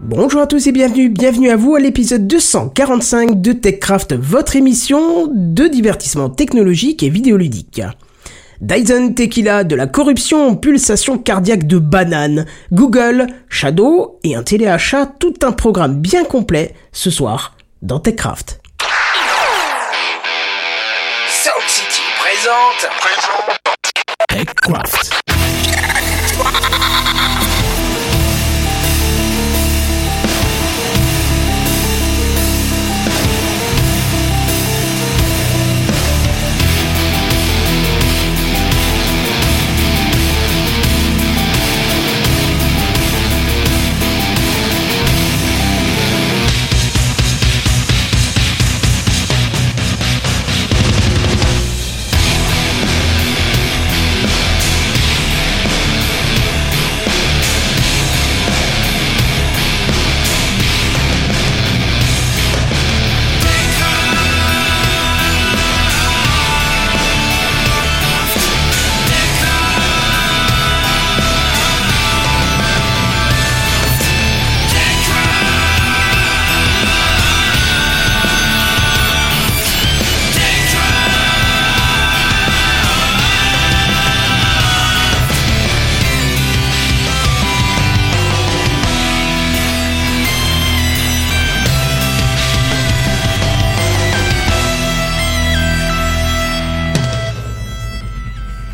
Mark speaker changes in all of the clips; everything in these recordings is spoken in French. Speaker 1: Bonjour à tous et bienvenue, bienvenue à vous à l'épisode 245 de TechCraft, votre émission de divertissement technologique et vidéoludique. Dyson Tequila, de la corruption, pulsation cardiaque de banane, Google, Shadow et un téléachat, tout un programme bien complet ce soir dans TechCraft.
Speaker 2: Sound City présente.
Speaker 3: TechCraft.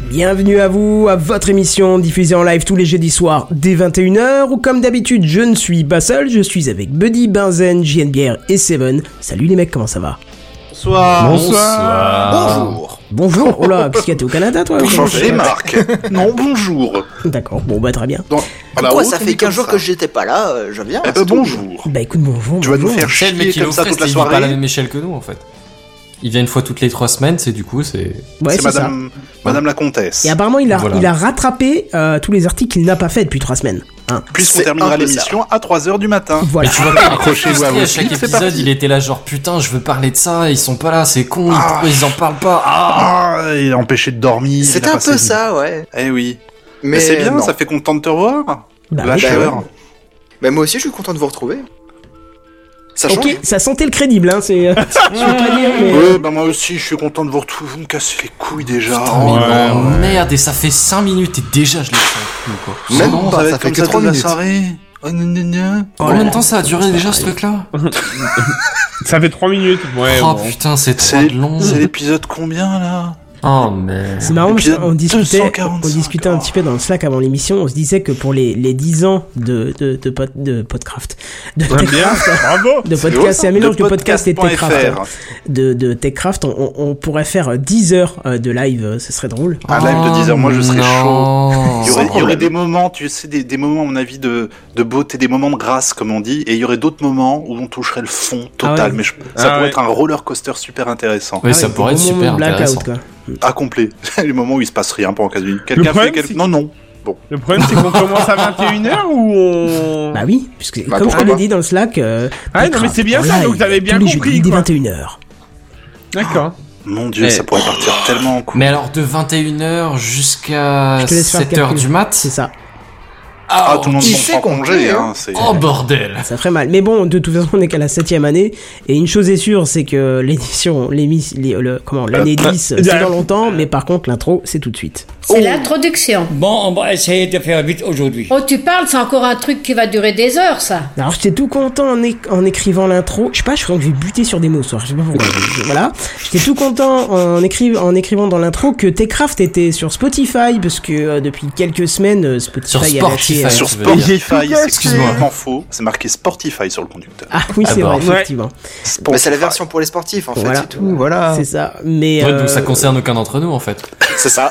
Speaker 1: Bienvenue à vous, à votre émission diffusée en live tous les jeudis soirs dès 21h, où comme d'habitude je ne suis pas seul, je suis avec Buddy, Benzen, JNBR et Seven. Salut les mecs, comment ça va
Speaker 4: Bonsoir. Ah.
Speaker 5: Bonjour.
Speaker 1: Bonjour, oh là, puisque t'es au Canada toi
Speaker 5: Pour
Speaker 1: comment
Speaker 5: changer les
Speaker 1: ça va
Speaker 5: marques. Non, bonjour.
Speaker 1: D'accord, bon bah très bien.
Speaker 5: Dans, à la
Speaker 6: Quoi,
Speaker 5: haute,
Speaker 6: ça
Speaker 5: on
Speaker 6: fait
Speaker 5: dit comme
Speaker 6: 15 jours
Speaker 5: ça.
Speaker 6: que j'étais pas là, euh, je viens.
Speaker 5: Eh ben, bonjour.
Speaker 1: Bah écoute, bonjour.
Speaker 5: Tu vas nous
Speaker 1: bonjour.
Speaker 5: faire
Speaker 4: C'est le
Speaker 5: chier
Speaker 4: mec qui est
Speaker 5: comme
Speaker 4: au
Speaker 5: ça
Speaker 4: Fresque,
Speaker 5: toute la
Speaker 4: il vit pas à la
Speaker 5: soirée.
Speaker 4: même échelle que nous en fait. Il vient une fois toutes les trois semaines, c'est du coup c'est.
Speaker 1: Ouais,
Speaker 5: C'est
Speaker 1: c'est ça.
Speaker 5: madame, madame la comtesse.
Speaker 1: Et apparemment, il a,
Speaker 4: Voilà.
Speaker 1: il a rattrapé euh, tous les articles qu'il n'a pas fait depuis trois semaines. Hein.
Speaker 5: Puisqu'on
Speaker 6: C'est
Speaker 5: terminera
Speaker 6: un peu
Speaker 5: l'émission à 3h du matin.
Speaker 1: Voilà.
Speaker 4: Mais tu vois pas,
Speaker 5: Ah, Accrochez-vous à
Speaker 4: frustré
Speaker 5: vos
Speaker 4: à chaque
Speaker 5: clics, c'est
Speaker 4: épisode,
Speaker 5: parti.
Speaker 4: il était là genre putain, je veux parler de ça, ils sont pas là, c'est con, ils-
Speaker 5: Ah.
Speaker 4: pourquoi ils en parlent pas. Ah.
Speaker 5: Ah, il a empêché de dormir. il
Speaker 6: C'était
Speaker 5: a
Speaker 6: un
Speaker 5: passé
Speaker 6: peu
Speaker 5: une-
Speaker 6: ça, ouais.
Speaker 5: Eh oui.
Speaker 6: Mais
Speaker 5: Mais c'est bien,
Speaker 6: non.
Speaker 5: ça fait content de te revoir.
Speaker 1: Bah,
Speaker 5: Lâcheur.
Speaker 6: oui, bah Mais moi aussi, je suis content de vous retrouver. Ça change.
Speaker 1: ok, ça sentait le crédible, hein. C'est. euh, je veux pas dire, mais.
Speaker 5: Ouais, bah moi aussi, je suis content de vous retrouver. Vous me cassez les couilles déjà.
Speaker 4: Ah, Mais
Speaker 5: Oh,
Speaker 4: non, merde, et ça fait 5 minutes et déjà je l'ai plus quoi.
Speaker 6: Même
Speaker 5: non,
Speaker 6: pas,
Speaker 5: ça va
Speaker 6: ça
Speaker 5: être
Speaker 6: fait
Speaker 5: comme
Speaker 6: que
Speaker 5: ça
Speaker 6: trois
Speaker 5: toute la
Speaker 6: minutes.
Speaker 5: soirée. Oh, gna, gna, gna.
Speaker 4: Combien de temps ça a duré déjà ce truc là
Speaker 7: Ça fait 3 minutes. Ouais,
Speaker 4: Oh
Speaker 7: bon.
Speaker 4: putain, c'est trop
Speaker 5: C'est
Speaker 4: long.
Speaker 5: c'est l'épisode combien là
Speaker 4: Oh merde.
Speaker 1: C'est marrant parce
Speaker 5: Épisode
Speaker 1: qu'on discutait, on
Speaker 5: 245,
Speaker 1: discutait un
Speaker 5: oh.
Speaker 1: petit peu dans le Slack avant l'émission, on se disait que pour les, les 10 ans de, de, de, pod- de Podcraft, de
Speaker 7: Très bien.
Speaker 1: Techcraft,
Speaker 7: Bravo.
Speaker 1: de
Speaker 5: C'est
Speaker 1: podcast,
Speaker 5: haut,
Speaker 1: c'est un
Speaker 5: ça
Speaker 1: mélange de
Speaker 5: De
Speaker 1: podcast et Techcraft.
Speaker 5: podcast.fr.
Speaker 1: hein. De, de Techcraft, on, on- on pourrait faire 10 heures euh, de live, euh, ce serait drôle.
Speaker 5: Un live de 10 heures, moi, je serais
Speaker 4: Oh, non.
Speaker 5: Il y, aurait, il y aurait des moments, tu sais, des, des moments, à mon avis, de, de beauté, des moments de grâce, comme on dit, et il y aurait d'autres moments où on toucherait le fond total.
Speaker 1: Ah ouais.
Speaker 5: Mais je- ça
Speaker 7: Ah
Speaker 5: pourrait
Speaker 7: ouais.
Speaker 5: être un roller coaster super intéressant.
Speaker 4: Oui,
Speaker 1: Ah
Speaker 4: ça
Speaker 1: ouais,
Speaker 4: pourrait être
Speaker 1: gros moment
Speaker 4: super
Speaker 1: de blackout,
Speaker 4: intéressant.
Speaker 1: quoi.
Speaker 5: À complet. les moments où il se passe rien pour en cas de Quelqu'un fait
Speaker 7: problème,
Speaker 5: quelque-
Speaker 7: c'est-
Speaker 5: Non, non.
Speaker 7: Le problème, c'est qu'on commence à 21h ou on.
Speaker 1: Bah oui, puisque
Speaker 5: Bah,
Speaker 1: comme je te
Speaker 5: pourquoi
Speaker 1: l'ai
Speaker 5: pas.
Speaker 1: dit dans le Slack, euh,
Speaker 7: Ah, non,
Speaker 1: Techcraft,
Speaker 7: mais c'est bien
Speaker 1: en
Speaker 7: ça,
Speaker 1: live,
Speaker 7: donc t'avais bien
Speaker 1: tous les
Speaker 7: compris,
Speaker 1: jeudis dès
Speaker 7: quoi.
Speaker 1: 21h.
Speaker 7: D'accord.
Speaker 5: Mon dieu,
Speaker 4: Eh.
Speaker 5: ça pourrait partir tellement en couille.
Speaker 4: Mais alors de 21h jusqu'à
Speaker 1: Je te laisse faire le
Speaker 4: 7h
Speaker 1: calcul.
Speaker 4: du mat
Speaker 1: C'est ça,
Speaker 5: Ah, tout le monde
Speaker 6: qui
Speaker 5: s'en
Speaker 6: sait
Speaker 5: prend
Speaker 6: qu'on
Speaker 5: congé,
Speaker 6: peut,
Speaker 5: hein. c'est-
Speaker 4: Oh bordel
Speaker 1: ça ferait mal. Mais bon, de toute façon, on est qu'à la septième année. Et une chose est sûre, c'est que l'édition, l'émis- les- le-
Speaker 4: Euh,
Speaker 1: comment, l'année 10,
Speaker 4: bah,
Speaker 1: c'est dans longtemps. Mais par contre, l'intro, c'est tout de suite.
Speaker 3: Oh.
Speaker 8: C'est l'introduction.
Speaker 9: Bon, on va essayer de faire vite aujourd'hui.
Speaker 8: Oh, tu parles, c'est encore un truc qui va durer des heures, ça.
Speaker 1: Alors, j'étais tout content en, é- en écrivant l'intro. Je sais pas, je crois que je vais buter sur des mots ce soir. Je sais pas pourquoi. voilà. J'étais tout content en, écri- en écrivant dans l'intro que Techcraft était sur Spotify. Parce que euh, depuis quelques semaines, euh, Spotify
Speaker 4: Sur
Speaker 1: a lâché. euh,
Speaker 4: Spotify.
Speaker 5: Sur
Speaker 4: Ça veut dire-
Speaker 5: Spotify, c'est
Speaker 4: Excuse-moi.
Speaker 5: complètement faux. C'est marqué Sportify sur le conducteur.
Speaker 1: Ah oui, c'est
Speaker 4: Ah bah,
Speaker 1: vrai,
Speaker 4: ouais.
Speaker 1: effectivement.
Speaker 6: Bah, c'est la version pour les sportifs, en fait,
Speaker 1: Voilà.
Speaker 6: c'est tout. Voilà.
Speaker 1: C'est ça. Mais.
Speaker 4: Ouais, donc
Speaker 1: euh,
Speaker 4: ça concerne aucun d'entre nous en fait.
Speaker 5: C'est ça.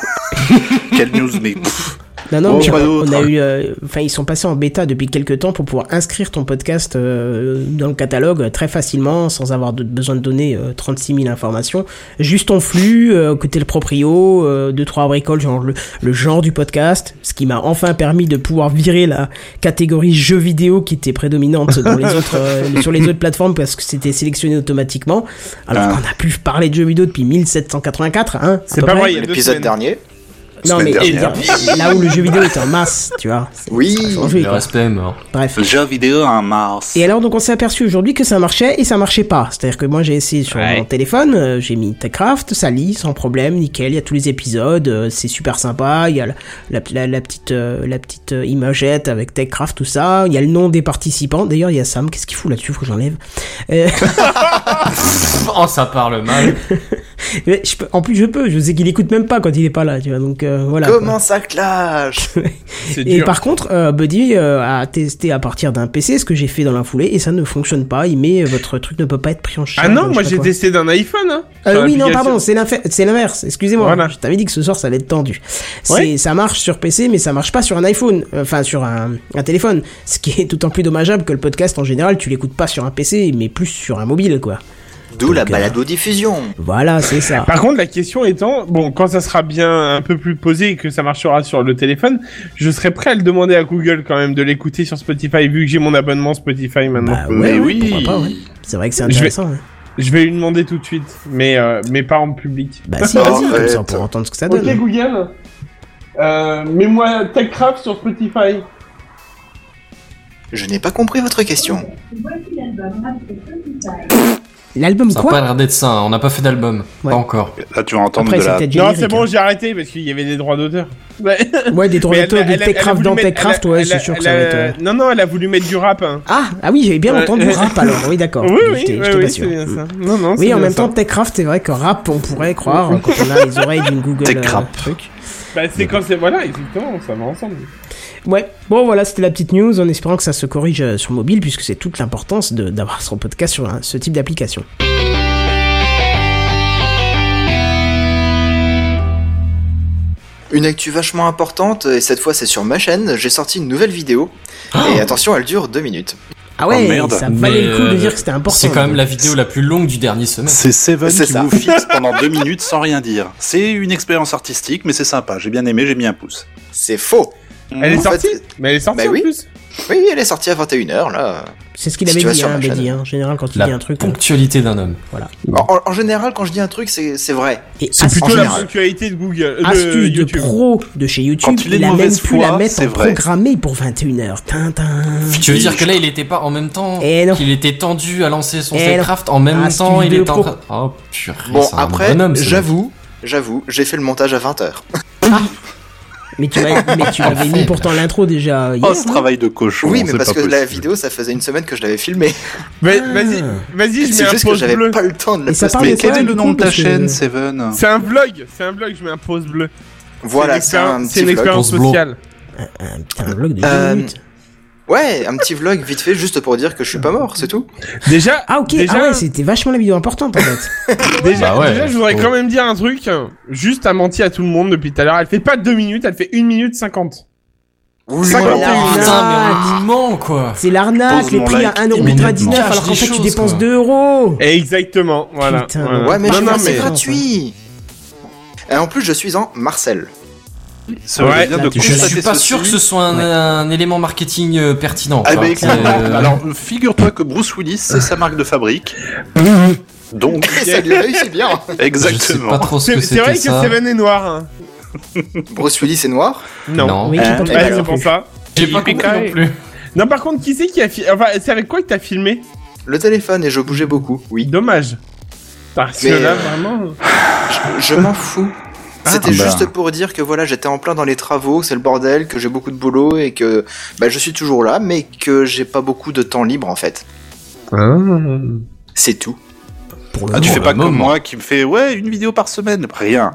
Speaker 5: Quelle news, mais. pff.
Speaker 1: Non, non,
Speaker 5: Bon,
Speaker 1: mais
Speaker 5: Oh, pas
Speaker 1: on,
Speaker 5: d'autres.
Speaker 1: a eu. euh, Enfin, ils sont passés en bêta depuis quelques temps pour pouvoir inscrire ton podcast euh, dans le catalogue euh, très facilement, sans avoir de- besoin de donner euh, 36 000 informations. Juste ton flux, euh, que t'es le proprio, euh, deux, trois bricoles, genre le, le genre du podcast, ce qui m'a enfin permis de pouvoir virer la catégorie jeux vidéo qui était prédominante dans les autres, euh, sur les autres plateformes parce que c'était sélectionné automatiquement. Alors
Speaker 5: Ah.
Speaker 1: qu'on a pu parler de jeux vidéo depuis 1784, hein. à
Speaker 7: C'est
Speaker 1: peu
Speaker 7: pas
Speaker 1: près.
Speaker 7: vrai, il y a deux
Speaker 6: L'épisode
Speaker 7: semaines.
Speaker 6: dernier.
Speaker 5: la
Speaker 1: Non,
Speaker 5: semaine
Speaker 1: mais
Speaker 5: dernière.
Speaker 1: je veux dire, là où le jeu vidéo est en masse, tu vois. c'est-
Speaker 6: Oui.
Speaker 1: ça a changé,
Speaker 4: Le
Speaker 1: quoi.
Speaker 4: respect est mort.
Speaker 1: Bref.
Speaker 5: Le jeu vidéo en mars.
Speaker 1: Et alors, donc, on s'est aperçu aujourd'hui que ça marchait et ça marchait pas. C'est-à-dire que moi, j'ai essayé sur
Speaker 7: Ouais.
Speaker 1: mon téléphone, euh, j'ai mis Techcraft, ça lit sans problème, nickel. Il y a tous les épisodes, euh, c'est super sympa. Il y a la, la- la- la petite, euh, la petite euh, imagette avec Techcraft, tout ça. Il y a le nom des participants. D'ailleurs, il y a Sam. Qu'est-ce qu'il fout là-dessus Faut que j'enlève. Euh,
Speaker 4: Oh, ça parle mal.
Speaker 1: mais je peux- en plus, je peux. Je sais qu'il écoute même pas quand il est pas là, tu vois. Donc euh, voilà. quoi.
Speaker 6: Comment ça clash
Speaker 7: C'est
Speaker 1: Et
Speaker 7: dur.
Speaker 1: par contre, euh, Buddy euh, a testé à partir d'un PC, ce que j'ai fait dans la foulée, et ça ne fonctionne pas. Il met euh, votre truc ne peut pas être pris en charge.
Speaker 7: Ah
Speaker 1: je
Speaker 7: non,
Speaker 1: sais
Speaker 7: moi
Speaker 1: pas
Speaker 7: j'ai
Speaker 1: quoi.
Speaker 7: testé d'un iPhone. Hein,
Speaker 1: Euh,
Speaker 7: sur
Speaker 1: oui, non,
Speaker 7: l'application.
Speaker 1: pardon, c'est l'infer- c'est l'inverse. Excusez-moi,
Speaker 7: Voilà.
Speaker 1: je t'avais dit que ce soir ça allait être tendu. C'est-
Speaker 7: Ouais.
Speaker 1: Ça marche sur PC, mais ça marche pas sur un iPhone, euh, enfin sur un, un téléphone. Ce qui est d'autant plus dommageable que le podcast en général, tu l'écoutes pas sur un PC, mais plus sur un mobile, quoi.
Speaker 6: D'où la
Speaker 1: Donc, euh,
Speaker 6: balado-diffusion.
Speaker 1: Voilà, c'est ça.
Speaker 7: Par contre, la question étant, bon, quand ça sera bien un peu plus posé et que ça marchera sur le téléphone, je serais prêt à le demander à Google quand même de l'écouter sur Spotify vu que j'ai mon abonnement Spotify maintenant.
Speaker 1: Bah, ouais,
Speaker 5: Mais
Speaker 1: ouais,
Speaker 5: oui.
Speaker 1: pourquoi pas, ouais. C'est vrai que c'est
Speaker 7: Je vais-
Speaker 1: intéressant. hein.
Speaker 7: Je vais lui demander tout de suite, mais, euh, mais pas en public.
Speaker 1: Bah si, vas-y, comme ça on
Speaker 6: Arrête.
Speaker 1: pourra entendre ce que ça donne.
Speaker 7: Ok Google, euh, mets-moi TechCraft sur Spotify.
Speaker 6: Je n'ai pas compris votre question.
Speaker 1: L'album
Speaker 4: Ça n'a pas
Speaker 1: quoi
Speaker 4: l'air d'être ça. hein. On n'a pas fait d'album.
Speaker 1: Ouais.
Speaker 4: Pas encore.
Speaker 5: Là, tu vas entendre
Speaker 1: Après,
Speaker 5: de
Speaker 1: c'est
Speaker 5: la.
Speaker 1: peut-être
Speaker 7: Non,
Speaker 1: générique,
Speaker 7: c'est bon,
Speaker 1: hein.
Speaker 7: j'ai arrêté parce qu'il y avait des droits d'auteur. Ouais.
Speaker 1: Ouais, des droits d'auteur
Speaker 7: Mais elle-
Speaker 1: de
Speaker 7: elle- elle a
Speaker 1: Techcraft
Speaker 7: voulu
Speaker 1: dans
Speaker 7: mettre-
Speaker 1: Techcraft,
Speaker 7: elle a-
Speaker 1: ouais,
Speaker 7: elle
Speaker 1: c'est
Speaker 7: a-
Speaker 1: sûr que
Speaker 7: elle
Speaker 1: ça va
Speaker 7: a-
Speaker 1: être. euh,
Speaker 7: Non, non, elle a voulu mettre du rap. hein.
Speaker 1: Ah, ah oui, j'avais bien
Speaker 7: Ouais.
Speaker 1: entendu rap alors, oui d'accord.
Speaker 7: Oui,
Speaker 1: Je
Speaker 7: oui,
Speaker 1: t'ai-
Speaker 7: oui,
Speaker 1: j'étais pas
Speaker 7: oui,
Speaker 1: sûr.
Speaker 7: c'est bien ça. Non,
Speaker 5: Ah,
Speaker 7: non,
Speaker 1: Oui,
Speaker 7: c'est
Speaker 1: en
Speaker 7: bien
Speaker 1: même
Speaker 7: ça.
Speaker 1: temps, Techcraft, c'est vrai que rap, on pourrait croire euh, quand on a les oreilles d'une Google. euh,
Speaker 5: Techcraft.
Speaker 1: truc.
Speaker 7: Bah, c'est quand c'est. Voilà, exactement, ça va ensemble.
Speaker 1: Ouais, bon voilà, c'était la petite news en espérant que ça se corrige euh, sur mobile puisque c'est toute l'importance de- d'avoir son podcast sur un- ce type d'application.
Speaker 6: Une actu vachement importante, et cette fois c'est sur ma chaîne, j'ai sorti une nouvelle vidéo. Et attention, elle dure deux minutes.
Speaker 1: Ah ouais,
Speaker 5: Oh, merde.
Speaker 1: ça valait
Speaker 4: Mais,
Speaker 1: le coup de
Speaker 4: euh,
Speaker 1: dire que c'était important.
Speaker 4: C'est quand même la vidéo la plus longue du dernier semestre.
Speaker 5: C'est Seven
Speaker 6: C'est
Speaker 5: qui
Speaker 6: ça.
Speaker 5: vous fixe pendant deux minutes sans rien dire. C'est une expérience artistique, mais c'est sympa. J'ai bien aimé, j'ai mis un pouce.
Speaker 6: C'est faux.
Speaker 7: Elle est
Speaker 6: En fait,
Speaker 7: sortie Mais elle est sortie
Speaker 6: Bah
Speaker 7: en
Speaker 6: oui.
Speaker 7: plus.
Speaker 6: Oui, elle est sortie à 21h là.
Speaker 1: C'est ce qu'il
Speaker 6: Si
Speaker 1: avait
Speaker 6: tu vas
Speaker 1: dit,
Speaker 6: sur
Speaker 1: hein,
Speaker 6: ma chaîne.
Speaker 1: Buddy, hein, en général quand il dit
Speaker 4: La
Speaker 1: un truc. euh,
Speaker 4: ponctualité d'un homme.
Speaker 1: voilà.
Speaker 6: En, en général, quand je dis un truc, c'est c'est vrai.
Speaker 1: Et
Speaker 7: C'est
Speaker 1: astuce-
Speaker 7: plutôt
Speaker 6: en
Speaker 7: la
Speaker 6: général.
Speaker 7: ponctualité de Google. euh, de
Speaker 1: astuce de
Speaker 7: YouTube.
Speaker 1: pro de chez YouTube,
Speaker 5: Quand il est
Speaker 1: il,
Speaker 5: de
Speaker 1: a même
Speaker 5: mauvaise
Speaker 1: pu la
Speaker 5: foi,
Speaker 1: mettre
Speaker 5: c'est
Speaker 1: en
Speaker 5: vrai.
Speaker 1: programmé pour 21h. Tintin.
Speaker 4: Tu veux dire que là, il était pas en même temps
Speaker 1: Eh non.
Speaker 4: qu'il était tendu à lancer son
Speaker 1: Eh non.
Speaker 4: Starcraft en même
Speaker 1: Ah,
Speaker 4: temps, il
Speaker 1: studio
Speaker 4: était en
Speaker 1: pro.
Speaker 4: train. Oh purée,
Speaker 6: Bon,
Speaker 4: c'est un
Speaker 6: après,
Speaker 4: bonhomme, ce
Speaker 6: j'avoue, j'avoue, j'ai fait le montage à 20h.
Speaker 1: Mais tu, as- mais tu avais mis pourtant l'intro déjà hier.
Speaker 5: Oh, ce travail de cochon.
Speaker 6: Oui, mais
Speaker 5: c'est
Speaker 6: parce que
Speaker 5: pas
Speaker 6: la
Speaker 5: possible.
Speaker 6: vidéo, ça faisait une semaine que je l'avais filmée.
Speaker 7: Va- Vas-y,
Speaker 1: Ah.
Speaker 7: vas-y, je
Speaker 6: C'est
Speaker 7: mets un
Speaker 6: juste que
Speaker 7: pause
Speaker 6: j'avais
Speaker 7: bleu.
Speaker 6: pas le temps de la
Speaker 1: Et ça
Speaker 6: poster.
Speaker 1: parle
Speaker 5: Mais
Speaker 1: de
Speaker 5: quel
Speaker 1: quoi,
Speaker 5: est
Speaker 1: du
Speaker 5: le nom
Speaker 1: coup,
Speaker 5: de ta
Speaker 1: parce que-
Speaker 5: chaîne, Seven
Speaker 7: C'est un vlog, c'est un vlog, je mets un pause bleu.
Speaker 6: Voilà, c'est un
Speaker 7: c'est
Speaker 6: petit
Speaker 7: une
Speaker 6: vlog.
Speaker 7: expérience
Speaker 4: Pause bleu.
Speaker 7: sociale.
Speaker 1: Un putain, vlog de 10
Speaker 6: Euh,
Speaker 1: minutes.
Speaker 6: Ouais, un petit vlog vite fait juste pour dire que je suis pas mort, c'est tout.
Speaker 7: Déjà,
Speaker 1: Ah ok,
Speaker 7: déjà,
Speaker 1: ah ouais, c'était vachement la vidéo importante en fait.
Speaker 7: déjà,
Speaker 4: Bah ouais,
Speaker 7: déjà, je voudrais
Speaker 4: faut-
Speaker 7: quand même dire un truc. hein. Juste à mentir à tout le monde depuis tout à l'heure. Elle fait pas 2 minutes, elle fait 1 minute 50.
Speaker 6: Ouh là
Speaker 7: 51.
Speaker 6: là.
Speaker 4: con. Putain,
Speaker 1: Ah.
Speaker 4: mais on nous ment, quoi.
Speaker 1: C'est l'arnaque,
Speaker 5: Pose
Speaker 1: les
Speaker 5: mon
Speaker 1: prix à
Speaker 5: like
Speaker 1: 1,99€
Speaker 4: immédiatement.
Speaker 1: alors qu'en
Speaker 4: Cache
Speaker 1: fait
Speaker 4: des
Speaker 1: tu
Speaker 4: choses,
Speaker 1: dépenses
Speaker 4: quoi.
Speaker 1: 2 euros.
Speaker 7: Exactement, voilà.
Speaker 1: Putain.
Speaker 7: voilà.
Speaker 6: Ouais, mais
Speaker 7: non,
Speaker 6: je
Speaker 7: non,
Speaker 6: suis
Speaker 7: mais...
Speaker 6: c'est gratuit. Et en plus, je suis en Marcel.
Speaker 5: Ça
Speaker 7: Ouais,
Speaker 5: vient
Speaker 1: là,
Speaker 5: de
Speaker 1: tu-
Speaker 4: Je
Speaker 5: constater
Speaker 4: suis pas
Speaker 5: ceci.
Speaker 4: sûr que ce soit un,
Speaker 1: Ouais.
Speaker 4: un élément marketing euh, pertinent.
Speaker 5: Ah,
Speaker 4: quoi.
Speaker 5: bah,
Speaker 4: C'est,
Speaker 5: exactement.
Speaker 4: euh,
Speaker 5: Alors, figure-toi que Bruce Willis, c'est sa marque de fabrique. Donc,
Speaker 6: ça lui réussit bien.
Speaker 4: Je sais pas
Speaker 5: exactement.
Speaker 4: trop ce
Speaker 7: C'est
Speaker 4: que
Speaker 7: c'est vrai
Speaker 4: c'était
Speaker 7: que
Speaker 4: ça.
Speaker 7: Seven est noir. hein.
Speaker 6: Bruce Willis est noir.
Speaker 7: Eh ben, Non.
Speaker 4: Non.
Speaker 1: Oui,
Speaker 5: Euh,
Speaker 1: j'ai pas
Speaker 5: bah,
Speaker 1: compris
Speaker 7: Ouais,
Speaker 1: non
Speaker 7: c'est pour
Speaker 1: plus.
Speaker 7: ça.
Speaker 4: J'ai pas
Speaker 7: Il est
Speaker 4: compris non
Speaker 7: carré.
Speaker 4: plus.
Speaker 7: Non, par contre, qui c'est qui a filmé Enfin, c'est avec quoi que t'as filmé
Speaker 6: Le téléphone et je bougeais beaucoup. Oui.
Speaker 7: Dommage. Parce que
Speaker 6: Mais,
Speaker 7: là,
Speaker 6: euh,
Speaker 7: vraiment.
Speaker 6: Je, je m'en fous. C'était
Speaker 5: Ah, bah.
Speaker 6: juste pour dire que voilà, j'étais en plein dans les travaux, que c'est le bordel, que j'ai beaucoup de boulot et que bah, je suis toujours là, mais que j'ai pas beaucoup de temps libre en fait.
Speaker 7: hein.
Speaker 4: Ah.
Speaker 6: C'est tout.
Speaker 1: Pour le
Speaker 5: Ah, tu
Speaker 1: moment.
Speaker 5: fais pas
Speaker 4: Moment.
Speaker 5: comme moi qui me fait ouais une vidéo par semaine. Rien.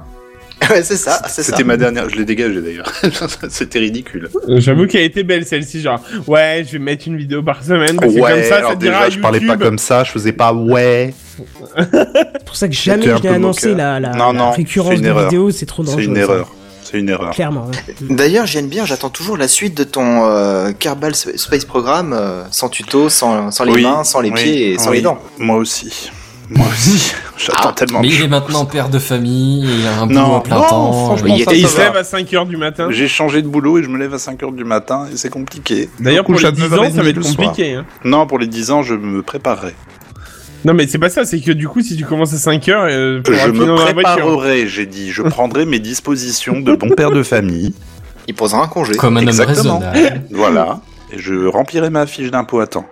Speaker 6: Ouais, c'est ça, c'est ça.
Speaker 5: C'était ma dernière. Je l'ai dégagée d'ailleurs. C'était ridicule.
Speaker 7: J'avoue qu'elle était belle celle-ci, genre, ouais, je vais mettre une vidéo par semaine, parce que
Speaker 5: ouais.
Speaker 7: comme ça,
Speaker 5: alors
Speaker 7: ça te dira
Speaker 5: déjà,
Speaker 7: à
Speaker 5: je parlais
Speaker 7: YouTube.
Speaker 5: pas comme ça. Je faisais pas ouais.
Speaker 1: C'est pour ça que jamais
Speaker 5: J'étais un
Speaker 1: je l'ai
Speaker 5: peu
Speaker 1: annoncé
Speaker 5: moqueur.
Speaker 1: la, la,
Speaker 5: Non,
Speaker 1: la
Speaker 5: non, c'est
Speaker 1: récurrence
Speaker 5: une
Speaker 1: des
Speaker 5: erreur.
Speaker 1: vidéos, c'est trop dangereux.
Speaker 5: C'est une
Speaker 1: ça.
Speaker 5: erreur. C'est une erreur.
Speaker 1: Clairement. hein. ouais.
Speaker 6: D'ailleurs, j'aime bien, j'attends toujours la suite de ton euh, Kerbal Sp- Space Program, euh, sans tuto, sans, sans les
Speaker 5: Oui,
Speaker 6: mains, sans les
Speaker 5: oui,
Speaker 6: pieds et sans
Speaker 5: oui.
Speaker 6: les dents. Ah,
Speaker 5: Moi aussi. Moi aussi. J'attends tellement.
Speaker 4: Mais
Speaker 5: de
Speaker 4: il est
Speaker 5: choses.
Speaker 4: maintenant père de famille, et il a un boulot
Speaker 5: Non,
Speaker 4: à plein
Speaker 5: non,
Speaker 4: temps.
Speaker 5: franchement,
Speaker 4: euh,
Speaker 6: ça,
Speaker 7: Et il
Speaker 6: ça
Speaker 7: se
Speaker 6: va.
Speaker 7: lève à 5h du matin.
Speaker 5: J'ai changé de boulot et je me lève à 5h du matin et c'est compliqué.
Speaker 7: D'ailleurs,
Speaker 5: Du coup,
Speaker 7: pour
Speaker 5: je
Speaker 7: les
Speaker 5: suis à
Speaker 7: 10 ans, ça
Speaker 5: 9h30
Speaker 7: va être
Speaker 5: le soir.
Speaker 7: compliqué. Hein.
Speaker 5: Non, pour les 10 ans, je me préparerai.
Speaker 7: Non, mais c'est pas ça, c'est que du coup, si tu commences à 5 heures, euh, faudra
Speaker 5: Je
Speaker 7: filer
Speaker 5: me
Speaker 7: dans la voiture.
Speaker 5: préparerai, j'ai dit. Je prendrai mes dispositions de bon père de famille.
Speaker 6: Il posera un congé.
Speaker 4: Comme un homme
Speaker 5: Exactement.
Speaker 4: raisonnable.
Speaker 5: Voilà. Et je remplirai ma fiche d'impôt à temps.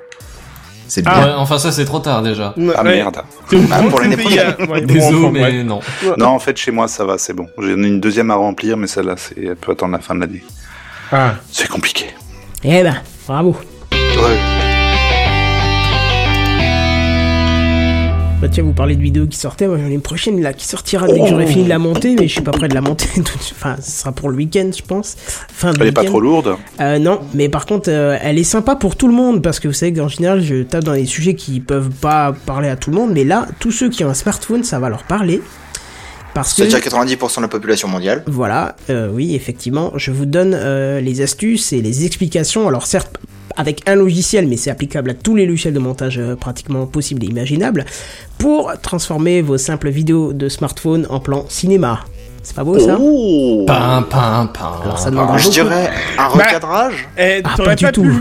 Speaker 6: C'est
Speaker 7: Ah.
Speaker 6: bien.
Speaker 4: Ouais, enfin, ça, c'est trop tard déjà.
Speaker 5: Ah
Speaker 7: Ouais.
Speaker 5: merde.
Speaker 7: C'est une
Speaker 6: Ah, pour l'année
Speaker 7: grosse idée, ouais, bon,
Speaker 4: Désolé,
Speaker 7: enfin,
Speaker 4: mais
Speaker 7: bref.
Speaker 4: non.
Speaker 5: Non, en fait, chez moi, ça va, c'est bon. J'en ai une deuxième à remplir, mais celle-là, c'est- elle peut attendre la fin de l'année.
Speaker 7: Ah.
Speaker 5: C'est compliqué.
Speaker 1: Eh ben, bravo. Bah tiens, vous parlez de vidéos qui sortaient, moi j'en ai une prochaine là qui sortira dès que
Speaker 5: Oh.
Speaker 1: j'aurai fini de la monter, mais je suis pas prêt de la monter. tout de suite. enfin, ce sera pour le week-end, je pense. Fin de
Speaker 5: Elle est pas
Speaker 1: week-end.
Speaker 5: trop lourde.
Speaker 1: Euh, non, mais par contre, euh, elle est sympa pour tout le monde parce que vous savez qu'en général, je tape dans les sujets qui peuvent pas parler à tout le monde, mais là, tous ceux qui ont un smartphone, ça va leur parler. Parce que
Speaker 6: C'est-à-dire 90% de la population mondiale.
Speaker 1: voilà, euh, oui, effectivement, je vous donne euh, les astuces et les explications. Alors certes, avec un logiciel, mais c'est applicable à tous les logiciels de montage euh, pratiquement possibles et imaginables, pour transformer vos simples vidéos de smartphone en plan cinéma. C'est pas beau ça
Speaker 5: Oh
Speaker 4: Pain, pain, pain.
Speaker 1: Alors ça
Speaker 7: Ah,
Speaker 1: demande un
Speaker 6: Ah, Je
Speaker 1: beaucoup.
Speaker 6: dirais
Speaker 7: Bah,
Speaker 6: un recadrage.
Speaker 7: Eh,
Speaker 1: Ah,
Speaker 7: t'aurais
Speaker 1: pas du
Speaker 7: pas
Speaker 1: tout.
Speaker 7: pu...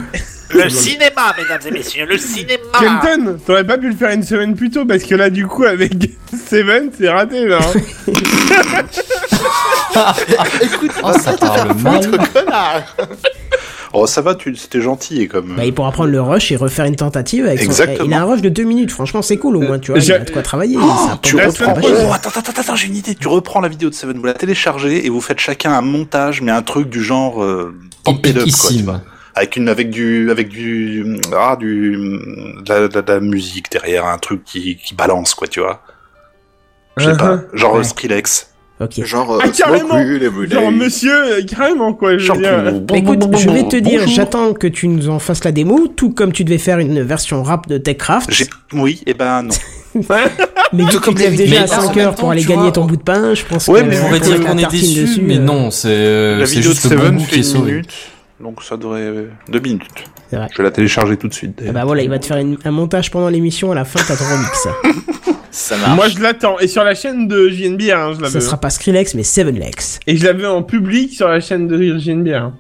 Speaker 2: Le cinéma, mesdames et messieurs, le cinéma
Speaker 7: Kenton, t'aurais pas pu le faire une semaine plus tôt parce que là, du coup, avec Seven, c'est raté là. hein.
Speaker 6: Écoute,
Speaker 4: Oh, ça parle mal.
Speaker 6: connard.
Speaker 5: Oh, ça va, tu... c'était gentil comme.
Speaker 1: Bah, il pourra prendre le rush et refaire une tentative avec son...
Speaker 5: Exactement.
Speaker 1: Il a un rush de deux minutes, franchement c'est cool au moins, tu vois,
Speaker 7: je-
Speaker 1: il a de quoi travailler. ça a pas
Speaker 5: tu
Speaker 1: de-
Speaker 7: reprends-
Speaker 1: pas
Speaker 5: Oh,
Speaker 1: cher.
Speaker 5: attends, attends, attends, attends, j'ai une idée. Tu reprends la vidéo de Seven, vous la téléchargez et vous faites chacun un montage, mais un truc du genre euh, amped up, quoi, tu vois.
Speaker 4: Épiquissime.
Speaker 5: avec une, avec du, avec du, ah, du, de la, de la- de la musique derrière, un truc qui, qui balance, quoi, tu vois. Je sais
Speaker 4: Uh-huh.
Speaker 5: pas, genre euh, Skrillex.
Speaker 1: Ok.
Speaker 6: Genre,
Speaker 7: Ah,
Speaker 6: euh,
Speaker 7: carrément.
Speaker 6: recul et brûlé.
Speaker 7: Genre, monsieur, euh, carrément quoi. Je veux dire.
Speaker 5: Shampoo.
Speaker 1: Mais Bah, écoute, je vais te dire, j'attends que tu nous en fasses la démo, tout comme tu devais faire une version rap de TechCraft.
Speaker 5: J'ai- Oui, et ben non.
Speaker 1: Mais vu que tu
Speaker 6: comme
Speaker 1: te
Speaker 6: les
Speaker 1: lèves déjà à
Speaker 4: vidéos. Mais en
Speaker 1: 5
Speaker 4: même
Speaker 1: heures
Speaker 4: temps,
Speaker 1: pour aller
Speaker 4: tu
Speaker 1: gagner
Speaker 4: vois,
Speaker 1: ton bout de pain, je pense
Speaker 5: Ouais,
Speaker 1: que...
Speaker 5: mais
Speaker 4: On va
Speaker 5: Ouais,
Speaker 4: dire
Speaker 5: ouais,
Speaker 4: qu'on est
Speaker 1: tartine
Speaker 4: déçu,
Speaker 1: dessus,
Speaker 4: mais
Speaker 1: euh,
Speaker 4: non, c'est euh,
Speaker 5: la
Speaker 4: c'est
Speaker 5: vidéo de
Speaker 4: juste le bon
Speaker 5: Seven
Speaker 4: goût
Speaker 5: fait
Speaker 4: qui est
Speaker 5: une
Speaker 4: sauvé.
Speaker 5: minute, donc ça devrait euh, deux minutes.
Speaker 1: C'est vrai.
Speaker 5: Je vais la télécharger tout de suite.
Speaker 1: Ah bah voilà, il va te faire une- un montage pendant l'émission, à la fin t'as ton remix.
Speaker 6: Ça marche.
Speaker 7: Moi, je l'attends. Et sur la chaîne de JNBR, hein, je la
Speaker 1: Ça
Speaker 7: veux.
Speaker 1: sera pas Skrillex, mais Seven Lex.
Speaker 7: Et je la veux en public sur la chaîne de JNBR.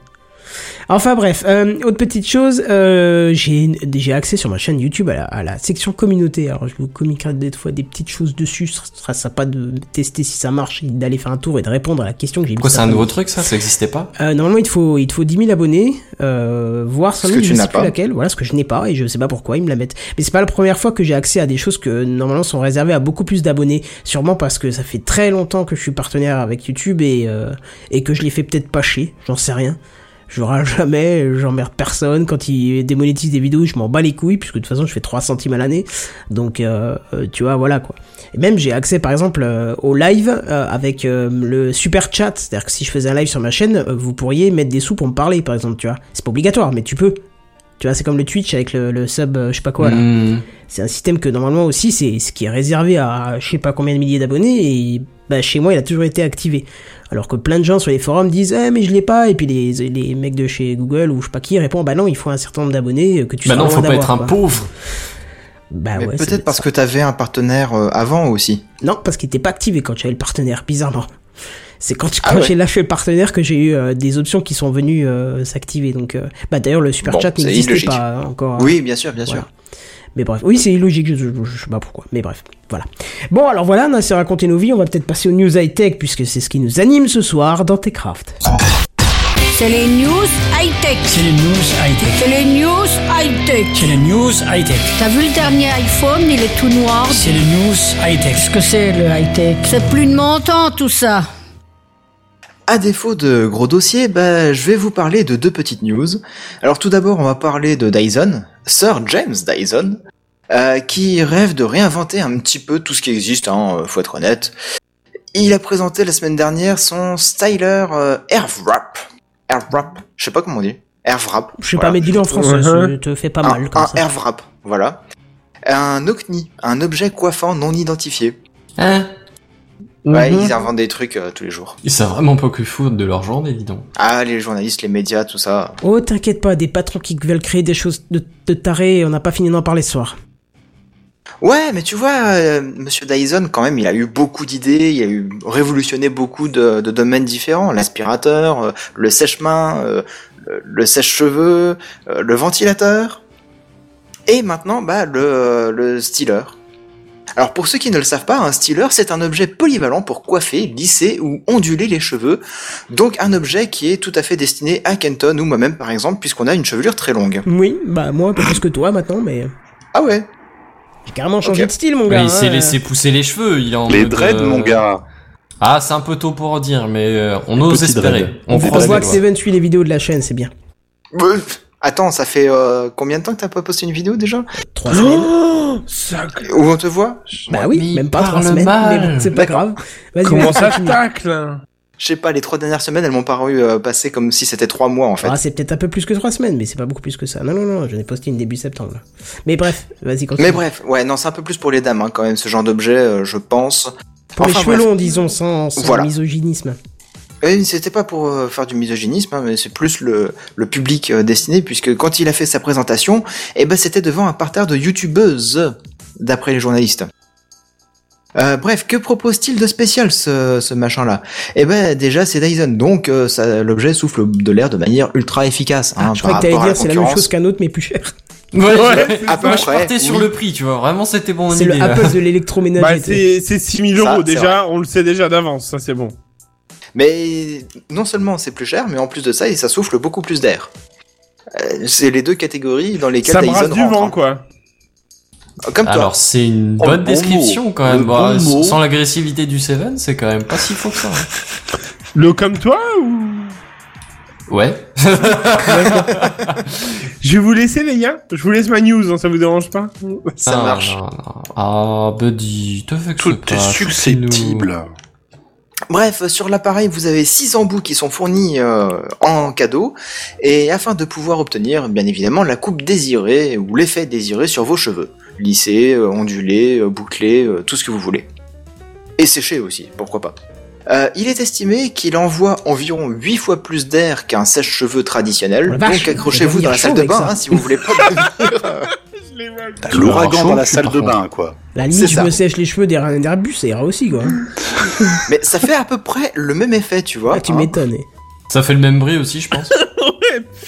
Speaker 1: Enfin bref, euh, autre petite chose, euh, j'ai j'ai accès sur ma chaîne YouTube à la, à la section communauté. Alors je vous communiquerai des fois des petites choses dessus. Ce sera sympa de tester si ça marche, et d'aller faire un tour et de répondre à la question que j'ai.
Speaker 4: Quoi,
Speaker 1: mise
Speaker 4: c'est
Speaker 1: à
Speaker 4: un
Speaker 1: la
Speaker 4: nouveau truc ça Ça existait pas
Speaker 1: Euh, normalement, il te faut, il te faut 10 000 abonnés, euh, voire sans
Speaker 6: Ce
Speaker 1: doute,
Speaker 6: que
Speaker 1: je
Speaker 6: tu
Speaker 1: sais
Speaker 6: n'as
Speaker 1: plus
Speaker 6: pas.
Speaker 1: laquelle. Voilà, ce que je n'ai pas et je sais pas pourquoi ils me la mettent. Mais c'est pas la première fois que j'ai accès à des choses que normalement sont réservées à beaucoup plus d'abonnés. Sûrement parce que ça fait très longtemps que je suis partenaire avec YouTube et, euh, et que je les fais peut-être pas chier. J'en sais rien. Je râle jamais, j'emmerde personne. Quand ils démonétisent des vidéos, je m'en bats les couilles, puisque de toute façon, je fais 3 centimes à l'année. Donc, euh, euh, tu vois, voilà quoi. Et même j'ai accès par exemple euh, au live euh, avec euh, le super chat, c'est-à-dire que si je faisais un live sur ma chaîne, euh, vous pourriez mettre des sous pour me parler par exemple, tu vois. C'est pas obligatoire, mais tu peux. Tu vois, c'est comme le Twitch avec le, le sub, euh, je sais pas quoi. là.
Speaker 4: Hmm.
Speaker 1: C'est un système que normalement aussi, c'est ce qui est réservé à je sais pas combien de milliers d'abonnés, et bah, chez moi, il a toujours été activé. Alors que plein de gens sur les forums disent, eh, mais je l'ai pas, et puis les, les mecs de chez Google ou je sais pas qui répondent, bah non, il faut un certain nombre d'abonnés euh, que tu
Speaker 4: Bah
Speaker 1: seras
Speaker 4: non,
Speaker 1: loin
Speaker 4: faut pas
Speaker 1: d'avoir,
Speaker 4: être un
Speaker 1: quoi.
Speaker 4: pauvre.
Speaker 1: Bah
Speaker 6: Mais
Speaker 1: ouais, ça doit
Speaker 6: peut-être
Speaker 1: être
Speaker 6: parce
Speaker 1: ça.
Speaker 6: que t'avais un partenaire euh, avant aussi.
Speaker 1: Non, parce qu'il était pas activé quand j'avais le partenaire, bizarrement. C'est quand,
Speaker 6: Ah
Speaker 1: quand
Speaker 6: ouais.
Speaker 1: j'ai lâché le partenaire que j'ai eu euh, des options qui sont venues euh, s'activer. Donc, euh, bah d'ailleurs le super
Speaker 6: Bon,
Speaker 1: chat
Speaker 6: c'est
Speaker 1: n'existait
Speaker 6: illogique.
Speaker 1: pas hein, encore.
Speaker 6: Oui, bien sûr, bien
Speaker 1: Voilà.
Speaker 6: sûr.
Speaker 1: Mais bref, oui c'est illogique, je, je- je sais pas pourquoi. Mais bref, voilà. Bon alors voilà, on a assez raconté nos vies. On va peut-être passer aux news high tech puisque c'est ce qui nous anime ce soir dans Techcraft.
Speaker 3: C'est les news high-tech.
Speaker 9: C'est les news high-tech.
Speaker 3: C'est les news high-tech.
Speaker 9: C'est les news high-tech.
Speaker 3: T'as vu le dernier iPhone, il est tout noir.
Speaker 9: C'est les news high-tech.
Speaker 3: Qu'est-ce que c'est le high-tech C'est plus de mon temps tout ça.
Speaker 6: À défaut de gros dossiers, bah, je vais vous parler de deux petites news. Alors tout d'abord, on va parler de Dyson, Sir James Dyson, euh, qui rêve de réinventer un petit peu tout ce qui existe, hein, euh, faut être honnête. Il a présenté la semaine dernière son styler euh, Airwrap. Airwrap, je sais pas comment on dit. Airwrap.
Speaker 1: Je sais
Speaker 6: voilà.
Speaker 1: pas,
Speaker 6: Ah,
Speaker 1: mais dis-le en français,
Speaker 7: Ouais.
Speaker 1: ça
Speaker 4: Uh-huh.
Speaker 1: te fait pas
Speaker 6: un,
Speaker 1: mal comme
Speaker 6: un
Speaker 1: ça.
Speaker 6: Airwrap, voilà. Un OCNI, un objet coiffant non identifié.
Speaker 4: Hein
Speaker 6: Ouais,
Speaker 7: Mhm.
Speaker 6: ils inventent des trucs euh, tous les jours.
Speaker 4: Ils savent vraiment pas que foutre de leur journée, dis donc.
Speaker 6: Ah, les journalistes, les médias, tout ça.
Speaker 1: Oh t'inquiète pas, des patrons qui veulent créer des choses de, de tarés, on n'a pas fini d'en parler ce soir.
Speaker 6: Ouais, mais tu vois, euh, Monsieur Dyson, quand même, il a eu beaucoup d'idées, il a eu révolutionné beaucoup de, de domaines différents l'aspirateur, euh, le sèche-main, euh, le- le sèche-cheveux, euh, le ventilateur, et maintenant, bah, le, le styler. Alors pour ceux qui ne le savent pas, un styler c'est un objet polyvalent pour coiffer, lisser ou onduler les cheveux. Donc un objet qui est tout à fait destiné à Kenton ou moi-même par exemple puisqu'on a une chevelure très longue.
Speaker 1: Oui, bah moi, un peu plus que toi maintenant, mais
Speaker 6: Ah ouais.
Speaker 1: j'ai carrément changé
Speaker 6: Ok.
Speaker 1: de style, mon
Speaker 4: Ouais,
Speaker 1: gars.
Speaker 4: Bah, il s'est
Speaker 1: hein.
Speaker 4: laissé pousser les cheveux. Il est en
Speaker 5: Les
Speaker 4: mode,
Speaker 5: dreads,
Speaker 4: euh,
Speaker 5: mon gars.
Speaker 4: Ah, c'est un peu tôt pour dire, mais euh, on ose
Speaker 10: petits
Speaker 4: espérer.
Speaker 10: dreads.
Speaker 4: On
Speaker 10: Des
Speaker 1: On
Speaker 10: dreads.
Speaker 4: croise
Speaker 1: voit
Speaker 4: les
Speaker 1: que
Speaker 4: doigts.
Speaker 1: Seven suit les vidéos de la chaîne, c'est bien.
Speaker 6: Euh, Attends, ça fait euh, combien de temps que t'as pas posté une vidéo déjà
Speaker 1: Trois
Speaker 4: Oh,
Speaker 1: semaines.
Speaker 6: Où on te voit
Speaker 1: Bah oui,
Speaker 4: mais il
Speaker 1: même pas trois
Speaker 4: parle
Speaker 1: semaines,
Speaker 4: mal.
Speaker 1: mais bon, c'est pas grave. Vas-y,
Speaker 7: Comment
Speaker 1: vas-y,
Speaker 7: ça
Speaker 1: continue.
Speaker 7: tacle hein
Speaker 6: Je sais pas, les trois dernières semaines, elles m'ont paru euh, passer comme si c'était trois mois en fait.
Speaker 1: Ah, c'est peut-être un peu plus que trois semaines, mais c'est pas beaucoup plus que ça. Non, non, non, je n'ai posté une début septembre. Mais bref, vas-y, continue.
Speaker 6: Mais bref, ouais, non, c'est un peu plus pour les dames hein, quand même, ce genre d'objet, euh, je pense.
Speaker 1: Pour les
Speaker 6: enfin,
Speaker 1: cheveux
Speaker 6: bref.
Speaker 1: longs, disons, sans, sans
Speaker 6: Voilà.
Speaker 1: misogynisme.
Speaker 6: Et c'était pas pour euh, faire du misogynisme, hein, mais c'est plus le, le public euh, destiné, puisque quand il a fait sa présentation, eh ben c'était devant un parterre de youtubeuses, d'après les journalistes. Euh, bref, que propose-t-il de spécial ce, ce machin-là Eh ben déjà c'est Dyson, donc euh, ça- l'objet souffle de l'air de manière ultra efficace. hein,
Speaker 1: Ah, je
Speaker 6: par
Speaker 1: crois que t'allais
Speaker 6: rapport à
Speaker 1: dire c'est la même
Speaker 6: concurrence.
Speaker 1: chose qu'un autre, mais plus cher.
Speaker 4: Ouais,
Speaker 6: à peu
Speaker 4: moi, je
Speaker 6: près,
Speaker 4: partais sur
Speaker 6: oui.
Speaker 4: le prix, tu vois. Vraiment, c'était bon.
Speaker 1: C'est le
Speaker 4: idée, là.
Speaker 1: Apple de l'électroménager.
Speaker 7: Bah,
Speaker 1: t'sais.
Speaker 7: c'est c'est 6000
Speaker 6: Ça,
Speaker 7: euros
Speaker 6: c'est
Speaker 7: déjà, on le sait déjà d'avance, ça c'est bon.
Speaker 6: Mais non seulement c'est plus cher, mais en plus de ça, et ça souffle beaucoup plus d'air. Euh, C'est les deux catégories dans lesquelles
Speaker 7: Ça
Speaker 6: Dyson
Speaker 7: brasse du
Speaker 6: rentre,
Speaker 7: vent
Speaker 6: hein.
Speaker 7: quoi.
Speaker 6: Comme toi.
Speaker 4: Alors, c'est une
Speaker 10: Oh, le
Speaker 4: bonne
Speaker 10: bon
Speaker 4: description
Speaker 10: mot.
Speaker 4: quand même.
Speaker 10: Le
Speaker 4: Bah,
Speaker 10: bon
Speaker 4: s-
Speaker 10: mot.
Speaker 4: sans l'agressivité du Seven, c'est quand même pas si faux que ça. hein.
Speaker 7: Le comme toi ou
Speaker 4: Ouais.
Speaker 7: Je vais vous laisser les gars, je vous laisse ma news, hein, ça vous dérange pas
Speaker 6: ça
Speaker 4: Ah,
Speaker 6: marche.
Speaker 4: non, non. Ah, Buddy, te fais que
Speaker 5: Tout est susceptible.
Speaker 6: Bref, sur l'appareil, vous avez six embouts qui sont fournis euh, en cadeau, et afin de pouvoir obtenir, bien évidemment, la coupe désirée ou l'effet désiré sur vos cheveux. Lissé, euh, ondulé, euh, bouclé, euh, tout ce que vous voulez. Et séché aussi, pourquoi pas. Euh, il est estimé qu'il envoie environ 8 fois plus d'air qu'un sèche-cheveux traditionnel,
Speaker 1: Oh la vache,
Speaker 6: donc accrochez-vous dans la
Speaker 1: il
Speaker 6: salle
Speaker 1: faut
Speaker 6: de
Speaker 1: devenir chaud
Speaker 6: bain
Speaker 1: avec
Speaker 6: hein, si vous voulez pas devenir, euh,
Speaker 5: T'as
Speaker 4: Tu l'auras
Speaker 5: l'ouragan
Speaker 4: chaud,
Speaker 5: dans la
Speaker 4: tu
Speaker 5: salle
Speaker 4: par
Speaker 5: de
Speaker 4: contre.
Speaker 5: bain, quoi.
Speaker 1: La
Speaker 6: c'est
Speaker 1: limite, je
Speaker 6: ça.
Speaker 1: me sèche les cheveux derrière un bus, ça ira aussi, quoi.
Speaker 6: Mais ça fait à peu près le même effet, tu vois.
Speaker 1: Ah, tu
Speaker 6: hein.
Speaker 1: m'étonnes. eh.
Speaker 4: Ça fait le même bruit aussi, je pense.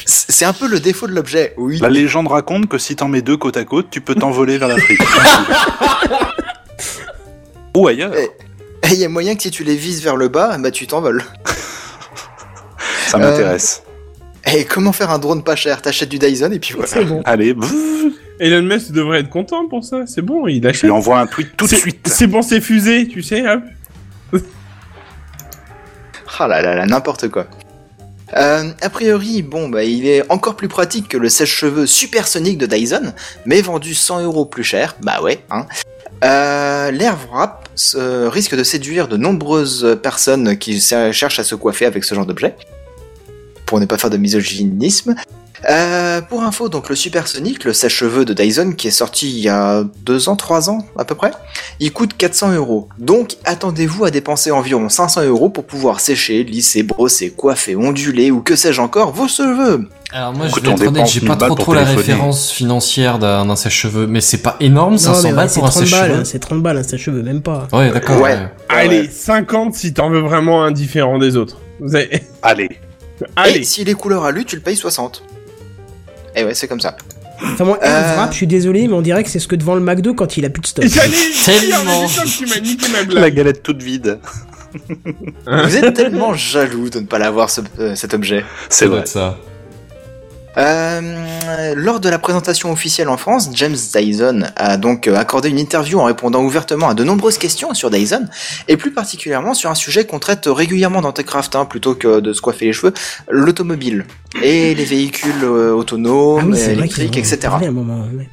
Speaker 6: C'est un peu le défaut de l'objet, oui.
Speaker 5: La légende raconte que si t'en mets deux côte à côte, tu peux t'envoler vers l'Afrique. Ou ailleurs.
Speaker 6: Et il y a moyen que si tu les vises vers le bas, bah tu t'envoles.
Speaker 5: Ça m'intéresse.
Speaker 1: Euh,
Speaker 6: Et comment faire un drone pas cher T'achètes du Dyson et puis voilà.
Speaker 1: C'est bon.
Speaker 5: Allez, bouh,
Speaker 7: Elon Musk devrait être content pour ça, c'est bon, il
Speaker 5: je lui
Speaker 7: achète.
Speaker 5: envoie un tweet tout de
Speaker 7: C'est-
Speaker 5: suite.
Speaker 7: C'est pour ses fusées, tu sais. hop.
Speaker 6: Ah là là là, n'importe quoi. Euh, a priori, bon, bah, il est encore plus pratique que le sèche-cheveux supersonique de Dyson, mais vendu 100 euros plus cher, bah ouais, hein. Euh, L'air wrap euh, risque de séduire de nombreuses personnes qui cher- cherchent à se coiffer avec ce genre d'objet, pour ne pas faire de misogynisme. Euh, pour info, donc le supersonique, le sèche-cheveux de Dyson, qui est sorti il y a deux ans, trois ans à peu près, il coûte 400 euros. Donc attendez-vous à dépenser environ 500 euros pour pouvoir sécher, lisser, brosser, coiffer, onduler ou que sais-je encore vos cheveux.
Speaker 4: Alors moi, je
Speaker 5: Écoute,
Speaker 4: vais
Speaker 5: on
Speaker 4: être honnête,
Speaker 5: dépense
Speaker 4: j'ai
Speaker 5: 1000
Speaker 4: pas trop
Speaker 5: balles pour
Speaker 4: trop la
Speaker 5: téléphoner.
Speaker 4: référence financière d'un d'un sèche-cheveux, mais c'est pas énorme,
Speaker 1: Non,
Speaker 4: 500
Speaker 1: mais ouais,
Speaker 4: balles
Speaker 1: c'est
Speaker 4: pour un
Speaker 1: 30 balles, hein,
Speaker 4: sèche-cheveux.
Speaker 1: c'est 30 balles, un sèche-cheveux, même pas.
Speaker 4: Ouais, d'accord.
Speaker 6: Ouais.
Speaker 4: ouais.
Speaker 7: Allez, 50 si t'en veux vraiment un différent des autres. Vous avez-
Speaker 5: Allez.
Speaker 7: Allez,
Speaker 6: Et si les couleurs à lui, tu le payes 60. Et ouais, c'est comme ça.
Speaker 1: Enfin, moi,
Speaker 6: Euh.
Speaker 1: Airwrap, je suis désolé, mais on dirait que c'est ce que devant le McDo quand il a plus de stock.
Speaker 7: j'allais dire,
Speaker 4: Tellement.
Speaker 7: mais je sens que tu m'as niqué ma
Speaker 5: La
Speaker 7: blague.
Speaker 5: galette toute vide.
Speaker 6: Vous êtes tellement jaloux de ne pas l'avoir ce- euh, cet objet.
Speaker 5: C'est
Speaker 4: Ça doit
Speaker 5: vrai.
Speaker 4: être ça.
Speaker 6: Euh, lors de la présentation officielle en France, James Dyson a donc euh, accordé une interview en répondant ouvertement à de nombreuses questions sur Dyson, et plus particulièrement sur un sujet qu'on traite régulièrement dans Techcraft, hein, plutôt que de se coiffer les cheveux, l'automobile et les véhicules euh,
Speaker 1: Ah
Speaker 6: autonomes,
Speaker 1: oui, c'est vrai qu'il
Speaker 6: électriques,
Speaker 1: en a
Speaker 6: etc.
Speaker 1: parlé à un moment. ouais.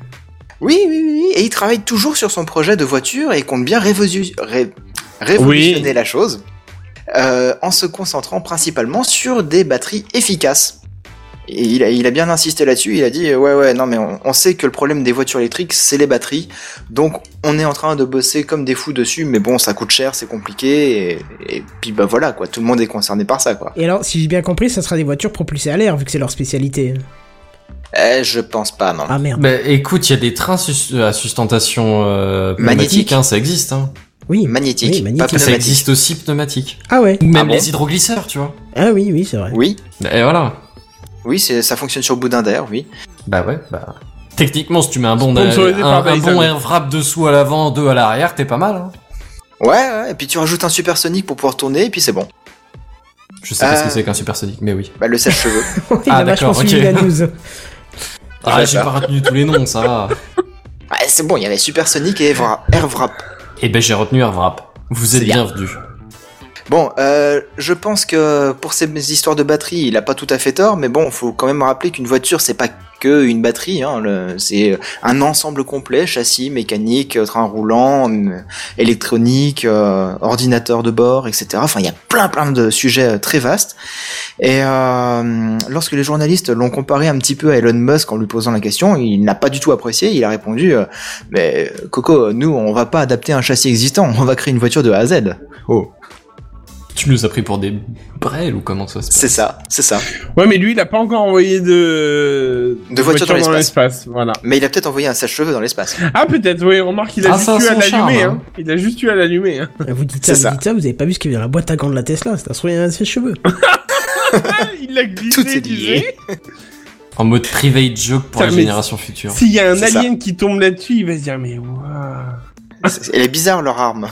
Speaker 6: Oui, oui, oui, oui, et il travaille toujours sur son projet de voiture et compte bien révolu- ré- révolutionner la chose euh, en se concentrant principalement sur des batteries efficaces. Et il, a, il a bien insisté là-dessus, il a dit euh, ouais ouais non mais on, on sait que le problème des voitures électriques c'est les batteries, donc on est en train de bosser comme des fous dessus, mais bon ça coûte cher, c'est compliqué, et, et puis bah voilà quoi, tout le monde est concerné par ça quoi.
Speaker 1: Et alors, si j'ai bien compris, ça sera des voitures propulsées à l'air, vu que c'est leur spécialité.
Speaker 6: Eh je pense pas non.
Speaker 1: Ah merde.
Speaker 4: Bah, écoute, il y a des trains sus- euh, à sustentation euh,
Speaker 6: Magnétique.
Speaker 4: pneumatique, hein, ça existe. Hein.
Speaker 1: Oui.
Speaker 6: Magnétique,
Speaker 1: Oui, magnétique.
Speaker 6: pas
Speaker 4: Ça
Speaker 6: pneumatique.
Speaker 4: existe aussi pneumatique.
Speaker 1: Ah ouais.
Speaker 4: Ou même
Speaker 6: bon
Speaker 4: les hydroglisseurs, tu vois.
Speaker 1: Ah oui, oui, c'est vrai.
Speaker 6: Oui,
Speaker 4: Et voilà.
Speaker 6: oui c'est- ça fonctionne sur le boudin d'air, oui.
Speaker 4: Bah ouais, bah. Techniquement, si tu mets un bon, euh, un,
Speaker 7: Sponsorisé par
Speaker 4: un bon
Speaker 7: Dyson.
Speaker 4: air wrap dessous à l'avant, deux à l'arrière, t'es pas mal. Hein
Speaker 6: Ouais, ouais, et puis tu rajoutes un supersonique pour pouvoir tourner, et puis c'est bon.
Speaker 4: je sais pas ce
Speaker 6: Euh.
Speaker 4: que c'est qu'un supersonique, mais oui.
Speaker 6: Bah, le sèche-cheveux.
Speaker 1: Il
Speaker 4: Ah,
Speaker 1: a vachement
Speaker 4: d'accord,
Speaker 1: suivi
Speaker 4: ok.
Speaker 1: la news.
Speaker 4: Ah,
Speaker 6: Ouais,
Speaker 4: j'ai
Speaker 6: bah.
Speaker 4: pas retenu tous les noms, ça va.
Speaker 6: ouais, c'est bon, il y avait supersonique et Evra- air wrap.
Speaker 4: Eh ben, j'ai retenu air wrap. Vous êtes
Speaker 6: C'est bien.
Speaker 4: bienvenus.
Speaker 6: Bon, euh, je pense que pour ces histoires de batterie, il a pas tout à fait tort, mais bon, faut quand même rappeler qu'une voiture, c'est pas que une batterie, hein, le- c'est un ensemble complet, châssis, mécanique, train roulant, euh, électronique, euh, ordinateur de bord, etc. Enfin, il y a plein plein de sujets euh, très vastes. Et euh, lorsque les journalistes l'ont comparé un petit peu à Elon Musk en lui posant la question, il n'a pas du tout apprécié. Il a répondu euh, "Mais Coco, nous, on va pas adapter un châssis existant, on va créer une voiture de A à Z." Oh.
Speaker 4: Tu nous as pris pour des brels ou comment ça se passe
Speaker 6: C'est ça, c'est ça.
Speaker 7: Ouais, mais lui, il a pas encore envoyé de,
Speaker 6: De voiture dans
Speaker 7: l'espace. Voilà.
Speaker 6: Mais il a peut-être envoyé un sèche-cheveux dans l'espace.
Speaker 7: Ah, peut-être, oui, remarque, il a
Speaker 4: Ah,
Speaker 7: juste
Speaker 4: ça a
Speaker 7: eu à
Speaker 4: son charme,
Speaker 7: l'allumer.
Speaker 4: hein.
Speaker 7: Hein. Il a juste eu à l'allumer. Hein.
Speaker 1: Vous dites
Speaker 6: C'est
Speaker 1: ça, vous
Speaker 6: ça.
Speaker 1: dites ça, vous avez pas vu ce qu'il y avait dans la boîte à gants de la Tesla, c'est un sourire à ses cheveux.
Speaker 7: il l'a glissé.
Speaker 6: Tout est
Speaker 7: glissé.
Speaker 6: lié.
Speaker 4: En mode private joke pour
Speaker 7: Ça,
Speaker 4: la
Speaker 7: mais-
Speaker 4: génération future.
Speaker 7: S'il y a un
Speaker 6: C'est ça.
Speaker 7: alien qui tombe là-dessus, il va se dire, mais waouh.
Speaker 6: C'est- Elle est bizarre leur arme.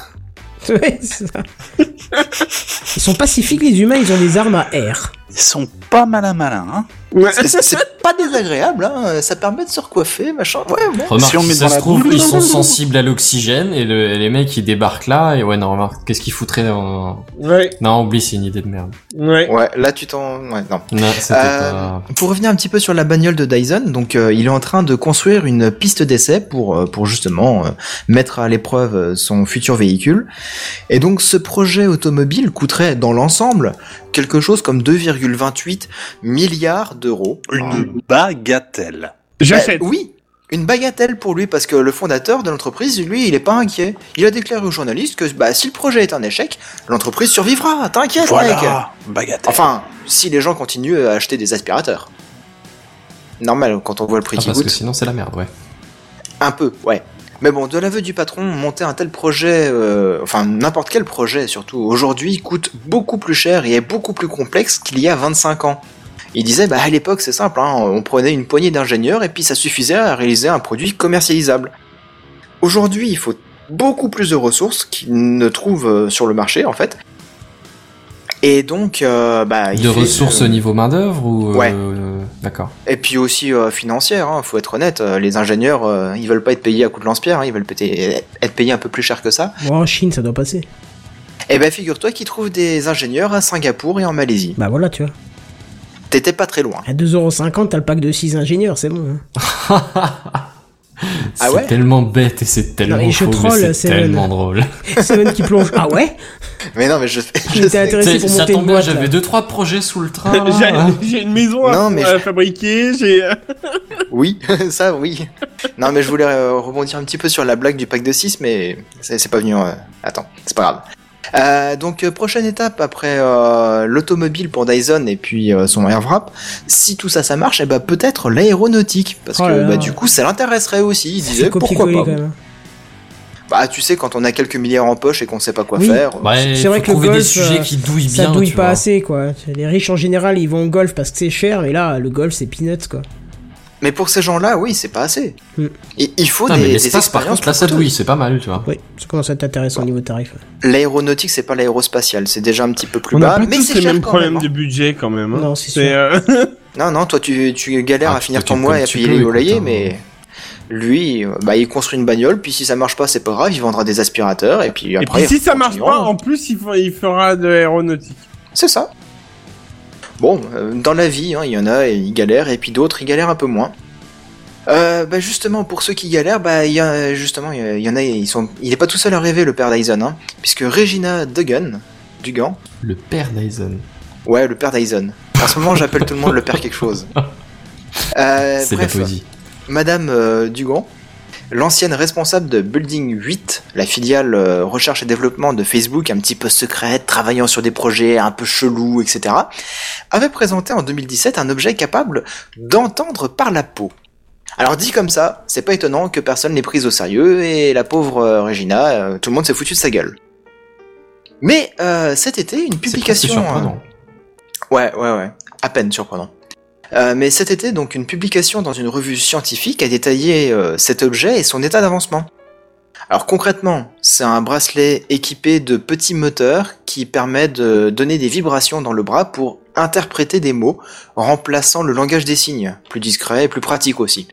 Speaker 1: Ouais, c'est ça. Ils sont pacifiques les humains, ils ont des armes à air.
Speaker 5: Ils sont pas malin malin, hein.
Speaker 6: C'est- C'est c'est pas désagréable, hein. ça permet de se recoiffer, machin. Ouais, bon.
Speaker 4: Remarque,
Speaker 5: Si on
Speaker 4: si
Speaker 5: met
Speaker 4: ça
Speaker 5: dans
Speaker 4: se
Speaker 5: la
Speaker 4: trouve,
Speaker 5: boule-
Speaker 4: ils sont sensibles à l'oxygène et, le- et les mecs ils débarquent là et ouais, non, remarque, qu'est-ce qu'ils foutraient en...
Speaker 7: Ouais,
Speaker 4: Non, oublie, c'est une idée de merde.
Speaker 7: ouais.
Speaker 6: Ouais, là tu t'en. Ouais, non.
Speaker 4: Non, c'était
Speaker 6: Euh,
Speaker 4: pas. ah,
Speaker 6: Pour revenir un petit peu sur la bagnole de Dyson, donc euh, il est en train de construire une piste d'essai pour euh, pour justement euh, mettre à l'épreuve euh, son futur véhicule. Et donc ce projet automobile coûterait dans l'ensemble quelque chose comme 2,28 milliards d'euros.
Speaker 5: Une bagatelle.
Speaker 7: J'achète.
Speaker 6: Bah, oui, une bagatelle pour lui parce que le fondateur de l'entreprise, lui, il est pas inquiet. Il a déclaré aux journalistes que bah, si le projet est un échec, l'entreprise survivra. T'inquiète, mec.
Speaker 5: Voilà, bagatelle.
Speaker 6: Enfin, si les gens continuent à acheter des aspirateurs. Normal quand on voit le prix
Speaker 4: Ah,
Speaker 6: qui
Speaker 4: parce que
Speaker 6: coûte.
Speaker 4: sinon c'est la merde, ouais.
Speaker 6: Un peu, ouais. Mais bon, de l'aveu du patron, monter un tel projet, euh, enfin n'importe quel projet surtout, aujourd'hui coûte beaucoup plus cher et est beaucoup plus complexe qu'il y a 25 ans. Il disait, bah à l'époque c'est simple, hein, on prenait une poignée d'ingénieurs et puis ça suffisait à réaliser un produit commercialisable. Aujourd'hui, il faut beaucoup plus de ressources qu'il ne trouve euh, sur le marché en fait. Et donc, euh, bah, il
Speaker 4: de
Speaker 6: fait-
Speaker 4: ressources au niveau main-d'œuvre ou.
Speaker 6: Ouais.
Speaker 4: euh, D'accord.
Speaker 6: et puis aussi euh, financière, hein, faut être honnête, euh, les ingénieurs, euh, ils veulent pas être payés à coup de lance-pierre, hein, ils veulent péter- être payés un peu plus cher que ça.
Speaker 1: Bon, en Chine, ça doit passer.
Speaker 6: Eh ben figure-toi qu'ils trouvent des ingénieurs à Singapour et en Malaisie.
Speaker 1: Bah voilà, tu vois.
Speaker 6: T'étais pas très loin.
Speaker 1: À 2,50€, t'as le pack de 6 ingénieurs, c'est bon. hein.
Speaker 6: Ah
Speaker 4: c'est
Speaker 6: ouais
Speaker 4: tellement bête et c'est tellement
Speaker 1: mais je
Speaker 4: faux, mais
Speaker 1: troll,
Speaker 4: c'est
Speaker 1: Seven.
Speaker 4: tellement drôle.
Speaker 1: Seven qui plonge. Ah ouais
Speaker 6: Mais non, mais je, fais- je
Speaker 1: J'étais
Speaker 6: sais.
Speaker 1: intéressé
Speaker 4: T'sais,
Speaker 1: pour
Speaker 4: ça
Speaker 1: monter une
Speaker 4: tombe bien,
Speaker 1: boîte. là.
Speaker 4: j'avais deux trois projets sous le train.
Speaker 7: J'ai-
Speaker 4: là.
Speaker 7: J'ai une maison à,
Speaker 6: Ah. Non, mais
Speaker 7: à
Speaker 6: je-
Speaker 7: fabriquer, j'ai... euh,
Speaker 6: Oui, ça oui. Non mais je voulais euh, rebondir un petit peu sur la blague du pack de 6, mais c'est c'est pas venu... euh, Attends, c'est pas grave. Euh, donc euh, prochaine étape après euh, l'automobile pour Dyson et puis euh, son airwrap, si tout ça ça marche, et ben peut-être l'aéronautique parce
Speaker 1: Oh là
Speaker 6: que
Speaker 1: là.
Speaker 6: bah, du coup ça l'intéresserait aussi. Il
Speaker 1: Ça
Speaker 6: disait
Speaker 1: fait
Speaker 6: pourquoi
Speaker 1: copier-coller,
Speaker 6: pas.
Speaker 1: quand même. hein.
Speaker 6: Bah tu sais quand on a quelques milliards en poche et qu'on sait pas quoi
Speaker 1: Oui.
Speaker 6: faire.
Speaker 4: Ouais,
Speaker 1: C'est
Speaker 4: faut
Speaker 1: vrai que le
Speaker 4: trouver des
Speaker 1: golf,
Speaker 4: sujets
Speaker 1: euh,
Speaker 4: qui douillent
Speaker 1: Ça
Speaker 4: bien.
Speaker 1: douille
Speaker 4: tu
Speaker 1: pas
Speaker 4: vois.
Speaker 1: assez, quoi. Les riches, en général, ils vont au golf parce que c'est cher, et là, le golf, c'est peanuts, quoi.
Speaker 6: Mais pour ces gens-là, oui, c'est pas assez.
Speaker 1: Mm.
Speaker 6: Il- il faut
Speaker 4: Putain,
Speaker 6: des,
Speaker 4: mais
Speaker 6: des
Speaker 4: l'espace, par
Speaker 6: expériences
Speaker 4: contre, là, ça
Speaker 6: plutôt-
Speaker 4: douille, c'est pas mal, tu vois.
Speaker 1: Oui, ça commence à être intéressant au niveau tarif.
Speaker 6: L'aéronautique, c'est pas l'aérospatiale, c'est déjà un petit peu plus
Speaker 7: On a
Speaker 6: bas,
Speaker 7: pas
Speaker 6: mais
Speaker 7: tous
Speaker 6: c'est
Speaker 7: les
Speaker 6: cher
Speaker 7: mêmes
Speaker 6: quand
Speaker 7: problèmes
Speaker 6: même.
Speaker 7: de budget, quand même. hein.
Speaker 1: Non, c'est sûr.
Speaker 7: euh,
Speaker 6: hein. Non, non, toi, tu, tu galères
Speaker 4: Ah,
Speaker 6: à
Speaker 4: tu
Speaker 6: finir
Speaker 4: t'occupes
Speaker 6: ton mois et
Speaker 4: comme
Speaker 6: à
Speaker 4: tu
Speaker 6: payer
Speaker 4: peux,
Speaker 6: les loyers,
Speaker 4: écoute, hein.
Speaker 6: mais lui, euh, bah, il construit une bagnole, puis si ça marche pas, c'est pas grave, il vendra des aspirateurs, et puis
Speaker 7: Et
Speaker 6: après.
Speaker 7: puis si
Speaker 6: il
Speaker 7: ça marche
Speaker 6: continuera.
Speaker 7: pas, en plus, il, fa- il fera de l'aéronautique.
Speaker 6: C'est ça. Bon, euh, dans la vie, hein, il y en a, ils galèrent, et puis d'autres, ils galèrent un peu moins. Euh, bah justement, pour ceux qui galèrent, bah, il y a, justement, il y a- il y en a, ils sont, il n'est pas tout seul à rêver, le père Dyson, hein, puisque Regina Dugan, Dugan,
Speaker 4: Le père Dyson.
Speaker 6: ouais, le père Dyson. En ce moment, j'appelle tout le monde le père quelque chose. Euh,
Speaker 4: C'est de la
Speaker 6: bref,
Speaker 4: poésie.
Speaker 6: Madame euh, Dugan, l'ancienne responsable de Building 8, la filiale euh, recherche et développement de Facebook, un petit peu secrète, travaillant sur des projets un peu chelous, etc., avait présenté en 2017 un objet capable d'entendre par la peau. Alors dit comme ça, c'est pas étonnant que personne n'ait prise au sérieux et la pauvre euh, Regina, euh, tout le monde s'est foutu de sa gueule. Mais euh, cet été, une
Speaker 4: C'est presque
Speaker 6: publication... hein,
Speaker 4: surprenant.
Speaker 6: Ouais, ouais, ouais. À peine surprenant. Euh, mais cet été, donc, une publication dans une revue scientifique a détaillé euh, cet objet et son état d'avancement. Alors concrètement, c'est un bracelet équipé de petits moteurs qui permet de donner des vibrations dans le bras pour interpréter des mots, remplaçant le langage des signes, plus discret et plus pratique aussi.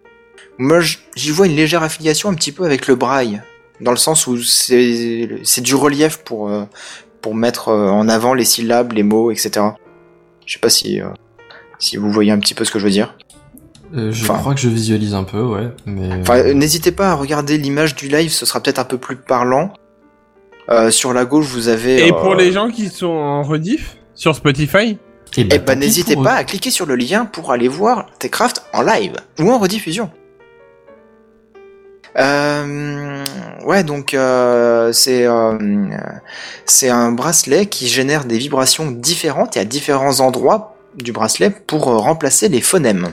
Speaker 6: Moi, j- j'y vois une légère affiliation un petit peu avec le braille, dans le sens où c'est c'est du relief pour, euh, pour mettre euh, en avant les syllabes, les mots, etc. Je sais pas si, euh, si vous voyez un petit peu ce que je veux dire.
Speaker 4: Euh, je
Speaker 6: Enfin.
Speaker 4: crois que je visualise un peu, ouais. Mais...
Speaker 6: Enfin, euh, n'hésitez pas à regarder l'image du live, ce sera peut-être un peu plus parlant. Euh, sur la gauche, vous avez.
Speaker 7: Et
Speaker 6: euh,
Speaker 7: pour les gens qui sont en rediff sur
Speaker 4: Eh
Speaker 7: Spotify,
Speaker 6: Eh
Speaker 4: ben,
Speaker 6: ben,
Speaker 4: tant pis
Speaker 6: n'hésitez
Speaker 4: pour
Speaker 6: pas
Speaker 4: eux.
Speaker 6: à cliquer sur le lien pour aller voir Techcraft en live ou en rediffusion. Euh, ouais, donc euh, c'est euh, c'est un bracelet qui génère des vibrations différentes et à différents endroits du bracelet pour euh, remplacer les phonèmes.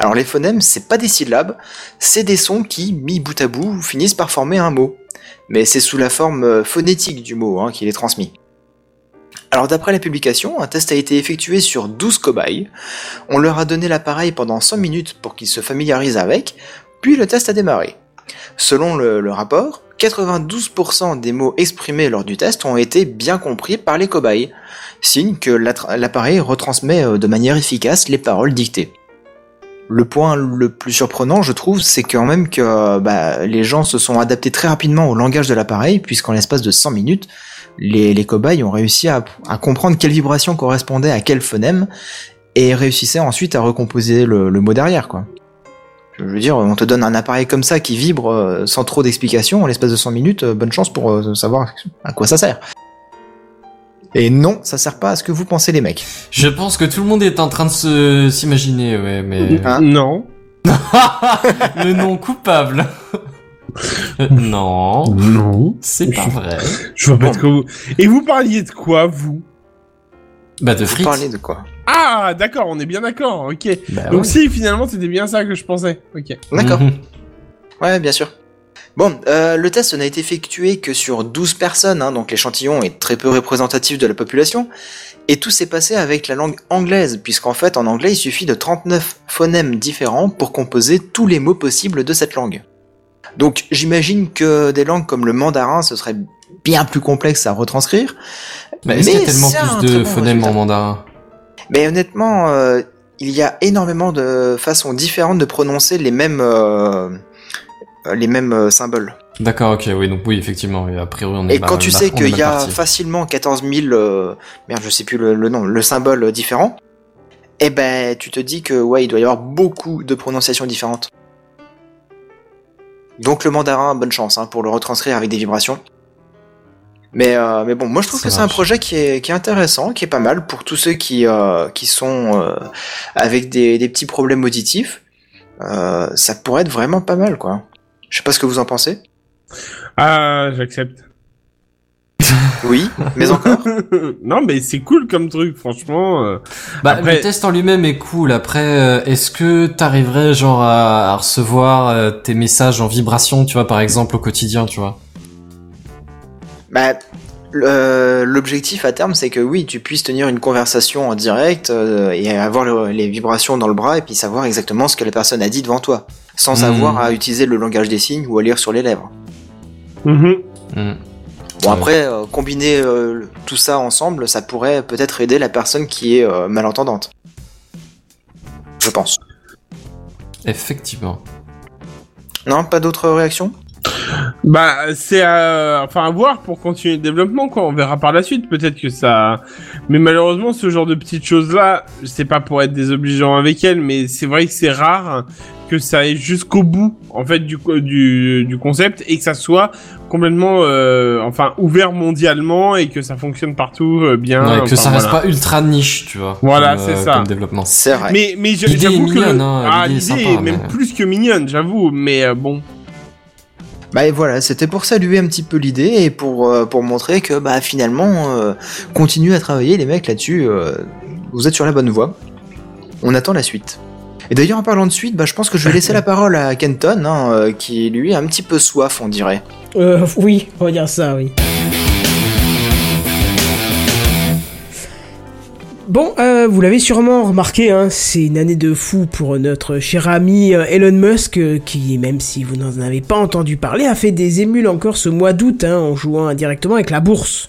Speaker 6: Alors les phonèmes, c'est pas des syllabes, c'est des sons qui, mis bout à bout, finissent par former un mot. Mais c'est sous la forme euh, phonétique du mot hein, qu'il est transmis. Alors d'après la publication, un test a été effectué sur 12 cobayes. On leur a donné l'appareil pendant 100 minutes pour qu'ils se familiarisent avec, puis le test a démarré. Selon le, le rapport, 92% des mots exprimés lors du test ont été bien compris par les cobayes, signe que l'attra- l'appareil retransmet euh, de manière efficace les paroles dictées. Le point le plus surprenant, je trouve, c'est quand même que euh, bah, les gens se sont adaptés très rapidement au langage de l'appareil, puisqu'en l'espace de 100 minutes, les, les cobayes ont réussi à, à comprendre quelle vibration correspondait à quel phonème et réussissaient ensuite à recomposer le, le mot derrière, quoi. Je veux dire, on te donne un appareil comme ça qui vibre euh, sans trop d'explications en l'espace de 100 minutes, euh, bonne chance pour euh, savoir à quoi ça sert. Et non, ça sert pas à ce que vous pensez les mecs.
Speaker 4: Je pense que tout le monde est en train de se s'imaginer, ouais, mais
Speaker 6: Hein
Speaker 7: non.
Speaker 4: le non coupable. Euh, non,
Speaker 7: Non.
Speaker 4: c'est pas vrai.
Speaker 7: Je vois pas de quoi vous... Et vous parliez de quoi, vous
Speaker 4: Bah de
Speaker 6: Vous
Speaker 4: frites.
Speaker 6: parlez de quoi
Speaker 7: Ah, d'accord, on est bien d'accord, ok.
Speaker 4: Bah,
Speaker 7: Donc
Speaker 4: ouais.
Speaker 7: si, finalement, c'était bien ça que je pensais. Ok.
Speaker 6: D'accord.
Speaker 4: Mhm.
Speaker 6: Ouais, bien sûr. Bon, euh, le test n'a été effectué que sur 12 personnes, hein, donc l'échantillon est très peu représentatif de la population, et tout s'est passé avec la langue anglaise, puisqu'en fait en anglais il suffit de 39 phonèmes différents pour composer tous les mots possibles de cette langue. Donc j'imagine que des langues comme le mandarin ce serait bien plus complexe à retranscrire,
Speaker 4: Bah, est-ce qu'il y
Speaker 6: Mais
Speaker 4: a tellement
Speaker 6: c'est un
Speaker 4: plus
Speaker 6: très
Speaker 4: de
Speaker 6: bon
Speaker 4: phonèmes
Speaker 6: résultat.
Speaker 4: en mandarin
Speaker 6: mais honnêtement euh, il y a énormément de façons différentes de prononcer les mêmes, euh, les mêmes euh, symboles.
Speaker 4: D'accord, ok, oui, donc oui, effectivement, et a priori on est
Speaker 6: Et
Speaker 4: mal-
Speaker 6: quand tu
Speaker 4: mal-
Speaker 6: sais
Speaker 4: on est
Speaker 6: qu'il y
Speaker 4: mal
Speaker 6: a
Speaker 4: parti.
Speaker 6: facilement 14 000, euh, merde, je sais plus le, le nom, le symbole euh, différent, eh ben, tu te dis que, ouais, il doit y avoir beaucoup de prononciations différentes. Donc le mandarin, bonne chance hein, pour le retranscrire avec des vibrations. Mais, euh, mais bon, moi je trouve
Speaker 4: Ça
Speaker 6: que c'est un
Speaker 4: marche.
Speaker 6: projet qui est, qui est intéressant, qui est pas mal pour tous ceux qui, euh, qui sont euh, avec des, des petits problèmes auditifs. Euh, ça pourrait être vraiment pas mal, quoi. Je sais pas ce que vous en pensez.
Speaker 7: Ah, j'accepte.
Speaker 6: Oui, mais encore.
Speaker 7: non, mais c'est cool comme truc, franchement. euh.
Speaker 4: Bah,
Speaker 7: Après-
Speaker 4: le test en lui-même est cool. Après, euh, est-ce que t'arriverais genre à, à recevoir euh, tes messages en vibration, tu vois, par exemple au quotidien, tu vois
Speaker 6: Bah, le- euh, l'objectif à terme, c'est que oui, tu puisses tenir une conversation en direct euh, et avoir le- les vibrations dans le bras et puis savoir exactement ce que la personne a dit devant toi, sans
Speaker 4: Mhm.
Speaker 6: avoir à utiliser le langage des signes ou à lire sur les lèvres.
Speaker 4: Hmm.
Speaker 6: Bon,
Speaker 4: Ouais.
Speaker 6: après, euh, combiner euh, le- tout ça ensemble, ça pourrait peut-être aider la personne qui est euh, malentendante. Je pense.
Speaker 4: Effectivement.
Speaker 6: Non, pas d'autres réactions
Speaker 7: Bah, c'est à... Enfin, à voir pour continuer le développement, quoi. On verra par la suite, peut-être que ça... Mais malheureusement, ce genre de petites choses-là, c'est pas pour être désobligeant avec elles, mais c'est vrai que c'est rare que ça aille jusqu'au bout, en fait, du, co- du, du concept, et que ça soit complètement, euh, enfin, ouvert mondialement, et que ça fonctionne partout euh, bien.
Speaker 4: Ouais, que
Speaker 7: enfin,
Speaker 4: ça reste
Speaker 7: voilà.
Speaker 4: pas ultra niche, tu vois.
Speaker 7: Voilà,
Speaker 4: comme, euh,
Speaker 7: c'est ça.
Speaker 4: Comme développement.
Speaker 6: C'est vrai.
Speaker 7: Mais, mais je-
Speaker 4: L'idée est
Speaker 7: j'avoue que...
Speaker 4: mignonne, hein,
Speaker 7: ah,
Speaker 4: l'idée est
Speaker 7: l'idée
Speaker 4: sympa,
Speaker 7: est même
Speaker 4: mais-
Speaker 7: plus que mignonne, j'avoue, mais euh, bon...
Speaker 6: Bah et voilà, c'était pour saluer un petit peu l'idée et pour, euh, pour montrer que bah finalement euh, continuez à travailler les mecs là-dessus, euh, vous êtes sur la bonne voie. On attend la suite. Et d'ailleurs en parlant de suite, bah je pense que je vais laisser la parole à Kenton, hein, euh, qui lui a un petit peu soif on dirait.
Speaker 1: Euh, oui, on va dire ça, oui. Bon, euh, vous l'avez sûrement remarqué, hein, c'est une année de fou pour notre cher ami euh, Elon Musk, euh, qui, même si vous n'en avez pas entendu parler, a fait des émules encore ce mois d'août hein, en jouant indirectement avec la bourse.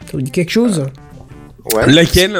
Speaker 1: Ça vous dit quelque chose
Speaker 6: Ouais.
Speaker 7: Laquelle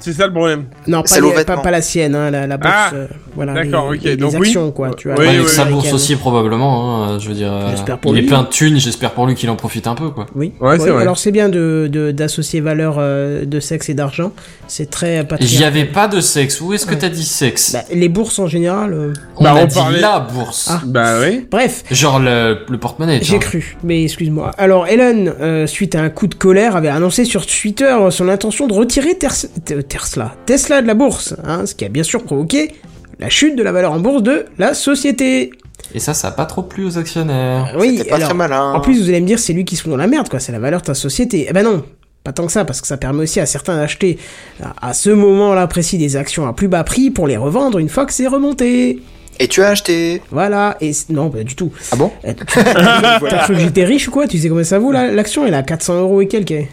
Speaker 7: C'est ça le problème.
Speaker 1: Non, pas,
Speaker 6: Celle aux
Speaker 1: les- pas,
Speaker 6: vêtements.
Speaker 1: pas la sienne, hein, la, la bourse.
Speaker 7: Ah,
Speaker 1: euh, voilà,
Speaker 7: d'accord,
Speaker 1: les-
Speaker 7: ok,
Speaker 1: les- les
Speaker 7: donc oui.
Speaker 1: actions, quoi, tu vois.
Speaker 7: Oui,
Speaker 4: avec
Speaker 7: oui,
Speaker 4: sa
Speaker 1: américaines.
Speaker 4: bourse aussi probablement. hein, je veux dire, euh,
Speaker 1: J'espère pour
Speaker 4: il est
Speaker 1: lui.
Speaker 4: plein de thunes. J'espère pour lui qu'il en profite un peu, quoi.
Speaker 1: Oui,
Speaker 7: Ouais, c'est
Speaker 1: Oui,
Speaker 7: vrai.
Speaker 1: alors c'est bien de de- d'associer valeur euh, de sexe et d'argent. C'est très
Speaker 4: J'y
Speaker 1: patriotique.
Speaker 4: avais pas de sexe. Où est-ce que t'as dit sexe
Speaker 1: Bah, les bourses en général. euh,
Speaker 4: On
Speaker 7: Bah,
Speaker 4: a
Speaker 7: on
Speaker 4: dit
Speaker 7: parlait-
Speaker 4: la bourse.
Speaker 1: Ah.
Speaker 7: Bah oui.
Speaker 1: Bref,
Speaker 4: Genre le, le porte-monnaie. tu
Speaker 1: J'ai
Speaker 4: vois.
Speaker 1: cru, mais excuse-moi. Alors, Elon, euh, suite à un coup de colère, avait annoncé sur Twitter euh, son intention de retirer Ters- Te- Tesla, Tesla de la bourse, hein, ce qui a bien sûr provoqué la chute de la valeur en bourse de la société. Ah
Speaker 4: Et ça, ça a pas trop plu aux actionnaires.
Speaker 1: Oui,
Speaker 6: C'était pas
Speaker 1: alors,
Speaker 6: très malin.
Speaker 1: en plus, vous allez me dire, c'est lui qui se fout dans la merde, quoi. C'est la valeur de ta société. Eh ben non, pas tant que ça, parce que ça permet aussi à certains d'acheter à, à ce moment-là précis des actions à plus bas prix pour les revendre une fois que c'est remonté.
Speaker 6: Et tu as acheté.
Speaker 1: Voilà. Et c- non, pas du tout.
Speaker 6: Ah bon
Speaker 1: Euh, tu- T'as cru que j'étais riche ou quoi Tu sais combien ça vaut là L'action, elle est à 400 euros et quelques.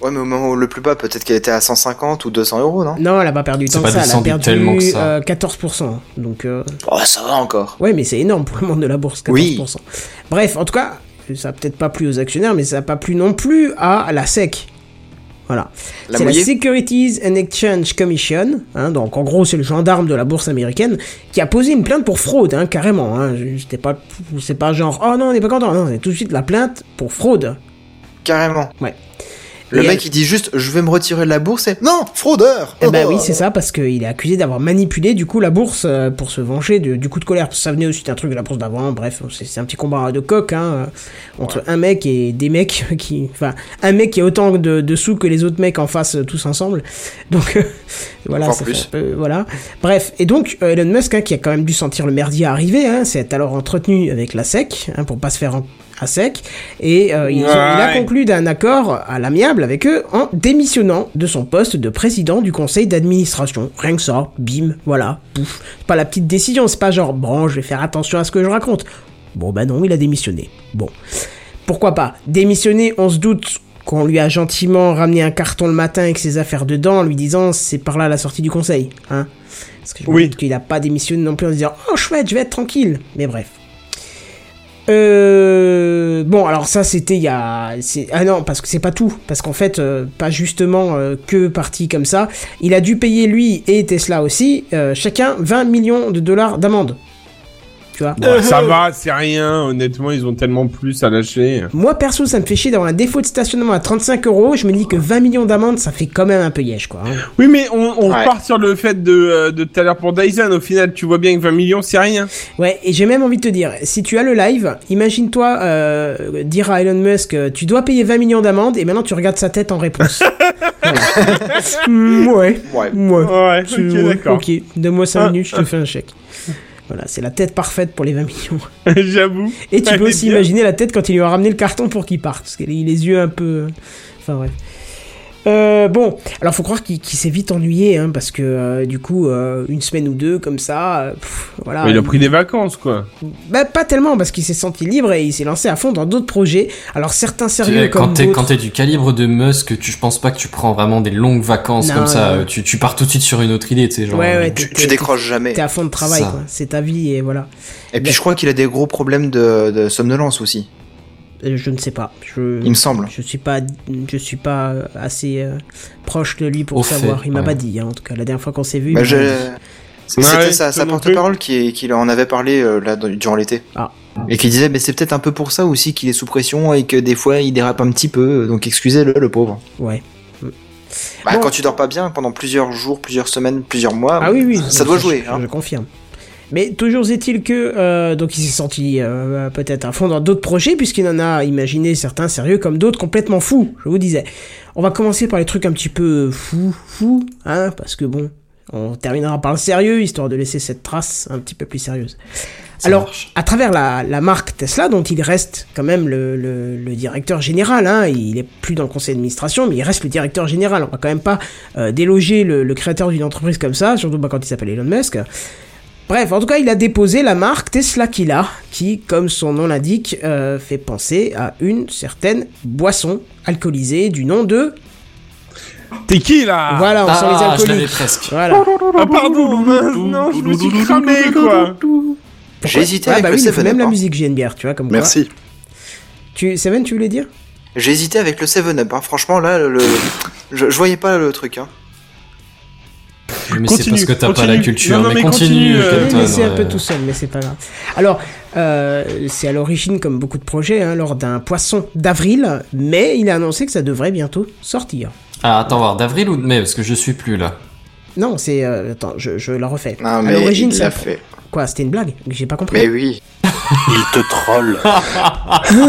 Speaker 6: Ouais, mais au moment où le plus bas, peut-être qu'elle était à 150 ou 200 euros, non
Speaker 1: Non, elle a pas perdu tant
Speaker 4: pas
Speaker 1: que ça. Elle a
Speaker 4: descendu
Speaker 1: perdu
Speaker 4: tellement que ça.
Speaker 1: euh, 14%. Donc, euh,
Speaker 6: Oh, ça va encore.
Speaker 1: ouais, mais c'est énorme pour le monde de la bourse, 14%.
Speaker 6: Oui.
Speaker 1: Bref, en tout cas, ça a peut-être pas plu aux actionnaires, mais ça a pas plu non plus à la SEC. Voilà.
Speaker 6: La
Speaker 1: C'est la
Speaker 6: mouillée
Speaker 1: Securities and Exchange Commission, hein, donc en gros c'est le gendarme de la bourse américaine, qui a posé une plainte pour fraude, hein, carrément. Hein. C'était pas, c'est pas genre, oh non, on n'est pas content, non, c'est tout de suite la plainte pour fraude.
Speaker 6: Carrément.
Speaker 1: Ouais.
Speaker 6: Le
Speaker 1: Et
Speaker 6: mec,
Speaker 1: elle-
Speaker 6: il dit juste, je vais me retirer de la bourse et. Non, fraudeur
Speaker 1: Eh ben
Speaker 6: Oh.
Speaker 1: oui, c'est ça, parce qu'il est accusé d'avoir manipulé du coup la bourse euh, pour se venger de- du coup de colère. Parce que ça venait aussi d'un truc de la bourse d'avant. Bref, c'est c'est un petit combat de coq hein, euh, entre un mec et des mecs qui, enfin, un mec qui a autant de, de sous que les autres mecs en face euh, tous ensemble. Donc euh, voilà,
Speaker 6: Encore
Speaker 1: ça
Speaker 6: plus.
Speaker 1: fait un peu- voilà. Bref, et donc euh, Elon Musk hein, qui a quand même dû sentir le merdier arriver, hein, s'est alors entretenu avec la SEC hein, pour pas se faire en- à sec et euh, ils ont- il a
Speaker 7: Ouais.
Speaker 1: conclu d'un accord à l'amiable avec eux en démissionnant de son poste de président du conseil d'administration. Rien que ça, bim, voilà, pouf. C'est pas la petite décision, c'est pas genre bon, je vais faire attention à ce que je raconte. Bon bah non, il a démissionné. Bon. Pourquoi pas Démissionner, on se doute qu'on lui a gentiment ramené un carton le matin avec ses affaires dedans en lui disant c'est par là la sortie du conseil, hein Parce que je me
Speaker 7: Oui.
Speaker 1: doute qu'il a pas démissionné non plus en se disant oh chouette, je vais être tranquille. Mais bref. Euh, bon, alors ça, c'était il y a... c'est- Ah non, parce que c'est pas tout. Parce qu'en fait, euh, pas justement euh, que parti comme ça. Il a dû payer, lui et Tesla aussi, euh, chacun 20 millions de dollars d'amende. Tu vois
Speaker 7: Bon, Euh, ça va, c'est rien. Honnêtement, ils ont tellement plus à lâcher.
Speaker 1: Moi, perso, ça me fait chier d'avoir un défaut de stationnement à 35 euros. Je me dis que 20 millions d'amende, ça fait quand même un peu yèche, quoi. hein.
Speaker 7: Oui, mais on, on
Speaker 6: Ouais.
Speaker 7: repart sur le fait de, euh, de tout à l'heure pour Dyson. Au final, tu vois bien que 20 millions, c'est rien.
Speaker 1: Ouais, et j'ai même envie de te dire, si tu as le live, imagine-toi euh, dire à Elon Musk, euh, tu dois payer 20 millions d'amende, et maintenant tu regardes sa tête en réponse. Voilà. Mm, ouais.
Speaker 6: Ouais.
Speaker 1: Ouais.
Speaker 7: Ouais,
Speaker 1: Tu-
Speaker 7: ok,
Speaker 1: ouais,
Speaker 7: d'accord.
Speaker 1: ok, donne-moi 5
Speaker 7: Ah.
Speaker 1: minutes, je te fais un chèque. Voilà, c'est la tête parfaite pour les 20 millions.
Speaker 7: J'avoue.
Speaker 1: Et tu
Speaker 7: Elle
Speaker 1: peux
Speaker 7: est
Speaker 1: aussi
Speaker 7: bien.
Speaker 1: imaginer la tête quand il lui a ramené le carton pour qu'il parte, parce qu'il a les yeux un peu. Enfin bref. Euh, bon, alors faut croire qu'il qu'il s'est vite ennuyé, hein, parce que euh, du coup, euh, une semaine ou deux comme ça, euh, pff, voilà.
Speaker 7: il a pris des vacances, quoi.
Speaker 1: Bah, pas tellement, parce qu'il s'est senti libre et il s'est lancé à fond dans d'autres projets. Alors certains
Speaker 4: Tu
Speaker 1: sérieux
Speaker 4: sais, Euh, Quand
Speaker 1: comme
Speaker 4: t'es
Speaker 1: d'autres.
Speaker 4: quand t'es du calibre de Musk, tu je pense pas que tu prends vraiment des longues vacances
Speaker 1: Non,
Speaker 4: comme ça.
Speaker 1: non.
Speaker 4: euh, Tu, tu pars tout de suite sur une autre idée, tu sais genre.
Speaker 1: Ouais, ouais,
Speaker 6: Tu,
Speaker 1: t'es-
Speaker 6: tu décroches jamais.
Speaker 1: T'es à fond de travail,
Speaker 4: Ça.
Speaker 1: quoi. C'est ta vie et voilà.
Speaker 6: Et puis je crois qu'il a des gros problèmes de, de somnolence aussi,
Speaker 1: Euh, Je ne sais pas. Je...
Speaker 6: il me semble.
Speaker 1: Je suis pas, je suis pas assez euh, proche de lui pour
Speaker 4: Au
Speaker 1: savoir.
Speaker 4: fait,
Speaker 1: il m'a
Speaker 4: ouais.
Speaker 1: pas dit, hein, en tout cas, la dernière fois qu'on s'est vu. il
Speaker 6: Bah,
Speaker 1: m'a
Speaker 6: je-
Speaker 1: pas dit.
Speaker 6: C'était
Speaker 7: Ouais,
Speaker 6: sa, sa
Speaker 7: toi non plus.
Speaker 6: porte-parole qui, qui en avait parlé euh, là, dans- durant l'été.
Speaker 1: Ah.
Speaker 6: Et qui disait, mais c'est peut-être un peu pour ça aussi qu'il est sous pression et que des fois il dérape un petit peu, donc excusez-le, le pauvre.
Speaker 1: Ouais.
Speaker 6: Bah,
Speaker 1: Bon.
Speaker 6: Quand tu dors pas bien pendant plusieurs jours, plusieurs semaines, plusieurs mois,
Speaker 1: Ah oui, oui.
Speaker 6: ça doit jouer.
Speaker 1: Je,
Speaker 6: hein.
Speaker 1: je confirme. Mais toujours est-il que euh, donc il s'est senti euh, peut-être à fond dans d'autres projets puisqu'il en a imaginé certains sérieux comme d'autres complètement fous. Je vous disais. On va commencer par les trucs un petit peu fous, fous, hein, parce que bon, on terminera par le sérieux histoire de laisser cette trace un petit peu plus sérieuse.
Speaker 4: Ça
Speaker 1: Alors,
Speaker 4: marche.
Speaker 1: à travers la, la marque Tesla, dont il reste quand même le, le- le directeur général, hein, il est plus dans le conseil d'administration, mais il reste le directeur général. On va quand même pas euh, déloger le, le créateur d'une entreprise comme ça, surtout pas quand il s'appelle Elon Musk. Bref, en tout cas, il a déposé la marque Tesla qu'il a, qui, comme son nom l'indique, euh, fait penser à une certaine boisson alcoolisée du nom de
Speaker 7: T'es qui là
Speaker 1: Voilà, on sent les
Speaker 4: Ah, je l'avais
Speaker 1: alcooliques.
Speaker 4: presque.
Speaker 1: Voilà.
Speaker 7: Ah pardon, mince, non, je me suis cramé quoi.
Speaker 6: J'ai hésité
Speaker 1: Ah
Speaker 6: avec
Speaker 1: bah
Speaker 6: le
Speaker 1: oui, il faut
Speaker 6: 7
Speaker 1: même la
Speaker 6: Up.
Speaker 1: musique JNBR, tu vois, comme quoi.
Speaker 5: Merci.
Speaker 1: Tu, Seven, tu voulais dire
Speaker 6: J'ai hésité avec le 7 Up. hein. Franchement, là, le... je, je voyais pas le truc. Hein.
Speaker 4: Mais c'est
Speaker 7: Continue,
Speaker 4: parce que t'as pas la
Speaker 7: continue.
Speaker 4: culture.
Speaker 7: Non, non,
Speaker 4: mais,
Speaker 7: mais
Speaker 4: continue,
Speaker 7: continue, euh,
Speaker 1: Oui,
Speaker 4: Kenton,
Speaker 1: mais c'est un
Speaker 4: ouais.
Speaker 1: peu tout seul, mais c'est pas grave. Alors, euh, c'est à l'origine, comme beaucoup de projets, hein, lors d'un poisson d'avril, mais il a annoncé que ça devrait bientôt sortir.
Speaker 4: Ah, attends voir, d'avril ou de mai Parce que je suis plus là.
Speaker 1: Non, c'est... euh, attends, je, je la refais.
Speaker 6: Non,
Speaker 1: à
Speaker 6: mais
Speaker 1: l'origine,
Speaker 6: il
Speaker 1: c'est un
Speaker 6: l'a
Speaker 1: pro-
Speaker 6: fait.
Speaker 1: Quoi, c'était une blague J'ai pas compris.
Speaker 6: Mais oui.
Speaker 5: Il te troll. Euh,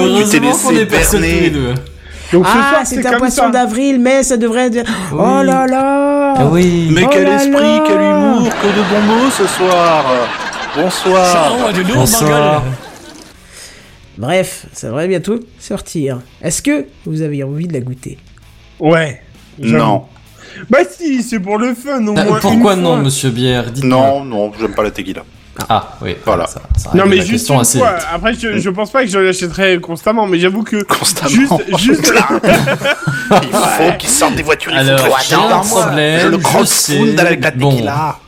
Speaker 4: Heureusement
Speaker 6: laissé
Speaker 4: qu'on est pas seuls tous les deux.
Speaker 7: Donc ce
Speaker 1: ah,
Speaker 7: soir,
Speaker 1: c'est
Speaker 7: c'est
Speaker 1: un
Speaker 7: comme
Speaker 1: poisson
Speaker 7: ça. Ah
Speaker 1: d'avril, mais ça devrait... être- Oh
Speaker 4: Oui.
Speaker 1: là là
Speaker 4: oui.
Speaker 5: Mais
Speaker 1: Oh
Speaker 5: quel
Speaker 1: là
Speaker 5: esprit,
Speaker 1: là.
Speaker 5: quel humour, que de bons mots ce soir.
Speaker 1: Ah,
Speaker 5: Bonsoir.
Speaker 9: Sarro a de l'eau,
Speaker 4: Bonsoir.
Speaker 9: Mangal.
Speaker 1: Bref, ça devrait bientôt sortir. Est-ce que vous avez envie de la goûter
Speaker 7: Ouais. j'avoue.
Speaker 5: Non,
Speaker 7: Bah si, c'est pour le fun au
Speaker 4: Ah,
Speaker 7: moins.
Speaker 4: Pourquoi
Speaker 7: une
Speaker 4: non,
Speaker 7: fois.
Speaker 4: monsieur Bière Dites-moi.
Speaker 5: non, non, j'aime pas la tequila.
Speaker 4: Ah, oui.
Speaker 5: Voilà.
Speaker 4: Ça, ça
Speaker 7: Non
Speaker 4: règle
Speaker 7: mais
Speaker 4: la
Speaker 7: juste
Speaker 4: question
Speaker 7: une
Speaker 4: assez
Speaker 7: fois.
Speaker 4: vite. Mm.
Speaker 7: Après, je, je pense pas que je l'achèterai constamment, mais j'avoue que
Speaker 5: Constamment.
Speaker 7: juste, juste.
Speaker 5: Il faut qu'ils sortent des voitures, il faut
Speaker 4: Alors,
Speaker 5: que je
Speaker 4: j'ai un
Speaker 5: chante.
Speaker 4: problème.
Speaker 5: Le
Speaker 4: je
Speaker 5: cross
Speaker 4: sais.
Speaker 5: food avec la
Speaker 4: Bon.
Speaker 5: tequila.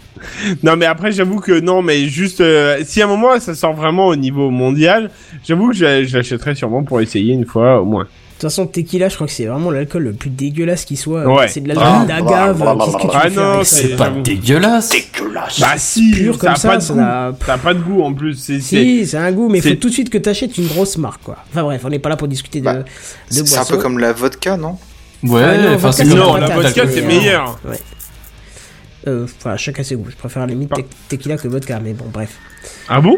Speaker 7: non mais après, j'avoue que non, mais juste euh, si à un moment ça sort vraiment au niveau mondial, j'avoue que je, je l'achèterai sûrement pour essayer une fois au moins.
Speaker 1: De toute façon, tequila, je crois que c'est vraiment l'alcool le plus dégueulasse qui soit.
Speaker 7: Ouais.
Speaker 1: C'est de l'alcool d'agave.
Speaker 5: blablabla.
Speaker 1: Qu'est-ce que tu veux faire
Speaker 7: Ah non,
Speaker 1: avec ça
Speaker 7: c'est
Speaker 4: Pas dégueulasse.
Speaker 5: Dégueulasse.
Speaker 7: Bah si,
Speaker 1: pur comme
Speaker 7: ça,
Speaker 1: ça,
Speaker 7: a pas
Speaker 1: ça
Speaker 7: de goût.
Speaker 1: n'a-
Speaker 7: Ça a pas de goût en plus. C'est c'est-
Speaker 1: Si, ça a un goût, mais il faut
Speaker 7: c'est-
Speaker 1: tout de suite que t'achètes une grosse marque, quoi. Enfin bref, on n'est pas là pour discuter de,
Speaker 6: Bah,
Speaker 1: de
Speaker 6: C'est c'est un
Speaker 1: boissons.
Speaker 6: peu comme la vodka, non
Speaker 1: Ah non,
Speaker 4: Ouais, enfin, c'est
Speaker 1: vodka,
Speaker 4: comme
Speaker 7: non,
Speaker 1: c'est
Speaker 7: la
Speaker 1: pas
Speaker 7: vodka
Speaker 1: d'alcool,
Speaker 7: c'est
Speaker 1: euh,
Speaker 7: meilleur.
Speaker 1: Euh, Enfin, chacun ses goûts. Je préfère à la limite te- tequila que vodka, mais bon, bref.
Speaker 7: Ah bon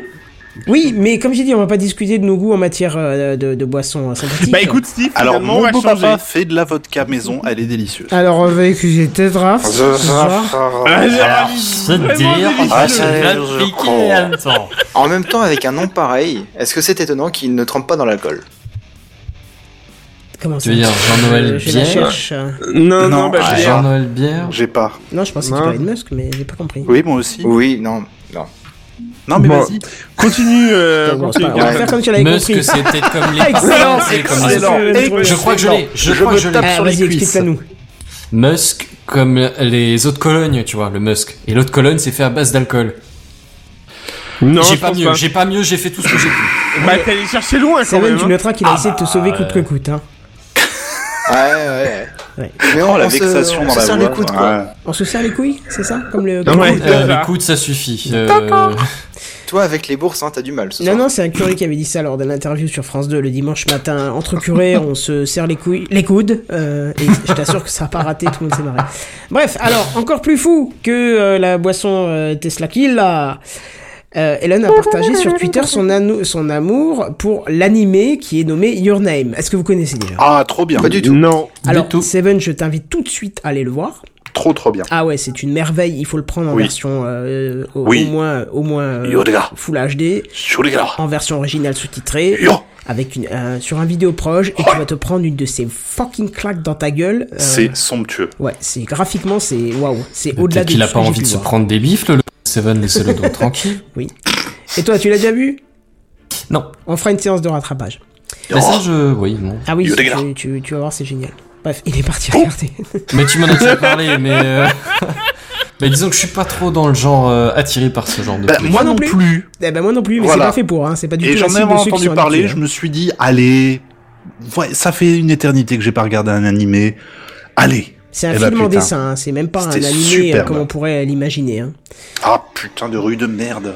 Speaker 1: Oui, mais comme j'ai dit, on va pas discuter de nos goûts en matière euh, de, de boissons synthétiques.
Speaker 7: Bah écoute Steve,
Speaker 5: Alors,
Speaker 7: finalement, on
Speaker 5: mon
Speaker 7: va
Speaker 5: beau
Speaker 7: changer.
Speaker 5: papa fait de la vodka maison, elle est délicieuse.
Speaker 1: Alors, on va écouter Tedraf.
Speaker 7: Ah, j'ai
Speaker 5: Alors,
Speaker 7: ravi.
Speaker 4: Se
Speaker 7: Vraiment
Speaker 4: dire,
Speaker 7: délicieux.
Speaker 4: ah,
Speaker 5: ça
Speaker 4: je vais
Speaker 5: je
Speaker 4: te piquer
Speaker 5: crois.
Speaker 4: en même temps.
Speaker 6: En même temps, avec un nom pareil, est-ce que c'est étonnant qu'il ne trempe pas dans l'alcool
Speaker 1: Comment
Speaker 4: Tu veux dire Jean-Noël
Speaker 1: Euh, Je la
Speaker 4: Bière
Speaker 1: cherche.
Speaker 7: Non, non,
Speaker 5: Non,
Speaker 7: bah,
Speaker 5: ah,
Speaker 7: je l'ai.
Speaker 4: Jean-Noël Bière
Speaker 5: J'ai pas.
Speaker 1: Non, je pensais que tu
Speaker 7: Non.
Speaker 1: parlais de Musk, mais j'ai pas compris.
Speaker 5: Oui, moi aussi.
Speaker 6: Oui, non.
Speaker 5: Non, mais
Speaker 7: Bon.
Speaker 5: vas-y.
Speaker 7: Continue, euh,
Speaker 1: Bon, c'est
Speaker 7: continue.
Speaker 1: pas grave. on va faire comme tu l'avais
Speaker 4: Meuse que
Speaker 1: compris.
Speaker 4: c'était comme les
Speaker 1: Excellent,
Speaker 4: c'est comme les-
Speaker 1: excellent.
Speaker 4: Je crois que je l'ai, je crois que je l'ai.
Speaker 1: Ah, Vas-y, explique-la nous.
Speaker 4: Musk comme les autres colognes, tu vois, le Musk. Et l'autre colonne, c'est fait à base d'alcool.
Speaker 7: Non,
Speaker 4: J'ai
Speaker 7: je
Speaker 4: pas
Speaker 7: pense
Speaker 4: mieux, j'ai pas mieux, j'ai fait tout ce que j'ai pu.
Speaker 7: Bah, t'es allé chercher loin quand
Speaker 1: Seven,
Speaker 7: même.
Speaker 1: tu
Speaker 7: hein.
Speaker 1: noteras qu'il a
Speaker 4: Ah,
Speaker 1: essayé de te sauver coûte que coûte. Hein.
Speaker 6: Ouais, ouais.
Speaker 1: Ouais.
Speaker 6: Mais
Speaker 5: Oh, la
Speaker 6: se-
Speaker 5: vexation
Speaker 6: on
Speaker 5: dans
Speaker 6: se
Speaker 5: la
Speaker 6: serre
Speaker 5: voix.
Speaker 6: les coudes, quoi.
Speaker 5: Ouais.
Speaker 1: On se serre les couilles, c'est ça Comme le.
Speaker 7: Non, ouais.
Speaker 4: Euh,
Speaker 7: Voilà.
Speaker 4: L'écoute, ça suffit. Euh,
Speaker 6: Toi, avec les bourses, hein, t'as du mal. Ce
Speaker 1: Non,
Speaker 6: soir.
Speaker 1: non, c'est un curé qui avait dit ça lors de l'interview sur France 2 le dimanche matin. Entre curés, on se serre les couilles, les coudes, euh, et je t'assure que ça n'a pas raté, tout le monde s'est marré. Bref, alors, encore plus fou que euh, la boisson euh, Tesla Kill, là. Euh, Elon a partagé sur Twitter son, anou- son amour pour l'animé qui est nommé Your Name. Est-ce que vous connaissez déjà
Speaker 5: Ah, trop bien.
Speaker 6: Pas du tout.
Speaker 7: Non.
Speaker 1: Alors,
Speaker 4: tout.
Speaker 1: Seven, je t'invite tout de suite à aller le voir.
Speaker 5: Trop, trop bien.
Speaker 1: Ah ouais, c'est une merveille. Il faut le prendre en
Speaker 5: Oui.
Speaker 1: version euh, au,
Speaker 5: Oui.
Speaker 1: au moins, au moins euh,
Speaker 5: Yorega.
Speaker 1: Full HD,
Speaker 5: Yorega.
Speaker 1: en version originale sous-titrée,
Speaker 5: Yo.
Speaker 1: avec une un- sur un vidéo proche, et tu vas te prendre une de ces fucking claques dans ta gueule. euh,
Speaker 5: C'est somptueux.
Speaker 1: ouais, c'est graphiquement c'est waouh, c'est au-delà
Speaker 4: Peut-être
Speaker 1: de
Speaker 4: qu'il a
Speaker 1: tout ce
Speaker 4: pas
Speaker 1: que j'ai hein.
Speaker 4: envie
Speaker 1: pu
Speaker 4: de se
Speaker 1: voir.
Speaker 4: prendre des bifles, le Seven, laissez-le donc tranquille.
Speaker 1: Et toi, tu l'as déjà vu
Speaker 4: Non.
Speaker 1: On fera une séance de rattrapage.
Speaker 4: Mais ça, je, oui, bon.
Speaker 1: Ah oui,
Speaker 5: Yo,
Speaker 1: tu,
Speaker 5: les gars.
Speaker 1: tu- tu vas voir, c'est génial. Bref, il est parti regarder.
Speaker 4: Mais tu m'en as déjà parlé, mais euh, Mais disons que je suis pas trop dans le genre euh, attiré par ce genre de
Speaker 5: Bah,
Speaker 4: truc.
Speaker 5: moi non plus.
Speaker 1: eh ben moi non plus, mais
Speaker 5: Voilà.
Speaker 1: c'est pas fait pour. Hein, c'est pas du
Speaker 5: Et
Speaker 1: tout la
Speaker 5: j'en
Speaker 1: cible
Speaker 5: avais
Speaker 1: de ceux qui
Speaker 5: entendu
Speaker 1: sont
Speaker 5: parler,
Speaker 1: habitués,
Speaker 5: je
Speaker 1: hein.
Speaker 5: me suis dit, allez, ouais, ça fait une éternité que j'ai pas regardé un animé. Allez.
Speaker 1: C'est un
Speaker 5: Eh ben,
Speaker 1: film en
Speaker 5: putain.
Speaker 1: dessin, hein, c'est même pas un
Speaker 5: C'était
Speaker 1: animé euh,
Speaker 5: superbe.
Speaker 1: comme on pourrait l'imaginer. Hein.
Speaker 5: Ah putain de rue de merde.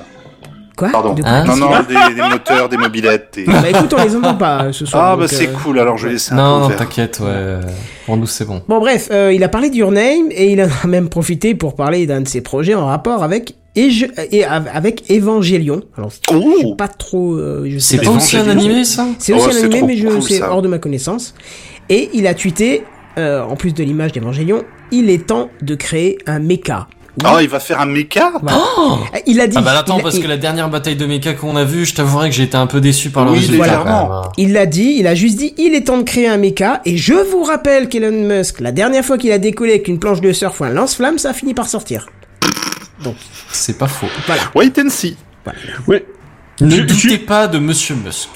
Speaker 1: Quoi
Speaker 5: Pardon.
Speaker 1: De quoi
Speaker 4: Hein
Speaker 5: non, non, des, des moteurs, des mobilettes. et-
Speaker 1: Bah écoute, on les entend pas euh, ce soir.
Speaker 5: Ah
Speaker 1: donc,
Speaker 5: bah c'est
Speaker 1: euh,
Speaker 5: cool, alors je vais laisser un
Speaker 4: Non,
Speaker 5: peu
Speaker 4: non,
Speaker 5: ouvert.
Speaker 4: t'inquiète, ouais. Pour nous, c'est bon.
Speaker 1: Bon bref, euh, il a parlé de Your Name et il en a même profité pour parler d'un de ses projets en rapport avec Ege- et av- avec Evangelion. Alors c'est
Speaker 5: Oh
Speaker 1: pas trop, euh, je sais
Speaker 4: C'est
Speaker 1: pas.
Speaker 4: pas
Speaker 1: trop.
Speaker 4: aussi un animé, ça
Speaker 1: C'est aussi
Speaker 5: Oh,
Speaker 1: un
Speaker 5: c'est
Speaker 1: animé,
Speaker 5: trop
Speaker 1: mais je
Speaker 5: cool,
Speaker 1: c'est
Speaker 5: ça.
Speaker 1: hors de ma connaissance. Et il a tweeté, euh, en plus de l'image d'Evangelion, il est temps de créer un mecha.
Speaker 5: Ah, il va faire un méca
Speaker 1: Il a dit.
Speaker 4: Ah bah attends,
Speaker 1: il a-
Speaker 4: parce
Speaker 1: il-
Speaker 4: que la dernière bataille de mecha qu'on a vue, je t'avouerai que j'ai été un peu déçu par le
Speaker 5: Oui,
Speaker 4: résultat.
Speaker 5: légèrement.
Speaker 4: quand même, hein.
Speaker 1: Il l'a dit, il a juste dit, il est temps de créer un méca, et je vous rappelle qu'Elon Musk, la dernière fois qu'il a décollé avec une planche de surf ou un lance-flamme, ça a fini par sortir.
Speaker 4: C'est pas faux.
Speaker 5: Wait and see.
Speaker 4: Ne
Speaker 7: Je-
Speaker 4: doutez pas de Monsieur Musk.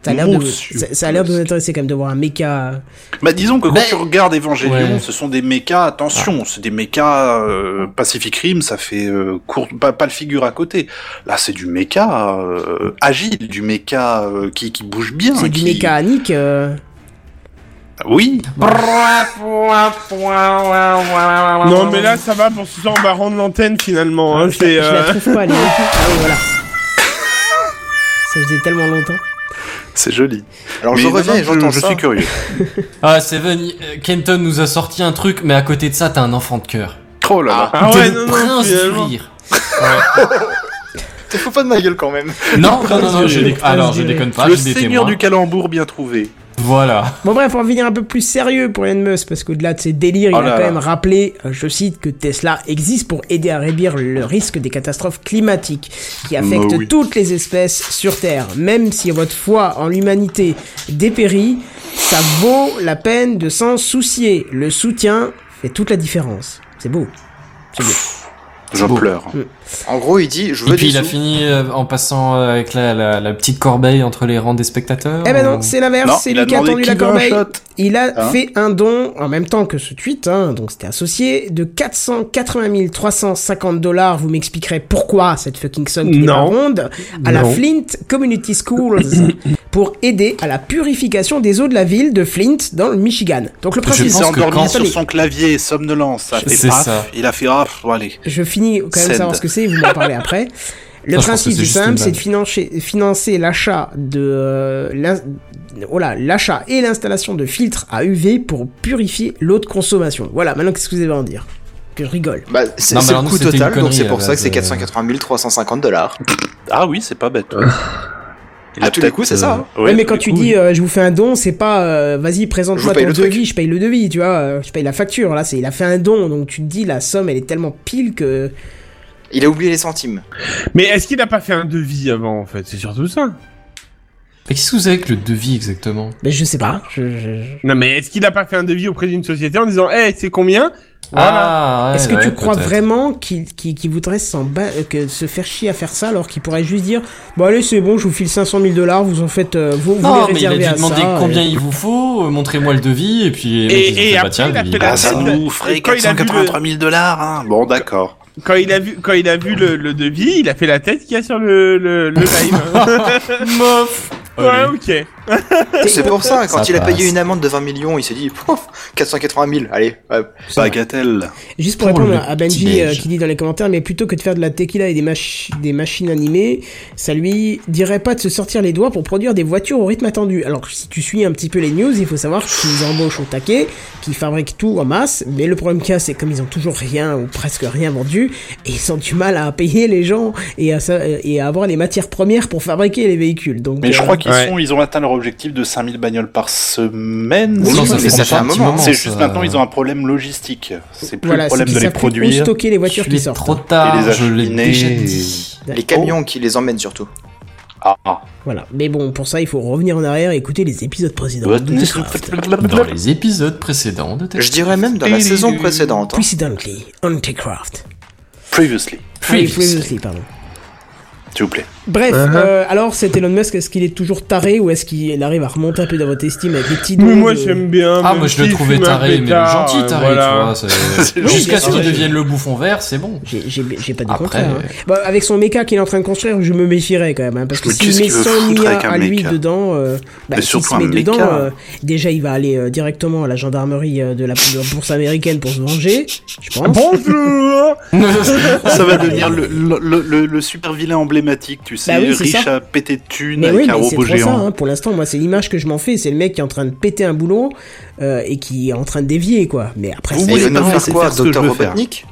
Speaker 1: Ça a l'air de,
Speaker 5: Monsieur.
Speaker 1: ça, ça a l'air de m'intéresser quand même de voir un méca.
Speaker 5: Bah disons que quand
Speaker 4: Ben-
Speaker 5: tu regardes Evangelion,
Speaker 4: Ouais.
Speaker 5: ce sont des mechas, attention, c'est des mechas euh, Pacific Rim, ça fait euh, court, pas, pas le figure à côté. Là, c'est du mecha euh, agile, du mecha euh, qui, qui bouge bien.
Speaker 1: C'est du
Speaker 5: qui-
Speaker 1: mécanique. euh,
Speaker 5: Oui,
Speaker 7: Non, mais là, ça va, pour ce soir, on va rendre l'antenne finalement. Hein,
Speaker 1: je, la,
Speaker 7: c'est,
Speaker 1: je la
Speaker 7: euh,
Speaker 1: trouve pas, les mecs. Ah oui, voilà. Ça faisait tellement longtemps.
Speaker 5: c'est joli.
Speaker 6: Alors je
Speaker 5: Mais non,
Speaker 6: reviens
Speaker 5: non,
Speaker 6: et j'entends
Speaker 5: Je
Speaker 6: ça.
Speaker 5: suis curieux.
Speaker 4: Ah, Seven, il- euh, Kenton nous a sorti un truc, mais à côté de ça, t'as un enfant de cœur.
Speaker 5: Oh là là.
Speaker 7: Ah
Speaker 4: T'es
Speaker 7: ouais,
Speaker 4: le
Speaker 7: non, non,
Speaker 4: prince du
Speaker 7: finalement.
Speaker 4: rire.
Speaker 6: Te fous pas de ma gueule quand même.
Speaker 4: Non, non, non, non,
Speaker 1: du
Speaker 4: je,
Speaker 1: rire.
Speaker 4: déconne- alors,
Speaker 1: Prince
Speaker 4: Ah, je
Speaker 1: du
Speaker 4: déconne pas,
Speaker 5: le
Speaker 4: j'ai des
Speaker 5: seigneur
Speaker 4: témoins.
Speaker 5: du calembour bien trouvé.
Speaker 4: Voilà.
Speaker 1: Bon bref, on va venir un peu plus sérieux pour Elon Musk, parce qu'au-delà de ses délires,
Speaker 5: Oh
Speaker 1: il a
Speaker 5: là
Speaker 1: quand
Speaker 5: là.
Speaker 1: même rappelé, euh, je cite, que Tesla existe pour aider à réduire le risque des catastrophes climatiques qui affectent
Speaker 5: Bah oui.
Speaker 1: toutes les espèces sur Terre. Même si votre foi en l'humanité dépérit, ça vaut la peine de s'en soucier. Le soutien fait toute la différence. C'est beau. C'est beau.
Speaker 5: Je
Speaker 4: beau.
Speaker 5: pleure.
Speaker 6: En gros, il dit, je veux
Speaker 4: Et puis
Speaker 6: des
Speaker 4: il a
Speaker 6: sous.
Speaker 4: fini euh, en passant euh, avec la, la, la petite corbeille entre les rangs des spectateurs.
Speaker 1: Eh ben
Speaker 4: ou-
Speaker 1: non, c'est
Speaker 5: Oh. Non,
Speaker 1: l'inverse, c'est
Speaker 5: il a
Speaker 1: lui qui a
Speaker 5: demandé
Speaker 1: tendu
Speaker 5: qui
Speaker 1: la
Speaker 5: veut un
Speaker 1: corbeille.
Speaker 5: shot
Speaker 1: Il a
Speaker 6: Hein
Speaker 1: fait un don en même temps que ce tweet, hein, donc c'était associé, de 480 350 dollars. Vous m'expliquerez pourquoi cette fucking somme qui n'est pas
Speaker 7: Non.
Speaker 1: ronde à la
Speaker 7: Non.
Speaker 1: Flint Community Schools pour aider à la purification des eaux de la ville de Flint dans le Michigan. Donc le
Speaker 5: Il
Speaker 1: principe,
Speaker 5: s'est
Speaker 4: pense que quand-
Speaker 5: endormi sur
Speaker 1: Attendez.
Speaker 5: son clavier, somnolence, ça fait
Speaker 4: C'est
Speaker 5: paf,
Speaker 4: ça.
Speaker 5: il a fait ah, pff, allez.
Speaker 1: je finis quand même
Speaker 5: Send.
Speaker 1: savoir ce que c'est, vous m'en parlez après. Le
Speaker 4: Ça, je pense
Speaker 1: principe
Speaker 4: que c'est
Speaker 1: du
Speaker 4: juste une
Speaker 1: simple, c'est
Speaker 4: blague.
Speaker 1: de financer, financer l'achat de euh, l'in- voilà, l'achat et l'installation de filtres à UV pour purifier l'eau de consommation. Voilà, maintenant qu'est-ce que vous allez en dire Que je rigole.
Speaker 6: Bah, c'est
Speaker 4: Non, mais
Speaker 6: c'est
Speaker 4: alors
Speaker 6: le
Speaker 4: nous,
Speaker 6: coût
Speaker 4: c'était une
Speaker 6: total, donc
Speaker 4: connerie,
Speaker 6: c'est
Speaker 4: à
Speaker 6: pour
Speaker 4: la
Speaker 6: ça que c'est
Speaker 4: base, euh.
Speaker 6: 480 350 dollars.
Speaker 5: Ah oui, c'est pas bête. Il
Speaker 6: À
Speaker 5: a
Speaker 6: tous les
Speaker 5: peut-être,
Speaker 6: coups, c'est ça,
Speaker 5: euh,
Speaker 6: hein.
Speaker 5: ouais,
Speaker 1: Ouais, mais
Speaker 5: tous
Speaker 1: quand
Speaker 5: les
Speaker 1: tu
Speaker 5: coups,
Speaker 1: dis euh, je vous fais un don, c'est pas euh, vas-y
Speaker 6: Je vous
Speaker 1: présente-moi
Speaker 6: paye
Speaker 1: ton
Speaker 6: le truc.
Speaker 1: devis, je paye le devis, tu vois, euh, je paye la facture. Là, c'est il a fait un don, donc tu te dis la somme elle est tellement pile que
Speaker 6: Il a oublié les centimes.
Speaker 7: Mais est-ce qu'il a pas fait un devis avant, en fait C'est surtout ça.
Speaker 4: Mais qu'est-ce que vous avez avec le devis exactement
Speaker 1: ben, je sais pas. Je, je- je-
Speaker 7: Non, mais est-ce qu'il a pas fait un devis auprès d'une société en disant, hey, c'est combien
Speaker 4: Ah, ouais,
Speaker 1: Est-ce que
Speaker 4: ouais,
Speaker 1: tu crois
Speaker 4: peut-être.
Speaker 1: vraiment qu'il qu'il- qu'il voudrait s'en ba- euh, que se faire chier à faire ça alors qu'il pourrait juste dire bon allez c'est bon je vous file 500 000 dollars vous en faites euh, vous, vous
Speaker 4: Non,
Speaker 1: les
Speaker 4: mais il a
Speaker 1: réservez
Speaker 4: dû
Speaker 1: à
Speaker 4: demander
Speaker 1: ça,
Speaker 4: combien
Speaker 1: et-
Speaker 4: il vous faut, euh, montrez-moi le devis, et puis. les mecs, ils ont
Speaker 7: et
Speaker 4: fait, bah,
Speaker 7: après,
Speaker 4: tiens,
Speaker 7: il a
Speaker 4: lui,
Speaker 7: fait la
Speaker 5: Ah, ça
Speaker 7: tête.
Speaker 5: nous ferait
Speaker 7: Quand il a vu le-
Speaker 5: 483 000 dollars, hein. Bon, d'accord.
Speaker 7: Quand il a vu, quand il a vu le, le devis, il a fait la tête qu'il y a sur le, le, le live. Mof. Ouais, ok.
Speaker 6: C'est pour ça, quand
Speaker 4: Ça
Speaker 6: il a payé
Speaker 4: passe.
Speaker 6: une amende de 20 millions, il s'est dit, pouf, 480 000, allez, hop.
Speaker 5: Bagatelle.
Speaker 1: Juste pour
Speaker 4: Oh,
Speaker 1: répondre
Speaker 4: le
Speaker 1: à
Speaker 4: petit
Speaker 1: Benji euh,
Speaker 4: belge.
Speaker 1: qui dit dans les commentaires mais plutôt que de faire de la tequila et des, machi- des machines animées ça lui dirait pas de se sortir les doigts pour produire des voitures au rythme attendu alors que si tu suis un petit peu les news il faut savoir qu'ils embauchent au taquet qu'ils fabriquent tout en masse mais le problème qu'il y a c'est comme ils ont toujours rien ou presque rien vendu et ils ont du mal à payer les gens et à, sa- et à avoir les matières premières pour fabriquer les véhicules donc
Speaker 5: Mais je
Speaker 1: euh,
Speaker 5: crois qu'ils
Speaker 7: ouais.
Speaker 5: sont, ils ont atteint leur objectif de 5000 bagnoles par semaine.
Speaker 4: Non,
Speaker 5: si
Speaker 4: ça
Speaker 5: je me trompe
Speaker 4: fait ça fait
Speaker 5: pas.
Speaker 4: un moment.
Speaker 5: C'est juste
Speaker 4: ça.
Speaker 5: maintenant, ils ont un problème logistique. C'est plus
Speaker 1: voilà,
Speaker 5: le
Speaker 1: c'est
Speaker 5: problème
Speaker 1: qu'ils
Speaker 5: de les
Speaker 1: savent plus où
Speaker 5: produire.
Speaker 1: stocker les voitures
Speaker 4: Je
Speaker 1: qui
Speaker 4: suis
Speaker 1: sortent
Speaker 4: trop tard,
Speaker 5: Et les
Speaker 4: je l'ai
Speaker 5: acheminer.
Speaker 4: déjà dit.
Speaker 6: Les camions qui les emmènent surtout.
Speaker 5: Ah, ah.
Speaker 1: voilà mais bon pour ça il faut revenir en arrière et écouter les épisodes
Speaker 5: Bah,
Speaker 1: précédents de Tecraft.
Speaker 4: Dans les épisodes précédents de
Speaker 6: Je
Speaker 4: Tech-
Speaker 6: dirais même dans la saison précédente. hein.
Speaker 1: Precedently on Techcraft.
Speaker 5: Previously,
Speaker 1: Previously.
Speaker 4: Previously.
Speaker 1: Previously, Ah, pardon.
Speaker 5: s'il vous plaît.
Speaker 1: Bref,
Speaker 7: Uh-huh.
Speaker 1: euh, alors cet Elon Musk, est-ce qu'il est toujours taré ou est-ce qu'il arrive à remonter un peu dans votre estime avec des petits dons
Speaker 7: Mais moi,
Speaker 1: de-
Speaker 7: j'aime bien.
Speaker 4: Ah,
Speaker 7: même
Speaker 4: moi je le
Speaker 7: s'il
Speaker 4: trouvais
Speaker 7: fume un
Speaker 4: taré, mais le
Speaker 7: pétard,
Speaker 4: gentil
Speaker 7: euh,
Speaker 4: taré,
Speaker 7: voilà.
Speaker 4: tu vois. c'est-
Speaker 1: gentil,
Speaker 4: Jusqu'à ce qu'il
Speaker 1: ouais.
Speaker 4: devienne le bouffon vert, c'est bon.
Speaker 1: J'ai j'ai- j'ai pas dit
Speaker 4: Après,
Speaker 1: contraire. hein.
Speaker 4: euh,
Speaker 1: Bah, avec son méca qu'il est en train de construire, je me méfierais quand même. hein, parce que
Speaker 5: Mais
Speaker 1: s'il
Speaker 5: qu'est-ce
Speaker 1: met
Speaker 5: qu'il veut
Speaker 1: son
Speaker 5: foutre
Speaker 1: IA
Speaker 5: avec un
Speaker 1: à lui
Speaker 5: méca
Speaker 1: dedans, euh, bah,
Speaker 5: Mais
Speaker 1: s'il se
Speaker 5: surtout un
Speaker 1: met
Speaker 5: méca.
Speaker 1: dedans, euh, déjà il va aller euh, directement à la gendarmerie euh, de la, de la bourse américaine pour se venger, je
Speaker 5: Ah
Speaker 1: pense.
Speaker 7: Bonjour.
Speaker 5: Ça va devenir le, le, le- le- le super vilain emblématique, tu sais,
Speaker 1: Bah oui, c'est
Speaker 5: riche
Speaker 1: ça.
Speaker 5: à péter de thunes
Speaker 1: Mais
Speaker 5: avec
Speaker 1: oui,
Speaker 5: un
Speaker 1: mais c'est
Speaker 5: robot
Speaker 1: trop ça.
Speaker 5: géant.
Speaker 1: hein. Pour l'instant, moi, c'est l'image que je m'en fais. C'est le mec qui est en train de péter un boulon euh, et qui est en train de dévier, quoi. Mais après,
Speaker 5: Vous
Speaker 1: c'est-
Speaker 6: Et il
Speaker 5: voulez
Speaker 6: va nous
Speaker 5: pas
Speaker 6: faire
Speaker 5: faire
Speaker 6: quoi,
Speaker 5: faire ce que je
Speaker 6: Dr
Speaker 5: veux faire.
Speaker 6: Robotnik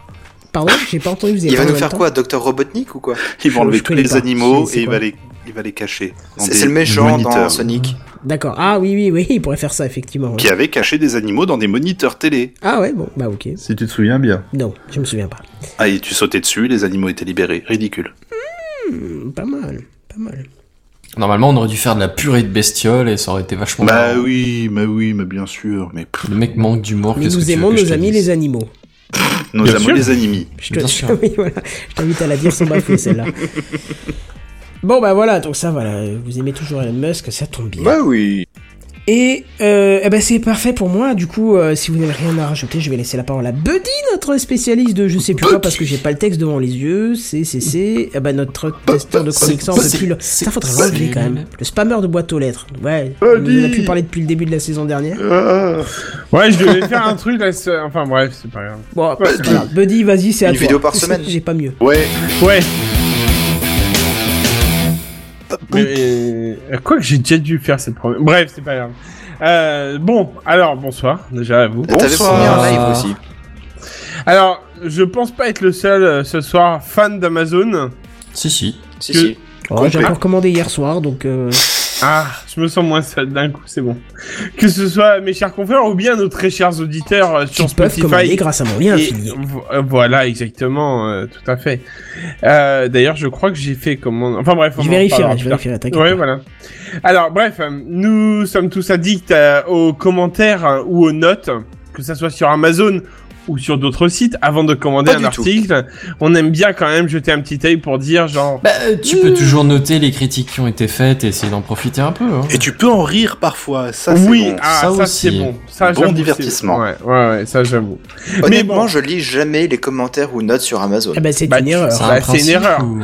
Speaker 1: pardon, j'ai pas entendu. Vous avez
Speaker 6: Il va
Speaker 1: parlé
Speaker 6: nous
Speaker 1: en
Speaker 6: faire
Speaker 1: même
Speaker 6: quoi, Dr Robotnik ou quoi
Speaker 5: Ils vont
Speaker 1: Je-
Speaker 5: enlever
Speaker 1: je
Speaker 5: tous
Speaker 1: connais
Speaker 5: les
Speaker 1: pas.
Speaker 5: animaux
Speaker 1: C'est- c'est
Speaker 5: et il
Speaker 1: quoi
Speaker 5: va les, il va les cacher. dans
Speaker 6: C'est
Speaker 5: des
Speaker 6: c'est le méchant dans
Speaker 5: moniteurs.
Speaker 6: Sonic.
Speaker 1: temps D'accord. Ah oui, oui, oui. Il pourrait faire ça effectivement. ouais.
Speaker 5: Qui avait caché des animaux dans des moniteurs télé.
Speaker 1: Ah ouais, bon, bah ok.
Speaker 10: Si tu te souviens bien.
Speaker 1: Non, je me souviens pas.
Speaker 5: Ah, et tu sautais dessus, les animaux étaient libérés. Ridicule.
Speaker 1: Hmm, Pas mal, pas mal.
Speaker 4: Normalement, on aurait dû faire de la purée de bestioles et ça aurait été vachement.
Speaker 5: Bah
Speaker 4: marrant.
Speaker 5: oui, bah oui, mais bien sûr. Mais pff,
Speaker 4: Le mec manque d'humour.
Speaker 1: Mais
Speaker 4: qu'est-ce que
Speaker 1: nous
Speaker 4: tu veux
Speaker 1: aimons
Speaker 4: que je te
Speaker 1: nos amis
Speaker 4: dise
Speaker 1: les animaux.
Speaker 5: nos
Speaker 7: Bien
Speaker 5: amours
Speaker 7: sûr.
Speaker 5: les animés.
Speaker 1: Je te-
Speaker 4: Bien sûr.
Speaker 1: oui, voilà. Je t'invite à la dire sans bafouer celle-là. Bon bah voilà, donc ça voilà, vous aimez toujours Elon Musk, ça tombe bien.
Speaker 6: Bah oui.
Speaker 1: Et euh, eh ben c'est parfait pour moi. Du coup, euh, si vous n'avez rien à rajouter, je vais laisser la parole à Buddy, notre spécialiste de je sais plus quoi, parce que j'ai pas le texte devant les yeux. C'est c'est c'est. Eh ben notre testeur de connexion on peut plus le. Ça faudrait l'enlever quand même. Le spammeur de boîte aux lettres. Ouais.
Speaker 5: Buddy.
Speaker 1: On en a pu parler depuis le début de la saison
Speaker 6: Euh.
Speaker 1: dernière.
Speaker 5: Ah.
Speaker 7: Ouais, je devais faire un truc là. ce- Enfin bref, c'est pas grave.
Speaker 1: Bon, après, c'est pas grave. Buddy, vas-y, c'est à
Speaker 6: Une
Speaker 1: toi.
Speaker 6: vidéo par semaine.
Speaker 1: J'ai pas mieux.
Speaker 5: Ouais.
Speaker 7: Ouais. Mais, euh, quoi que j'ai déjà dû faire cette promesse. Bref, c'est pas grave. Euh, bon, alors bonsoir déjà à vous.
Speaker 6: Ah, T'avais promis un live aussi.
Speaker 7: Alors, je pense pas être le seul euh, ce soir fan d'Amazon.
Speaker 4: Si, si.
Speaker 6: Si,
Speaker 7: Que-
Speaker 6: si.
Speaker 1: Oh, J'avais recommandé hier soir, donc euh,
Speaker 7: Ah, je me sens moins seul d'un coup, c'est bon. Que ce soit mes chers confrères ou bien nos très chers auditeurs euh, sur
Speaker 1: ils peuvent
Speaker 7: Spotify.
Speaker 1: commander grâce à mon lien
Speaker 7: Et
Speaker 1: affilié.
Speaker 7: vo- euh, voilà, exactement, euh, tout à fait. Euh, D'ailleurs, je crois que j'ai fait comment. Enfin bref, on
Speaker 1: Je
Speaker 7: en
Speaker 1: vérifierai,
Speaker 7: reparlera
Speaker 1: je
Speaker 7: plus tard.
Speaker 1: vérifierai. T'inquiète.
Speaker 7: Ouais,
Speaker 1: pas.
Speaker 7: voilà. Alors, bref, euh, nous sommes tous addicts euh, aux commentaires euh, ou aux notes, que ça soit sur Amazon ou sur d'autres sites, avant de commander
Speaker 6: Pas
Speaker 7: un
Speaker 6: du tout.
Speaker 7: article. On aime bien quand même jeter un petit œil pour dire genre.
Speaker 4: Bah, euh, tu peux toujours noter les critiques qui ont été faites et essayer d'en profiter un peu. hein.
Speaker 5: Et tu peux en rire parfois, ça c'est
Speaker 7: oui,
Speaker 5: bon.
Speaker 7: ah,
Speaker 4: Ça
Speaker 7: ça,
Speaker 4: aussi.
Speaker 7: c'est bon. Ça,
Speaker 5: Bon
Speaker 7: j'avoue, c'est-
Speaker 5: divertissement.
Speaker 7: Ouais, ouais, ouais, ça j'avoue.
Speaker 6: Honnêtement,
Speaker 7: bon.
Speaker 6: je lis jamais les commentaires ou notes sur Amazon.
Speaker 1: Eh ben c'est
Speaker 7: Bah,
Speaker 1: une
Speaker 7: tu-
Speaker 1: erreur.
Speaker 7: ça-
Speaker 4: un
Speaker 7: bah, c'est une
Speaker 4: principe
Speaker 7: erreur.
Speaker 4: ou-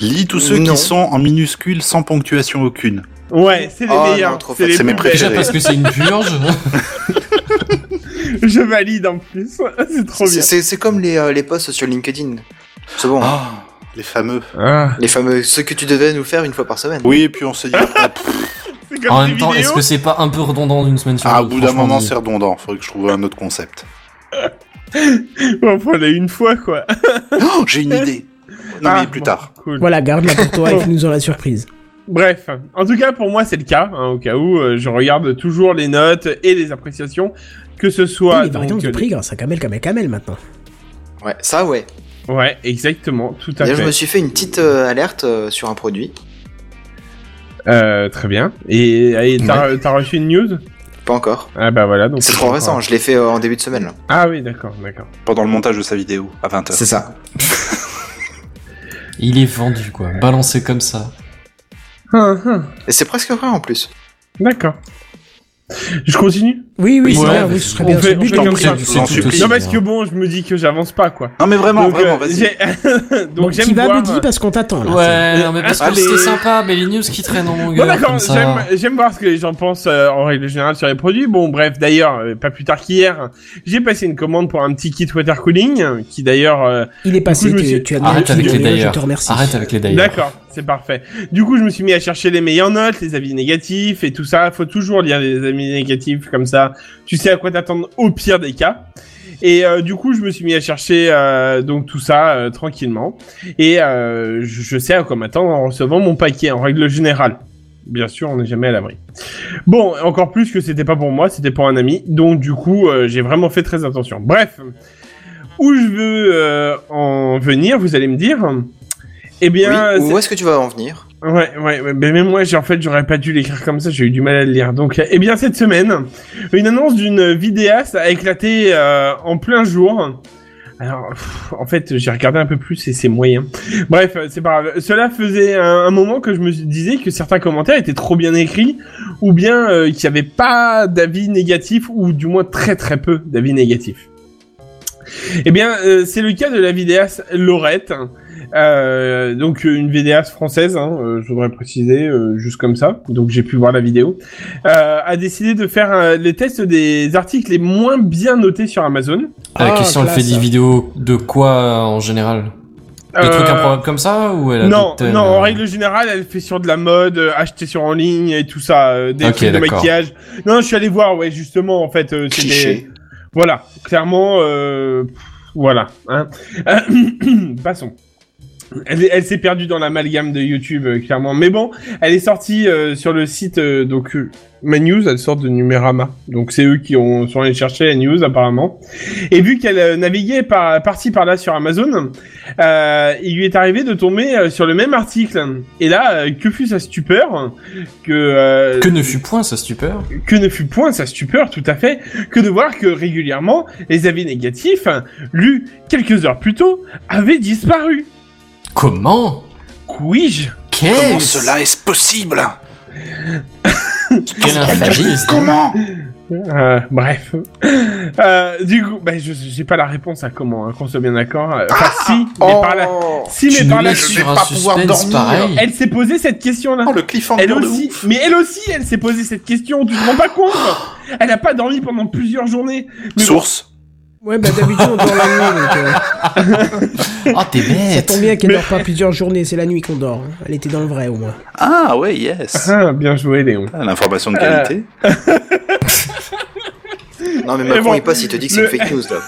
Speaker 5: Lis tous ceux
Speaker 6: Non.
Speaker 5: qui sont en minuscules sans ponctuation aucune.
Speaker 7: Ouais, c'est les
Speaker 6: Oh non,
Speaker 7: meilleurs.
Speaker 6: trop
Speaker 7: c'est
Speaker 6: fort,
Speaker 7: les
Speaker 5: c'est mes
Speaker 7: plus belles.
Speaker 4: Déjà parce que c'est une purge.
Speaker 7: Je valide en plus. c'est trop
Speaker 6: C'est-
Speaker 7: bien.
Speaker 6: C'est c'est comme les, euh, les posts sur LinkedIn. C'est bon. hein,
Speaker 5: Ah, les fameux.
Speaker 7: Ah,
Speaker 6: Les fameux, ceux que tu devais nous faire une fois par semaine.
Speaker 5: Oui, et puis on s'est dit, après,
Speaker 7: c'est comme
Speaker 4: en
Speaker 7: les
Speaker 4: même temps, est-ce
Speaker 7: vidéos.
Speaker 4: que c'est pas un peu redondant d'une semaine sur
Speaker 5: ah, au
Speaker 4: l'autre,
Speaker 5: bout d'un
Speaker 4: franchement,
Speaker 5: moment
Speaker 4: dis-
Speaker 5: c'est redondant, faudrait que je trouve un autre concept.
Speaker 7: On prend la une fois, quoi.
Speaker 5: Oh, j'ai une idée. Non
Speaker 7: Ah,
Speaker 5: mais plus
Speaker 7: bon,
Speaker 5: tard.
Speaker 7: Cool.
Speaker 1: Voilà, garde-la pour toi et nous en la surprise.
Speaker 7: Bref, en tout cas pour moi c'est le cas, hein, au cas où euh, je regarde toujours les notes et les appréciations, que ce
Speaker 1: Oui,
Speaker 7: soit...
Speaker 1: les variantes
Speaker 7: donc, euh,
Speaker 1: de prix grâce à Kamel Kamel Kamel maintenant.
Speaker 6: Ouais, ça ouais.
Speaker 7: euh, Ouais, exactement, tout à
Speaker 6: D'ailleurs, je
Speaker 7: fait.
Speaker 6: me suis fait une petite euh, alerte euh, sur un produit.
Speaker 7: Euh, très bien. Et, et t'as t'as reçu une news
Speaker 6: Pas encore.
Speaker 7: Ah bah voilà, donc...
Speaker 6: C'est trop récent, je l'ai fait euh, en début de semaine là.
Speaker 7: Ah oui, d'accord, d'accord.
Speaker 5: Pendant le montage de sa vidéo, à 20h.
Speaker 6: C'est ça.
Speaker 4: Il est vendu, quoi. Balancé comme ça.
Speaker 7: Hein, hein,
Speaker 6: Et c'est presque vrai en plus.
Speaker 7: D'accord. Je continue
Speaker 1: Oui, oui,
Speaker 4: Oui,
Speaker 1: c'est
Speaker 4: ouais,
Speaker 1: vrai,
Speaker 4: bah,
Speaker 1: oui, ce serait
Speaker 7: on
Speaker 1: bien.
Speaker 7: fait-
Speaker 1: c'est
Speaker 7: on
Speaker 1: but,
Speaker 7: fait
Speaker 1: mais
Speaker 7: comme
Speaker 1: comme ça.
Speaker 7: ça,
Speaker 5: je vous en
Speaker 4: tout
Speaker 5: supplie.
Speaker 4: aussi,
Speaker 7: Non parce
Speaker 4: hein.
Speaker 7: que bon, je me dis que j'avance pas, quoi.
Speaker 5: Non mais vraiment,
Speaker 7: Donc,
Speaker 5: vraiment,
Speaker 7: euh,
Speaker 5: vas-y.
Speaker 7: j'ai- donc
Speaker 1: Bon,
Speaker 7: j'aime
Speaker 1: t'y vas,
Speaker 7: voir... euh,
Speaker 1: Buddy, parce qu'on t'attend là.
Speaker 4: Ouais, non, mais parce que
Speaker 5: Allez.
Speaker 4: c'était sympa, mais les news qui traînent en
Speaker 7: Bon
Speaker 4: longueur.
Speaker 7: d'accord,
Speaker 4: comme ça.
Speaker 7: j'aime j'aime voir ce que les gens pensent euh, en règle générale sur les produits. Bon bref, d'ailleurs, euh, pas plus tard qu'hier, j'ai passé une commande pour un petit kit water cooling euh, qui d'ailleurs... euh,
Speaker 1: Il est passé,
Speaker 7: Du coup, je me
Speaker 1: tu,
Speaker 7: suis-
Speaker 1: tu as
Speaker 4: Arrête
Speaker 1: tu
Speaker 4: avec
Speaker 1: as-
Speaker 4: les
Speaker 1: Je
Speaker 4: d'ailleurs.
Speaker 1: te remercie.
Speaker 4: Arrête avec les d'ailleurs.
Speaker 7: D'accord, c'est parfait. Du coup, je me suis mis à chercher les meilleures notes, les avis négatifs et tout ça. Faut toujours lire les avis négatifs comme ça. Tu sais à quoi t'attendre au pire des cas. Et euh, du coup, je me suis mis à chercher euh, donc tout ça euh, tranquillement. Et euh, je, je sais à quoi m'attendre en recevant mon paquet en règle générale. Bien sûr, on n'est jamais à l'abri. Bon, encore plus que c'était pas pour moi, c'était pour un ami. Donc du coup, euh, j'ai vraiment fait très attention. Bref, où je veux euh, en venir, vous allez me dire. Eh bien,
Speaker 6: Oui,
Speaker 7: c'est-
Speaker 6: Où est-ce que tu vas en venir
Speaker 7: Ouais, ouais, ouais. Mais même moi, j'ai- en fait, j'aurais pas dû l'écrire comme ça, j'ai eu du mal à le lire. Donc, euh, eh bien, cette semaine, une annonce d'une vidéaste a éclaté euh, en plein jour. Alors, pff, en fait, j'ai regardé un peu plus et c'est moyen. Bref, euh, c'est pas grave. Cela faisait un, un moment que je me disais que certains commentaires étaient trop bien écrits, ou bien euh, qu'il n'y avait pas d'avis négatifs, ou du moins très très peu d'avis négatifs. Eh bien, euh, c'est le cas de la vidéaste Laurette, euh, donc une vidéaste française, hein, euh, je voudrais préciser, euh, juste comme ça, donc j'ai pu voir la vidéo, euh, a décidé de faire euh, les tests des articles les moins bien notés sur Amazon.
Speaker 4: La
Speaker 1: Ah,
Speaker 4: question, elle fait
Speaker 1: classe.
Speaker 4: des vidéos de quoi euh, en général Des
Speaker 7: Euh,
Speaker 4: trucs improbables comme ça ou elle a
Speaker 7: non,
Speaker 4: des thèmes,
Speaker 7: non, en
Speaker 4: euh,
Speaker 7: règle générale, elle fait sur de la mode, euh, acheter sur en ligne et tout ça, euh, des
Speaker 4: Ok,
Speaker 7: trucs de
Speaker 4: d'accord.
Speaker 7: maquillage. Non, je suis allé voir, ouais, justement, en fait, euh, c'était...
Speaker 6: Cliché.
Speaker 7: Voilà, clairement, euh, pff, voilà. Hein. Euh, Passons. Elle, elle s'est perdue dans l'amalgame de YouTube, euh, clairement. Mais bon, elle est sortie euh, sur le site euh, donc euh, ma news. Elle sort de Numérama, donc c'est eux qui ont sont allés chercher la news apparemment. Et vu qu'elle euh, naviguait par par-ci par-là sur Amazon, euh, il lui est arrivé de tomber euh, sur le même article. Et là, euh, que fut sa stupeur que euh,
Speaker 4: Que ne fut point sa stupeur
Speaker 7: que ne fut point sa stupeur tout à fait que de voir que régulièrement les avis négatifs, lus quelques heures plus tôt, avaient disparu.
Speaker 4: Comment
Speaker 7: Couige
Speaker 5: Comment
Speaker 4: Qu'est-ce
Speaker 5: cela est-ce possible
Speaker 4: Quelle infagie
Speaker 5: Comment
Speaker 7: Euh, bref. Euh, du coup, bah, je j'ai pas la réponse à comment, hein, qu'on soit bien d'accord. Euh, Enfin,
Speaker 4: Ah
Speaker 7: si, mais
Speaker 4: Oh
Speaker 7: par là.
Speaker 6: Oh.
Speaker 7: Si,
Speaker 4: Tu
Speaker 7: mais
Speaker 4: nous
Speaker 7: par là.
Speaker 4: laisses
Speaker 5: je
Speaker 4: sur
Speaker 5: vais
Speaker 4: un
Speaker 5: pas pouvoir
Speaker 4: suspense
Speaker 5: dormir.
Speaker 4: pareil.
Speaker 7: Elle s'est posé cette question-là.
Speaker 5: Oh, le cliffhanger
Speaker 7: elle
Speaker 5: de
Speaker 7: aussi,
Speaker 5: ouf.
Speaker 7: mais elle aussi, elle s'est posé cette question. Tu te rends pas compte Elle a pas dormi pendant plusieurs journées. Mais bon,
Speaker 5: Source
Speaker 9: Ouais, bah d'habitude, on dort la nuit, donc euh,
Speaker 4: Oh, t'es
Speaker 9: ça
Speaker 4: bête
Speaker 9: tombe bien qu'elle dort pas plusieurs journées, c'est la nuit qu'on dort. hein. Elle était dans le vrai, au moins.
Speaker 5: Ah ouais, yes
Speaker 7: Ah, bien joué, Léon.
Speaker 5: Ah, L'information de qualité.
Speaker 6: Non, mais
Speaker 7: Et
Speaker 6: Macron,
Speaker 7: bon,
Speaker 6: il passe, il te dit que c'est
Speaker 7: le-
Speaker 6: une fake news, là.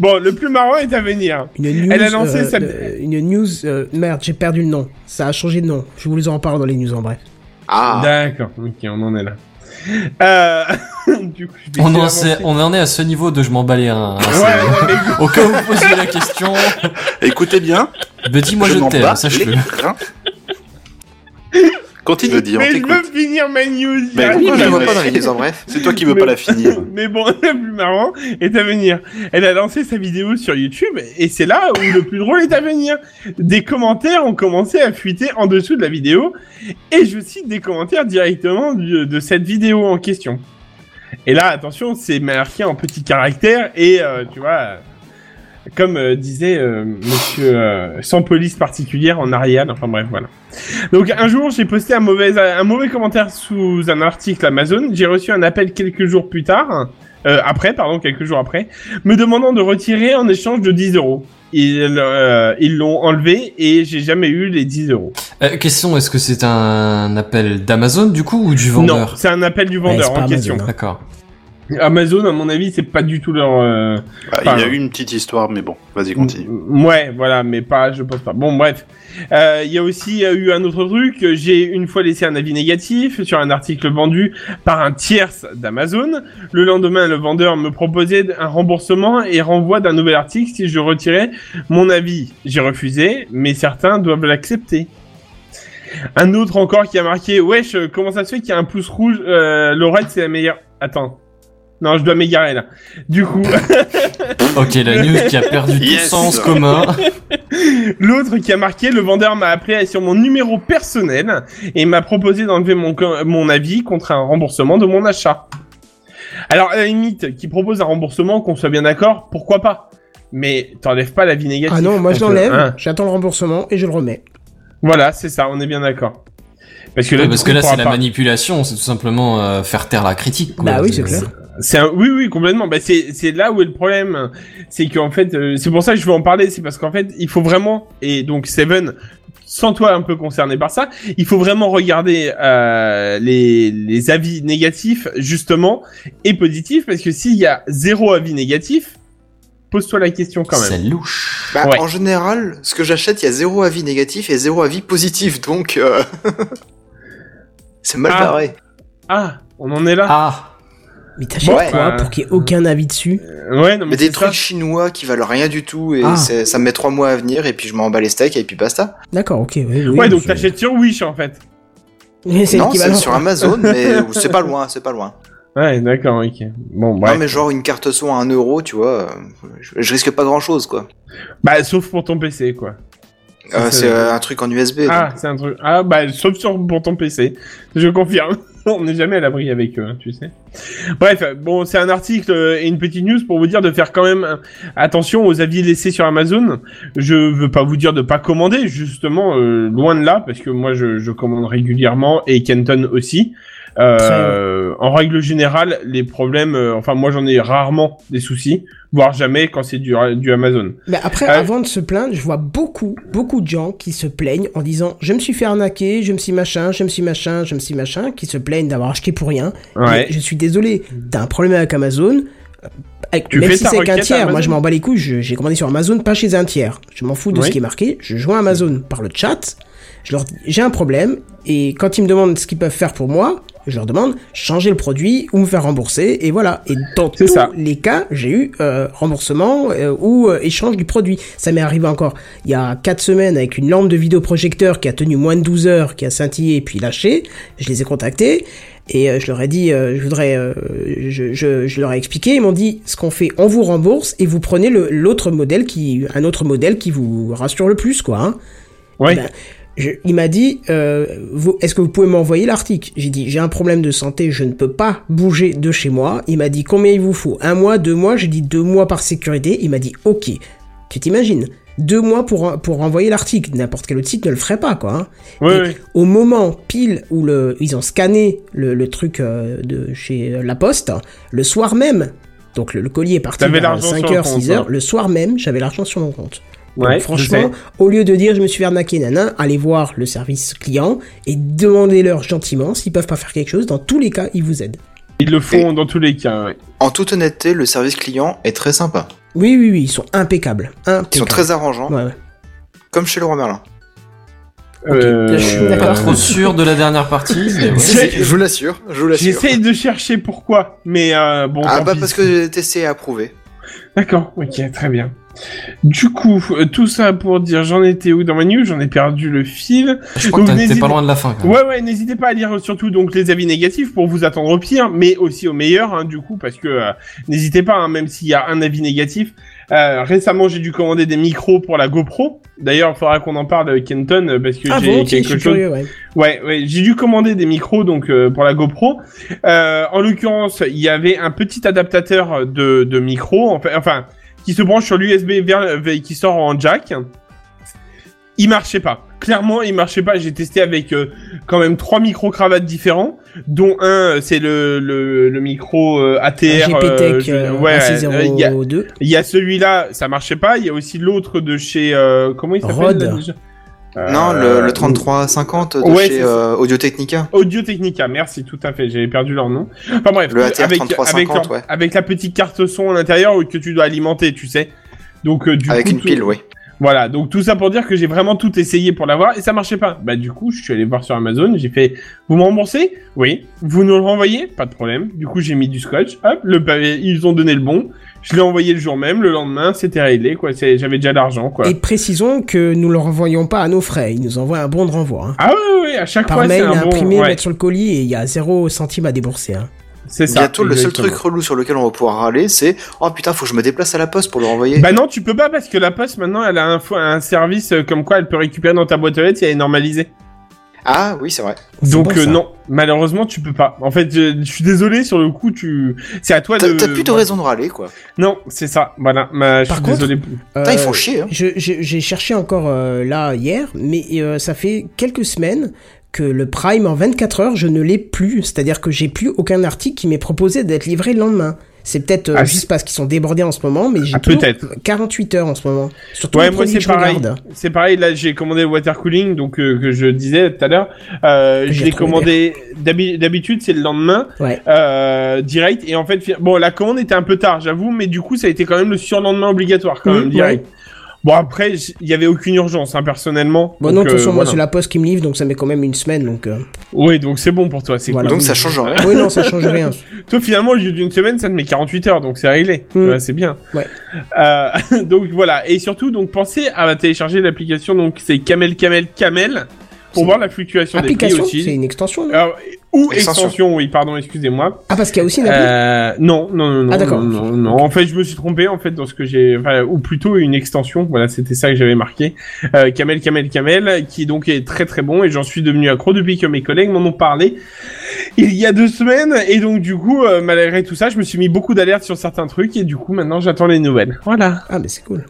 Speaker 7: Bon, le plus marrant est à venir.
Speaker 9: Une news,
Speaker 7: Elle a lancé
Speaker 9: euh,
Speaker 7: sa-
Speaker 9: de- une news, euh, merde, j'ai perdu le nom. Ça a changé de nom. Je vous les en parle dans les news en bref.
Speaker 6: Ah,
Speaker 7: D'accord, ok, on en est là. Euh, du coup, je vais
Speaker 4: on
Speaker 7: essayer
Speaker 4: en,
Speaker 7: d'avancer.
Speaker 4: sait- on en est à ce niveau de je m'en bats les reins. hein,
Speaker 7: Ouais,
Speaker 4: c'est-
Speaker 7: ouais, mais
Speaker 4: Au cas où vous posez la question,
Speaker 5: Écoutez bien,
Speaker 4: me dis-moi
Speaker 5: je,
Speaker 4: je,
Speaker 5: m'en bats
Speaker 4: t'aime, sache-le.
Speaker 5: les reins. Continue de dire, on
Speaker 7: mais je
Speaker 5: t'écoute.
Speaker 7: veux finir ma news. Ah,
Speaker 5: Mais
Speaker 7: j'arrive
Speaker 5: Ah oui,
Speaker 6: on
Speaker 7: pas.
Speaker 5: mais
Speaker 6: la voit
Speaker 5: mais-
Speaker 6: pas dans les news en bref.
Speaker 5: C'est toi qui veux
Speaker 7: Mais-
Speaker 5: pas la finir.
Speaker 7: Mais bon, le plus marrant est à venir. Elle a lancé sa vidéo sur YouTube et c'est là où le plus drôle est à venir. Des commentaires ont commencé à fuiter en dessous de la vidéo et je cite des commentaires directement du- de cette vidéo en question. Et là, attention, c'est marqué en petits caractères et euh, tu vois, euh, comme euh, disait euh, monsieur euh, sans police particulière en Ariane, enfin bref, voilà. Donc un jour, j'ai posté un mauvais, un mauvais commentaire sous un article Amazon. J'ai reçu un appel quelques jours plus tard, euh, après, pardon, quelques jours après, me demandant de retirer en échange de 10 euros. Ils euh, ils l'ont enlevé et j'ai jamais eu les 10 euros.
Speaker 4: Euh, question, est-ce que c'est un appel d'Amazon du coup ou du
Speaker 7: Non,
Speaker 4: vendeur
Speaker 7: c'est un appel du
Speaker 9: Ouais,
Speaker 7: vendeur
Speaker 9: c'est pas
Speaker 7: en
Speaker 9: Amazon,
Speaker 7: question.
Speaker 9: hein.
Speaker 4: D'accord.
Speaker 7: Amazon, à mon avis, c'est pas du tout leur. euh,
Speaker 5: Ah, il y a
Speaker 7: Pardon.
Speaker 5: eu une petite histoire, mais bon, vas-y, continue.
Speaker 7: Mm, Ouais, voilà, mais pas, je pense pas. Bon, bref. Euh, Il y a aussi euh, eu un autre truc. J'ai une fois laissé un avis négatif sur un article vendu par un tierce d'Amazon. Le lendemain, le vendeur me proposait un remboursement et renvoi d'un nouvel article si je retirais mon avis. J'ai refusé, mais certains doivent l'accepter. Un autre encore qui a marqué Wesh, euh, comment ça se fait qu'il y a un pouce rouge euh, Lorette, c'est la meilleure. Attends. Non, je dois m'égarer là. Du coup.
Speaker 4: Ok, la news qui a perdu tout
Speaker 5: Yes.
Speaker 4: sens commun.
Speaker 7: L'autre qui a marqué, le vendeur m'a appelé sur mon numéro personnel et m'a proposé d'enlever mon, co- mon avis contre un remboursement de mon achat. Alors, à la limite, qui propose un remboursement, qu'on soit bien d'accord, pourquoi pas Mais t'enlèves pas l'avis négatif.
Speaker 9: Ah non, moi je
Speaker 7: Donc,
Speaker 9: l'enlève,
Speaker 7: hein,
Speaker 9: j'attends le remboursement et je le remets.
Speaker 7: voilà, c'est ça, on est bien d'accord. Parce que là,
Speaker 4: Ouais,
Speaker 7: du
Speaker 4: Euh, parce
Speaker 7: coup,
Speaker 4: que là,
Speaker 7: on pourra
Speaker 4: c'est la
Speaker 7: pas-
Speaker 4: manipulation, c'est tout simplement euh, faire taire la critique. quoi. Euh,
Speaker 9: Bah oui, c'est clair.
Speaker 7: C'est un... Oui, oui, complètement. Bah, c'est, c'est là où est le problème. C'est qu'en fait, euh, c'est pour ça que je veux en parler. C'est parce qu'en fait, il faut vraiment, et donc Seven, sans toi un peu concerné par ça, il faut vraiment regarder euh, les, les avis négatifs, justement, et positifs, parce que s'il y a zéro avis négatif, pose-toi la question quand même.
Speaker 4: C'est louche.
Speaker 6: Bah,
Speaker 7: Ouais.
Speaker 6: en général, ce que j'achète, il y a zéro avis négatif et zéro avis positif, donc... euh, c'est mal
Speaker 7: Ah.
Speaker 6: barré.
Speaker 7: Ah, on en est là.
Speaker 4: Ah,
Speaker 9: Mais t'achètes
Speaker 6: Ouais.
Speaker 9: quoi
Speaker 7: Euh,
Speaker 9: pour qu'il y ait aucun avis dessus
Speaker 7: Ouais, non, mais,
Speaker 6: Mais des
Speaker 7: c'est ça.
Speaker 6: trucs chinois qui valent rien du tout et
Speaker 9: Ah.
Speaker 6: c'est- ça me met trois mois à venir et puis je m'en bats les steaks et puis basta.
Speaker 9: D'accord, ok. oui, oui,
Speaker 7: Ouais, donc
Speaker 9: je-
Speaker 7: t'achètes sur Wish, en fait.
Speaker 9: C'est
Speaker 6: non, c'est
Speaker 9: l'équivalent.
Speaker 6: sur Amazon, mais ou c'est pas loin, c'est pas loin.
Speaker 7: Ouais, d'accord, ok. Bon, bref.
Speaker 6: Non mais genre une carte son à un euro, tu vois, euh, je, je risque pas grand chose quoi.
Speaker 7: Bah, sauf pour ton PC, quoi. Ça,
Speaker 6: Euh,
Speaker 7: c'est-
Speaker 6: c'est euh, un truc en USB.
Speaker 7: Ah,
Speaker 6: donc.
Speaker 7: c'est un truc. Ah, bah, sauf sur, pour ton PC. Je confirme. On n'est jamais à l'abri avec eux, hein, tu sais. Bref, euh, bon, c'est un article euh, et une petite news pour vous dire de faire quand même euh, attention aux avis laissés sur Amazon. Je veux pas vous dire de pas commander, justement, euh, loin de là, parce que moi, je, je commande régulièrement et Kenton aussi. Euh, en règle générale, les problèmes, euh, enfin, moi, j'en ai rarement des soucis, voire jamais quand c'est du, du Amazon.
Speaker 9: Mais après,
Speaker 7: Ouais.
Speaker 9: avant de se plaindre, je vois beaucoup, beaucoup de gens qui se plaignent en disant je me suis fait arnaquer, je me suis machin, je me suis machin, je me suis machin, qui se plaignent d'avoir acheté pour rien.
Speaker 7: Ouais.
Speaker 9: Mais je suis désolé, t'as un problème avec Amazon. euh, Avec,
Speaker 7: Tu
Speaker 9: même
Speaker 7: fais
Speaker 9: si
Speaker 7: ta
Speaker 9: c'est qu'un
Speaker 7: requête à
Speaker 9: tiers, moi
Speaker 7: Amazon.
Speaker 9: je m'en bats les couilles, je- j'ai commandé sur Amazon, pas chez un tiers. Je m'en fous de
Speaker 7: Oui.
Speaker 9: ce qui est marqué, je joins Amazon par le chat, je leur dis j'ai un problème, et quand ils me demandent ce qu'ils peuvent faire pour moi, je leur demande changer le produit ou me faire rembourser, et voilà. Et dans
Speaker 7: C'est
Speaker 9: tous
Speaker 7: ça.
Speaker 9: les cas, j'ai eu euh, remboursement euh, ou euh, échange du produit. Ça m'est arrivé encore il y a 4 semaines avec une lampe de vidéoprojecteur qui a tenu moins de 12 heures, qui a scintillé puis lâché. Je les ai contactés et euh, je leur ai dit, euh, je voudrais, euh, je, je, je leur ai expliqué. Ils m'ont dit, ce qu'on fait, on vous rembourse et vous prenez le- l'autre modèle qui, un autre modèle qui vous rassure le plus, quoi. hein.
Speaker 7: Ouais.
Speaker 9: Ben, Je- il m'a dit, euh, vous- est-ce que vous pouvez m'envoyer l'article J'ai dit, j'ai un problème de santé, je ne peux pas bouger de chez moi. Il m'a dit, combien il vous faut Un mois, deux mois J'ai dit, deux mois par sécurité. Il m'a dit, ok. Tu t'imagines Deux mois pour, en- pour envoyer l'article. N'importe quel autre site ne le ferait pas, quoi. hein.
Speaker 7: Ouais,
Speaker 9: Et
Speaker 7: ouais.
Speaker 9: Au moment pile où le, ils ont scanné le, le truc euh, de chez euh, La Poste, le soir même, donc le, le colis est parti
Speaker 7: T'avais
Speaker 9: vers
Speaker 7: l'argent sur le
Speaker 9: 5h,
Speaker 7: compte,
Speaker 9: 6h,
Speaker 7: hein.
Speaker 9: le soir même, j'avais l'argent sur mon compte. Donc,
Speaker 7: Ouais, je sais.
Speaker 9: franchement, au lieu de dire je me suis fait arnaquer, nanan, allez voir le service client et demandez-leur gentiment s'ils peuvent pas faire quelque chose. Dans tous les cas, ils vous aident.
Speaker 7: Ils le font dans tous les cas. ouais.
Speaker 6: En toute honnêteté, le service client est très sympa.
Speaker 9: Oui, oui, oui, ils sont impeccables.
Speaker 6: Ils sont très arrangeants,
Speaker 9: Ouais, ouais.
Speaker 6: comme chez Leroy Merlin.
Speaker 7: Euh,
Speaker 4: Je suis pas trop sûr de la dernière partie. mais ouais.
Speaker 7: C'est-
Speaker 6: Je vous l'assure, je vous l'assure.
Speaker 7: J'essaye de chercher pourquoi, mais euh, bon.
Speaker 6: Ah
Speaker 7: tant
Speaker 6: bah
Speaker 7: pis.
Speaker 6: parce que TC est approuvé.
Speaker 7: D'accord, ok, très bien. Du coup, euh, tout ça pour dire j'en étais où dans ma news, j'en ai perdu le fil.
Speaker 4: Je crois que
Speaker 7: Donc,
Speaker 4: t'as- t'es
Speaker 7: n'hésitez-
Speaker 4: pas loin de la fin. Quand même.
Speaker 7: Ouais, ouais, n'hésitez pas à lire surtout donc les avis négatifs pour vous attendre au pire, mais aussi au meilleur, hein, du coup, parce que euh, n'hésitez pas, hein, même s'il y a un avis négatif. Euh, récemment, j'ai dû commander des micros pour la GoPro. D'ailleurs, il faudra qu'on en parle, euh, Kenton, euh, parce que
Speaker 9: Ah
Speaker 7: j'ai
Speaker 9: bon, ok, je
Speaker 7: quelque
Speaker 9: suis
Speaker 7: chose.
Speaker 9: curieux, ouais.
Speaker 7: Ouais, ouais, j'ai dû commander des micros donc euh, pour la GoPro. Euh, en l'occurrence, il y avait un petit adaptateur de, de micro, en fait- enfin, qui se branche sur l'USB vers, vers- qui sort en jack. Il marchait pas. Clairement, il marchait pas. J'ai testé avec euh, quand même trois micro cravates différents, dont un euh, c'est le, le le micro euh, ATR. euh,
Speaker 9: GPTech
Speaker 7: je-
Speaker 9: euh,
Speaker 7: ouais, euh, il y a-
Speaker 9: 1602.
Speaker 7: il y a, celui-là, ça marchait pas. Il y a aussi l'autre de chez euh, comment il s'appelle
Speaker 9: Rode.
Speaker 7: là, déjà
Speaker 6: Non,
Speaker 7: Euh,
Speaker 6: le, le 3350 de
Speaker 7: Ouais, c'est
Speaker 6: chez
Speaker 7: ça.
Speaker 6: euh, Audio Technica.
Speaker 7: Audio Technica, merci, tout à fait, j'avais perdu leur nom. Enfin bref,
Speaker 6: Le ATR
Speaker 7: avec,
Speaker 6: 3350,
Speaker 7: avec, leur-
Speaker 6: ouais.
Speaker 7: avec la petite carte son à l'intérieur que tu dois alimenter, tu sais. Donc, euh, du
Speaker 6: Avec
Speaker 7: coup,
Speaker 6: une
Speaker 7: tout-
Speaker 6: pile, oui.
Speaker 7: Voilà, donc tout ça pour dire que j'ai vraiment tout essayé pour l'avoir et ça marchait pas. Bah du coup, je suis allé voir sur Amazon, j'ai fait « Vous me remboursez Oui. Vous nous le renvoyez Pas de problème. » Du coup, j'ai mis du scotch, hop, le pavé, ils ont donné le bon. Je l'ai envoyé le jour même, le lendemain, c'était réglé, quoi. C'est- J'avais déjà l'argent, quoi.
Speaker 9: Et précisons que nous le renvoyons pas à nos frais. Ils nous envoient un bon de renvoi. hein.
Speaker 7: Ah ouais, ouais, ouais, à chaque
Speaker 9: par
Speaker 7: fois, c'est
Speaker 9: mail,
Speaker 7: un bon...
Speaker 9: imprimer,
Speaker 7: ouais,
Speaker 9: mettre sur le colis et il y a 0 centime à débourser. hein.
Speaker 7: c'est ça.
Speaker 6: Bientôt, le seul
Speaker 7: exactement.
Speaker 6: truc relou sur lequel on va pouvoir râler, c'est Oh putain, faut que je me déplace à la poste pour le renvoyer.
Speaker 7: Bah non, tu peux pas parce que la poste maintenant elle a un, fo- un service euh, comme quoi elle peut récupérer dans ta boîte aux lettres et elle est normalisée.
Speaker 6: ah oui, c'est vrai.
Speaker 9: C'est
Speaker 7: Donc
Speaker 9: bon,
Speaker 7: euh,
Speaker 9: ça.
Speaker 7: non, malheureusement tu peux pas. En fait, je, je suis désolé sur le coup, tu c'est à toi
Speaker 6: T'as
Speaker 7: de
Speaker 6: t'as plutôt raison de râler, quoi.
Speaker 7: Non, c'est ça. Voilà, ma- je
Speaker 9: Par
Speaker 7: suis
Speaker 9: contre,
Speaker 7: désolé.
Speaker 6: Putain, ils
Speaker 9: Euh,
Speaker 6: font chier, hein.
Speaker 9: je- je- J'ai cherché encore euh, là hier, mais euh, ça fait quelques semaines que le Prime en 24 heures, je ne l'ai plus. C'est-à-dire que j'ai plus aucun article qui m'est proposé d'être livré le lendemain. C'est peut-être euh,
Speaker 7: Ah,
Speaker 9: juste
Speaker 7: c'est-
Speaker 9: parce qu'ils sont débordés en ce moment, mais j'ai
Speaker 7: Ah,
Speaker 9: toujours
Speaker 7: peut-être.
Speaker 9: 48 heures en ce moment. Surtout
Speaker 7: Ouais,
Speaker 9: les
Speaker 7: moi
Speaker 9: produits
Speaker 7: c'est
Speaker 9: que je
Speaker 7: pareil.
Speaker 9: regarde.
Speaker 7: C'est pareil. Là, j'ai commandé le water cooling, donc euh, que je disais tout à l'heure. Euh,
Speaker 9: Que
Speaker 7: je
Speaker 9: j'ai
Speaker 7: l'ai
Speaker 9: trouvé
Speaker 7: commandé d'habi- d'habitude, c'est le lendemain
Speaker 9: Ouais.
Speaker 7: euh, direct. Et en fait, fi- bon, la commande était un peu tard, j'avoue, mais du coup, ça a été quand même le surlendemain obligatoire, quand
Speaker 9: Oui,
Speaker 7: même direct. Bon après, j- il y avait aucune urgence, hein, personnellement.
Speaker 9: Bon,
Speaker 7: Donc,
Speaker 9: non, de toute
Speaker 7: euh,
Speaker 9: façon, moi,
Speaker 7: voilà.
Speaker 9: c'est la poste qui me livre, donc ça met quand même une semaine. Donc, euh...
Speaker 7: Oui, donc c'est bon pour toi, c'est
Speaker 9: Voilà.
Speaker 7: cool.
Speaker 6: Donc ça change rien.
Speaker 9: oui, non, ça change rien.
Speaker 7: Toi, finalement, au lieu d'une semaine, ça te met 48 heures, donc c'est réglé.
Speaker 9: Mm.
Speaker 7: Ouais, c'est bien.
Speaker 9: Ouais.
Speaker 7: Euh, donc voilà. Et surtout, donc pensez à télécharger l'application, donc c'est Camel Camel Camel,
Speaker 9: C'est
Speaker 7: pour voir la fluctuation des prix
Speaker 9: Application, c'est
Speaker 7: aussi.
Speaker 9: une extension, non
Speaker 7: Alors, ou
Speaker 6: Extension.
Speaker 7: extension, oui, pardon, excusez-moi.
Speaker 9: Ah, parce qu'il y a aussi une appli
Speaker 7: Euh, non, non, non, non,
Speaker 9: Ah, d'accord.
Speaker 7: non, non, non. En fait, je me suis trompé en fait dans ce que j'ai, enfin, ou plutôt une extension. Voilà, c'était ça que j'avais marqué. Euh, Camel, Camel, Camel, qui donc est très très bon et j'en suis devenu accro depuis que mes collègues m'en ont parlé il y a deux semaines et donc du coup, euh, malgré tout ça, je me suis mis beaucoup d'alertes sur certains trucs et du coup maintenant j'attends les nouvelles. Voilà.
Speaker 9: Ah, mais c'est cool.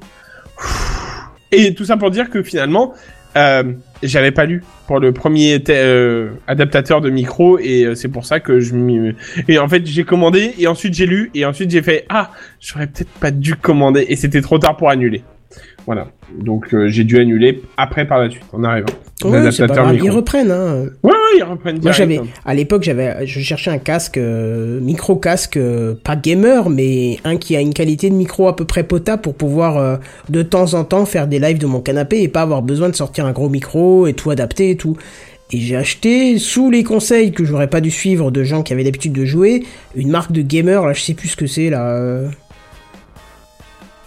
Speaker 7: Et tout ça pour dire que finalement, euh, j'avais pas lu pour le premier te- euh, adaptateur de micro et euh, c'est pour ça que je m'y... Et en fait, j'ai commandé et ensuite j'ai lu et ensuite j'ai fait ah, j'aurais peut-être pas dû commander et c'était trop tard pour annuler. Voilà. Donc euh, j'ai dû annuler après par la suite en arrivant.
Speaker 9: Ouais, c'est pas grave. Ils reprennent. Hein.
Speaker 7: Ouais, ouais, ils reprennent
Speaker 9: Moi,
Speaker 7: direct. hein.
Speaker 9: j'avais, à l'époque, j'avais, je cherchais un casque, euh, micro casque, euh, pas gamer, mais un qui a une qualité de micro à peu près potable pour pouvoir euh, de temps en temps faire des lives de mon canapé et pas avoir besoin de sortir un gros micro et tout adapter et tout. Et j'ai acheté, sous les conseils que j'aurais pas dû suivre de gens qui avaient l'habitude de jouer, une marque de gamer, là, je sais plus ce que c'est, là. euh.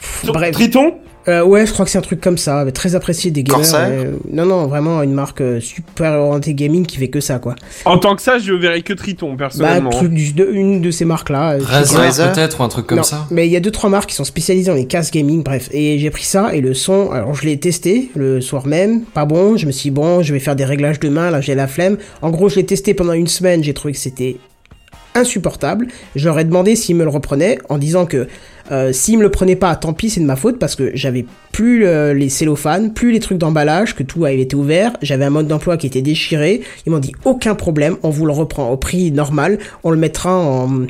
Speaker 9: Pff, Bref.
Speaker 7: Triton
Speaker 9: Euh, ouais, je crois que c'est un truc comme ça, mais très apprécié des gamers.
Speaker 6: Corsair
Speaker 9: euh, non, non, vraiment une marque euh, super orientée gaming qui fait que ça, quoi.
Speaker 7: En tant que ça, je verrais que Triton,
Speaker 9: Bah,
Speaker 7: personnellement.
Speaker 9: truc du- de, une de ces marques-là. euh, je
Speaker 4: Razer,
Speaker 9: sais
Speaker 6: Razer
Speaker 4: peut-être, ou un truc comme
Speaker 9: Non,
Speaker 4: ça.
Speaker 9: Mais il y a deux trois marques qui sont spécialisées dans les cases gaming, bref. Et j'ai pris ça et le son, alors je l'ai testé le soir même, pas bon. Je me suis dit, bon, je vais faire des réglages demain. Là, j'ai la flemme. En gros, je l'ai testé pendant une semaine. J'ai trouvé que c'était insupportable. Je leur ai demandé s'ils me le reprenaient en disant que euh, s'ils me le prenaient pas, tant pis, c'est de ma faute parce que j'avais plus euh, les cellophanes, plus les trucs d'emballage, que tout avait été ouvert, j'avais un mode d'emploi qui était déchiré. Ils m'ont dit aucun problème, on vous le reprend au prix normal, on le mettra en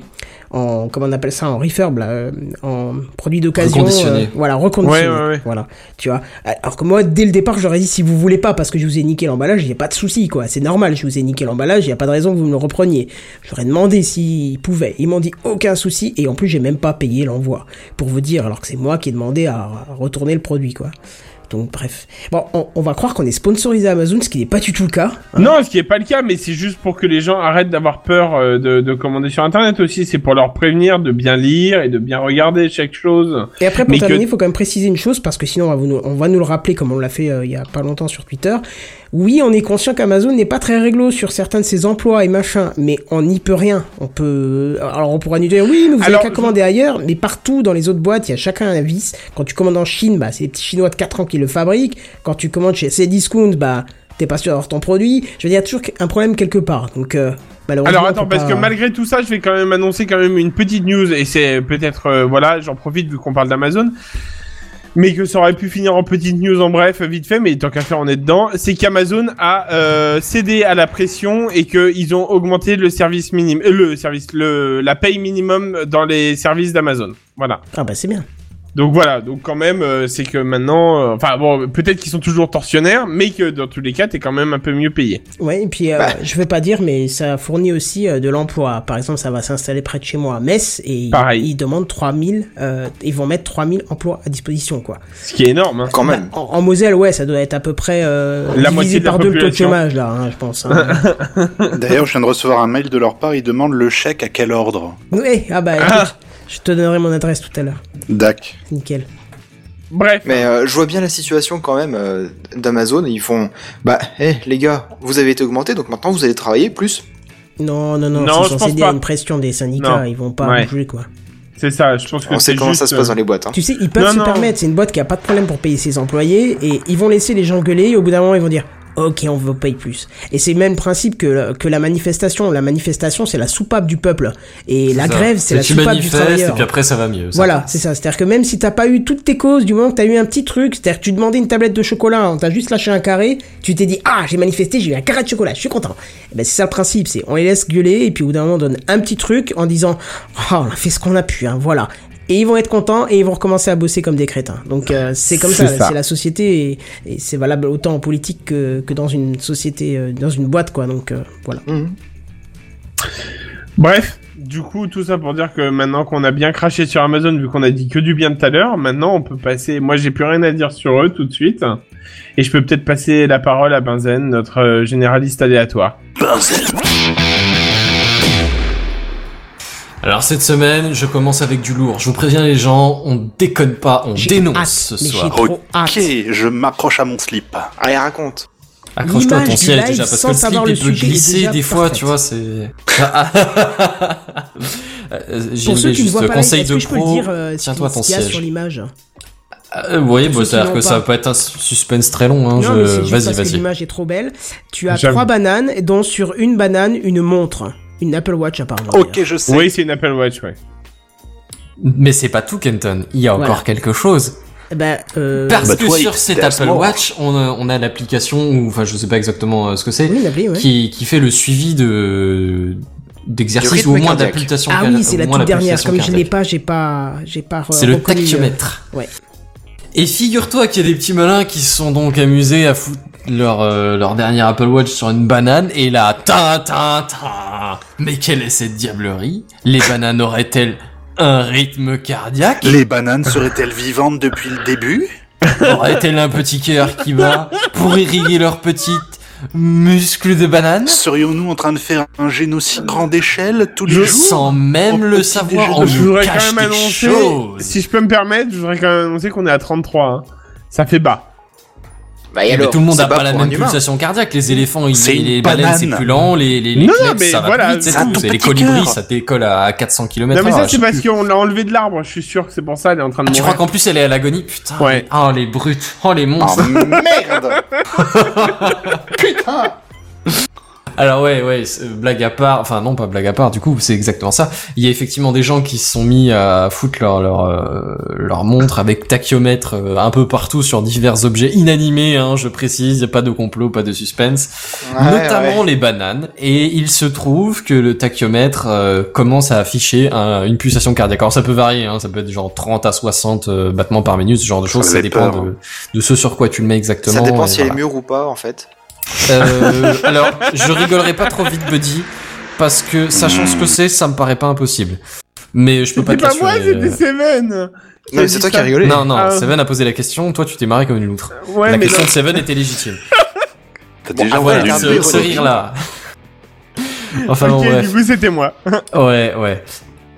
Speaker 9: en comment on appelle ça en refurb là, euh, en produit d'occasion euh,
Speaker 4: Reconditionné.
Speaker 9: voilà reconditionné
Speaker 7: Ouais, ouais, ouais.
Speaker 9: voilà tu vois alors que moi dès le départ j'aurais dit si vous voulez pas parce que je vous ai niqué l'emballage il n'y a pas de souci quoi c'est normal je vous ai niqué l'emballage il n'y a pas de raison que vous me le repreniez J'aurais demandé s'ils pouvaient. Ils m'ont dit aucun souci et en plus j'ai même pas payé l'envoi pour vous dire alors que c'est moi qui ai demandé à retourner le produit quoi. Donc bref. Bon, on, on va croire qu'on est sponsorisé à Amazon, ce qui n'est pas du tout le cas. hein.
Speaker 7: Non, ce qui est pas le cas, mais c'est juste pour que les gens arrêtent d'avoir peur euh, de, de commander sur Internet aussi. C'est pour leur prévenir de bien lire et de bien regarder chaque chose.
Speaker 9: Et après pour
Speaker 7: Mais que-
Speaker 9: terminer, il faut quand même préciser une chose parce que sinon on va, vous- on va nous le rappeler comme on l'a fait euh, il y a pas longtemps sur Twitter. Oui, on est conscient qu'Amazon n'est pas très réglo sur certains de ses emplois et machin, mais on n'y peut rien. On peut, alors on pourra nous dire oui, mais vous
Speaker 7: Alors,
Speaker 9: avez qu'à
Speaker 7: je-
Speaker 9: commander ailleurs, mais partout dans les autres boîtes, il y a chacun un vice. Quand tu commandes en Chine, bah c'est les petits Chinois de 4 ans qui le fabriquent. Quand tu commandes chez Cdiscount, bah t'es pas sûr d'avoir ton produit. Je veux dire, il y a toujours un problème quelque part. Donc euh, malheureusement.
Speaker 7: Alors
Speaker 9: on
Speaker 7: attends,
Speaker 9: peut
Speaker 7: parce
Speaker 9: pas-
Speaker 7: que malgré tout ça, je vais quand même annoncer quand même une petite news et c'est peut-être euh, voilà, j'en profite vu qu'on parle d'Amazon. Mais que ça aurait pu finir en petite news en bref, vite fait, mais tant qu'à faire, on est dedans. C'est qu'Amazon a euh, cédé à la pression et qu'ils ont augmenté le service minimum, euh, le service, le, la paye minimum dans les services d'Amazon. Voilà.
Speaker 9: Ah bah c'est bien.
Speaker 7: Donc voilà, donc quand même, euh, c'est que maintenant, euh, enfin bon, peut-être qu'ils sont toujours tortionnaires, mais que dans tous les cas, t'es quand même un peu mieux payé.
Speaker 9: Ouais, et puis euh,
Speaker 6: Bah.
Speaker 9: je veux pas dire, mais ça fournit aussi euh, de l'emploi. Par exemple, ça va s'installer près de chez moi à Metz et ils-
Speaker 7: Pareil.
Speaker 9: ils demandent 3000, euh, ils vont mettre 3000 emplois à disposition, quoi.
Speaker 7: Ce qui est énorme. hein.
Speaker 6: Quand même.
Speaker 9: En, en Moselle, ouais, ça doit être à peu près euh,
Speaker 7: La
Speaker 9: divisé
Speaker 7: moitié de la
Speaker 9: par deux le taux de
Speaker 7: population.
Speaker 9: chômage, là, hein, je pense. hein.
Speaker 5: D'ailleurs, je viens de recevoir un mail de leur part, ils demandent le chèque à quel ordre
Speaker 9: ouais, ah bah écoute, je te donnerai mon adresse tout à l'heure.
Speaker 5: Dac.
Speaker 9: Nickel.
Speaker 7: Bref.
Speaker 6: Mais euh, je vois bien la situation quand même euh, d'Amazon. Ils font, bah, hé les gars, vous avez été augmenté, donc maintenant vous allez travailler plus.
Speaker 9: Non, non, non,
Speaker 7: Non, je
Speaker 9: c'est
Speaker 7: pense
Speaker 9: censé aider à
Speaker 7: pas.
Speaker 9: une pression des syndicats,
Speaker 7: Non.
Speaker 9: ils vont pas
Speaker 7: Ouais.
Speaker 9: bouger, quoi.
Speaker 7: C'est ça, je pense que
Speaker 6: On sait
Speaker 7: c'est
Speaker 6: comment ça
Speaker 7: juste,
Speaker 6: se
Speaker 7: euh,
Speaker 6: passe dans les boîtes. Hein.
Speaker 9: Tu sais, ils peuvent
Speaker 7: Non,
Speaker 9: se
Speaker 7: non.
Speaker 9: permettre, c'est une boîte qui a pas de problème pour payer ses employés, et ils vont laisser les gens gueuler, et au bout d'un moment, ils vont dire, ok, on vous paye plus. Et c'est le même principe que, que la manifestation. La manifestation, c'est la soupape du peuple. Et la
Speaker 4: C'est ça.
Speaker 9: grève, c'est la
Speaker 4: tu
Speaker 9: soupape du
Speaker 4: manifestes, et
Speaker 9: travailleur.
Speaker 4: puis après, ça va mieux. ça.
Speaker 9: Voilà, c'est ça. C'est-à-dire que même si t'as pas eu toutes tes causes, du moment que t'as eu un petit truc, c'est-à-dire que tu demandais une tablette de chocolat, on t'a juste lâché un carré, tu t'es dit ah j'ai manifesté, j'ai eu un carré de chocolat, je suis content. Et ben c'est ça le principe, c'est on les laisse gueuler et puis au bout d'un moment on donne un petit truc en disant ah on a fait ce qu'on a pu, hein, voilà. Et ils vont être contents et ils vont recommencer à bosser comme des crétins. Donc euh, c'est comme ça,
Speaker 7: C'est ça.
Speaker 9: c'est la société et, et c'est valable autant en politique que, que dans une société, euh, dans une boîte quoi. Donc euh, voilà.
Speaker 7: euh, Bref, du coup, tout ça pour dire que maintenant qu'on a bien craché sur Amazon, vu qu'on a dit que du bien tout à l'heure, maintenant on peut passer. Moi, j'ai plus rien à dire sur eux tout de suite. Et je peux peut-être passer la parole à Benzen, notre euh, généraliste aléatoire.
Speaker 4: Alors cette semaine, je commence avec du lourd. Je vous préviens les gens, on déconne pas, on
Speaker 9: J'ai
Speaker 4: dénonce
Speaker 9: hâte,
Speaker 4: ce
Speaker 9: mais
Speaker 4: soir.
Speaker 9: Trop
Speaker 5: Ok, je m'accroche à mon slip.
Speaker 6: Allez, raconte.
Speaker 4: Accroche-toi à ton
Speaker 9: L'image du
Speaker 4: ciel
Speaker 9: live
Speaker 4: déjà, parce
Speaker 9: sans
Speaker 4: que le slip
Speaker 9: savoir le
Speaker 4: il peut
Speaker 9: sujet est
Speaker 4: glisser
Speaker 9: déjà
Speaker 4: des fois,
Speaker 9: parfaite.
Speaker 4: tu vois, c'est... Ah, ah, Euh,
Speaker 9: Pour
Speaker 4: JMD,
Speaker 9: ceux qui ne
Speaker 4: juste
Speaker 9: voient pas, là,
Speaker 4: conseil
Speaker 9: est-ce
Speaker 4: de
Speaker 9: que je peux le
Speaker 4: pro,
Speaker 9: dire euh, ce
Speaker 4: tiens-toi à
Speaker 9: qu'il
Speaker 4: ton
Speaker 9: ce qu'il y a sur
Speaker 4: siège.
Speaker 9: l'image
Speaker 4: Euh, oui,
Speaker 9: Pour
Speaker 4: bah,
Speaker 9: ceux qui
Speaker 4: c'est-à-dire
Speaker 9: n'ont
Speaker 4: que ça
Speaker 9: pas.
Speaker 4: va pas être un suspense très long, hein,
Speaker 9: Non,
Speaker 4: je-
Speaker 9: mais c'est juste
Speaker 4: vas-y,
Speaker 9: parce que
Speaker 4: vas-y.
Speaker 9: l'image est trop belle. Tu as
Speaker 7: J'avoue.
Speaker 9: trois bananes, dont sur une banane, une montre. Une Apple Watch, apparemment.
Speaker 5: Ok, je sais.
Speaker 7: Oui, c'est une Apple Watch, ouais.
Speaker 4: Mais c'est pas tout, Kenton, il y a encore
Speaker 9: Voilà.
Speaker 4: quelque chose.
Speaker 1: Eh
Speaker 9: Ben, euh...
Speaker 4: Parce
Speaker 5: Bah,
Speaker 4: que
Speaker 5: toi,
Speaker 4: sur
Speaker 5: il-
Speaker 4: cette
Speaker 5: t'es à
Speaker 4: Apple
Speaker 5: mort.
Speaker 4: Watch, on a, on a l'application, ou enfin je sais pas exactement euh, ce que c'est,
Speaker 9: Oui, l'appli, ouais.
Speaker 4: qui, qui fait le suivi de
Speaker 6: Du
Speaker 4: d'exercice
Speaker 6: rythme
Speaker 4: ou au moins
Speaker 6: cardiaque.
Speaker 4: d'application
Speaker 9: Ah
Speaker 4: car-
Speaker 9: oui, c'est la
Speaker 4: au moins
Speaker 9: toute dernière.
Speaker 4: d'application
Speaker 9: Comme je
Speaker 4: cardiaque.
Speaker 9: l'ai pas, j'ai pas, j'ai pas.
Speaker 4: C'est le tactiomètre.
Speaker 9: euh, ouais.
Speaker 4: Et figure-toi qu'il y a des petits malins qui se sont donc amusés à foutre leur, euh, leur dernière Apple Watch sur une banane et là, ta ta ta. Mais quelle est cette diablerie Les bananes auraient-elles un rythme cardiaque
Speaker 5: Les bananes seraient-elles vivantes depuis le début
Speaker 4: Auraient-elles un petit cœur qui bat pour irriguer leur petite muscles de banane
Speaker 5: Serions-nous en train de faire un génocide grande échelle tous les
Speaker 7: Je
Speaker 5: jours
Speaker 4: sans même
Speaker 5: au
Speaker 4: le
Speaker 5: petit
Speaker 4: savoir,
Speaker 5: déjeuner.
Speaker 4: on
Speaker 7: je
Speaker 4: nous
Speaker 7: voudrais
Speaker 4: cache
Speaker 7: quand même
Speaker 4: des
Speaker 7: annoncer,
Speaker 4: choses.
Speaker 7: si je peux me permettre, je voudrais quand même annoncer qu'on est à 33. hein. Ça fait bas.
Speaker 6: Bah, et
Speaker 4: Mais
Speaker 6: alors,
Speaker 4: tout le monde
Speaker 6: c'est
Speaker 4: n'a pas la
Speaker 6: pour
Speaker 4: même
Speaker 6: un humain.
Speaker 4: pulsation cardiaque. Les éléphants, ils,
Speaker 5: C'est
Speaker 4: et
Speaker 5: une
Speaker 4: les baleines, c'est
Speaker 5: banane.
Speaker 4: plus lent. Les, les,
Speaker 7: Non,
Speaker 4: les
Speaker 7: non,
Speaker 4: cneps,
Speaker 7: mais
Speaker 4: ça va
Speaker 7: voilà,
Speaker 4: plus vite, c'est
Speaker 5: c'est un
Speaker 4: tout.
Speaker 5: tout
Speaker 4: C'est les
Speaker 5: petit
Speaker 4: colibris,
Speaker 5: cœur.
Speaker 4: ça décolle à 400 km
Speaker 7: non, mais ça,
Speaker 4: h
Speaker 7: c'est parce qu'on l'a enlevé de l'arbre, je suis sûr que c'est pour ça, elle est en train de
Speaker 4: Ah, Tu
Speaker 7: mourir.
Speaker 4: crois qu'en plus elle est à l'agonie Putain.
Speaker 7: Ouais.
Speaker 4: Oh les brutes. Oh les monstres.
Speaker 5: Oh merde Putain
Speaker 4: Alors ouais, ouais, c'est- euh, blague à part, enfin non pas blague à part, du coup c'est exactement ça. Il y a effectivement des gens qui se sont mis à foutre leur leur, euh, leur montre avec tachiomètre euh, un peu partout sur divers objets inanimés, hein, je précise, y a pas de complot, pas de suspense,
Speaker 6: Ouais,
Speaker 4: notamment les bananes. Et il se trouve que le tachiomètre euh, commence à afficher un- une pulsation cardiaque. Alors ça peut varier, hein, ça peut être genre 30 à 60 euh, battements par minute, ce genre de choses, ça,
Speaker 5: fait
Speaker 4: dépend
Speaker 5: peur, hein.
Speaker 4: de, de ce sur quoi tu le mets exactement.
Speaker 6: Ça dépend
Speaker 4: et
Speaker 6: s'il y a
Speaker 4: voilà.
Speaker 6: les murs ou pas, en fait.
Speaker 4: Euh, alors, je rigolerai pas trop vite, Buddy, parce que sachant ce que c'est, ça me paraît pas impossible. Mais je peux pas euh,
Speaker 7: C'était
Speaker 4: te
Speaker 7: pas moi,
Speaker 4: l'assurer.
Speaker 7: c'était Seven
Speaker 6: Non, mais c'est toi qui as rigolé.
Speaker 4: Non, non,
Speaker 7: Ah.
Speaker 4: Seven a posé la question, toi tu t'es marré comme une loutre.
Speaker 7: Ouais,
Speaker 4: la
Speaker 7: mais
Speaker 4: question de Seven était légitime.
Speaker 5: T'as déjà
Speaker 4: ah voilà,
Speaker 5: entendu
Speaker 6: un
Speaker 5: le
Speaker 4: ce,
Speaker 5: bruit
Speaker 6: peu
Speaker 4: ce rire-là. enfin
Speaker 7: non.
Speaker 4: bon,
Speaker 7: Ok,
Speaker 4: bref.
Speaker 7: du coup, c'était moi.
Speaker 4: Ouais, ouais.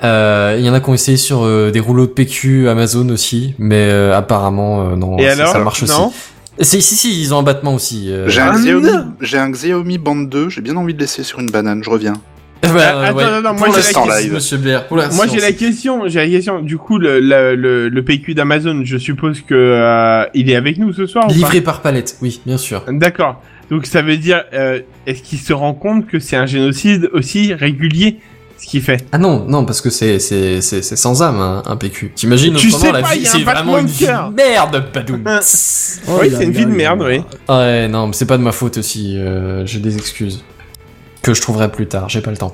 Speaker 4: Euh, Il y en a qui ont essayé sur euh, des rouleaux de PQ Amazon aussi, mais euh, apparemment, euh, non,
Speaker 7: Et
Speaker 4: ça,
Speaker 7: alors
Speaker 4: ça marche aussi.
Speaker 7: Non
Speaker 4: Si, si, si, ils ont un battement aussi. euh.
Speaker 5: J'ai un,
Speaker 7: Ah,
Speaker 5: Xiaomi,
Speaker 7: non.
Speaker 5: j'ai un Xiaomi Band 2, j'ai bien envie de laisser sur une banane, je reviens.
Speaker 4: Bah,
Speaker 7: Attends,
Speaker 4: ouais.
Speaker 7: non, non, moi
Speaker 4: Pour
Speaker 7: j'ai
Speaker 5: l'instant,
Speaker 7: la
Speaker 4: l'instant,
Speaker 5: live.
Speaker 4: monsieur Blair, pour
Speaker 7: Moi
Speaker 4: l'instant,
Speaker 7: j'ai la question, j'ai la question. Du coup, le, le, le, le PQ d'Amazon, je suppose que euh, il est avec nous ce soir ou pas
Speaker 4: Livré par palette, oui, bien sûr.
Speaker 7: D'accord. Donc ça veut dire, euh, est-ce qu'il se rend compte que c'est un génocide aussi régulier ce qu'il fait
Speaker 4: Ah non, non, parce que c'est c'est c'est c'est sans âme hein, un, un PQ. T'imagines
Speaker 7: Tu
Speaker 4: autrement,
Speaker 7: sais
Speaker 4: la
Speaker 7: pas,
Speaker 4: vie,
Speaker 7: y a un Euh.
Speaker 4: c'est
Speaker 7: battement
Speaker 4: vraiment une
Speaker 7: de
Speaker 4: vie
Speaker 7: cœur.
Speaker 4: de merde, Padoum.
Speaker 1: Oh,
Speaker 7: Oui,
Speaker 1: il a-
Speaker 7: c'est une
Speaker 1: il a-
Speaker 7: vie de
Speaker 1: il a-
Speaker 7: merde, oui.
Speaker 4: ouais, non, mais c'est pas de ma faute aussi. euh, J'ai des excuses que je trouverai plus tard. J'ai pas le temps.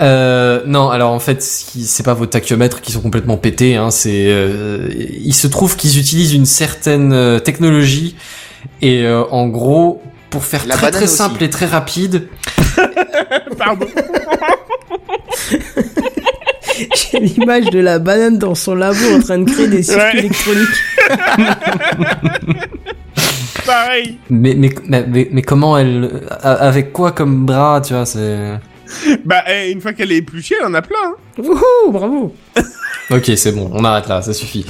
Speaker 4: Euh, non, alors en fait, ce qui- c'est pas vos tachiomètres qui sont complètement pétés. Hein, c'est euh, il se trouve qu'ils utilisent une certaine euh, technologie et euh, en gros pour faire
Speaker 6: La
Speaker 4: très
Speaker 6: banane
Speaker 4: très simple
Speaker 6: aussi.
Speaker 4: et très rapide,
Speaker 7: Pardon.
Speaker 1: J'ai l'image de la banane dans son labo en train de créer des circuits
Speaker 7: Ouais.
Speaker 1: électroniques.
Speaker 7: Pareil.
Speaker 4: Mais, mais, mais, mais- mais comment elle. a- Avec quoi comme bras, tu vois, c'est.
Speaker 7: Bah eh, une fois qu'elle est épluchée, elle en a plein. hein.
Speaker 1: Wouhou, Oh, bravo.
Speaker 4: Ok, c'est bon, on arrête là, ça suffit.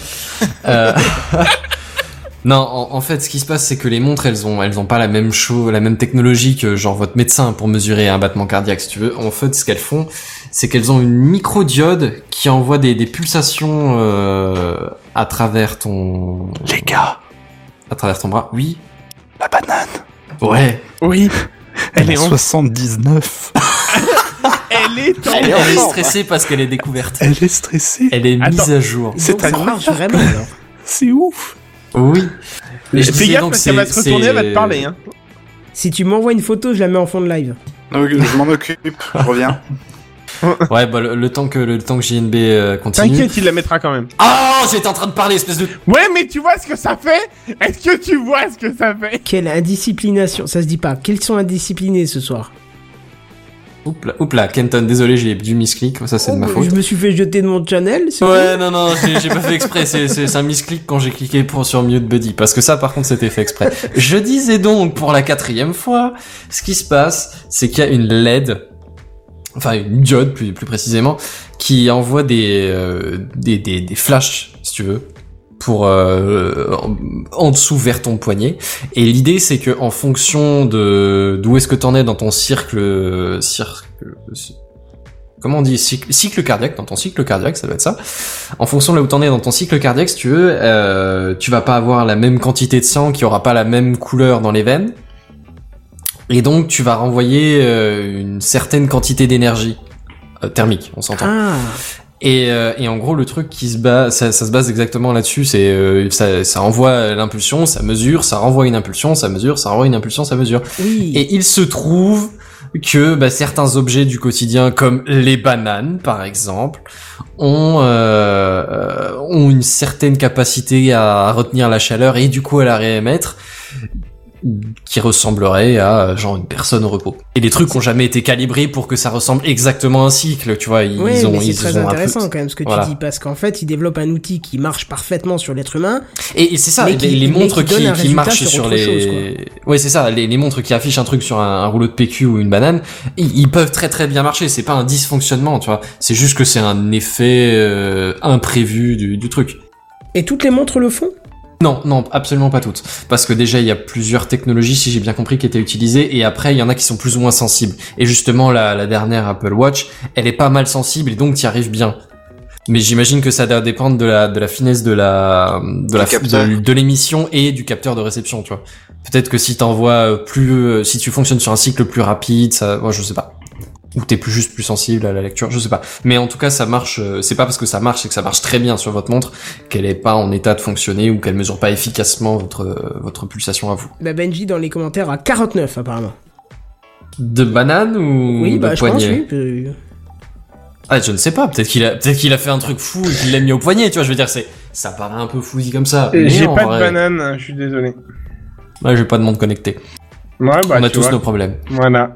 Speaker 4: Euh, non, en, en fait, ce qui se passe, c'est que les montres, elles ont, elles ont pas la même chose, la même technologie que genre votre médecin pour mesurer un battement cardiaque, si tu veux. En fait, ce qu'elles font, c'est qu'elles ont une microdiode qui envoie des, des pulsations euh, à travers ton,
Speaker 5: Les gars,
Speaker 4: à travers ton bras. Oui.
Speaker 5: la banane,
Speaker 4: Ouais.
Speaker 7: Oui. Elle est en-
Speaker 5: 79.
Speaker 7: Elle est en
Speaker 4: Elle est
Speaker 7: forme. hein.
Speaker 4: stressée parce qu'elle est découverte.
Speaker 5: Elle est stressée.
Speaker 4: Elle est mise
Speaker 7: Attends.
Speaker 4: à jour.
Speaker 7: C'est
Speaker 1: Donc,
Speaker 7: un
Speaker 1: ça marche vraiment alors.
Speaker 5: C'est ouf.
Speaker 4: Oui. Mais je
Speaker 7: Fais
Speaker 4: disais
Speaker 7: gaffe
Speaker 4: donc,
Speaker 7: parce qu'elle va
Speaker 4: c'est-
Speaker 7: se retourner, elle va
Speaker 4: c'est-
Speaker 7: te parler. Hein.
Speaker 1: Si tu m'envoies une photo, je la mets en fond de live.
Speaker 5: je m'en occupe, je reviens.
Speaker 7: hein.
Speaker 4: Ouais, bah, le, le temps que le, temps que JNB euh, continue.
Speaker 7: T'inquiète, il la mettra quand même.
Speaker 4: Ah, j'étais en train de parler, espèce de.
Speaker 7: Ouais, mais tu vois ce que ça fait Est-ce que tu vois ce que ça fait
Speaker 1: Quelle indisciplination, ça se dit pas. Qu'ils sont indisciplinés ce soir.
Speaker 4: Oups là, oups là, Kenton, désolé, j'ai du misclic. Ça, c'est de ma
Speaker 1: Oh,
Speaker 4: faute.
Speaker 1: Je me suis fait jeter de mon channel. c'est
Speaker 4: Ouais, non, non, j'ai j'ai pas fait exprès. C'est c'est- c'est un misclic quand j'ai cliqué pour sur Mute Buddy. Parce que ça, par contre, c'était fait exprès. Je disais donc, pour la quatrième fois, ce qui se passe, c'est qu'il y a une LED, enfin une diode plus, plus précisément, qui envoie des, euh, des, des, des flashs, si tu veux, pour euh, en, en dessous vers ton poignet. Et l'idée, c'est que en fonction de d'où est-ce que t'en es dans ton cercle, cercle, comment on dit cycle, cycle cardiaque, dans ton cycle cardiaque, ça doit être ça. En fonction de là où t'en es dans ton cycle cardiaque, si tu veux, euh, tu vas pas avoir la même quantité de sang, qui aura pas la même couleur dans les veines. Et donc, tu vas renvoyer euh, une certaine quantité d'énergie euh, thermique, on
Speaker 1: tout.
Speaker 4: s'entend.
Speaker 1: Ah,
Speaker 4: Et, euh, et en gros, le truc qui se base, ça, ça se base exactement là-dessus. C'est euh, ça, ça envoie l'impulsion, ça mesure, ça renvoie une impulsion, ça mesure, ça renvoie une impulsion, ça mesure.
Speaker 1: oui.
Speaker 4: Et il se trouve que bah, certains objets du quotidien, comme les bananes par exemple, ont, euh, euh, ont une certaine capacité à retenir la chaleur et du coup à la réémettre, qui ressemblerait à euh, genre une personne au repos. Et les trucs ont jamais été calibrés pour que ça ressemble exactement à un cycle, tu vois. Ils
Speaker 1: Oui,
Speaker 4: ont,
Speaker 1: mais c'est
Speaker 4: ils
Speaker 1: très
Speaker 4: ont un peu-
Speaker 1: intéressant quand même ce que
Speaker 4: Voilà.
Speaker 1: tu dis, parce qu'en fait, ils développent un outil qui marche parfaitement sur l'être humain.
Speaker 4: Et, et c'est ça,
Speaker 1: Mais
Speaker 4: les-
Speaker 1: qui-
Speaker 4: les
Speaker 1: mais qui
Speaker 4: montres qui,
Speaker 1: donnent un
Speaker 4: qui
Speaker 1: résultat
Speaker 4: marchent
Speaker 1: sur
Speaker 4: sur,
Speaker 1: autre
Speaker 4: les,
Speaker 1: chose,
Speaker 4: ouais c'est ça, les, les montres qui affichent un truc sur un, un rouleau de PQ ou une banane, ils, ils peuvent très très bien marcher. C'est pas un dysfonctionnement, tu vois. C'est juste que c'est un effet euh, imprévu du, du truc.
Speaker 1: Et toutes les montres le font
Speaker 4: Non, non, absolument pas toutes. Parce que déjà, il y a plusieurs technologies, si j'ai bien compris, qui étaient utilisées, et après, il y en a qui sont plus ou moins sensibles. Et justement, la, la dernière Apple Watch, elle est pas mal sensible, et donc t'y arrives bien. Mais j'imagine que ça doit dépendre de la, de la finesse de la, de la,
Speaker 6: capteur.
Speaker 4: de, de l'émission et du capteur de réception, tu vois. Peut-être que si t'envoies euh, plus, euh, si tu fonctionnes sur un cycle plus rapide, ça, ouais, je sais pas. Ou t'es plus juste plus sensible à la lecture, je sais pas. Mais en tout cas, ça marche, euh, c'est pas parce que ça marche, c'est que ça marche très bien sur votre montre qu'elle est pas en état de fonctionner ou qu'elle mesure pas efficacement votre euh, votre pulsation à vous.
Speaker 1: Bah Benji dans les commentaires à 49 apparemment.
Speaker 4: De banane ou
Speaker 1: oui,
Speaker 4: de
Speaker 1: bah je pense,
Speaker 4: poignet
Speaker 1: oui. euh,
Speaker 4: Ah, je ne sais pas. Peut-être qu'il a peut-être qu'il a fait un truc fou et qu'il l'a mis au poignet. Tu vois, je veux dire, c'est ça paraît un peu fouillis comme ça.
Speaker 7: Euh,
Speaker 4: mais
Speaker 7: J'ai
Speaker 4: en
Speaker 7: pas
Speaker 4: vrai-
Speaker 7: de banane, hein, je suis désolé.
Speaker 4: Ouais, j'ai pas de montre connectée.
Speaker 7: Ouais, bah,
Speaker 4: On a
Speaker 7: tu
Speaker 4: tous
Speaker 7: vois.
Speaker 4: nos problèmes.
Speaker 7: Voilà.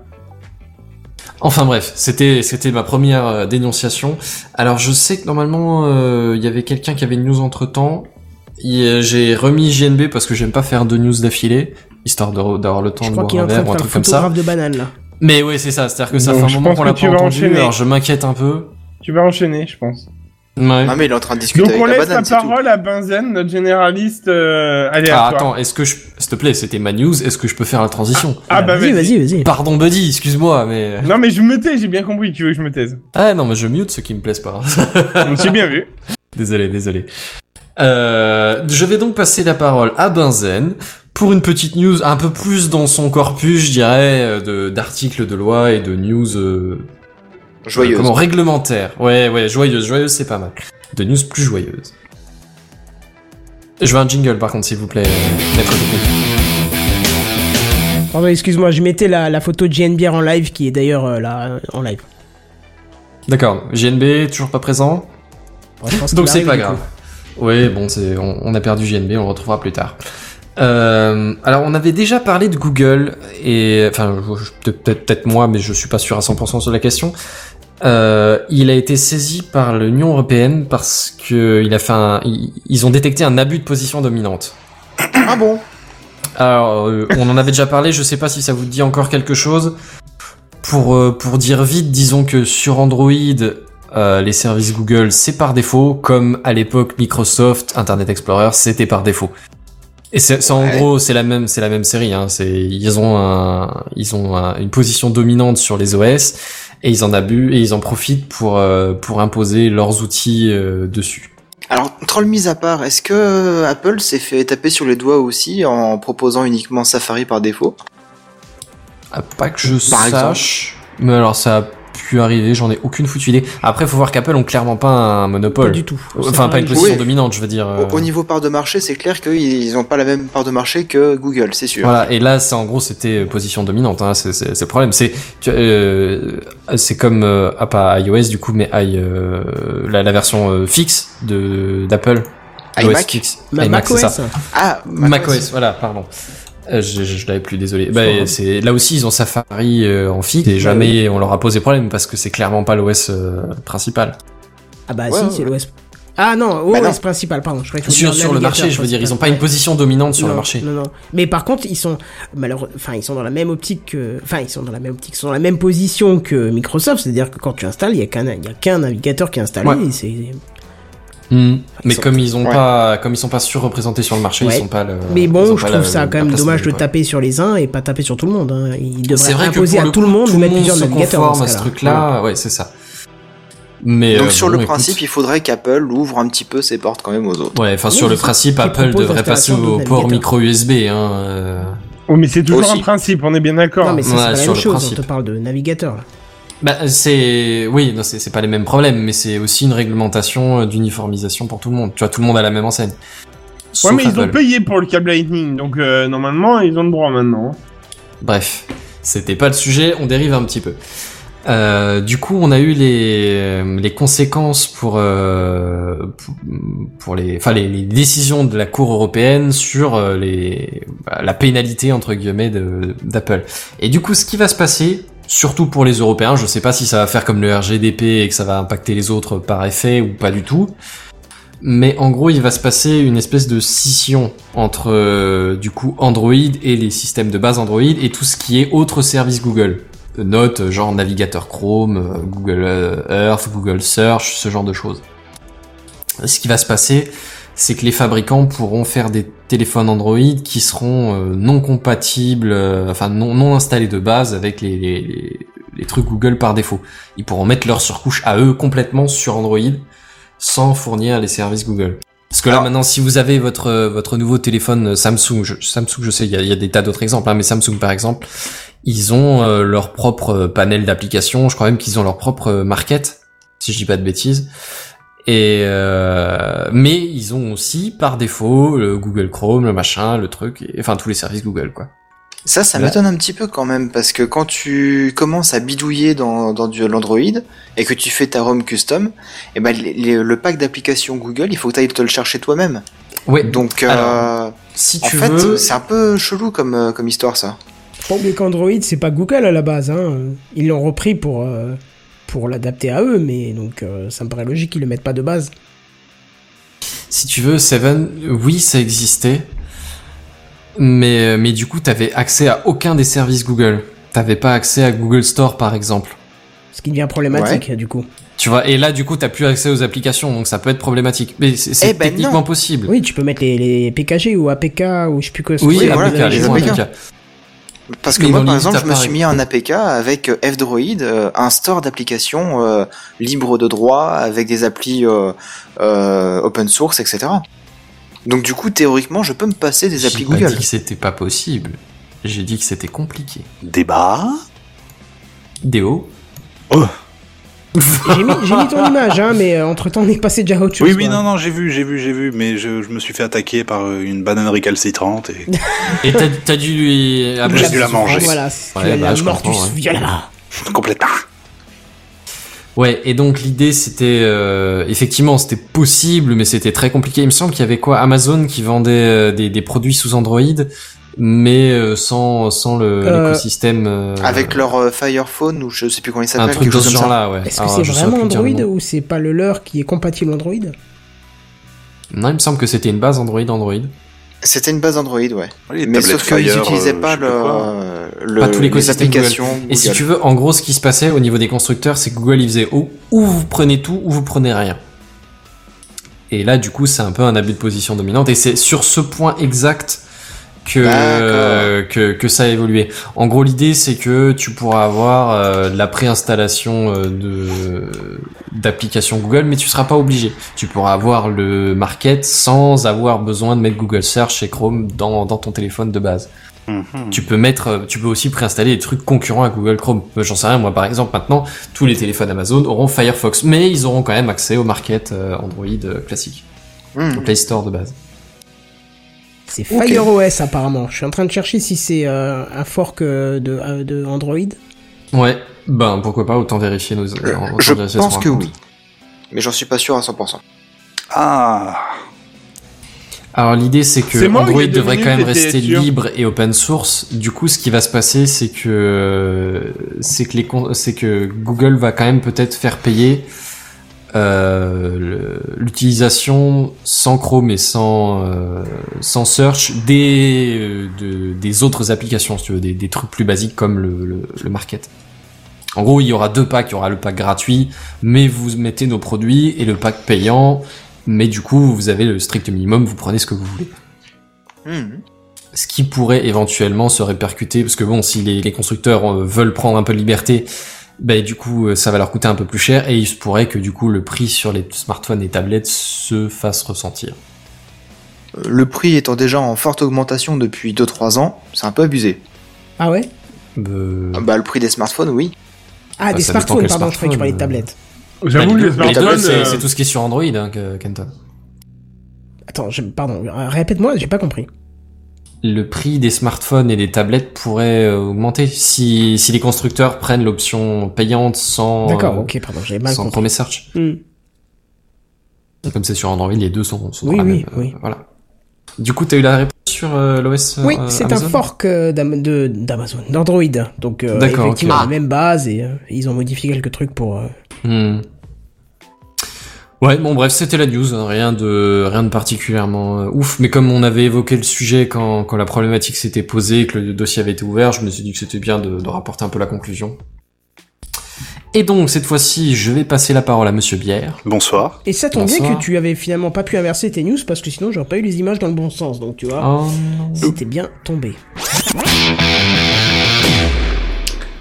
Speaker 4: Enfin bref, c'était c'était ma première euh, dénonciation. Alors je sais que normalement euh, il y avait quelqu'un qui avait une news entre temps. J'ai remis JNB parce que j'aime pas faire deux news d'affilée, histraire de- d'avoir le temps
Speaker 1: je
Speaker 4: de
Speaker 1: crois
Speaker 4: boire
Speaker 1: qu'il est
Speaker 4: un
Speaker 1: en train
Speaker 4: verre
Speaker 1: de
Speaker 4: ou un
Speaker 1: faire
Speaker 4: truc comme ça.
Speaker 1: photographe de banane là.
Speaker 4: Mais ouais, c'est ça. C'est-à-dire que ça
Speaker 7: Donc,
Speaker 4: fait
Speaker 7: je
Speaker 4: un moment
Speaker 7: pense
Speaker 4: qu'on
Speaker 7: que
Speaker 4: l'a
Speaker 7: tu
Speaker 4: pas
Speaker 7: vas
Speaker 4: entendu.
Speaker 7: enchaîner.
Speaker 4: Alors je m'inquiète un peu.
Speaker 7: Tu vas enchaîner, je pense.
Speaker 4: Ouais.
Speaker 6: Non Ah, mais il est en train de discuter
Speaker 7: Donc
Speaker 6: avec
Speaker 7: on
Speaker 6: la
Speaker 7: laisse la
Speaker 6: banane, c'est tout.
Speaker 7: parole à Benzen, notre généraliste euh,
Speaker 4: Ah,
Speaker 7: aléatoire.
Speaker 4: attends, est-ce que je, s'il te plaît, c'était ma news. Est-ce que je peux faire la transition
Speaker 7: Ah, bah
Speaker 1: vas-y,
Speaker 7: vas-y.
Speaker 1: vas-y, vas-y.
Speaker 4: Pardon, Buddy, excuse-moi, mais
Speaker 7: Non mais je me tais, j'ai bien compris, tu veux que je me taise.
Speaker 4: ah non, mais je mute ceux qui me plaisent pas.
Speaker 7: j'ai bien vu.
Speaker 4: Désolé, désolé. Euh, je vais donc passer la parole à Benzen pour une petite news un peu plus dans son corpus, je dirais, euh, de- d'articles de loi et de news euh,
Speaker 6: Joyeuse.
Speaker 4: comment réglementaire. Ouais, ouais, joyeuse, joyeuse, c'est pas mal. De news plus joyeuse. Je veux un jingle par contre, s'il vous plaît, euh, maître Technique.
Speaker 1: Pardon, excuse-moi, je mettais la, la photo de JNBR en live qui est d'ailleurs euh, là euh, en live.
Speaker 4: D'accord, JNB, toujours pas présent
Speaker 1: Bon, je pense qu'il
Speaker 4: Donc
Speaker 1: arrive,
Speaker 4: c'est pas
Speaker 1: du coup.
Speaker 4: grave. Oui, bon, c'est on, on a perdu JNB, on le retrouvera plus tard. Euh, alors, on avait déjà parlé de Google et enfin je- peut- peut-être peut-être moi, mais je suis pas sûr à 100% sur la question. Euh, il a été saisi par l'Union européenne parce que il a fait un- ils- ils ont détecté un abus de position dominante.
Speaker 6: Ah bon
Speaker 4: Alors, euh, on en avait déjà parlé, je sais pas si ça vous dit encore quelque chose. Pour, euh, pour dire vite, disons que sur Android, euh, les services Google, c'est par défaut, comme à l'époque Microsoft, Internet Explorer, c'était par défaut. Et c'est c'est en
Speaker 6: Ouais.
Speaker 4: gros, c'est la même, c'est la même série. Hein. C'est ils ont un, ils ont un- une position dominante sur les OS et ils en abusent et ils en profitent pour euh, pour imposer leurs outils euh, dessus.
Speaker 6: Alors, troll mise à part, est-ce que euh, Apple s'est fait taper sur les doigts aussi en proposant uniquement Safari par défaut
Speaker 4: Ah, pas que je
Speaker 6: Par exemple.
Speaker 4: sache. Mais alors ça a pu arriver, j'en ai aucune foutue idée. Après, faut voir qu'Apple ont clairement pas un monopole.
Speaker 1: Pas du tout.
Speaker 4: Enfin, pas une
Speaker 1: C'est
Speaker 4: position
Speaker 6: Oui.
Speaker 4: dominante, je veux dire.
Speaker 6: Au- au,
Speaker 4: euh,
Speaker 6: niveau part de marché, c'est clair qu'ils n'ont pas la même part de marché que Google, c'est sûr.
Speaker 4: Voilà, et là, c'est en gros, c'était position dominante. Hein, c'est c'est- c'est le problème. C'est tu- euh, c'est comme euh, ah, pas iOS du coup, mais i euh, la, la version euh, fixe de d'Apple.
Speaker 6: iMac.
Speaker 4: iOS fixe.
Speaker 1: Ma-
Speaker 4: iMac, c'est
Speaker 1: macOS,
Speaker 4: ça.
Speaker 6: Ah,
Speaker 4: macOS, voilà, pardon. Euh, je je, je l'avais plus, désolé. Bah,
Speaker 1: pas grave.
Speaker 4: c'est là aussi ils ont Safari euh, en fixe et jamais on leur a posé problème parce que c'est clairement pas l'OS euh, principal.
Speaker 1: Ah bah
Speaker 6: Ouais,
Speaker 1: si,
Speaker 6: ouais,
Speaker 1: c'est l'OS. Ah non, OS
Speaker 6: Bah non.
Speaker 1: principal, pardon. Je croyais que tu
Speaker 4: Sur
Speaker 1: voulais dire
Speaker 4: sur le
Speaker 1: navigateur
Speaker 4: marché, je veux dire, ils ont
Speaker 1: principal.
Speaker 4: pas une position dominante sur
Speaker 1: non,
Speaker 4: le marché.
Speaker 1: Non, non. Mais par contre, ils sont malheureux. Enfin, ils sont dans la même optique que. Enfin, ils sont dans la même optique. Ils sont dans la même position que Microsoft. C'est-à-dire que quand tu installes, il y a qu'un, il y a qu'un navigateur qui est installé.
Speaker 4: Ouais.
Speaker 1: et c'est-
Speaker 4: Hmm. Mais
Speaker 1: sont-
Speaker 4: comme ils ont
Speaker 6: ouais.
Speaker 4: pas, comme ils sont pas surreprésentés sur le marché,
Speaker 1: Ouais.
Speaker 4: ils sont pas le.
Speaker 1: Mais
Speaker 4: ils
Speaker 1: bon,
Speaker 4: ont
Speaker 1: je
Speaker 4: pas
Speaker 1: trouve
Speaker 4: la-
Speaker 1: ça
Speaker 4: la
Speaker 1: quand même
Speaker 4: place
Speaker 1: dommage de
Speaker 4: monopole.
Speaker 1: taper sur les uns et pas taper sur tout le monde. Hein. Ils devraient
Speaker 4: C'est vrai que
Speaker 1: imposer
Speaker 4: pour
Speaker 1: à
Speaker 4: le
Speaker 1: tout le
Speaker 4: coup,
Speaker 1: monde de
Speaker 4: tout
Speaker 1: mettre
Speaker 4: le monde
Speaker 1: plusieurs
Speaker 4: se
Speaker 1: navigateurs.
Speaker 4: conforme
Speaker 1: dans
Speaker 4: à ce
Speaker 1: cas-là.
Speaker 4: truc-là. Ouais, c'est ça. Mais
Speaker 6: Donc
Speaker 4: euh,
Speaker 6: sur
Speaker 4: bon,
Speaker 6: le
Speaker 4: écoute.
Speaker 6: principe, il faudrait qu'Apple ouvre un petit peu ses portes quand même aux autres.
Speaker 4: Ouais, enfin
Speaker 1: Oui,
Speaker 4: sur le
Speaker 1: c'est-
Speaker 4: principe,
Speaker 1: qui
Speaker 4: Apple
Speaker 1: propose
Speaker 4: devrait passer
Speaker 1: l'installation
Speaker 4: au
Speaker 1: de
Speaker 4: port
Speaker 1: navigateurs.
Speaker 4: micro USB. Hein. euh.
Speaker 7: Oh mais c'est toujours
Speaker 6: Aussi.
Speaker 7: un principe, on est bien
Speaker 1: Non,
Speaker 7: d'accord.
Speaker 1: mais ça,
Speaker 4: Ouais,
Speaker 1: c'est pas la
Speaker 4: sur
Speaker 1: même
Speaker 4: le
Speaker 1: chose. On
Speaker 4: principe.
Speaker 1: te parle de navigateur. là.
Speaker 4: Bah c'est, oui, non, c'est c'est pas les mêmes problèmes, mais c'est aussi une réglementation euh, d'uniformisation pour tout le monde. Tu vois, tout le monde a la même enseigne.
Speaker 7: Ouais
Speaker 4: Sauf
Speaker 7: mais ils ont
Speaker 4: Apple.
Speaker 7: payé pour le câble Lightning, donc euh, normalement ils ont le droit maintenant.
Speaker 4: Bref, c'était pas le sujet, on dérive un petit peu. Euh, du coup, on a eu les, euh, les conséquences pour, euh, pour, pour les, enfin, les, les décisions de la Cour européenne sur euh, les, bah, la pénalité, entre guillemets, de- d'Apple. Et du coup, ce qui va se passer, surtout pour les Européens, je sais pas si ça va faire comme le RGDP et que ça va impacter les autres par effet ou pas du tout. Mais en gros, il va se passer une espèce de scission entre euh, du coup Android et les systèmes de base Android et tout ce qui est autres services Google. Euh, Note euh, genre navigateur Chrome, euh, Google euh, Earth, Google Search, ce genre de choses. Ce qui va se passer, c'est que les fabricants pourront faire des téléphones Android qui seront euh, non compatibles, euh, enfin non, non installés de base avec les, les- les- les trucs Google par défaut. Ils pourront mettre leur surcouche à eux complètement sur Android sans fournir les services Google. Parce que là maintenant, si vous avez votre euh, votre nouveau téléphone euh, Samsung, je, Samsung, je sais, il y a, il y a des tas d'autres exemples, hein, mais Samsung par exemple, ils ont euh, leur propre euh, panel d'applications. Je crois même qu'ils ont leur propre euh, market, si je dis pas de bêtises. Et euh, mais ils ont aussi par défaut le Google Chrome, le machin, le truc, et- enfin tous les services Google quoi.
Speaker 6: Ça, ça
Speaker 4: Là.
Speaker 6: m'étonne un petit peu quand même, parce que quand tu commences à bidouiller dans, dans du- l'Android et que tu fais ta ROM custom, et ben, les- les- le pack d'applications Google, il faut que tu ailles te le chercher toi-même.
Speaker 4: Ouais. Donc
Speaker 6: Donc, euh,
Speaker 4: Alors, si
Speaker 6: en
Speaker 4: tu
Speaker 6: fait,
Speaker 4: veux,
Speaker 6: c'est un peu chelou comme, euh, comme histoire, ça.
Speaker 1: Pas oublier qu'Android, c'est pas Google à la base. Hein. Ils l'ont repris pour, euh, pour l'adapter à eux, mais donc euh, ça me paraît logique qu'ils le mettent pas de base.
Speaker 4: si tu veux, Seven, oui, ça existait, mais euh, mais du coup, t'avais accès à aucun des services Google. T'avais pas accès à Google Store, par exemple.
Speaker 1: Ce qui devient problématique, du coup.
Speaker 4: Tu vois, et là, du coup, t'as plus accès aux applications, donc ça peut être problématique. Mais c'est c'est
Speaker 6: Eh ben
Speaker 4: techniquement
Speaker 6: non.
Speaker 4: possible.
Speaker 1: Oui, tu peux mettre les, les PKG ou APK ou je sais plus quoi. ce
Speaker 4: oui,
Speaker 1: que c'est.
Speaker 6: voilà,
Speaker 4: APK, les
Speaker 6: les
Speaker 4: bons
Speaker 6: APK.
Speaker 4: APK.
Speaker 6: Parce que
Speaker 4: Mais
Speaker 6: moi,
Speaker 4: dans
Speaker 6: par
Speaker 4: les
Speaker 6: exemple, je me
Speaker 4: appareils.
Speaker 6: suis mis un APK avec euh, F-Droid, euh, un store d'applications euh, libres de droit, avec des applis euh, euh, open source, etc. Donc du coup, théoriquement, je peux me passer des
Speaker 4: J'ai
Speaker 6: applis
Speaker 4: pas
Speaker 6: Google.
Speaker 4: dit que c'était pas possible. J'ai dit que c'était compliqué.
Speaker 5: Débat
Speaker 4: Déo.
Speaker 1: J'ai mis, j'ai mis ton image, hein, mais entre temps, on est passé déjà à autre chose.
Speaker 5: Oui, oui,
Speaker 1: quoi.
Speaker 5: non, non, j'ai vu, j'ai vu, j'ai vu, mais je, je me suis fait attaquer par euh, une banane récalcitrante et...
Speaker 4: Et t'as t'as dû lui.
Speaker 5: J'ai
Speaker 4: abréger
Speaker 5: dû la
Speaker 4: son
Speaker 5: manger.
Speaker 4: souffrance.
Speaker 1: Voilà, c'est
Speaker 4: Ouais, bah,
Speaker 1: la
Speaker 4: je
Speaker 1: Mortus Oh
Speaker 4: comprends, ouais.
Speaker 1: Viola.
Speaker 5: complètement.
Speaker 4: Ouais, et donc l'idée c'était euh, effectivement c'était possible, mais c'était très compliqué. Il me semble qu'il y avait quoi Amazon qui vendait euh, des, des produits sous Android, mais euh, sans sans le
Speaker 1: Euh,
Speaker 4: l'écosystème. euh,
Speaker 6: Avec leur euh, Firephone, ou je sais plus comment il
Speaker 4: un
Speaker 6: s'appelle,
Speaker 4: truc
Speaker 6: quelque
Speaker 4: de
Speaker 6: chose
Speaker 4: ce
Speaker 6: comme ça.
Speaker 4: genre-là, ouais.
Speaker 1: Est-ce que
Speaker 4: Alors,
Speaker 1: c'est
Speaker 4: Ah, je saurais
Speaker 1: vraiment
Speaker 4: plus dire le
Speaker 1: Android
Speaker 4: nom.
Speaker 1: ou c'est pas le leur qui est compatible Android
Speaker 4: Non, il me semble que c'était une base Android Android.
Speaker 6: C'était une base Android, ouais.
Speaker 5: Oui, les
Speaker 6: Mais
Speaker 5: tablettes
Speaker 6: sauf qu'ils
Speaker 5: Fire,
Speaker 6: n'utilisaient
Speaker 5: euh,
Speaker 6: pas,
Speaker 5: je sais quoi.
Speaker 6: le, euh, le,
Speaker 4: Pas tous les
Speaker 6: les
Speaker 4: écosystèmes
Speaker 6: applications.
Speaker 4: Et si
Speaker 6: Google.
Speaker 4: tu veux, en gros, ce qui se passait au niveau des constructeurs, c'est que Google, il faisait oh, ou vous prenez tout, ou vous prenez rien. Et là, du coup, c'est un peu un abus de position dominante, et c'est sur ce point exact que,
Speaker 6: D'accord.
Speaker 4: que, que ça a évolué. En gros, l'idée, c'est que tu pourras avoir euh, de la préinstallation euh, de d'applications Google, mais tu seras pas obligé. Tu pourras avoir le market sans avoir besoin de mettre Google Search et Chrome dans, dans ton téléphone de base.
Speaker 6: Mm.
Speaker 5: Mhm.
Speaker 4: Tu peux mettre, euh, tu peux aussi préinstaller des trucs concurrents à Google Chrome. Euh, J'en sais rien, moi par exemple, maintenant, tous les téléphones Amazon auront Firefox, mais ils auront quand même accès au market euh, Android euh, classique,
Speaker 6: Hmm.
Speaker 4: au Play Store de base.
Speaker 1: C'est FireOS apparemment. Je suis en train de chercher si c'est euh, un fork euh, de, euh, de Android.
Speaker 4: Ouais, ben pourquoi pas, autant vérifier nos. autant
Speaker 6: Euh, je
Speaker 4: vérifier son
Speaker 6: pense que
Speaker 4: raconte.
Speaker 6: oui. Mais j'en suis pas sûr à 100%.
Speaker 5: Ah
Speaker 4: Alors l'idée c'est que
Speaker 7: C'est moi
Speaker 4: Android
Speaker 7: qui ai devenu
Speaker 4: devrait quand même
Speaker 7: t'étais
Speaker 4: rester
Speaker 7: sûr.
Speaker 4: libre et open source. Du coup, ce qui va se passer, c'est que c'est que les con- c'est que Google va quand même peut-être faire payer euh, le- l'utilisation sans Chrome et sans euh, sans Search des euh, de- des autres applications, si tu veux, des, des trucs plus basiques comme le, le, le Market. En gros, il y aura deux packs. Il y aura le pack gratuit, mais vous mettez nos produits, et le pack payant. Mais du coup, vous avez le strict minimum, vous prenez ce que vous voulez
Speaker 6: Hmm.
Speaker 4: ce qui pourrait éventuellement se répercuter, parce que bon, si les, les constructeurs euh, veulent prendre un peu de liberté, ben du coup, euh, ça va leur coûter un peu plus cher, et il se pourrait que du coup, le prix sur les smartphones et tablettes se fasse ressentir.
Speaker 6: Le prix étant déjà en forte augmentation depuis 2-3 ans, c'est un peu abusé.
Speaker 1: Ah ouais
Speaker 4: Euh,
Speaker 6: Bah, le prix des smartphones, oui.
Speaker 1: Ah,
Speaker 4: Bah,
Speaker 1: des
Speaker 4: ça dépend
Speaker 1: smartphones,
Speaker 4: quel
Speaker 1: pardon, je croyais que tu parlais de
Speaker 4: smartphone, euh.
Speaker 1: tablettes.
Speaker 7: J'avoue
Speaker 4: Bah,
Speaker 7: que
Speaker 4: les
Speaker 7: les
Speaker 4: deux- les deux,
Speaker 7: smartphones.
Speaker 4: c'est
Speaker 7: euh,
Speaker 4: c'est tout ce qui est sur Android, hein, que- Kenton.
Speaker 1: Attends, je- pardon, euh, répète-moi, j'ai pas compris.
Speaker 4: le prix des smartphones et des tablettes pourrait euh, augmenter si, si les constructeurs prennent l'option payante sans,
Speaker 1: D'accord,
Speaker 4: euh,
Speaker 1: ok, pardon, j'ai mal
Speaker 4: sans
Speaker 1: compris.
Speaker 4: Promise Search.
Speaker 1: Hmm.
Speaker 4: Et Comme c'est sur Android, les deux sont, sont dans
Speaker 1: Oui,
Speaker 4: la
Speaker 1: oui,
Speaker 4: même, euh,
Speaker 1: oui.
Speaker 4: Voilà. Du coup, t'as eu la réponse sur euh, l'OS
Speaker 1: Oui,
Speaker 4: euh,
Speaker 1: c'est un
Speaker 4: Amazon
Speaker 1: fork euh, d'Am- de- d'Amazon, d'Android. Donc, euh,
Speaker 4: D'accord,
Speaker 1: effectivement,
Speaker 5: Ah.
Speaker 1: la
Speaker 4: ok.
Speaker 1: même base et euh, ils ont modifié quelques trucs pour. euh,
Speaker 4: Hmm. Ouais, bon bref, c'était la news, hein. rien de rien de particulièrement euh, ouf, mais comme on avait évoqué le sujet quand, quand la problématique s'était posée, que le dossier avait été ouvert, je me suis dit que c'était bien de, de rapporter un peu la conclusion. Et donc cette fois-ci, je vais passer la parole à Monsieur Bière.
Speaker 5: Bonsoir.
Speaker 1: Et ça tombe bien
Speaker 4: Bonsoir.
Speaker 1: que tu avais finalement pas pu inverser tes news parce que sinon j'aurais pas eu les images dans le bon sens. Donc tu vois,
Speaker 4: Oh,
Speaker 5: Ah.
Speaker 4: non.
Speaker 1: c'était bien tombé.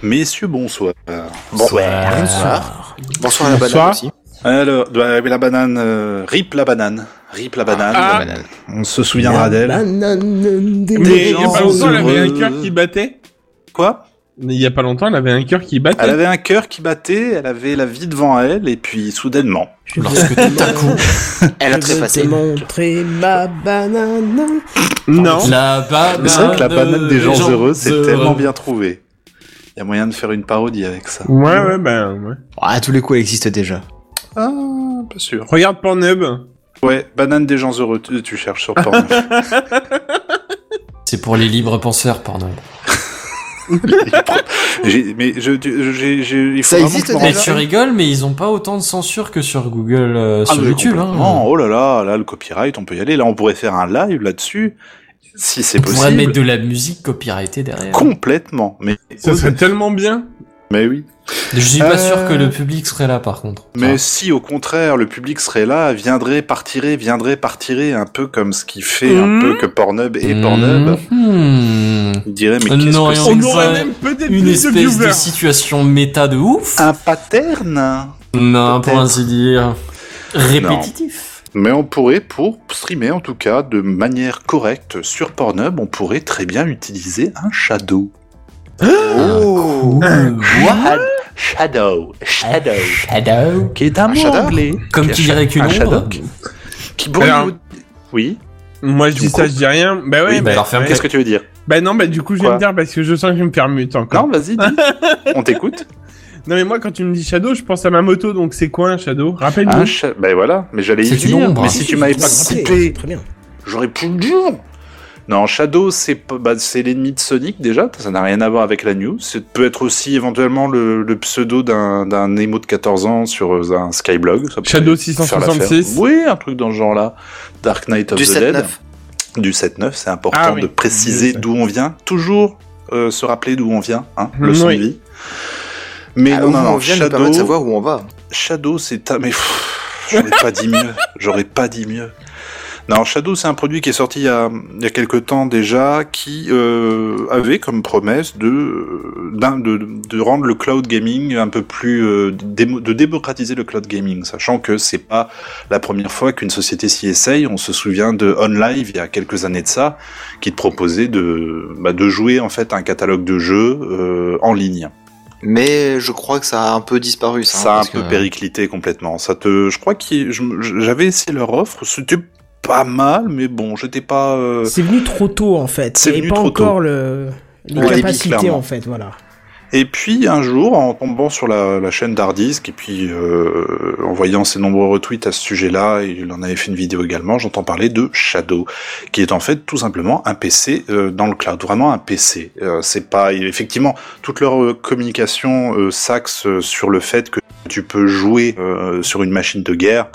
Speaker 5: Messieurs, bonsoir.
Speaker 2: Bonsoir.
Speaker 1: Bonsoir.
Speaker 6: Bonsoir à la
Speaker 7: Bonsoir.
Speaker 6: banane aussi.
Speaker 5: Alors, bah, la banane, euh, rip la banane. Rip la banane.
Speaker 6: La
Speaker 7: Ah.
Speaker 6: banane.
Speaker 5: On se souviendra d'elle.
Speaker 1: Banane des-
Speaker 7: Mais il y a
Speaker 5: gens
Speaker 7: pas longtemps, elle avait un
Speaker 5: heureux.
Speaker 7: cœur qui battait.
Speaker 5: Quoi
Speaker 7: Mais il y a pas longtemps, elle avait un cœur qui battait.
Speaker 5: Elle avait un cœur qui battait, elle avait la vie devant elle, et puis soudainement.
Speaker 1: Je veux-
Speaker 4: Lorsque tout à coup,
Speaker 6: Elle
Speaker 1: je
Speaker 6: a
Speaker 1: veux te
Speaker 6: trépassé.
Speaker 1: montrer ma banane.
Speaker 7: Non.
Speaker 4: la banane.
Speaker 5: C'est vrai que la banane des gens, heureux, c'est
Speaker 4: heureux.
Speaker 5: tellement bien trouvé. Il y a moyen de faire une parodie avec ça.
Speaker 7: Ouais, ouais, ben, ouais.
Speaker 6: Ah, à tous les coups, elle existe déjà.
Speaker 5: Ah, pas sûr.
Speaker 7: Regarde Pornhub.
Speaker 5: Ouais, banane des gens heureux, tu, tu cherches sur Pornhub.
Speaker 4: C'est pour les libres penseurs, pardon.
Speaker 5: J'ai- mais je, tu- j'ai, j'ai- il faut
Speaker 6: Ça
Speaker 5: vraiment
Speaker 6: existe
Speaker 5: que je me
Speaker 4: Mais
Speaker 6: déjà
Speaker 5: remette.
Speaker 4: tu rigoles, mais ils ont pas autant de censure que sur Google, euh,
Speaker 5: Ah,
Speaker 4: sur
Speaker 5: mais
Speaker 4: YouTube. Hein.
Speaker 5: complètement. Oh là là, là le copyright, on peut y aller. Là, on pourrait faire un live là-dessus, si c'est
Speaker 4: On pourrait
Speaker 5: possible.
Speaker 4: mettre de la musique copyrightée derrière.
Speaker 5: Complètement. Mais,
Speaker 7: Ça serait tellement bien.
Speaker 5: mais oui.
Speaker 4: Je suis pas
Speaker 5: Euh.
Speaker 4: sûr que le public serait là par contre. Ah.
Speaker 5: Mais
Speaker 6: Ah.
Speaker 4: Enfin,
Speaker 5: si, au contraire, le public serait là, viendrait, partirait, viendrait, partirait, un peu comme ce qui fait
Speaker 7: Mhm.
Speaker 5: un
Speaker 4: Mmh.
Speaker 5: peu que Pornhub et Pornhub.
Speaker 4: hmm,
Speaker 5: Il dirait, mais
Speaker 4: Non,
Speaker 5: qu'est-ce que
Speaker 4: et
Speaker 5: c'est
Speaker 4: on-
Speaker 7: On
Speaker 4: Une
Speaker 7: aurait
Speaker 4: fois-
Speaker 7: même peut-être
Speaker 4: Une
Speaker 7: plus de
Speaker 4: espèce de
Speaker 7: viewers.
Speaker 4: situation méta de ouf.
Speaker 5: Un pattern
Speaker 4: non, pour
Speaker 5: peut-être.
Speaker 4: ainsi dire. Répétitif.
Speaker 5: Mais on pourrait, pour streamer en tout cas, de manière correcte sur Pornhub, on pourrait très bien utiliser un shadow.
Speaker 6: Oh
Speaker 5: What Shadow. Shadow.
Speaker 4: Shadow.
Speaker 5: Qui est un,
Speaker 6: mot anglais.
Speaker 4: Comme qui dirait qu'une
Speaker 5: un shadow
Speaker 4: ombre.
Speaker 5: qui brûle.
Speaker 7: Alors-
Speaker 5: Oui.
Speaker 7: Moi, je dis
Speaker 5: Du
Speaker 7: ça,
Speaker 5: coup-
Speaker 7: je dis rien. Bah ouais,
Speaker 4: Oui, bah,
Speaker 7: bah,
Speaker 4: alors, ferme
Speaker 7: ouais.
Speaker 5: Qu'est-ce que tu veux dire
Speaker 7: Bah non, bah du coup, je vais
Speaker 5: Quoi
Speaker 7: me dire parce que je sens que je vais me faire mute encore.
Speaker 5: Non,
Speaker 7: Non,
Speaker 5: vas-y, dis. on t'écoute.
Speaker 7: mais moi, quand tu me dis Shadow, je pense à ma moto, donc c'est quoi un Shadow Rappelle-moi.
Speaker 5: Un cha- Ben voilà, mais j'allais y
Speaker 4: C'est une
Speaker 5: venir.
Speaker 4: ombre.
Speaker 5: Mais si tu m'avais pas
Speaker 1: Ah, Très
Speaker 5: coupé,
Speaker 1: très bien.
Speaker 5: j'aurais pu le dire. Non, Shadow, c'est p- bah, c'est l'ennemi de Sonic déjà. Ça n'a rien à voir avec la news. Ça peut être aussi éventuellement le, le pseudo d'un d'un émo de 14 ans sur euh, un Skyblog. ça pourrait
Speaker 7: Shadow
Speaker 5: faire l'affaire.
Speaker 7: 666.
Speaker 5: Oui, un truc dans ce genre-là. Dark Knight of
Speaker 6: Du Ah,
Speaker 5: the Dead.
Speaker 6: 7-9.
Speaker 5: du 7-9, c'est important
Speaker 7: Ah oui.
Speaker 5: de préciser
Speaker 7: Oui, ça.
Speaker 5: d'où on vient. Toujours euh, se rappeler d'où on vient, hein, leçon
Speaker 7: Oui.
Speaker 5: de vie. Mais
Speaker 6: Ah,
Speaker 5: non,
Speaker 6: au
Speaker 5: non,
Speaker 6: moins, on
Speaker 5: non,
Speaker 6: vient de
Speaker 5: Shadow,
Speaker 6: permettre de savoir où on va.
Speaker 5: Shadow, c'est ta... Mais pff, j'aurais pas dit mieux, j'aurais pas dit mieux. Non, Shadow, c'est un produit qui est sorti il y a, il y a quelques temps déjà, qui euh, avait comme promesse de, euh, d'un- de, de rendre le cloud gaming un peu plus... euh, démo- de démocratiser le cloud gaming, sachant que c'est pas la première fois qu'une société s'y essaye. On se souvient de OnLive, il y a quelques années de ça, qui te proposait de, bah, de jouer en fait à un catalogue de jeux euh, en ligne.
Speaker 6: Mais je crois que ça a un peu disparu, ça.
Speaker 5: Ça a
Speaker 6: hein,
Speaker 5: un
Speaker 6: parce
Speaker 5: peu
Speaker 6: que-
Speaker 5: périclité complètement. Ça te, je crois que j'avais essayé leur offre, c'était pas mal, mais bon, j'étais pas. euh,
Speaker 1: C'est venu trop tôt en fait.
Speaker 5: C'est
Speaker 1: Il y avait
Speaker 5: venu
Speaker 1: pas
Speaker 5: trop
Speaker 1: encore le les
Speaker 5: On l'a dit
Speaker 1: capacités
Speaker 5: clairement.
Speaker 1: en fait, voilà.
Speaker 5: Et puis un jour, en tombant sur la, la chaîne d'Hardisk et puis euh, en voyant ses nombreux retweets à ce sujet-là, et il en avait fait une vidéo également. J'entends parler de Shadow, qui est en fait tout simplement un PC euh, dans le cloud, vraiment un PC. Euh, c'est pas effectivement toute leur euh, communication euh, s'axe euh, sur le fait que tu peux jouer euh, sur une machine de guerre.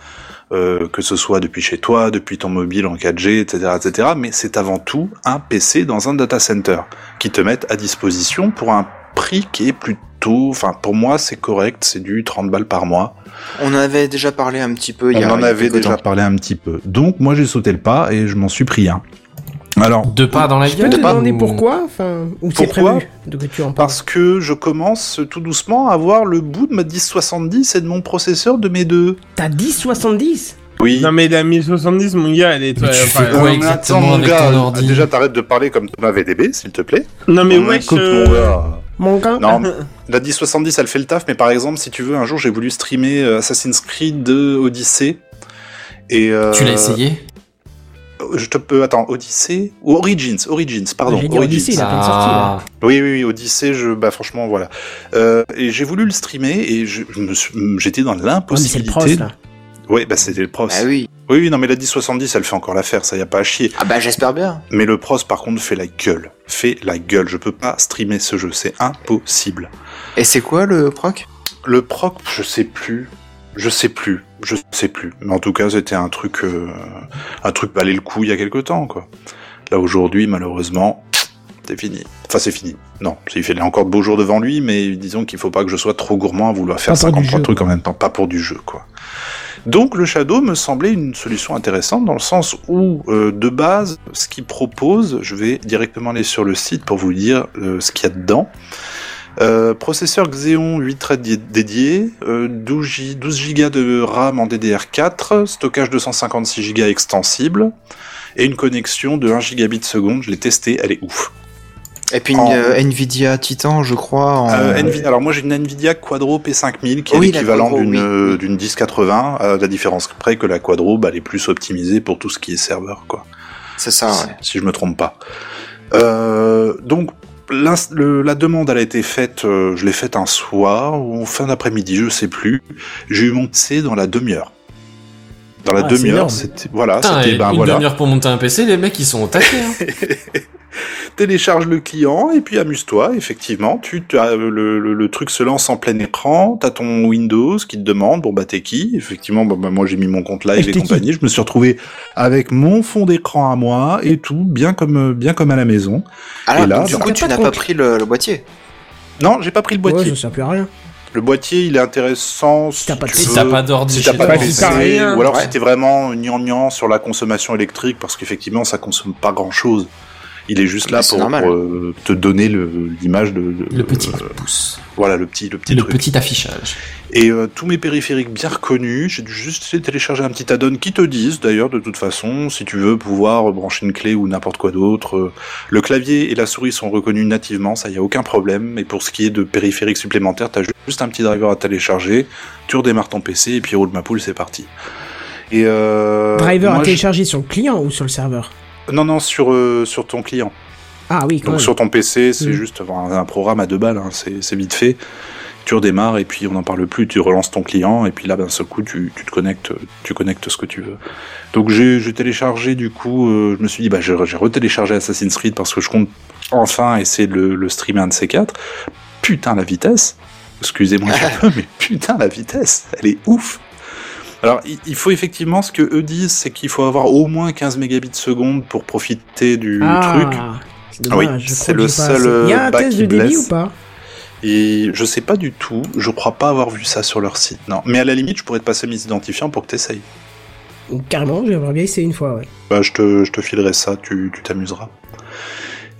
Speaker 5: euh, que ce soit depuis chez toi, depuis ton mobile en 4G, etc., etc. Mais c'est avant tout un PC dans un data center qui te mettent à disposition pour un prix qui est plutôt, enfin pour moi c'est correct, c'est du 30 balles par mois.
Speaker 6: On en avait déjà parlé un petit peu il y
Speaker 5: On
Speaker 6: a
Speaker 5: en
Speaker 6: il y a
Speaker 5: avait
Speaker 6: quelques
Speaker 5: déjà
Speaker 6: temps.
Speaker 5: parlé un petit peu. Donc moi j'ai sauté le pas et je m'en suis pris un. Alors
Speaker 4: hein. Deux pas dans la
Speaker 1: Je peux
Speaker 4: gueule.
Speaker 1: te
Speaker 4: ou-
Speaker 1: demander pourquoi, enfin, ou c'est
Speaker 5: Pourquoi
Speaker 1: prévu de que tu en parles.
Speaker 5: parce que je commence tout doucement à voir le bout de ma 1070 et de mon processeur de mes deux.
Speaker 1: T'as 10,70
Speaker 5: Oui.
Speaker 7: Non, mais la 1070, mon gars, elle est. euh,
Speaker 4: Mais tu
Speaker 7: enfin,
Speaker 4: fais
Speaker 5: Euh,
Speaker 4: quoi exactement avec ton ordi
Speaker 5: Déjà t'arrêtes de parler comme Thomas VDB s'il te plaît.
Speaker 7: Non, mais
Speaker 5: On
Speaker 7: wesh.
Speaker 5: écoute,
Speaker 7: euh,
Speaker 5: mon gars.
Speaker 1: Mon gars ah,
Speaker 5: Non, la 1070 elle fait le taf, mais par exemple, si tu veux, un jour j'ai voulu streamer euh, Assassin's Creed 2 Odyssey. Et, euh,
Speaker 4: Tu l'as essayé
Speaker 5: je te peux attends Odyssey ou Origins Origins pardon
Speaker 1: J'ai dit Odyssey,
Speaker 5: Origins.
Speaker 1: Il a pas de sortie, là.
Speaker 5: Oui, oui, oui, Odyssey, je, bah, franchement, voilà. Euh, et j'ai voulu le streamer et je, je me suis- j'étais dans
Speaker 1: Ouais, mais c'est le
Speaker 5: l'impossibilité.
Speaker 1: pros, là.
Speaker 5: Oui, bah, c'était le pros.
Speaker 6: Ah
Speaker 5: oui.
Speaker 6: oui.
Speaker 5: oui, non, mais la 1070, elle fait encore l'affaire, ça y a pas à chier.
Speaker 6: Ah bah j'espère bien.
Speaker 5: Mais le pros, par contre, fait la gueule. Fait la gueule. Je peux pas streamer ce jeu, c'est impossible.
Speaker 6: Et c'est quoi le proc
Speaker 5: Le proc, je sais plus. Je sais plus. Je sais plus. Mais en tout cas, c'était un truc, euh, un truc valait le coup il y a quelque temps, quoi. Là, aujourd'hui, malheureusement, c'est fini. Enfin, c'est fini. Non, il fait il a encore de beaux jours devant lui, mais disons qu'il faut pas que je sois trop gourmand à vouloir faire
Speaker 1: Pas pour du
Speaker 5: 53
Speaker 1: jeu,
Speaker 5: trucs en même temps. Pas pour du jeu, quoi. Donc, le Shadow me semblait une solution intéressante dans le sens où, euh, de base, ce qu'il propose, je vais directement aller sur le site pour vous dire euh, ce qu'il y a dedans. Euh, processeur Xeon 8 threads di- dédiés, euh, 12, Gi- 12 Go de RAM en DDR4, stockage 256 Go extensible, et une connexion de 1 gigabit seconde. Je l'ai testé, elle est ouf.
Speaker 6: Et puis une,
Speaker 5: En-
Speaker 6: euh, Nvidia Titan, je crois. En...
Speaker 5: Euh, Nvi- Alors moi j'ai une Nvidia Quadro P5000 qui est
Speaker 6: Ah, Oui, la
Speaker 5: l'équivalent
Speaker 6: Quadro,
Speaker 5: d'une
Speaker 6: oui.
Speaker 5: euh, d'une 1080, à la différence près que la Quadro bah, elle est plus optimisée pour tout ce qui est serveur. quoi.
Speaker 6: C'est ça, Ah, ouais.
Speaker 5: si je me trompe pas. Euh, donc l'ins- le- la demande elle a été faite, euh, je l'ai faite un soir ou en fin d'après-midi, je sais plus. J'ai eu mon PC dans la demi-heure. Dans la
Speaker 1: Ah, c'est énorme.
Speaker 5: demi-heure, c'était voilà,
Speaker 4: Putain,
Speaker 5: c'était
Speaker 4: et
Speaker 5: ben
Speaker 4: une
Speaker 5: voilà,
Speaker 4: demi-heure pour monter un PC, les mecs ils sont au taquet. hein.
Speaker 5: télécharge le client et puis amuse-toi. Effectivement, tu tu as euh, le, le, le truc se lance en plein écran, t'as ton Windows qui te demande bon bah t'es qui Effectivement, bon, bah, moi j'ai mis mon compte live
Speaker 1: t'es
Speaker 5: et
Speaker 1: qui
Speaker 5: compagnie, je me suis retrouvé avec mon fond d'écran à moi et tout, bien comme euh, bien comme à la maison.
Speaker 6: Alors,
Speaker 5: Et là,
Speaker 6: donc, du
Speaker 5: bah,
Speaker 6: coup,
Speaker 1: t'as
Speaker 6: tu
Speaker 1: pas de
Speaker 6: n'as pas
Speaker 1: compte.
Speaker 6: pris le, le boîtier.
Speaker 5: Non, j'ai pas pris le boîtier.
Speaker 1: Ouais, ça sert plus à rien.
Speaker 5: Le boîtier, il est intéressant si
Speaker 1: t'as pas de
Speaker 5: tu
Speaker 1: PC.
Speaker 4: si
Speaker 5: veux,
Speaker 4: t'as pas d'ordi
Speaker 5: si
Speaker 4: chez
Speaker 5: t'as pas
Speaker 4: toi.
Speaker 5: de
Speaker 7: si
Speaker 5: PC,
Speaker 7: t'as rien.
Speaker 5: ou alors
Speaker 6: Ouais.
Speaker 5: si t'es vraiment gnangnan sur la consommation électrique, parce qu'effectivement, ça consomme pas grand-chose. Il est juste
Speaker 6: Mais
Speaker 5: là
Speaker 6: c'est
Speaker 5: pour,
Speaker 6: normal.
Speaker 5: pour, euh, te donner le- l'image de, de-
Speaker 4: Le petit
Speaker 5: euh,
Speaker 4: pouce.
Speaker 5: voilà, le petit, le petit
Speaker 4: Le
Speaker 5: truc.
Speaker 4: petit affichage.
Speaker 5: Et euh, tous mes périphériques bien reconnus, j'ai dû juste essayer de télécharger un petit add-on qui te disent d'ailleurs de toute façon si tu veux pouvoir brancher une clé ou n'importe quoi d'autre. euh, Le clavier et la souris sont reconnus nativement, ça y a aucun problème. Et pour ce qui est de périphériques supplémentaires, t'as ju- juste un petit driver à télécharger, tu redémarres ton PC et puis roule ma poule, c'est parti. Et euh,
Speaker 1: Driver
Speaker 5: moi,
Speaker 1: à
Speaker 5: je-
Speaker 1: télécharger sur le client ou sur le serveur
Speaker 5: Non non sur euh, sur ton client.
Speaker 1: Ah oui, quand
Speaker 5: Donc
Speaker 1: même.
Speaker 5: sur ton PC, c'est
Speaker 1: Mm.
Speaker 5: juste un, un programme à deux balles, hein, c'est c'est vite fait. Tu redémarres et puis on n'en parle plus, tu relances ton client et puis là d'un seul coup tu, tu te connectes, tu connectes ce que tu veux. Donc j'ai j'ai téléchargé du coup, euh, je me suis dit bah j'ai re- j'ai retéléchargé Assassin's Creed parce que je compte enfin essayer de le, le streamer un de ces quatre. Putain la vitesse, excusez-moi un peu, mais putain la vitesse, elle est ouf. Alors, il- il faut effectivement, ce que eux disent, c'est qu'il faut avoir au moins 15 mégabits seconde pour profiter du truc.
Speaker 1: Ah, c'est dommage,
Speaker 5: Oui,
Speaker 1: je crois
Speaker 5: c'est
Speaker 1: que
Speaker 5: le
Speaker 1: j'ai pas
Speaker 5: seul,
Speaker 1: assez. Il y a un
Speaker 5: euh, bas
Speaker 1: test
Speaker 5: qui
Speaker 1: de débit
Speaker 5: blesse.
Speaker 1: ou pas
Speaker 5: Et je sais pas du tout, je crois pas avoir vu ça sur leur site, non. Mais à la limite, je pourrais te passer mes identifiants pour que t'essayes.
Speaker 1: Ou Carrément, j'aimerais bien essayer une fois, ouais.
Speaker 5: Bah, je te, je te filerai ça, tu tu t'amuseras.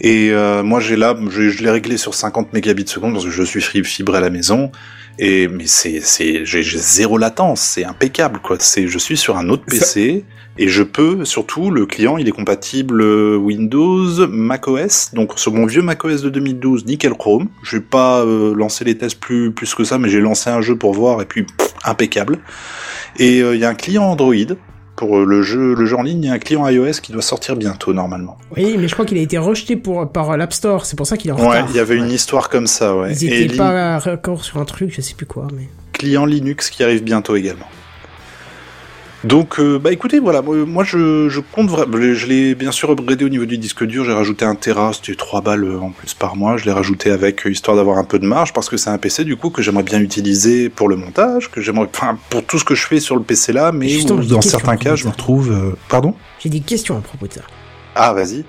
Speaker 5: Et euh, moi, j'ai là, je, je l'ai réglé sur 50 mégabits seconde parce que je suis fri- fibre à la maison. Et mais c'est, c'est, j'ai j'ai zéro latence, c'est impeccable quoi. C'est, je suis sur un autre
Speaker 7: Ça-
Speaker 5: PC et je peux surtout le client, il est compatible euh, Windows, macOS. Donc sur mon vieux macOS de 2012, nickel Chrome. J'ai pas euh, lancé les tests plus plus que ça, mais j'ai lancé un jeu pour voir et puis pff, impeccable. Et euh, il y a un client Android pour euh, le jeu le jeu en ligne, il y a un client iOS qui doit sortir bientôt normalement.
Speaker 1: Oui, mais je crois qu'il a été rejeté pour, par l'App Store, c'est pour ça qu'il est en
Speaker 5: Ouais,
Speaker 1: retard.
Speaker 5: il y avait une
Speaker 1: Ouais.
Speaker 5: histoire comme ça, ouais.
Speaker 1: Ils
Speaker 5: Et
Speaker 1: étaient
Speaker 5: Lin-
Speaker 1: pas raccord sur un truc, je sais plus quoi, mais.
Speaker 5: client Linux qui arrive bientôt également. Donc, euh, bah écoutez, voilà, moi, moi, je, je compte vraiment. Je l'ai bien sûr upgradé au niveau du disque dur, j'ai rajouté un Tera, c'était 3 balles euh, en plus par mois, je l'ai rajouté avec euh, histoire d'avoir un peu de marge, parce que c'est un PC du coup que j'aimerais bien utiliser pour le montage, que j'aimerais. Enfin, pour tout ce que je fais sur le PC là, mais
Speaker 1: Justement,
Speaker 5: où,
Speaker 1: j'ai
Speaker 5: dans
Speaker 1: une question à
Speaker 5: certains
Speaker 1: propos
Speaker 5: cas,
Speaker 1: de
Speaker 5: je
Speaker 1: ça.
Speaker 5: me retrouve. euh, pardon
Speaker 1: J'ai des questions à propos de ça.
Speaker 5: Ah, vas-y.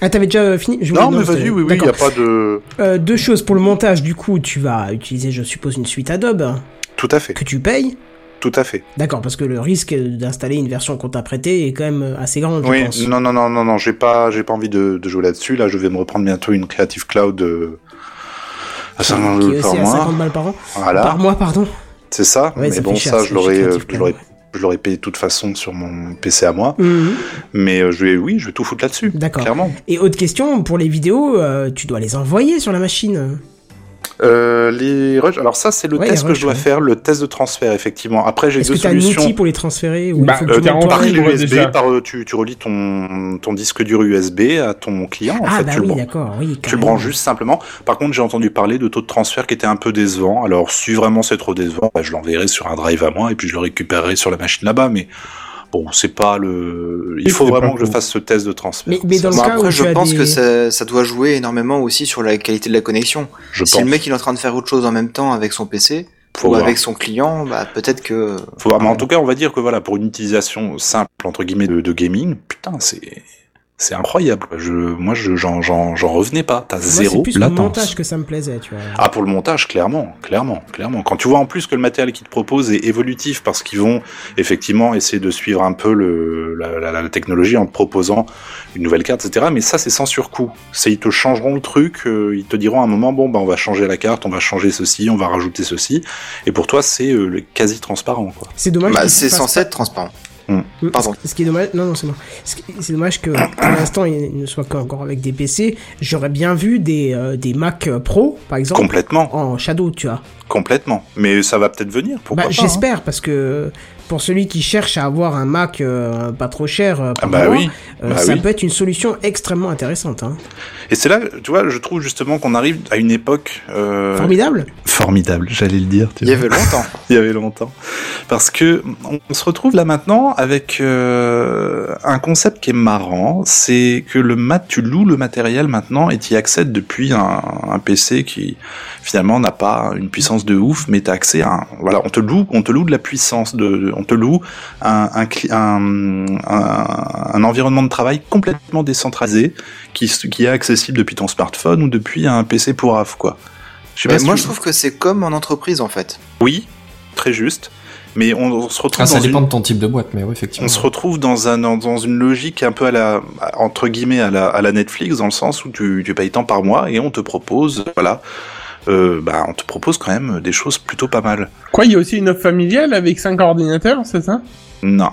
Speaker 1: Ah, t'avais déjà euh, fini Je voulais-
Speaker 5: Non, mais
Speaker 1: c'était-
Speaker 5: vas-y, oui, oui, il
Speaker 1: d'accord.
Speaker 5: n'y a pas de.
Speaker 1: Euh, deux choses. Pour le montage, du coup, tu vas utiliser, je suppose, une suite Adobe hein,
Speaker 5: Tout à fait,
Speaker 1: que tu payes.
Speaker 5: tout à fait.
Speaker 1: D'accord, parce que le risque d'installer une version qu'on t'a prêtée est quand même euh, assez grand, je
Speaker 5: Oui,
Speaker 1: pense.
Speaker 5: non, non, non, non, non, j'ai pas, j'ai pas envie de, de jouer là-dessus. Là, je vais me reprendre bientôt une Creative Cloud euh, à 50
Speaker 1: qui est
Speaker 5: par
Speaker 1: aussi à
Speaker 5: mois. Ah.
Speaker 1: 50 balles par an.
Speaker 5: Voilà,
Speaker 1: Par mois, pardon.
Speaker 5: c'est ça.
Speaker 1: Ouais,
Speaker 5: mais
Speaker 1: ça
Speaker 5: bon,
Speaker 1: fait cher,
Speaker 5: ça,
Speaker 1: ça
Speaker 5: je
Speaker 1: fait
Speaker 5: l'aurais, euh,
Speaker 1: Creative
Speaker 5: je
Speaker 1: Cloud,
Speaker 5: l'aurais,
Speaker 1: ouais.
Speaker 5: je l'aurais payé de toute façon sur mon PC à moi.
Speaker 1: Mhm.
Speaker 5: Mais euh, je vais, oui, je vais tout foutre là-dessus.
Speaker 1: D'accord.
Speaker 5: Clairement.
Speaker 1: Et autre question, pour les vidéos, euh, tu dois les envoyer sur la machine.
Speaker 5: Euh, les rushs. Alors ça, c'est le
Speaker 1: Ouais,
Speaker 5: test
Speaker 1: les
Speaker 5: que je dois
Speaker 1: rushs, ouais.
Speaker 5: faire, le test de transfert, effectivement. Après, j'ai
Speaker 1: Est-ce
Speaker 5: deux
Speaker 1: que t'as un outil
Speaker 5: solutions.
Speaker 1: pour les transférer ou
Speaker 7: Bah,
Speaker 1: il faut que
Speaker 5: Euh,
Speaker 1: tu
Speaker 7: t'as
Speaker 1: montes
Speaker 7: en
Speaker 1: toi
Speaker 5: par
Speaker 7: partie,
Speaker 5: clé
Speaker 7: ouais, déjà.
Speaker 5: USB, par, euh, tu, tu relis ton, ton disque dur USB à ton client. En
Speaker 1: Ah
Speaker 5: fait,
Speaker 1: bah
Speaker 5: tu le
Speaker 1: oui,
Speaker 5: branches.
Speaker 1: d'accord, oui.
Speaker 5: Tu le
Speaker 1: carrément.
Speaker 5: branches juste simplement. Par contre, j'ai entendu parler de taux de transfert qui était un peu décevant. Alors, si vraiment c'est trop décevant, bah, je l'enverrai sur un drive à moi et puis je le récupérerai sur la machine là-bas. Mais bon, c'est pas le. Il
Speaker 7: Oui,
Speaker 5: faut
Speaker 7: c'est
Speaker 5: vraiment
Speaker 7: pas
Speaker 5: que je
Speaker 7: fou.
Speaker 5: fasse ce test de transfert.
Speaker 1: Mais, mais dans le
Speaker 6: Bon,
Speaker 1: cas où
Speaker 6: Bah, après, je
Speaker 1: tu as
Speaker 6: pense
Speaker 1: des-
Speaker 6: que ça, ça doit jouer énormément aussi sur la qualité de la connexion.
Speaker 5: Je
Speaker 6: si
Speaker 5: pense.
Speaker 6: le mec il est en train de faire autre chose en même temps avec son PC
Speaker 5: Faut
Speaker 6: ou
Speaker 5: voir.
Speaker 6: avec son client, bah peut-être que
Speaker 5: Faut voir. Mais en tout cas, on va dire que voilà, pour une utilisation simple entre guillemets de, de gaming, putain, c'est c'est incroyable. quoi. Je, moi, je j'en j'en j'en revenais pas. T'as
Speaker 1: Moi, c'est
Speaker 5: zéro
Speaker 1: plus le montage
Speaker 5: latence.
Speaker 1: que ça me plaisait, tu vois.
Speaker 5: Ah, pour le montage, clairement, clairement, clairement. Quand tu vois en plus que le matériel qu'ils te proposent est évolutif parce qu'ils vont effectivement essayer de suivre un peu le, la, la- la technologie en te proposant une nouvelle carte, etc. Mais ça, c'est sans surcoût. C'est ils te changeront le truc, euh, ils te diront à un moment, bon, bah, on va changer la carte, on va changer ceci, on va rajouter ceci. Et pour toi, c'est euh, le quasi transparent, quoi.
Speaker 1: C'est dommage.
Speaker 6: bah,
Speaker 1: que tu
Speaker 6: c'est
Speaker 1: fasses
Speaker 6: censé être transparent.
Speaker 1: Mm.
Speaker 6: Pardon.
Speaker 1: Ce qui est dommage, non, non, c'est moi. Ce qui- C'est dommage que pour l'instant, il ne soit qu'encore avec des PC. J'aurais bien vu des, euh, des Mac euh, Pro, par exemple,
Speaker 5: Complètement,
Speaker 1: en Shadow, tu vois.
Speaker 5: complètement. Mais ça va peut-être venir,
Speaker 1: Bah,
Speaker 5: pourquoi pas, hein.
Speaker 1: J'espère, parce que pour celui qui cherche à avoir un Mac euh, pas trop cher, euh,
Speaker 5: Ah
Speaker 1: par
Speaker 5: bah
Speaker 1: mois,
Speaker 5: oui.
Speaker 1: euh,
Speaker 5: bah
Speaker 1: ça
Speaker 5: oui.
Speaker 1: peut être une solution extrêmement intéressante. hein.
Speaker 5: Et c'est là, tu vois, je trouve justement qu'on arrive à une époque euh,
Speaker 1: Formidable.
Speaker 5: formidable, j'allais le dire. Tu
Speaker 6: Il y avait longtemps.
Speaker 5: il y avait longtemps. Parce que on se retrouve là maintenant avec euh, un concept qui est marrant, c'est que le mat, tu loues le matériel maintenant et tu y accèdes depuis un, un PC qui finalement n'a pas une puissance de ouf, mais tu as accès à un, voilà, on te loue, on te loue de la puissance, de, de- on te loue un, un, cli- un, un- un environnement de travail complètement décentralisé qui, s- qui est accessible depuis ton smartphone ou depuis un PC pour AF quoi. Je sais
Speaker 6: Mais
Speaker 5: si
Speaker 6: moi
Speaker 5: tu-
Speaker 6: je trouve que c'est comme en entreprise en fait.
Speaker 5: oui, très juste. Mais on, on se retrouve
Speaker 4: Ah, ça
Speaker 5: dans une-
Speaker 4: dépend de ton type de boîte, mais oui, effectivement.
Speaker 5: on se retrouve dans un dans une logique un peu à la entre guillemets à la à la Netflix dans le sens où tu, tu payes tant par mois et on te propose voilà euh, bah on te propose quand même des choses plutôt pas mal.
Speaker 7: Quoi, il y a aussi une offre familiale avec 5 ordinateurs, c'est ça
Speaker 5: Non,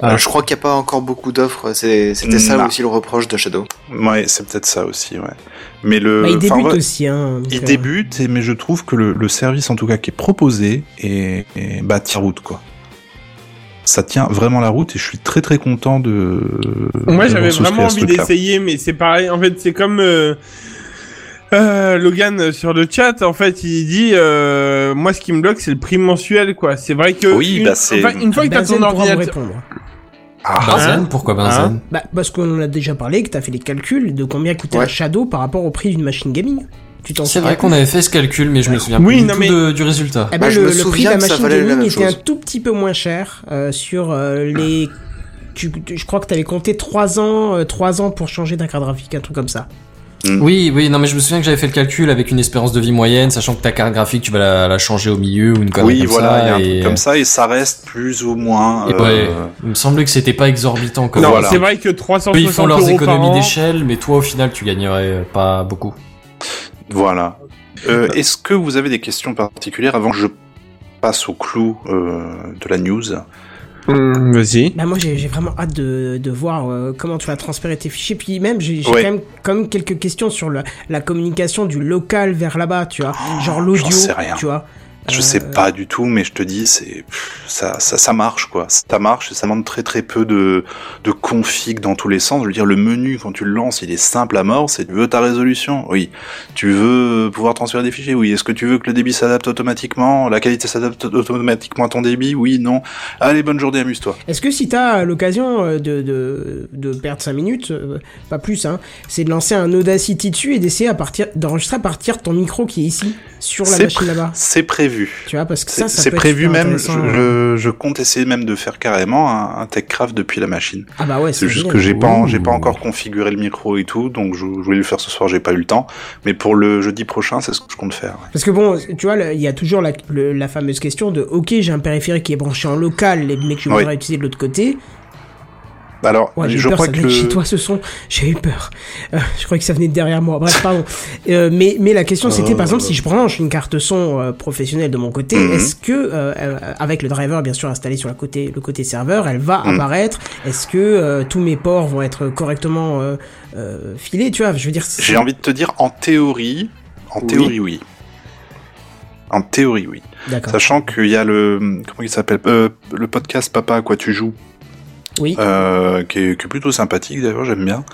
Speaker 4: Ah.
Speaker 6: Euh, je crois qu'il n'y a pas encore beaucoup d'offres. c'est- C'était ça
Speaker 5: Non.
Speaker 6: aussi le reproche de Shadow.
Speaker 5: ouais c'est peut-être ça aussi ouais. Mais le
Speaker 1: Bah, il
Speaker 5: enfin,
Speaker 1: débute
Speaker 5: ouais,
Speaker 1: aussi. Hein, donc,
Speaker 5: il
Speaker 1: euh,
Speaker 5: débute, et- mais je trouve que le, le service en tout cas qui est proposé est, est- bah tire route quoi. Ça tient vraiment la route et je suis très très content de.
Speaker 7: Moi,
Speaker 5: d'avoir
Speaker 7: j'avais
Speaker 5: souscrit
Speaker 7: vraiment
Speaker 5: à ce
Speaker 7: envie
Speaker 5: truc-là.
Speaker 7: d'essayer, mais c'est pareil. En fait, c'est comme euh, euh, Logan euh, sur le chat. En fait, il dit euh, moi, ce qui me bloque, c'est le prix mensuel, quoi. C'est vrai que
Speaker 5: Oui,
Speaker 7: une,
Speaker 5: bah, c'est-
Speaker 7: enfin, une fois que t'as
Speaker 1: Benzen
Speaker 7: ton
Speaker 1: pourra me
Speaker 7: ordinateur,
Speaker 1: répondre.
Speaker 7: Ah, hein.
Speaker 4: Benzen, pourquoi Benzen
Speaker 1: Bah, parce qu'on en a déjà parlé, que t'as fait les calculs de combien coûtait
Speaker 6: Ouais.
Speaker 1: un Shadow par rapport au prix d'une machine gaming. Tu t'en
Speaker 4: C'est
Speaker 1: souviens
Speaker 4: vrai qu'on avait fait ce calcul, mais je me souviens
Speaker 7: Oui,
Speaker 4: plus du
Speaker 7: non,
Speaker 4: tout
Speaker 7: mais-
Speaker 4: de- du résultat.
Speaker 1: Eh ben,
Speaker 6: Bah, je
Speaker 1: le,
Speaker 6: me
Speaker 1: le prix de
Speaker 6: souviens
Speaker 1: la
Speaker 6: que ça
Speaker 1: machine
Speaker 6: valait la
Speaker 1: gaming
Speaker 6: même
Speaker 1: était un
Speaker 6: chose.
Speaker 1: tout petit peu moins cher euh, sur euh, les. Tu, tu- je crois que t'avais compté 3 ans, euh, 3 ans pour changer d'un carte graphique, un truc comme ça.
Speaker 4: Oui, oui, non, mais je me souviens que j'avais fait le calcul avec une espérance de vie moyenne, sachant que ta carte graphique, tu vas la, la changer au milieu ou une connerie
Speaker 5: Oui,
Speaker 4: comme
Speaker 5: voilà,
Speaker 4: ça.
Speaker 5: il y a un
Speaker 4: et- euh,
Speaker 5: truc comme ça et ça reste plus ou moins.
Speaker 4: et
Speaker 5: euh,
Speaker 4: ouais, il me semblait que c'était pas exorbitant comme
Speaker 7: non,
Speaker 5: Voilà.
Speaker 7: c'est vrai que
Speaker 4: Eux,
Speaker 7: 360
Speaker 4: ils font leurs
Speaker 7: euros par
Speaker 4: économies
Speaker 7: an.
Speaker 4: d'échelle, mais toi, au final, tu gagnerais euh, pas beaucoup.
Speaker 5: Voilà. Euh, Est-ce que vous avez des questions particulières avant que je passe au clou euh, de la news
Speaker 7: Hum, Vas-y.
Speaker 1: Bah, moi, j'ai j'ai vraiment hâte de, de voir euh, comment tu vas transférer tes fichiers. Puis même, j'ai j'ai
Speaker 5: Ouais.
Speaker 1: quand, même, quand même quelques questions sur la, la communication du local vers là-bas, tu vois. Genre l'audio,
Speaker 5: Ah, j'en sais rien.
Speaker 1: tu vois.
Speaker 5: Je
Speaker 1: Euh,
Speaker 5: sais pas du tout, mais je te dis, c'est pff, ça, ça, ça marche quoi. Ça marche et ça demande très très peu de, de config dans tous les sens. Je veux dire, le menu quand tu le lances, il est simple à mort. C'est tu veux ta résolution, oui. Tu veux pouvoir transférer des fichiers, oui. Est-ce que tu veux que le débit s'adapte automatiquement, la qualité s'adapte automatiquement à ton débit, oui, non. Allez, bonne journée, amuse-toi.
Speaker 1: Est-ce que si t'as l'occasion euh, de, de, de perdre 5 minutes, euh, pas plus, hein, c'est de lancer un Audacity dessus et d'essayer à partir d'enregistrer à partir de ton micro qui est ici, sur la
Speaker 5: C'est
Speaker 1: machine là-bas.
Speaker 5: C'est prévu.
Speaker 1: Tu vois, parce que ça,
Speaker 5: C'est
Speaker 1: ça
Speaker 5: c'est
Speaker 1: peut être
Speaker 5: prévu
Speaker 1: super
Speaker 5: même, je,
Speaker 1: intéressant.
Speaker 5: je- je compte essayer même de faire carrément un, un TechCraft depuis la machine.
Speaker 1: Ah bah ouais,
Speaker 5: C'est juste
Speaker 1: génial.
Speaker 5: que j'ai pas,
Speaker 4: Ouh.
Speaker 5: j'ai pas encore configuré le micro et tout, donc je, je voulais le faire ce soir, j'ai pas eu le temps. Mais pour le jeudi prochain, c'est ce que je compte faire. ouais.
Speaker 1: Parce que bon, tu vois, le- il y a toujours la, le- la fameuse question de ok, j'ai un périphérique qui est branché en local, les mecs que je
Speaker 5: Oui.
Speaker 1: voudrais utiliser de l'autre côté.
Speaker 5: Alors,
Speaker 1: Ouais, j'ai eu
Speaker 5: je
Speaker 1: peur,
Speaker 5: crois
Speaker 1: ça
Speaker 5: que
Speaker 1: venait de
Speaker 5: le-
Speaker 1: chez toi ce son. J'ai eu peur. Euh, je croyais que ça venait de derrière moi. Bref, pardon. Euh, mais, mais la question c'était, par exemple, si je branche une carte son euh, professionnelle de mon côté,
Speaker 5: Euh, Mhm.
Speaker 1: est-ce que, euh, euh, avec le driver bien sûr installé sur la côté, le côté serveur, elle va
Speaker 5: Mhm.
Speaker 1: apparaître Est-ce que euh, tous mes ports vont être correctement euh, euh, filés Tu vois, je veux dire. c'est-
Speaker 5: j'ai envie de te dire, en théorie, en
Speaker 6: Oui.
Speaker 5: théorie, oui. En théorie, oui.
Speaker 1: D'accord.
Speaker 5: Sachant qu'il y a le comment il s'appelle Euh, le podcast Papa à quoi tu joues
Speaker 1: Oui.
Speaker 5: euh, qui, est, qui est plutôt sympathique d'ailleurs j'aime bien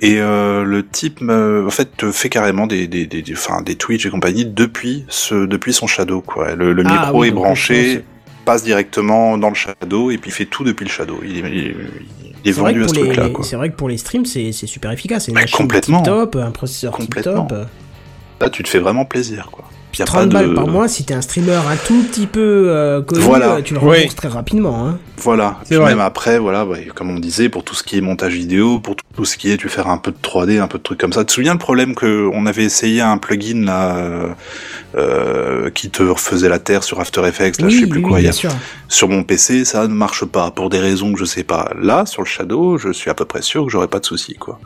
Speaker 5: et euh, le type me- en fait te fait carrément des des des, des- enfin, des Twitch et compagnie depuis ce depuis son Shadow quoi le, le
Speaker 1: Ah,
Speaker 5: micro
Speaker 1: oui,
Speaker 5: est
Speaker 1: donc,
Speaker 5: branché
Speaker 1: on se-
Speaker 5: passe directement dans le Shadow et puis il fait tout depuis le Shadow il est, il est- il est
Speaker 1: C'est vrai,
Speaker 5: vendu
Speaker 1: que
Speaker 5: à ce
Speaker 1: pour
Speaker 5: truc là
Speaker 1: les,
Speaker 5: quoi
Speaker 1: c'est vrai que pour les streams, c'est c'est super efficace. C'est une
Speaker 5: Mais
Speaker 1: machine
Speaker 5: complètement.
Speaker 1: tip-top, un processeur
Speaker 5: Complètement.
Speaker 1: tip-top. euh,
Speaker 5: là tu te fais vraiment plaisir quoi Il y a
Speaker 1: 30
Speaker 5: pas de-
Speaker 1: balles par mois, si t'es un streamer un tout petit peu euh, connu,
Speaker 5: Voilà.
Speaker 1: euh, tu le
Speaker 7: Oui.
Speaker 1: rembourses très rapidement. Hein.
Speaker 5: Voilà.
Speaker 7: C'est
Speaker 5: Puis
Speaker 7: vrai.
Speaker 5: Même après, voilà, ouais, comme on disait, pour tout ce qui est montage vidéo, pour tout- tout ce qui est tu faire un peu de 3D, un peu de trucs comme ça. Tu te souviens le problème que on avait essayé un plugin là euh, euh, qui te refaisait la terre sur After Effects, là,
Speaker 1: oui,
Speaker 5: je sais plus
Speaker 1: oui,
Speaker 5: quoi.
Speaker 1: oui,
Speaker 5: il y
Speaker 1: bien
Speaker 5: a-
Speaker 1: sûr.
Speaker 5: Sur mon PC, ça ne marche pas pour des raisons que je sais pas. Là, sur le Shadow, je suis à peu près sûr que j'aurai pas de soucis, quoi.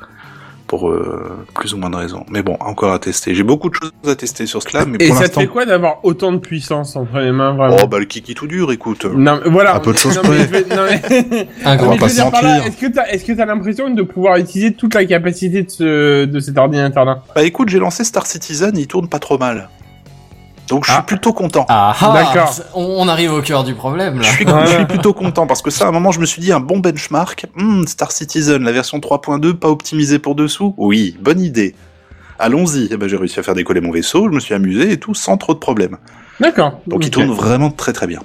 Speaker 5: Pour euh, plus ou moins de raisons. Mais bon, encore à tester. J'ai beaucoup de choses à tester sur ce mais
Speaker 7: Et
Speaker 5: pour
Speaker 7: ça te
Speaker 5: l'instant,
Speaker 7: fait quoi d'avoir autant de puissance entre les mains, vraiment
Speaker 5: oh bah le kiki tout dur, écoute.
Speaker 7: Non, mais voilà.
Speaker 5: Un peu de choses
Speaker 7: Non, mais je vais- non,
Speaker 4: Un
Speaker 7: mais-
Speaker 5: On
Speaker 7: Ah, Mais
Speaker 5: va
Speaker 4: grand
Speaker 7: je
Speaker 5: pas
Speaker 7: veux
Speaker 5: se
Speaker 7: dire par là,
Speaker 5: mentir.
Speaker 7: Est-ce que t'as, est-ce que t'as l'impression de pouvoir utiliser toute la capacité de ce, de cet ordinateur-là
Speaker 5: Bah écoute, j'ai lancé Star Citizen, il tourne pas trop mal. Donc je suis
Speaker 7: Ah.
Speaker 5: plutôt content.
Speaker 4: Ah, ah,
Speaker 7: D'accord.
Speaker 4: On, on arrive au cœur du problème, là.
Speaker 5: Je suis,
Speaker 7: Ah.
Speaker 5: je suis plutôt content parce que ça, à un moment, je me suis dit un bon benchmark. Hmm, Star Citizen, la version 3.2, pas optimisée pour dessous. Oui, bonne idée. Allons-y. Eh ben, j'ai réussi à faire décoller mon vaisseau, je me suis amusé et tout, sans trop de problèmes.
Speaker 7: D'accord.
Speaker 5: Donc il
Speaker 7: Ok.
Speaker 5: tourne vraiment très très bien.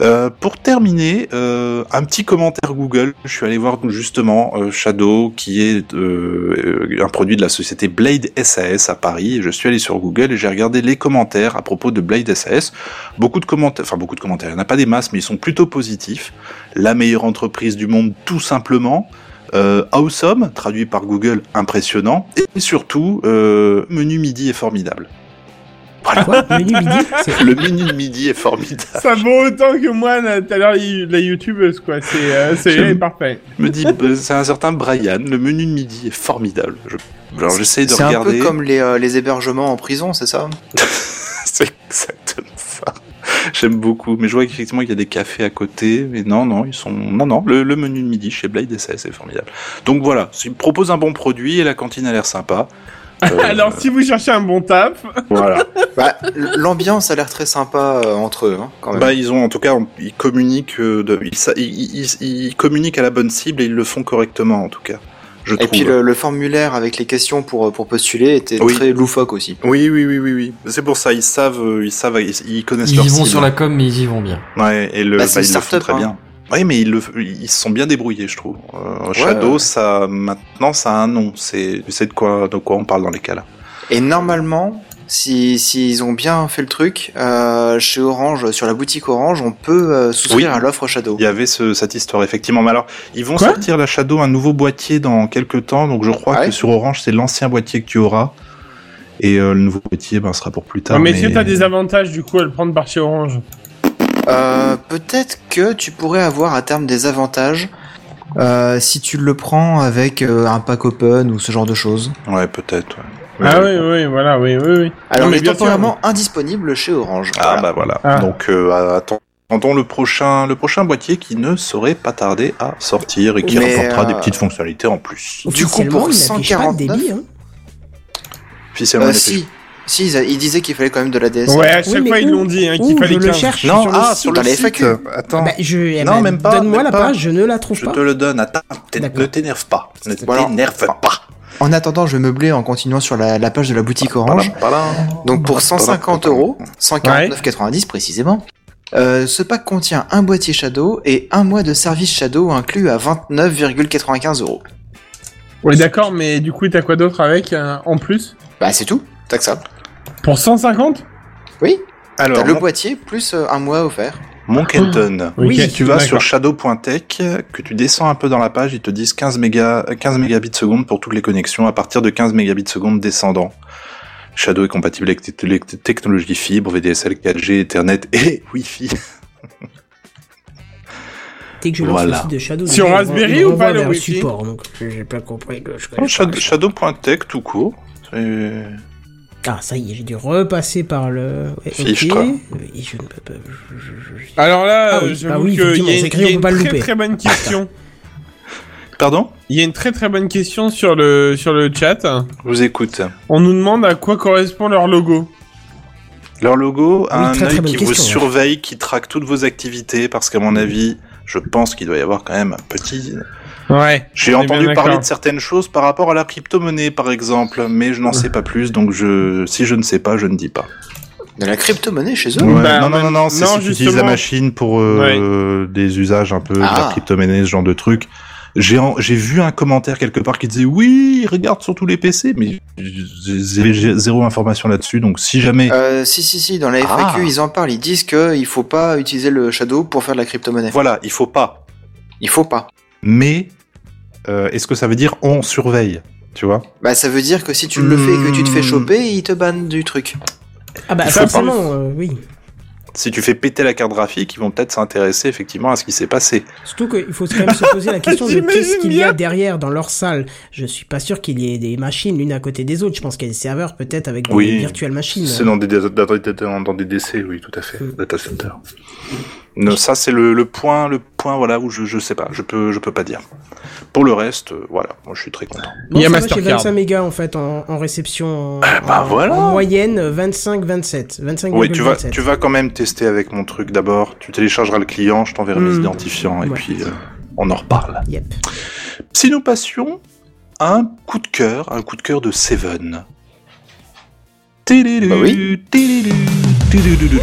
Speaker 5: Euh, pour terminer, euh, un petit commentaire Google. Je suis allé voir justement euh, Shadow, qui est euh, euh, un produit de la société Blade SAS à Paris. Je suis allé sur Google et j'ai regardé les commentaires à propos de Blade SAS. Beaucoup de commentaires, enfin beaucoup de commentaires. Il n'y en a pas des masses, mais ils sont plutôt positifs. La meilleure entreprise du monde, tout simplement. Euh, awesome, traduit par Google, impressionnant. Et surtout, euh, menu midi est formidable.
Speaker 1: Quoi Menu midi C'est-
Speaker 5: Le menu de midi est formidable.
Speaker 7: Ça vaut autant que moi là, tout à l'heure la la youtubeuse quoi. C'est, euh, c'est
Speaker 5: J'aime.
Speaker 7: elle est parfait.
Speaker 5: me dit, euh, c'est un certain Brian, le menu de midi est formidable. Je- alors j'essaie de
Speaker 6: C'est un
Speaker 5: regarder.
Speaker 6: peu comme les, euh, les hébergements en prison, c'est ça
Speaker 5: c'est exactement ça. J'aime beaucoup, mais je vois qu'effectivement il y a des cafés à côté, mais non, non, ils sont. Non, non, le, le menu de midi chez Blade SAS c'est formidable. Donc voilà, ils proposent un bon produit et la cantine a l'air sympa. Euh,
Speaker 7: Alors si vous cherchez un bon taf,
Speaker 5: voilà.
Speaker 6: Bah, l- l'ambiance a l'air très sympa euh, entre eux, hein, quand même.
Speaker 5: Bah, ils ont en tout cas, on- ils communiquent, euh, de- ils, sa- ils- ils- ils communiquent à la bonne cible et ils le font correctement en tout cas. Je
Speaker 6: Et
Speaker 5: trouve.
Speaker 6: puis le, le formulaire avec les questions pour, euh, pour postuler était
Speaker 5: Oui.
Speaker 6: très loufoque aussi.
Speaker 5: Oui, oui, oui, oui, oui. C'est pour ça, ils savent, euh, ils savent, ils, ils connaissent
Speaker 4: Ils
Speaker 5: leur
Speaker 4: vont
Speaker 5: cible.
Speaker 4: sur la com, mais ils y vont bien.
Speaker 5: Ouais, et le,
Speaker 6: Bah, c'est
Speaker 5: bah,
Speaker 6: une
Speaker 5: ils le font
Speaker 6: start-up,
Speaker 5: très
Speaker 6: hein.
Speaker 5: bien. Oui, mais ils, le, ils se sont bien débrouillés, je trouve. Euh, Shadow,
Speaker 6: ouais.
Speaker 5: ça, maintenant, ça a un nom. C'est, tu sais de quoi, de quoi on parle dans les cas là.
Speaker 6: Et normalement, si s'ils ont bien fait le truc, euh, chez Orange, sur la boutique Orange, on peut euh, souscrire
Speaker 5: Oui.
Speaker 6: à l'offre Shadow.
Speaker 5: Il y avait ce- cette histoire, effectivement. Mais alors, ils vont
Speaker 7: Quoi
Speaker 5: sortir la Shadow, un nouveau boîtier dans quelques temps. Donc, je crois
Speaker 6: Ouais.
Speaker 5: que sur Orange, c'est l'ancien boîtier que tu auras. Et euh, le nouveau boîtier, ben, sera pour plus tard.
Speaker 7: Non, mais est-ce que t'as des avantages du coup à le prendre par chez Orange
Speaker 6: Euh, Peut-être que tu pourrais avoir à terme des avantages euh, si tu le prends avec euh, un pack open ou ce genre de choses.
Speaker 5: Ouais, peut-être. ouais.
Speaker 7: Ah
Speaker 5: Ouais.
Speaker 7: oui, oui, voilà, oui, oui, oui.
Speaker 6: Alors,
Speaker 7: Non,
Speaker 6: il
Speaker 7: mais
Speaker 6: est
Speaker 7: bien sûr,
Speaker 6: temporairement indisponible chez Orange.
Speaker 5: Ah
Speaker 6: Voilà.
Speaker 5: bah voilà.
Speaker 7: Ah.
Speaker 5: Donc euh, attendons le prochain, le prochain boîtier qui ne saurait pas tarder à sortir et qui
Speaker 6: Mais,
Speaker 5: rapportera des
Speaker 6: euh,
Speaker 5: petites fonctionnalités en plus.
Speaker 6: Du coup,
Speaker 1: Officiellement,
Speaker 6: pour
Speaker 1: il n'affiche pas de
Speaker 6: 149,
Speaker 1: débit, hein.
Speaker 5: Officiellement,
Speaker 6: Euh,
Speaker 5: il est
Speaker 6: si, si, ils, a- ils disaient qu'il fallait quand même de la DS.
Speaker 7: Ouais, à chaque
Speaker 1: mais
Speaker 7: fois ils
Speaker 1: où-
Speaker 7: l'ont dit, hein,
Speaker 1: où
Speaker 7: qu'il fallait
Speaker 1: je le
Speaker 7: 15.
Speaker 1: cherche
Speaker 5: Non,
Speaker 1: sur le
Speaker 5: ah,
Speaker 1: site.
Speaker 5: sur le
Speaker 6: Dans les
Speaker 5: site.
Speaker 6: FAQ.
Speaker 5: euh, Attends,
Speaker 1: Bah, je, eh
Speaker 5: Non,
Speaker 1: ben,
Speaker 5: même pas,
Speaker 1: Donne-moi
Speaker 5: même
Speaker 1: la
Speaker 5: pas.
Speaker 1: page, je ne la trouve
Speaker 5: je
Speaker 1: pas.
Speaker 5: te le donne. Attends, t'es-
Speaker 1: D'accord.
Speaker 5: ne t'énerve pas. Ne
Speaker 6: Voilà.
Speaker 5: t'énerve pas.
Speaker 6: En attendant, je vais meubler en continuant sur la, la page de la boutique Orange.
Speaker 5: Voilà.
Speaker 6: Donc pour 150 euros, 149,90 précisément, euh, ce pack contient un boîtier Shadow et un mois de service Shadow inclus à 29,95 euros.
Speaker 7: Ouais, d'accord, mais du coup t'as quoi d'autre avec euh, en plus
Speaker 6: Bah c'est tout, t'as que ça.
Speaker 7: Pour 150
Speaker 6: Oui, t'as
Speaker 5: Alors,
Speaker 6: le
Speaker 5: mon,
Speaker 6: boîtier plus euh, un mois offert.
Speaker 5: mon Kenton,
Speaker 1: Oui,
Speaker 7: Ok,
Speaker 5: tu vas
Speaker 7: Ah. d'accord.
Speaker 5: sur shadow.tech, que tu descends un peu dans la page, ils te disent 15, mégas, 15 mégabits seconde pour toutes les connexions à partir de 15 mégabits seconde descendant. Shadow est compatible avec t- les t- technologies fibre, VDSL 4G, Ethernet et Wi-Fi.
Speaker 1: Dès que je lance
Speaker 5: Voilà.
Speaker 1: le site de Shadow.
Speaker 7: Sur
Speaker 1: il me
Speaker 7: Raspberry
Speaker 1: renvoie- il me
Speaker 7: ou
Speaker 1: renvoie
Speaker 7: pas le
Speaker 1: vers
Speaker 7: wifi
Speaker 1: support, donc j'ai pas compris que je connais
Speaker 5: Oh,
Speaker 1: pas.
Speaker 5: Shadow- Shadow.tech tout court. Euh, C'est-
Speaker 1: Ah, ça y est, j'ai dû repasser par le. Ouais, ok.
Speaker 5: Fichtre.
Speaker 1: Et je ne peux pas. je- je- je- je-
Speaker 7: Alors là,
Speaker 1: Ah oui,
Speaker 7: euh,
Speaker 1: bah
Speaker 7: j'avoue
Speaker 1: oui,
Speaker 7: que
Speaker 1: effectivement,
Speaker 7: qu'il y a une,
Speaker 1: c'est écrit,
Speaker 7: il y
Speaker 1: on
Speaker 7: a
Speaker 1: peut
Speaker 7: une
Speaker 1: pas le
Speaker 7: très
Speaker 1: louper.
Speaker 7: très bonne question.
Speaker 5: Pardon
Speaker 7: Il y a une très très bonne question sur le sur le chat.
Speaker 5: Je vous écoute.
Speaker 7: On nous demande à quoi correspond leur logo.
Speaker 5: Leur logo a
Speaker 1: Oui,
Speaker 5: un
Speaker 1: très, très
Speaker 5: œil
Speaker 1: bonne
Speaker 5: qui vous
Speaker 1: question, ouais. Mm.
Speaker 5: surveille, qui traque toutes vos activités, parce qu'à mon avis, je pense qu'il doit y avoir quand même un petit...
Speaker 7: Ouais.
Speaker 5: J'ai
Speaker 7: on est
Speaker 5: entendu
Speaker 7: bien
Speaker 5: parler
Speaker 7: d'accord.
Speaker 5: de certaines choses par rapport à la crypto-monnaie, par exemple, mais je n'en sais pas plus, donc je... si je ne sais pas, je ne dis pas.
Speaker 6: De la crypto-monnaie chez eux
Speaker 7: Mmh.
Speaker 5: Ouais,
Speaker 7: Bah,
Speaker 5: non,
Speaker 7: mais-
Speaker 5: non, non, non, c'est
Speaker 7: non,
Speaker 5: si tu utilises la
Speaker 7: justement.
Speaker 5: machine pour euh, des usages un peu de
Speaker 6: Ah.
Speaker 5: la crypto-monnaie, ce genre de truc. J'ai en- j'ai vu un commentaire quelque part qui disait oui, regarde sur tous les PC, mais j'ai- j'ai j'ai zéro information là-dessus, donc si jamais.
Speaker 6: Euh, si, si, si, dans la FAQ,
Speaker 5: Ah.
Speaker 6: ils en parlent. Ils disent qu'il faut pas utiliser le Shadow pour faire de la crypto-monnaie.
Speaker 5: Voilà, il faut pas.
Speaker 6: Il faut pas.
Speaker 5: Mais euh, est-ce que ça veut dire on surveille Tu vois
Speaker 6: Bah, ça veut dire que si tu le fais et que tu te
Speaker 5: Hmm.
Speaker 6: fais choper, ils te bannent du truc.
Speaker 1: Ah bah
Speaker 5: Il faut pas.
Speaker 1: forcément, euh, oui.
Speaker 5: Si tu fais péter la carte graphique, ils vont peut-être s'intéresser effectivement à ce qui s'est passé.
Speaker 1: Surtout qu'il faut quand même se poser la question de
Speaker 7: J'imagine
Speaker 1: qu'est-ce qu'il y a
Speaker 7: bien.
Speaker 1: derrière dans leur salle. Je suis pas sûr qu'il y ait des machines l'une à côté des autres. Je pense qu'il y a des serveurs peut-être avec des
Speaker 5: Oui.
Speaker 1: virtuelles machines.
Speaker 10: C'est dans des, dans, dans des décès, oui, tout à fait.
Speaker 1: Mm.
Speaker 10: Data center.
Speaker 5: Non, ça c'est le, le point, le point voilà où je, je sais pas, je peux je peux pas dire. Pour le reste, euh, voilà, moi je suis très content.
Speaker 1: Bon,
Speaker 7: Il y a
Speaker 1: ça va, j'ai
Speaker 7: Mastercard.
Speaker 1: 25 mégas en fait en, en réception. En,
Speaker 5: bah
Speaker 1: en-
Speaker 5: voilà.
Speaker 1: en moyenne 25 27. 25
Speaker 5: Oui, tu vas, tu vas quand même tester avec mon truc d'abord. Tu téléchargeras le client, je t'enverrai mes
Speaker 1: Mm.
Speaker 5: identifiants et
Speaker 1: Ouais.
Speaker 5: puis euh, on en reparle.
Speaker 1: Yep.
Speaker 5: Si nous passions à un coup de cœur, un coup de cœur de Seven. Télélu,
Speaker 6: Bah oui.
Speaker 5: télélu, télélu.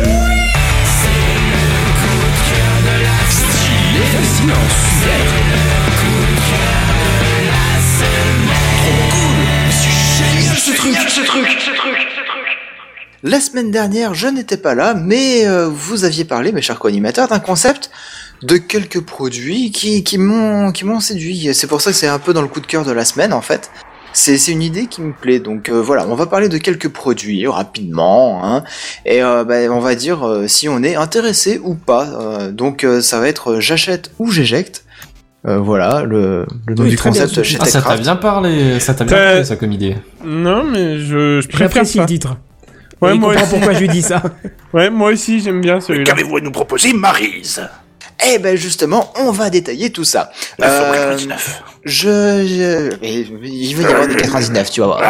Speaker 6: La semaine dernière, je n'étais pas là, mais euh, vous aviez parlé, mes chers co-animateurs, d'un concept de quelques produits qui, qui m'ont qui m'ont séduit. C'est pour ça que c'est un peu dans le coup de cœur de la semaine, en fait. C'est c'est une idée qui me plaît. Donc euh, voilà, on va parler de quelques produits euh, rapidement, hein, et euh, bah, on va dire euh, si on est intéressé ou pas. Euh, donc euh, ça va être euh, j'achète ou j'éjecte. Euh, voilà le, le nom
Speaker 1: Oui,
Speaker 6: du
Speaker 1: très bien,
Speaker 6: concept
Speaker 1: ce-
Speaker 6: chez
Speaker 4: Ah, ça t'a
Speaker 6: TechCraft.
Speaker 4: bien parlé, ça t'a bien
Speaker 7: Euh,
Speaker 4: parlé, ça comme idée.
Speaker 7: Non, mais je, je préfère
Speaker 1: J'apprécie
Speaker 7: ça.
Speaker 1: le titre.
Speaker 7: Ouais,
Speaker 1: Et il
Speaker 7: moi
Speaker 1: comprend
Speaker 7: aussi.
Speaker 1: pourquoi je lui dis ça.
Speaker 7: Ouais, moi aussi, j'aime bien celui-là.
Speaker 10: Qu'avez-vous à nous proposer, Marise
Speaker 6: Eh ben justement, on va détailler tout ça.
Speaker 10: La
Speaker 6: Euh,
Speaker 10: fabrique 99.
Speaker 6: Je, je- mais il va y avoir des 99, tu vas voir.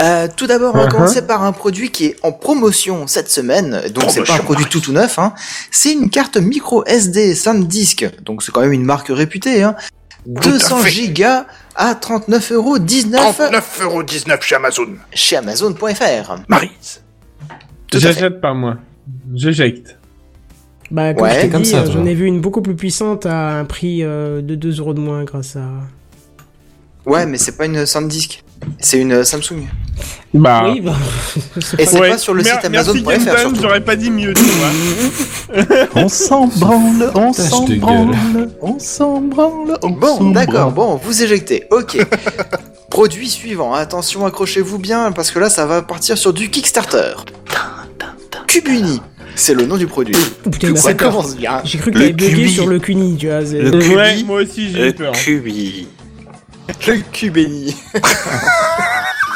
Speaker 6: Euh, tout d'abord, on va
Speaker 7: Uh-huh.
Speaker 6: commencer par un produit qui est en promotion cette semaine. Donc, c'est pas un
Speaker 10: Promotion.
Speaker 6: produit tout tout neuf. Hein. C'est une carte micro SD SanDisk. Donc, c'est quand même une marque réputée. Hein. 200
Speaker 10: fait.
Speaker 6: gigas à 39,19 euros
Speaker 10: 39,19€ chez Amazon.
Speaker 6: chez Amazon.fr.
Speaker 10: Marise.
Speaker 6: Tout à fait.
Speaker 7: J'achète pas, moi. J'éjecte.
Speaker 1: Bah, comme
Speaker 6: Ouais.
Speaker 1: je t'ai
Speaker 4: Comme
Speaker 1: dit,
Speaker 4: ça,
Speaker 1: euh,
Speaker 4: toi.
Speaker 1: j'en ai vu une beaucoup plus puissante à un prix euh, de 2 euros de moins grâce à.
Speaker 6: Ouais, mais c'est pas une SanDisk. C'est une Samsung.
Speaker 7: Bah.
Speaker 4: Ah.
Speaker 1: Oui, bah,
Speaker 6: Et c'est
Speaker 7: ouais.
Speaker 6: pas sur le
Speaker 7: Mer-
Speaker 6: site
Speaker 7: merci
Speaker 6: Amazon.fr.
Speaker 7: Gamescom,
Speaker 6: surtout.
Speaker 7: J'aurais pas dit mieux, tu vois.
Speaker 5: On s'en branle, on
Speaker 4: Putain, je
Speaker 5: s'en
Speaker 4: te
Speaker 5: branle, on s'en branle, on s'en
Speaker 6: Bon, d'accord,
Speaker 5: branle.
Speaker 6: bon, vous éjectez, ok. Produit suivant, attention, accrochez-vous bien, parce que là, ça va partir sur du Kickstarter. Cubuni, c'est le nom du produit.
Speaker 5: Oh,
Speaker 1: putain,
Speaker 6: ça
Speaker 1: d'accord.
Speaker 6: commence bien.
Speaker 1: J'ai cru que
Speaker 5: Le
Speaker 1: t'avais bugué
Speaker 5: cubi.
Speaker 1: sur le cuni, tu vois. c'est-
Speaker 5: Le cubi.
Speaker 7: Ouais, moi aussi, j'ai eu
Speaker 5: Euh,
Speaker 7: peur.
Speaker 5: cubi.
Speaker 6: Le Cubuni.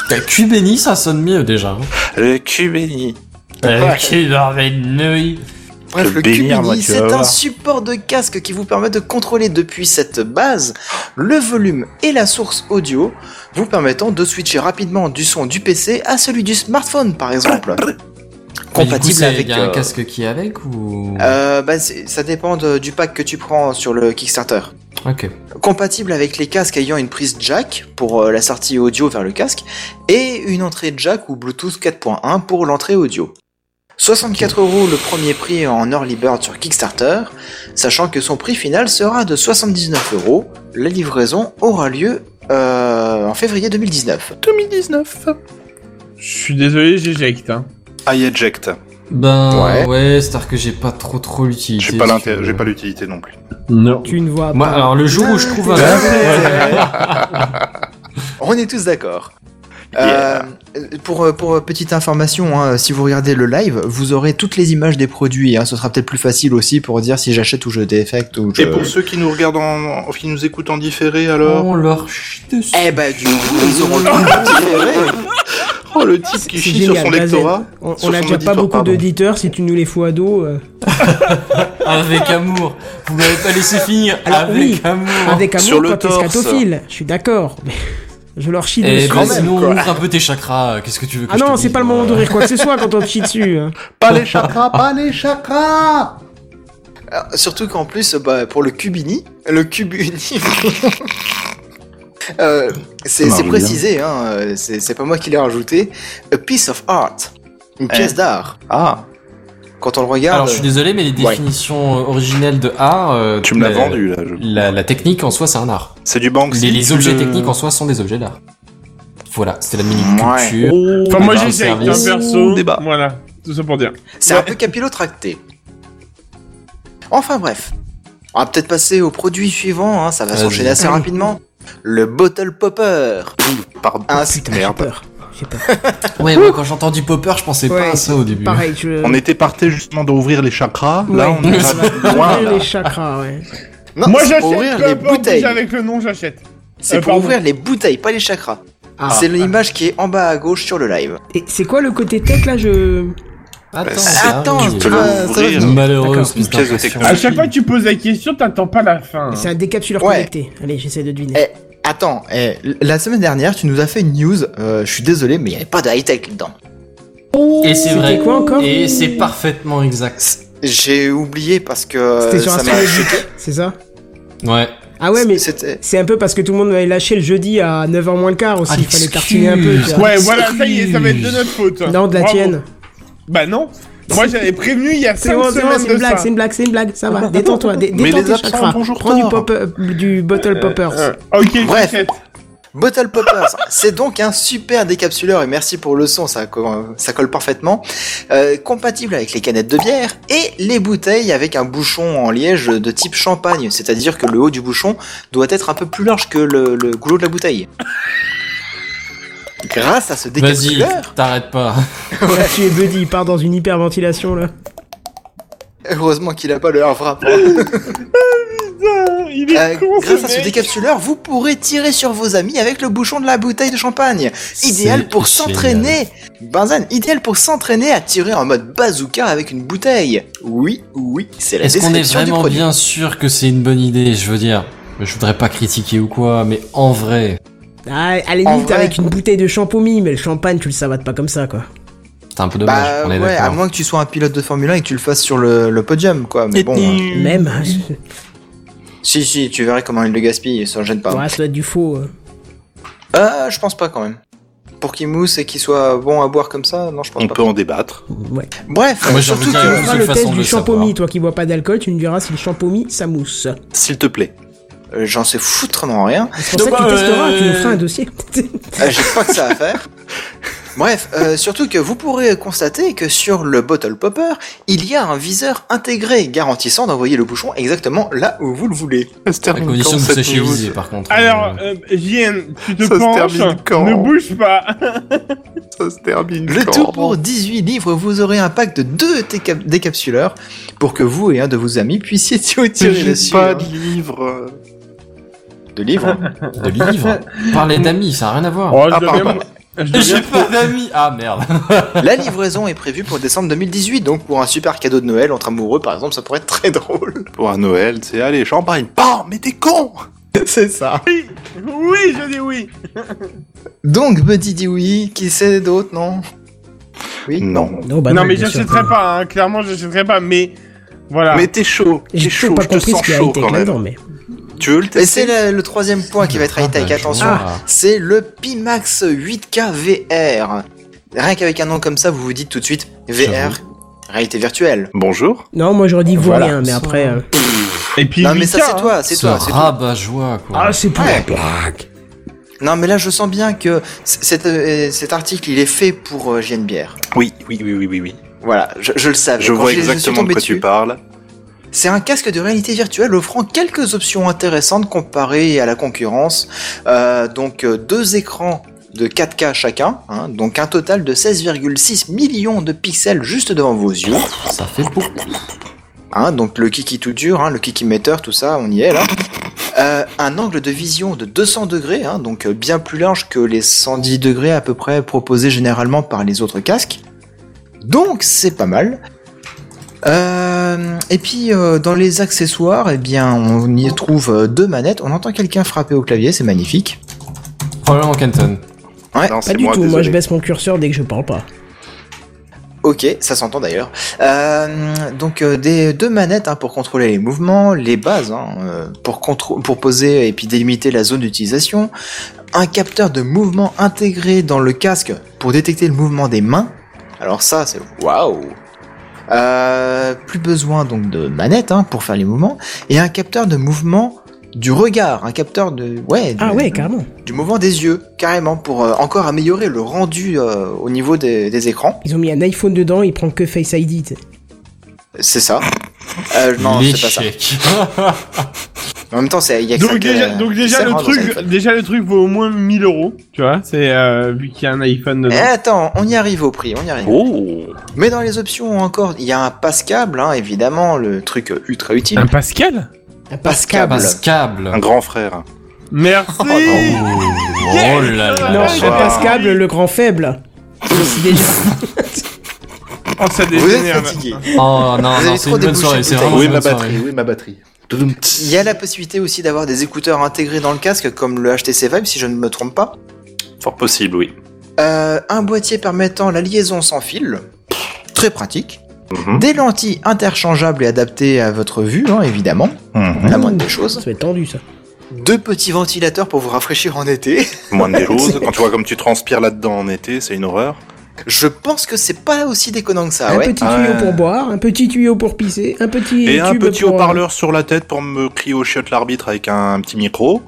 Speaker 4: T'as cul béni, ça sonne mieux déjà. hein. Euh,
Speaker 5: Le cubéni.
Speaker 4: T'as cul béni.
Speaker 6: Bref,
Speaker 5: Le
Speaker 6: le
Speaker 5: bénir, moi,
Speaker 6: Cubini,
Speaker 5: tu
Speaker 6: c'est
Speaker 5: vas
Speaker 6: un
Speaker 5: voir.
Speaker 6: support de casque qui vous permet de contrôler depuis cette base le volume et la source audio, vous permettant de switcher rapidement du son du PC à celui du smartphone, par exemple. Compatible avec.
Speaker 4: Il y a un
Speaker 6: euh,
Speaker 4: casque qui est avec ou.
Speaker 6: euh, bah, c'est- ça dépend de- du pack que tu prends sur le Kickstarter.
Speaker 4: Ok.
Speaker 6: compatible avec les casques ayant une prise jack pour euh, la sortie audio vers le casque et une entrée jack ou Bluetooth 4.1 pour l'entrée audio. 64 euros le premier prix en early bird sur Kickstarter, sachant que son prix final sera de 79 euros. La livraison aura lieu euh, en février 2019.
Speaker 5: 2019.
Speaker 7: Je suis désolé, j'éjecte. Hein.
Speaker 5: I eject.
Speaker 6: Ouais.
Speaker 4: Ben ouais, c'est-à-dire que j'ai pas trop trop l'utilité.
Speaker 5: J'ai pas
Speaker 4: si
Speaker 5: l'intérêt,
Speaker 4: tu
Speaker 5: j'ai
Speaker 6: euh.
Speaker 4: veux.
Speaker 5: pas l'utilité non plus.
Speaker 7: Non.
Speaker 1: Tu ne vois
Speaker 4: Moi,
Speaker 1: pas.
Speaker 4: alors le jour où
Speaker 5: Ah,
Speaker 4: je trouve un. euh,
Speaker 6: On est tous d'accord.
Speaker 5: Yeah.
Speaker 6: Euh, pour, pour petite information, hein, si vous regardez le live, vous aurez toutes les images des produits. hein. ce sera peut-être plus facile aussi pour dire si j'achète ou je défecte ou je.
Speaker 5: Et pour ceux qui nous regardent, en, qui nous écoutent en différé, alors
Speaker 4: On leur chie dessus.
Speaker 6: Eh ben du coup, ils auront le prix différé.
Speaker 5: Oh, le
Speaker 6: Ah,
Speaker 5: type qui
Speaker 1: C'est
Speaker 5: chie
Speaker 1: génial,
Speaker 5: sur son
Speaker 1: Blazen.
Speaker 5: lectorat.
Speaker 1: On,
Speaker 5: sur
Speaker 1: on a
Speaker 5: son
Speaker 1: déjà pas
Speaker 5: auditoire,
Speaker 1: beaucoup
Speaker 5: pardon.
Speaker 1: d'auditeurs si tu nous les fous à dos. euh,
Speaker 4: Avec amour. Vous m'avez pas laissé finir.
Speaker 1: Alors,
Speaker 4: avec
Speaker 1: oui.
Speaker 4: amour.
Speaker 1: Avec amour
Speaker 5: Ah, Sur le
Speaker 1: quand t'es
Speaker 5: torse.
Speaker 1: scatophile, je suis d'accord. Mais Je leur chie
Speaker 4: Et
Speaker 1: dessus.
Speaker 4: bah, sinon, ouvre un peu tes chakras. euh, Qu'est-ce que tu veux que
Speaker 1: Ah
Speaker 4: je te
Speaker 1: non,
Speaker 4: dise,
Speaker 1: c'est pas le
Speaker 4: moi,
Speaker 1: moment
Speaker 4: euh,
Speaker 1: d'ouvrir quoi que ce soit quand on te chie dessus. hein.
Speaker 5: Ah,
Speaker 10: Pas les chakras, pas les chakras
Speaker 6: Ah, Surtout qu'en plus, bah, pour le Cubini, le Cubini. Euh, c'est
Speaker 5: Marrant,
Speaker 6: c'est
Speaker 5: bien.
Speaker 6: précisé, hein, euh, c'est c'est pas moi qui l'ai rajouté. A piece of art. Une pièce d'art. Ah. Quand on le regarde.
Speaker 4: Eh. Alors, je suis désolé, mais les
Speaker 6: Ouais.
Speaker 4: définitions euh, originelles de art. euh,
Speaker 5: Tu me l'as
Speaker 4: la-
Speaker 5: vendu, là. je-
Speaker 4: La, la technique en soi, c'est un art.
Speaker 5: C'est du Banksy.
Speaker 4: Les, les
Speaker 5: tu
Speaker 4: objets
Speaker 5: le-
Speaker 4: techniques en soi sont des objets d'art. Voilà, c'était la mini
Speaker 6: Ouais.
Speaker 4: culture.
Speaker 1: Oh.
Speaker 7: Enfin, moi
Speaker 4: débat,
Speaker 7: j'essaye, un
Speaker 4: service.
Speaker 7: perso.
Speaker 6: Oh. Débat.
Speaker 7: Voilà, tout ça pour dire.
Speaker 6: C'est un peu capillotracté. Enfin bref. On va peut-être passer au produit suivant, hein, ça va
Speaker 4: Vas-y.
Speaker 6: s'enchaîner assez rapidement. Le Bottle Popper.
Speaker 5: Pardon.
Speaker 4: Oh,
Speaker 6: Un-
Speaker 1: Putain, j'ai peur. J'ai peur.
Speaker 4: Ouais, moi quand j'ai entendu Popper, je pensais
Speaker 1: Ouais,
Speaker 4: pas à ça au début.
Speaker 1: Pareil, je.
Speaker 5: On était parti justement d'ouvrir les chakras. Là,
Speaker 1: Ouais.
Speaker 5: on est à- loin.
Speaker 1: Ouvrir
Speaker 5: là.
Speaker 1: les chakras, ouais.
Speaker 6: Non,
Speaker 7: moi
Speaker 6: c'est pour ouvrir
Speaker 7: j'achète peu
Speaker 6: les
Speaker 7: importe
Speaker 6: bouteilles. Ah,
Speaker 7: déjà avec le nom, j'achète.
Speaker 6: C'est
Speaker 7: Euh,
Speaker 6: pour
Speaker 7: pardon.
Speaker 6: ouvrir les bouteilles, pas les chakras.
Speaker 1: Ah.
Speaker 6: C'est l'image qui est en bas à gauche sur le live.
Speaker 1: Et c'est quoi le côté tech là Je.
Speaker 4: Attends,
Speaker 5: c'est-
Speaker 6: Attends,
Speaker 4: un-
Speaker 5: Bah, tu peux
Speaker 6: Ah, ça va
Speaker 5: l'ouvrir.
Speaker 6: venir.
Speaker 4: Malheureuse
Speaker 1: D'accord.
Speaker 4: piste
Speaker 5: Une pièce de
Speaker 4: d'impression.
Speaker 5: technologie.
Speaker 7: À chaque fois que tu poses la question, t'attends pas la fin.
Speaker 5: Ah.
Speaker 1: C'est un décapsuleur
Speaker 6: Ouais.
Speaker 1: connecté. Allez, j'essaie de deviner.
Speaker 6: Eh, attends, eh, l- la semaine dernière, tu nous as fait une news, euh, je suis désolé, mais il n'y avait pas de high-tech dedans.
Speaker 4: Et c'est
Speaker 1: C'était
Speaker 4: vrai.
Speaker 1: quoi encore
Speaker 4: Et c'est parfaitement exact.
Speaker 6: J'ai oublié parce que...
Speaker 1: C'était sur un
Speaker 6: ça
Speaker 1: seul
Speaker 6: m'a-
Speaker 1: objectif, c'est ça
Speaker 4: Ouais.
Speaker 1: Ah ouais, mais
Speaker 6: C'était...
Speaker 1: c'est un peu parce que tout le monde m'avait lâché le jeudi à 9h moins le quart aussi.
Speaker 4: Ah,
Speaker 1: Il fallait tartiner un peu. tu vois.
Speaker 7: Ouais, voilà, ça y est, ça va être de notre faute.
Speaker 1: Non, de la
Speaker 7: Bravo.
Speaker 1: tienne.
Speaker 7: Bah non. Moi j'avais prévenu il y a
Speaker 1: C'est
Speaker 7: 5
Speaker 1: bon, c'est bon,
Speaker 7: semaines
Speaker 1: c'est une
Speaker 7: de
Speaker 1: blague,
Speaker 7: ça.
Speaker 1: c'est une blague, c'est une blague. Ça va, détends-toi. dé-
Speaker 5: Mais
Speaker 1: détends
Speaker 5: les
Speaker 1: tes
Speaker 5: absents,
Speaker 1: chakras.
Speaker 5: bonjour,
Speaker 1: Prends du,
Speaker 5: tort.
Speaker 1: pop, euh, du bottle poppers.
Speaker 7: Euh, ok,
Speaker 6: Bref.
Speaker 7: j'achète.
Speaker 6: Bottle Poppers, c'est donc un super décapsuleur et merci pour le son, ça, co- ça colle parfaitement. Euh, compatible avec les canettes de bière et les bouteilles avec un bouchon en liège de type champagne, c'est-à-dire que le haut du bouchon doit être un peu plus large que le, le goulot de la bouteille. Grâce à ce
Speaker 4: Vas-y,
Speaker 6: décapsuleur,
Speaker 4: t'arrêtes pas.
Speaker 1: Là, tu es Buddy, il part dans une hyperventilation là.
Speaker 6: heureusement qu'il a pas le havre à
Speaker 7: Putain, Oh, il est
Speaker 6: Euh,
Speaker 7: con,
Speaker 6: grâce à
Speaker 7: ce
Speaker 6: ce
Speaker 7: mec.
Speaker 6: décapsuleur, vous pourrez tirer sur vos amis avec le bouchon de la bouteille de champagne. Idéal
Speaker 4: C'est
Speaker 6: pour
Speaker 4: génial.
Speaker 6: s'entraîner. Benzane, idéal pour s'entraîner à tirer en mode bazooka avec une bouteille. Oui, oui, c'est la
Speaker 4: Est-ce qu'on est
Speaker 6: description du
Speaker 4: vraiment
Speaker 6: produit.
Speaker 4: bien sûr que c'est une bonne idée Je veux dire, je voudrais pas critiquer ou quoi, mais en vrai,
Speaker 1: Ah, à la
Speaker 6: En
Speaker 1: limite,
Speaker 6: vrai-
Speaker 1: avec une bouteille de champomy, mais le champagne, tu le savates pas comme ça quoi.
Speaker 4: c'est un peu dommage.
Speaker 6: Bah
Speaker 4: on est
Speaker 6: ouais, à
Speaker 4: d'accord.
Speaker 6: moins que tu sois un pilote de Formule 1 et que tu le fasses sur le, le podium, quoi. Mais bon, euh,
Speaker 1: Même. hein,
Speaker 6: si, si, tu verrais comment il le gaspille, ça le gêne pas.
Speaker 1: Ouais, ça doit être du faux. euh.
Speaker 6: Ah, je pense pas quand même. Pour qu'il mousse et qu'il soit bon à boire comme ça, non, je pense
Speaker 5: On
Speaker 6: pas.
Speaker 5: peut en débattre.
Speaker 1: Ouais.
Speaker 6: Bref, euh,
Speaker 4: Moi, j'ai envie
Speaker 6: surtout
Speaker 4: de dire,
Speaker 1: Tu
Speaker 6: que...
Speaker 4: une
Speaker 1: feras
Speaker 4: seule
Speaker 1: le
Speaker 4: façon
Speaker 1: test
Speaker 4: de
Speaker 1: du
Speaker 4: le
Speaker 1: champomy,
Speaker 4: savoir.
Speaker 1: toi qui bois pas d'alcool, tu me diras si le champomy ça mousse.
Speaker 5: S'il te plaît.
Speaker 6: euh, J'en sais foutrement rien.
Speaker 1: C'est pour ça
Speaker 4: Donc,
Speaker 1: que tu
Speaker 4: bah,
Speaker 1: testeras, tu nous
Speaker 4: euh,
Speaker 1: feras un dossier.
Speaker 6: Euh, J'ai pas que ça à faire. Bref, euh, surtout que vous pourrez constater que sur le bottle popper, il y a un viseur intégré garantissant d'envoyer le bouchon exactement là où vous le voulez.
Speaker 4: À condition que vous sachiez viser, par contre.
Speaker 7: Alors,
Speaker 4: Euh,
Speaker 7: euh, JN, tu te
Speaker 10: Ça se
Speaker 7: penches,
Speaker 10: termine quand
Speaker 7: ne bouge pas.
Speaker 10: Ça se termine
Speaker 6: Le tout pour 18 livres, vous aurez un pack de 2 décapsuleurs pour que vous et un de vos amis puissiez tirer dessus.
Speaker 10: pas
Speaker 6: hein.
Speaker 10: de
Speaker 1: euh.
Speaker 10: livre.
Speaker 6: de livres
Speaker 4: euh, de livres. Parler d'amis, ça a rien à voir.
Speaker 7: Oh, je
Speaker 10: Ah,
Speaker 7: deviens-
Speaker 10: pardon.
Speaker 7: je
Speaker 4: J'ai
Speaker 7: deviens-
Speaker 4: pas d'amis. Ah merde.
Speaker 6: La livraison est prévue pour décembre 2018, donc pour un super cadeau de Noël entre amoureux par exemple, ça pourrait être très drôle.
Speaker 5: Pour un Noël, c'est allez, champagne. Bam, mais t'es con
Speaker 6: C'est ça.
Speaker 7: Oui, je dis oui.
Speaker 6: Donc Buddy dit oui, qui sait d'autre, non Oui
Speaker 5: Non.
Speaker 1: Non, bah
Speaker 7: non, mais
Speaker 1: bien sûr.
Speaker 7: j'achèterai pas, hein. clairement, j'achèterai pas, mais
Speaker 4: Ah.
Speaker 7: voilà.
Speaker 5: Mais t'es chaud. T'es
Speaker 1: J'ai
Speaker 5: chaud,
Speaker 1: toujours pas
Speaker 5: je te
Speaker 1: compris ce
Speaker 5: sens
Speaker 1: qu'il y a
Speaker 5: chaud
Speaker 1: high-tech
Speaker 5: quand même.
Speaker 1: là-dedans, mais.
Speaker 5: Tu veux le
Speaker 6: Et c'est
Speaker 5: tester
Speaker 6: le, le troisième point qui va être high-tech,
Speaker 4: Ah,
Speaker 6: attention,
Speaker 4: ah.
Speaker 6: c'est le Pimax 8K VR. Rien qu'avec un nom comme ça, vous vous dites tout de suite VR, réalité virtuelle.
Speaker 5: Bonjour.
Speaker 1: Non, moi j'aurais dit vous
Speaker 6: Voilà.
Speaker 1: rien, mais après. euh,
Speaker 7: Et puis,
Speaker 6: non mais ça
Speaker 7: Lucas,
Speaker 6: c'est toi, c'est
Speaker 4: Ce
Speaker 6: toi, c'est toi.
Speaker 4: rabat-joie, quoi.
Speaker 1: Ah, c'est pour
Speaker 6: Ouais.
Speaker 5: Eh,
Speaker 1: la
Speaker 5: bah,
Speaker 1: blague.
Speaker 6: Non mais là je sens bien que c- cet, euh, cet article il est fait pour euh, JNBR.
Speaker 5: Oui, oui, oui, oui, oui. oui.
Speaker 6: Voilà, je, je le savais.
Speaker 5: Je
Speaker 6: Quand
Speaker 5: vois
Speaker 6: suis
Speaker 5: exactement de
Speaker 6: tombé
Speaker 5: quoi tu
Speaker 6: dessus,
Speaker 5: parles.
Speaker 6: C'est un casque de réalité virtuelle offrant quelques options intéressantes comparées à la concurrence. Euh, donc euh, deux écrans de 4K chacun, hein, donc un total de 16,6 millions de pixels juste devant vos yeux.
Speaker 4: Ça fait beaucoup.
Speaker 6: Hein, donc le kiki tout dur, hein, le kiki metteur, tout ça, on y est là. Euh, un angle de vision de 200 degrés, hein, donc euh, bien plus large que les 110 degrés à peu près proposés généralement par les autres casques. Donc c'est pas mal. Euh, et puis euh, dans les accessoires, eh bien on y trouve euh, deux manettes. On entend quelqu'un frapper au clavier, c'est magnifique.
Speaker 4: Probablement Canton.
Speaker 10: Non,
Speaker 1: Pas
Speaker 10: c'est
Speaker 1: du
Speaker 10: moi,
Speaker 1: tout, moi je
Speaker 10: désolé.
Speaker 1: baisse mon curseur dès que je parle pas.
Speaker 6: Ok, ça s'entend d'ailleurs. Euh, donc euh, des deux manettes hein, pour contrôler les mouvements, les bases hein, euh, pour contrô- pour poser et puis délimiter la zone d'utilisation, un capteur de mouvement intégré dans le casque pour détecter le mouvement des mains. Alors ça, c'est waouh. Euh, Plus besoin donc de manettes hein, pour faire les mouvements et un capteur de mouvement du regard, un capteur de ouais du,
Speaker 1: Ah ouais, carrément.
Speaker 6: du mouvement des yeux carrément pour euh, encore améliorer le rendu euh, au niveau des- des écrans.
Speaker 1: Ils ont mis un iPhone dedans, il prend que Face ID. tu sais.
Speaker 6: C'est ça. Euh, non, c'est pas ça.
Speaker 4: L'échec.
Speaker 6: En même temps, c'est il y a que ça
Speaker 7: Donc
Speaker 6: que-
Speaker 7: déjà,
Speaker 6: qui
Speaker 7: donc
Speaker 6: euh,
Speaker 7: déjà
Speaker 6: sert
Speaker 7: le
Speaker 6: dans un
Speaker 7: truc,
Speaker 6: iPhone.
Speaker 7: déjà le truc vaut au moins 1000 euros, tu vois, c'est euh, vu qu'il y a un iPhone
Speaker 6: Eh,
Speaker 7: dedans.
Speaker 6: attends, on y arrive au prix, on y arrive.
Speaker 5: Oh
Speaker 6: Mais dans les options encore, il y a un passe câble, hein, évidemment, le truc euh, ultra utile.
Speaker 7: Un Pascal
Speaker 1: Un passe câble.
Speaker 4: Passe câble.
Speaker 5: Un grand frère.
Speaker 7: Merci.
Speaker 4: Oh là là.
Speaker 1: Non,
Speaker 5: Ah,
Speaker 1: un passe câble, le grand faible. C'est déjà-
Speaker 7: Oh, ça
Speaker 6: Vous êtes
Speaker 7: dégénère.
Speaker 6: fatigué.
Speaker 4: Oh non,
Speaker 6: Vous
Speaker 4: non
Speaker 6: avez
Speaker 4: c'est
Speaker 6: trop
Speaker 4: une bonne
Speaker 6: débouché,
Speaker 4: soirée, c'est
Speaker 6: putain.
Speaker 4: vraiment
Speaker 10: Oui,
Speaker 4: une
Speaker 10: ma
Speaker 4: Ah, bonne
Speaker 10: batterie,
Speaker 4: soirée.
Speaker 10: oui, ma batterie.
Speaker 6: Il y a la possibilité aussi d'avoir des écouteurs intégrés dans le casque, comme le HTC Vive, si je ne me trompe pas.
Speaker 5: Fort possible, oui.
Speaker 6: Euh, un boîtier permettant la liaison sans fil, très pratique.
Speaker 5: Mhm.
Speaker 6: Des lentilles interchangeables et adaptées à votre vue, hein, évidemment,
Speaker 4: Hmm.
Speaker 5: Mhm.
Speaker 6: la moindre des choses.
Speaker 1: Ça va être tendu ça.
Speaker 6: Deux petits ventilateurs pour vous rafraîchir en été.
Speaker 5: Moins des choses. Quand tu vois comme tu transpires là-dedans en été, c'est une horreur.
Speaker 6: Je pense que c'est pas aussi déconnant que ça,
Speaker 1: un
Speaker 6: ouais.
Speaker 1: petit tuyau
Speaker 5: Ah Ouais.
Speaker 1: pour boire, un petit tuyau pour pisser, un petit
Speaker 5: Et un
Speaker 1: tube
Speaker 5: petit
Speaker 1: pour, euh,
Speaker 5: haut-parleur sur la tête pour me crier au chiotte l'arbitre avec un petit micro.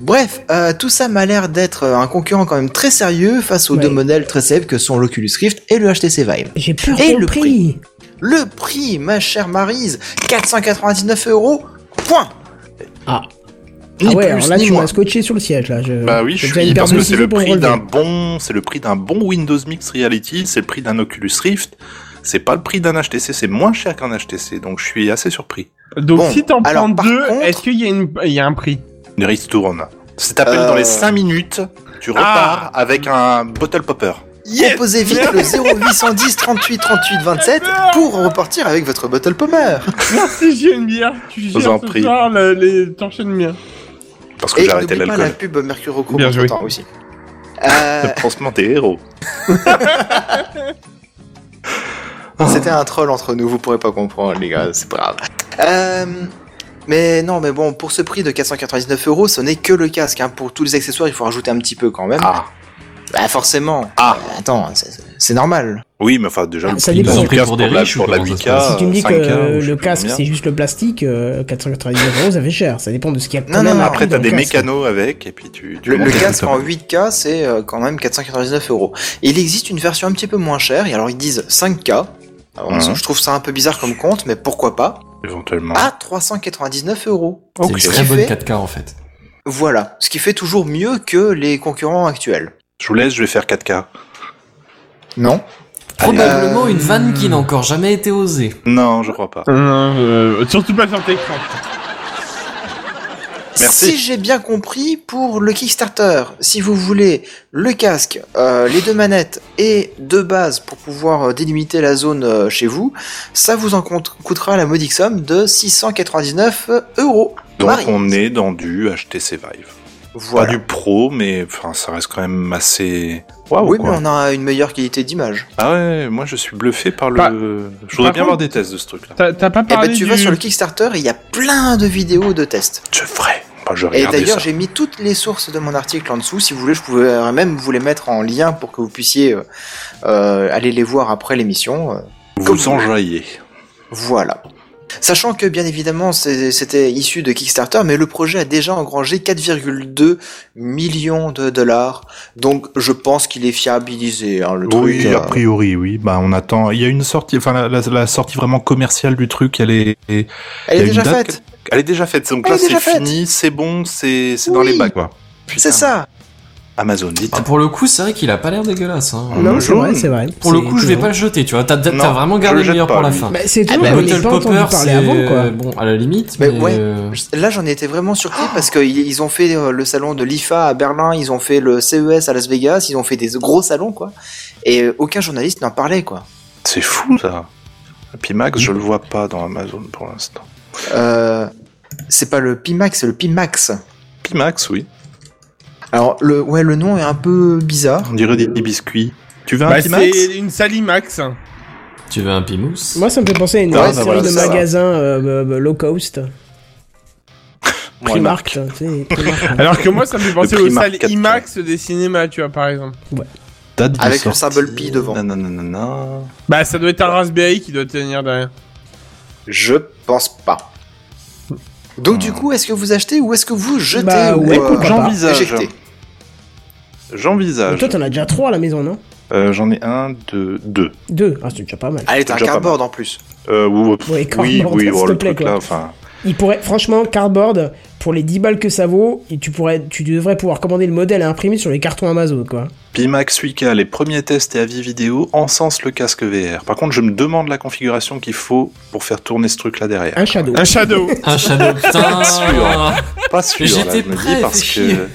Speaker 6: Bref, euh, tout ça m'a l'air d'être euh, un concurrent quand même très sérieux face aux
Speaker 1: Ouais.
Speaker 6: deux modèles très célèbres que sont l'Oculus Rift et le HTC Vive.
Speaker 1: J'ai peur
Speaker 6: Et
Speaker 1: pour le
Speaker 6: le
Speaker 1: prix.
Speaker 6: prix. Le prix, ma chère Marise, 499 euros, point
Speaker 1: Ah.
Speaker 6: Ni
Speaker 1: Ah ouais,
Speaker 6: plus,
Speaker 1: alors là
Speaker 6: ni
Speaker 1: tu
Speaker 6: moins.
Speaker 1: m'as scotché sur le siège là. Je...
Speaker 5: Bah oui,
Speaker 1: j'ai
Speaker 5: je
Speaker 1: déjà
Speaker 5: suis
Speaker 1: une paire
Speaker 5: parce
Speaker 1: de
Speaker 5: que c'est
Speaker 1: ciseaux
Speaker 5: le
Speaker 1: pour me
Speaker 5: prix d'un
Speaker 1: relever.
Speaker 5: bon, c'est le prix d'un bon Windows Mixed Reality, c'est le prix d'un Oculus Rift. C'est pas le prix d'un HTC, c'est moins cher qu'un HTC, donc je suis assez surpris.
Speaker 7: Donc
Speaker 6: Bon,
Speaker 7: si t'en
Speaker 6: alors,
Speaker 7: prends
Speaker 6: par
Speaker 7: deux,
Speaker 6: contre-
Speaker 7: est-ce qu'il y a une, il y a un prix
Speaker 5: Une ristourne. Si t'appelles
Speaker 6: Euh. Ah.
Speaker 5: dans les 5 minutes, tu repars avec un bottle popper.
Speaker 6: Composez vite le 0810 38 38 27 pour repartir avec votre bottle pommer
Speaker 7: Merci Geneviève, tu
Speaker 5: Vous
Speaker 7: gères
Speaker 5: en
Speaker 7: ce
Speaker 5: prie.
Speaker 7: soir le- les t'enchaînes bien.
Speaker 5: Parce que
Speaker 6: Et
Speaker 5: j'ai arrêté
Speaker 6: n'oubliez pas la
Speaker 5: l'alcool.
Speaker 6: pub Mercurochrome
Speaker 7: Bien joué.
Speaker 6: entre-temps aussi. Euh,
Speaker 5: Franchement, t'es héros. Ah.
Speaker 6: C'était un troll entre nous, vous pourrez pas comprendre, les gars, c'est pas grave. Euh, mais non, mais bon, pour ce prix de 499 euros, ce n'est que le casque. Hein. Pour tous les accessoires, il faut rajouter un petit peu quand même.
Speaker 5: Ah.
Speaker 6: Bah forcément.
Speaker 5: Ah.
Speaker 6: Euh, Attends, c'est- c'est normal.
Speaker 5: Oui, mais enfin, déjà, le
Speaker 1: Ah, Ça
Speaker 5: prix
Speaker 1: dépend.
Speaker 5: d'un
Speaker 1: Ils ont
Speaker 4: pris
Speaker 5: casque
Speaker 4: pour des
Speaker 5: la-
Speaker 4: riches ou
Speaker 5: pour la
Speaker 4: comment ça
Speaker 5: 8K,
Speaker 4: se passe
Speaker 1: Si tu me dis que
Speaker 5: 5K,
Speaker 1: euh,
Speaker 5: ou je sais
Speaker 1: le
Speaker 5: plus
Speaker 1: casque
Speaker 5: combien.
Speaker 1: c'est juste le plastique, euh, 499 euros ça fait cher. Ça dépend de ce qu'il y a quand
Speaker 6: Non,
Speaker 1: même
Speaker 6: non,
Speaker 1: appris
Speaker 5: Après,
Speaker 1: dans
Speaker 5: t'as
Speaker 1: le
Speaker 5: des
Speaker 1: casque.
Speaker 5: mécanos avec, et puis tu. tu
Speaker 6: Le, le
Speaker 5: montes
Speaker 6: casque
Speaker 5: tout
Speaker 6: en 8K, c'est euh, quand même 499 euros. Et il existe une version un petit peu moins chère, et alors ils disent 5K. Alors,
Speaker 5: Mhm.
Speaker 6: Je trouve ça un peu bizarre comme compte, mais pourquoi pas
Speaker 5: ça, Éventuellement.
Speaker 6: À 399 euros.
Speaker 4: C'est une
Speaker 6: Ce
Speaker 4: très
Speaker 6: qui
Speaker 4: bonne
Speaker 6: fait-
Speaker 4: 4K en fait.
Speaker 6: Voilà, ce qui fait toujours mieux que les concurrents actuels.
Speaker 5: Je vous laisse, je vais faire 4K.
Speaker 6: Non
Speaker 4: Probablement
Speaker 6: Euh,
Speaker 4: une vanne qui n'a encore jamais été osée.
Speaker 5: Non, je crois pas.
Speaker 7: Non, non, euh, surtout pas sur tes écrans.
Speaker 5: Merci.
Speaker 6: Si j'ai bien compris, pour le Kickstarter, si vous voulez le casque, euh, les deux manettes et deux bases pour pouvoir euh, délimiter la zone euh, chez vous, ça vous en compte- coûtera la modique somme de 699 euros.
Speaker 5: Donc,
Speaker 6: Marie.
Speaker 5: on est dans du HTC Vive. Pas
Speaker 6: Voilà.
Speaker 5: du pro, mais enfin, ça reste quand même assez. Waouh!
Speaker 6: oui, mais
Speaker 5: quoi.
Speaker 6: on a une meilleure qualité d'image.
Speaker 5: Ah ouais, moi je suis bluffé par le.
Speaker 7: Par-
Speaker 5: je voudrais
Speaker 7: par
Speaker 5: bien
Speaker 7: contre-
Speaker 5: avoir des tests de ce truc-là.
Speaker 7: T'as t'as pas
Speaker 6: Eh
Speaker 7: parlé
Speaker 6: ben, tu
Speaker 7: du...
Speaker 6: vas sur le Kickstarter, il y a plein de vidéos de tests.
Speaker 5: Je ferai. Enfin, je
Speaker 6: Et
Speaker 5: regardais
Speaker 6: d'ailleurs,
Speaker 5: ça.
Speaker 6: j'ai mis toutes les sources de mon article en dessous. Si vous voulez, je pouvais même vous les mettre en lien pour que vous puissiez euh, euh, aller les voir après l'émission. euh, comme
Speaker 5: Vous
Speaker 6: vous
Speaker 5: enjaillez.
Speaker 6: Voilà. Sachant que bien évidemment c'est- c'était issu de Kickstarter, mais le projet a déjà engrangé 4,2 millions de dollars, donc je pense qu'il est fiabilisé. Hein, le truc, euh,
Speaker 5: priori, oui. Bah, on attend. Il y a une sortie, enfin, la, la- la sortie vraiment commerciale du truc, elle est, elle il
Speaker 6: elle
Speaker 5: y
Speaker 6: est
Speaker 5: a
Speaker 6: déjà
Speaker 5: une date
Speaker 6: faite,
Speaker 5: est déjà faite. Donc
Speaker 6: Elle
Speaker 5: là,
Speaker 6: est déjà
Speaker 5: c'est
Speaker 6: faite.
Speaker 5: fini, c'est bon, c'est, c'est dans
Speaker 6: Oui.
Speaker 5: les bacs, quoi. Putain.
Speaker 6: c'est ça.
Speaker 5: Amazon, dites.
Speaker 4: Ah, pour le coup, c'est vrai qu'il a pas l'air dégueulasse. hein.
Speaker 5: Non,
Speaker 1: Non, c'est vrai,
Speaker 5: jaune.
Speaker 1: c'est vrai.
Speaker 4: Pour le
Speaker 1: C'est
Speaker 4: coup, je vais
Speaker 1: étonnant.
Speaker 4: pas le jeter, tu vois. T'as t'as
Speaker 5: Mm. Non,
Speaker 4: vraiment
Speaker 5: je le
Speaker 4: gardé le
Speaker 5: jette
Speaker 4: meilleur
Speaker 5: pas,
Speaker 4: pour la
Speaker 5: lui.
Speaker 4: fin.
Speaker 1: Bah, c'est
Speaker 6: Ah
Speaker 1: étonnant,
Speaker 6: bah,
Speaker 1: j'en ai
Speaker 4: Bottle
Speaker 1: pas entendu parler
Speaker 4: c'est-
Speaker 1: avant quoi.
Speaker 4: Bon, à la limite,
Speaker 6: Mais
Speaker 4: mais.
Speaker 6: ouais.
Speaker 4: euh,
Speaker 6: Là j'en étais vraiment surpris parce qu'ils ils ont fait euh, le salon de l'IFA à Berlin, ils ont fait le CES à Las Vegas, ils ont fait des gros salons quoi, et euh, aucun journaliste n'en parlait quoi.
Speaker 5: C'est fou, ça. Puis Max, je le vois pas dans Amazon pour l'instant.
Speaker 6: Euh, c'est pas le Pimax, c'est le Pimax.
Speaker 5: Pimax, oui.
Speaker 6: Alors, le, ouais, le nom est un peu bizarre.
Speaker 5: On dirait des, des biscuits. Tu veux un
Speaker 7: Bah,
Speaker 5: petit Max
Speaker 7: c'est une Salimax.
Speaker 4: Tu veux un pimousse
Speaker 9: Moi, ça me fait penser à une
Speaker 6: Ah,
Speaker 9: vraie
Speaker 6: bah
Speaker 9: série
Speaker 6: voilà,
Speaker 9: de
Speaker 6: ça va.
Speaker 9: magasins euh, euh, low cost. Primark, tu sais, Primark.
Speaker 7: Alors que moi, ça me fait penser
Speaker 5: Le
Speaker 7: au
Speaker 5: Primark
Speaker 7: salle
Speaker 5: 4K.
Speaker 7: IMAX des cinémas, tu vois, par exemple.
Speaker 5: Date de
Speaker 6: Avec le
Speaker 5: sortie.
Speaker 6: symbole pi devant.
Speaker 5: Nananana.
Speaker 7: Bah, ça doit être un Raspberry qui doit tenir derrière.
Speaker 6: Je pense pas. Donc, du coup, est-ce que vous achetez ou est-ce que vous jetez
Speaker 9: Bah,
Speaker 6: ou
Speaker 9: ouais,
Speaker 6: euh,
Speaker 9: pourquoi
Speaker 5: j'envisage.
Speaker 6: éjectez
Speaker 9: Mais
Speaker 5: J'envisage.
Speaker 9: Toi, t'en as déjà trois à la maison, non
Speaker 5: Euh, J'en ai un, deux, deux.
Speaker 9: Deux. Ah, c'est déjà pas mal.
Speaker 6: Allez, t'as un
Speaker 5: Déjà pas mal.
Speaker 6: cardboard en plus.
Speaker 5: Euh, ou- pff,
Speaker 9: Ouais, quand
Speaker 5: oui,
Speaker 9: même,
Speaker 5: oui,
Speaker 9: s'il
Speaker 5: bon,
Speaker 9: te
Speaker 5: le
Speaker 9: plaît,
Speaker 5: truc
Speaker 9: quoi.
Speaker 5: là, enfin.
Speaker 9: Il pourrait, franchement, Cardboard, pour les 10 balles que ça vaut, et tu, pourrais, tu devrais pouvoir commander le modèle à imprimer sur les cartons Amazon, quoi.
Speaker 5: Pimax Wicca, les premiers tests et avis vidéo encensent le casque VR. Par contre, je me demande la configuration qu'il faut pour faire tourner ce truc là derrière.
Speaker 9: Un Shadow.
Speaker 7: Un Shadow.
Speaker 4: Un Shadow, putain
Speaker 5: Pas sûr,
Speaker 4: J'étais
Speaker 5: là, je me
Speaker 4: prêt,
Speaker 5: dis, parce
Speaker 4: fais chier.
Speaker 5: que.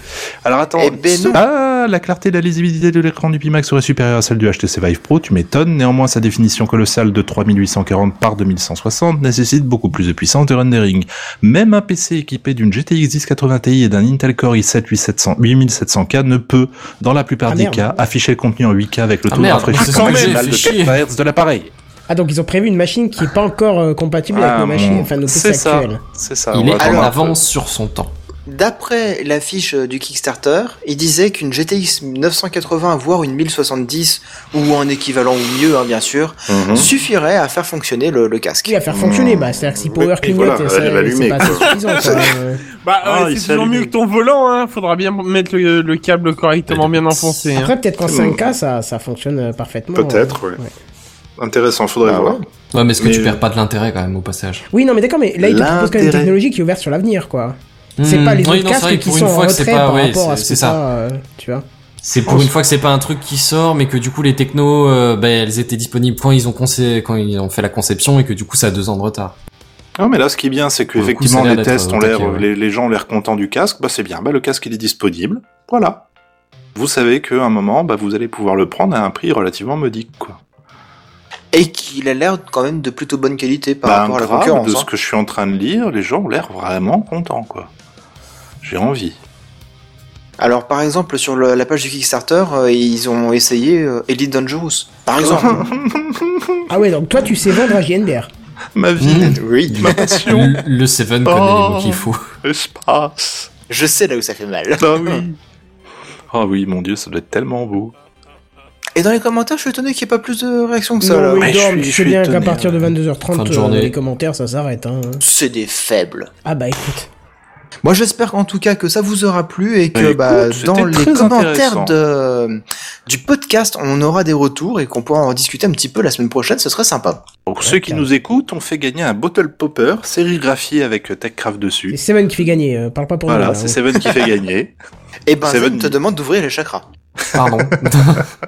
Speaker 5: Alors attends.
Speaker 6: Eh ben non.
Speaker 5: Ah, la clarté et la lisibilité de l'écran du Pimax serait supérieure à celle du HTC Vive Pro, tu m'étonnes. Néanmoins, sa définition colossale de 3840 par 2160 nécessite beaucoup plus de puissance de rendering. Même un PC équipé d'une GTX 1080 Ti et d'un Intel Core i7 8700 8700K ne peut, dans la plupart
Speaker 9: Ah,
Speaker 5: des
Speaker 9: merde.
Speaker 5: cas, afficher le contenu en 8K avec le
Speaker 4: Ah,
Speaker 5: taux de
Speaker 4: merde.
Speaker 7: Ah, quand
Speaker 5: rafraîchissement
Speaker 7: même,
Speaker 5: maximal de
Speaker 4: fais chier.
Speaker 5: 4 Hz de l'appareil.
Speaker 9: Ah, donc ils ont prévu une machine qui est pas encore euh, compatible avec
Speaker 5: Ah,
Speaker 9: nos machines,
Speaker 5: bon.
Speaker 9: enfin nos PC
Speaker 5: C'est ça.
Speaker 9: actuels.
Speaker 5: C'est ça.
Speaker 4: Il
Speaker 5: on
Speaker 4: est
Speaker 5: va
Speaker 4: en
Speaker 5: attendre un peu.
Speaker 4: avance sur son temps.
Speaker 6: D'après la fiche euh, du Kickstarter, il disait qu'une GTX 980 voire une 1070 ou un équivalent ou mieux hein, bien sûr
Speaker 5: Mhm.
Speaker 6: suffirait à faire fonctionner le, le casque.
Speaker 9: Qui à faire fonctionner, bah, c'est-à-dire que si
Speaker 11: Mais-
Speaker 9: Power
Speaker 11: mais
Speaker 9: clignote,
Speaker 11: voilà,
Speaker 9: ça-
Speaker 11: elle va
Speaker 9: c'est
Speaker 11: allumer,
Speaker 9: pas
Speaker 11: quoi.
Speaker 9: assez suffisant, quoi. Euh,
Speaker 7: Bah,
Speaker 11: Ah,
Speaker 7: euh,
Speaker 11: il
Speaker 7: c'est
Speaker 11: s'est
Speaker 7: toujours
Speaker 11: allumé.
Speaker 7: mieux que ton volant, hein. Faudra bien mettre le, le câble correctement bien enfoncé. hein.
Speaker 9: Après, peut-être qu'en
Speaker 5: Euh,
Speaker 9: 5K, ça, ça fonctionne euh, parfaitement.
Speaker 11: Peut-être, ouais.
Speaker 9: Ouais.
Speaker 11: Intéressant, faudrait
Speaker 6: Ah
Speaker 11: voir.
Speaker 4: Ouais, mais est-ce que
Speaker 11: Mais
Speaker 4: tu
Speaker 11: je-
Speaker 4: perds pas de l'intérêt quand même au passage
Speaker 9: Oui, non, mais d'accord, mais là, ils te proposent quand même une
Speaker 6: L'intérêt.
Speaker 9: technologie qui est ouverte sur l'avenir, quoi. C'est
Speaker 4: Hmm,
Speaker 9: pas les
Speaker 4: oui,
Speaker 9: autres
Speaker 4: non, c'est vrai
Speaker 9: casques
Speaker 4: que
Speaker 9: qui
Speaker 4: pour
Speaker 9: sont
Speaker 4: une
Speaker 9: en
Speaker 4: fois que c'est
Speaker 9: retrait
Speaker 4: pas-
Speaker 9: par
Speaker 4: ouais,
Speaker 9: rapport à
Speaker 4: c'est-
Speaker 9: ce
Speaker 4: c'est
Speaker 9: que
Speaker 4: ça.
Speaker 9: ça, euh, tu vois.
Speaker 4: C'est pour une fois que c'est pas un truc qui sort, mais que du coup les technos, euh, bah, elles étaient disponibles quand ils ont concé- quand ils ont fait la conception et que du coup ça a deux ans de retard.
Speaker 5: Non, mais là, ce qui est bien, c'est que
Speaker 4: Pour le coup,
Speaker 5: effectivement,
Speaker 4: ça a l'air
Speaker 5: les
Speaker 4: d'être,
Speaker 5: tests
Speaker 4: euh,
Speaker 5: ont l'air,
Speaker 4: taquet, ouais.
Speaker 5: les, les gens ont l'air contents du casque. Bah, c'est bien. Bah, le casque, il est disponible. Voilà. Vous savez qu'à un moment, bah, vous allez pouvoir le prendre à un prix relativement modique, quoi.
Speaker 6: Et qu'il a l'air quand même de plutôt bonne qualité par
Speaker 5: Bah,
Speaker 6: rapport à la
Speaker 5: grave,
Speaker 6: concurrence.
Speaker 5: de ce
Speaker 6: hein.
Speaker 5: que je suis en train de lire, les gens ont l'air vraiment contents, quoi. J'ai envie.
Speaker 6: Alors par exemple sur le- la page du Kickstarter, euh, ils ont essayé euh, Elite Dangerous par exemple.
Speaker 9: Ah ouais, donc toi, tu sais vendre à JNBR.
Speaker 5: Ma vie,
Speaker 6: oui,
Speaker 5: ma passion,
Speaker 4: Le, le Seven connaît les mots qu'il faut.
Speaker 5: l'espace.
Speaker 6: je sais là où ça fait mal.
Speaker 5: Bah oui. Ah oui, mon dieu, ça doit être tellement beau.
Speaker 6: Et dans les commentaires, je suis étonné qu'il n'y ait pas plus de réactions que ça. là.
Speaker 9: Non,
Speaker 5: Ouais,
Speaker 9: mais
Speaker 5: je
Speaker 9: dorme,
Speaker 5: suis-
Speaker 9: tu
Speaker 5: je
Speaker 9: sais
Speaker 5: suis
Speaker 9: bien qu'à
Speaker 5: étonné,
Speaker 9: partir de
Speaker 5: ouais.
Speaker 9: 22h30,
Speaker 4: Fin de
Speaker 9: euh,
Speaker 4: journée.
Speaker 9: les commentaires, ça s'arrête. Hein.
Speaker 6: C'est des faibles.
Speaker 9: Ah bah écoute.
Speaker 6: Moi, j'espère qu'en tout cas que ça vous aura plu et que
Speaker 5: Écoute,
Speaker 6: bah,
Speaker 5: c'était
Speaker 6: dans les
Speaker 5: très
Speaker 6: commentaires
Speaker 5: intéressant.
Speaker 6: de, du podcast, on aura des retours et qu'on pourra en discuter un petit peu la semaine prochaine. Ce serait sympa.
Speaker 5: Pour ceux qui nous écoutent, on fait gagner un bottle popper sérigraphié avec TechCraft
Speaker 9: C'est
Speaker 5: dessus.
Speaker 9: Seven qui fait gagner, euh, parle pas pour nous.
Speaker 5: Voilà,
Speaker 9: là,
Speaker 5: c'est
Speaker 9: hein.
Speaker 5: Seven qui fait gagner.
Speaker 6: Et ben,
Speaker 5: C'est
Speaker 6: Zen
Speaker 5: bon.
Speaker 6: te demande d'ouvrir les chakras.
Speaker 4: Pardon.
Speaker 5: Un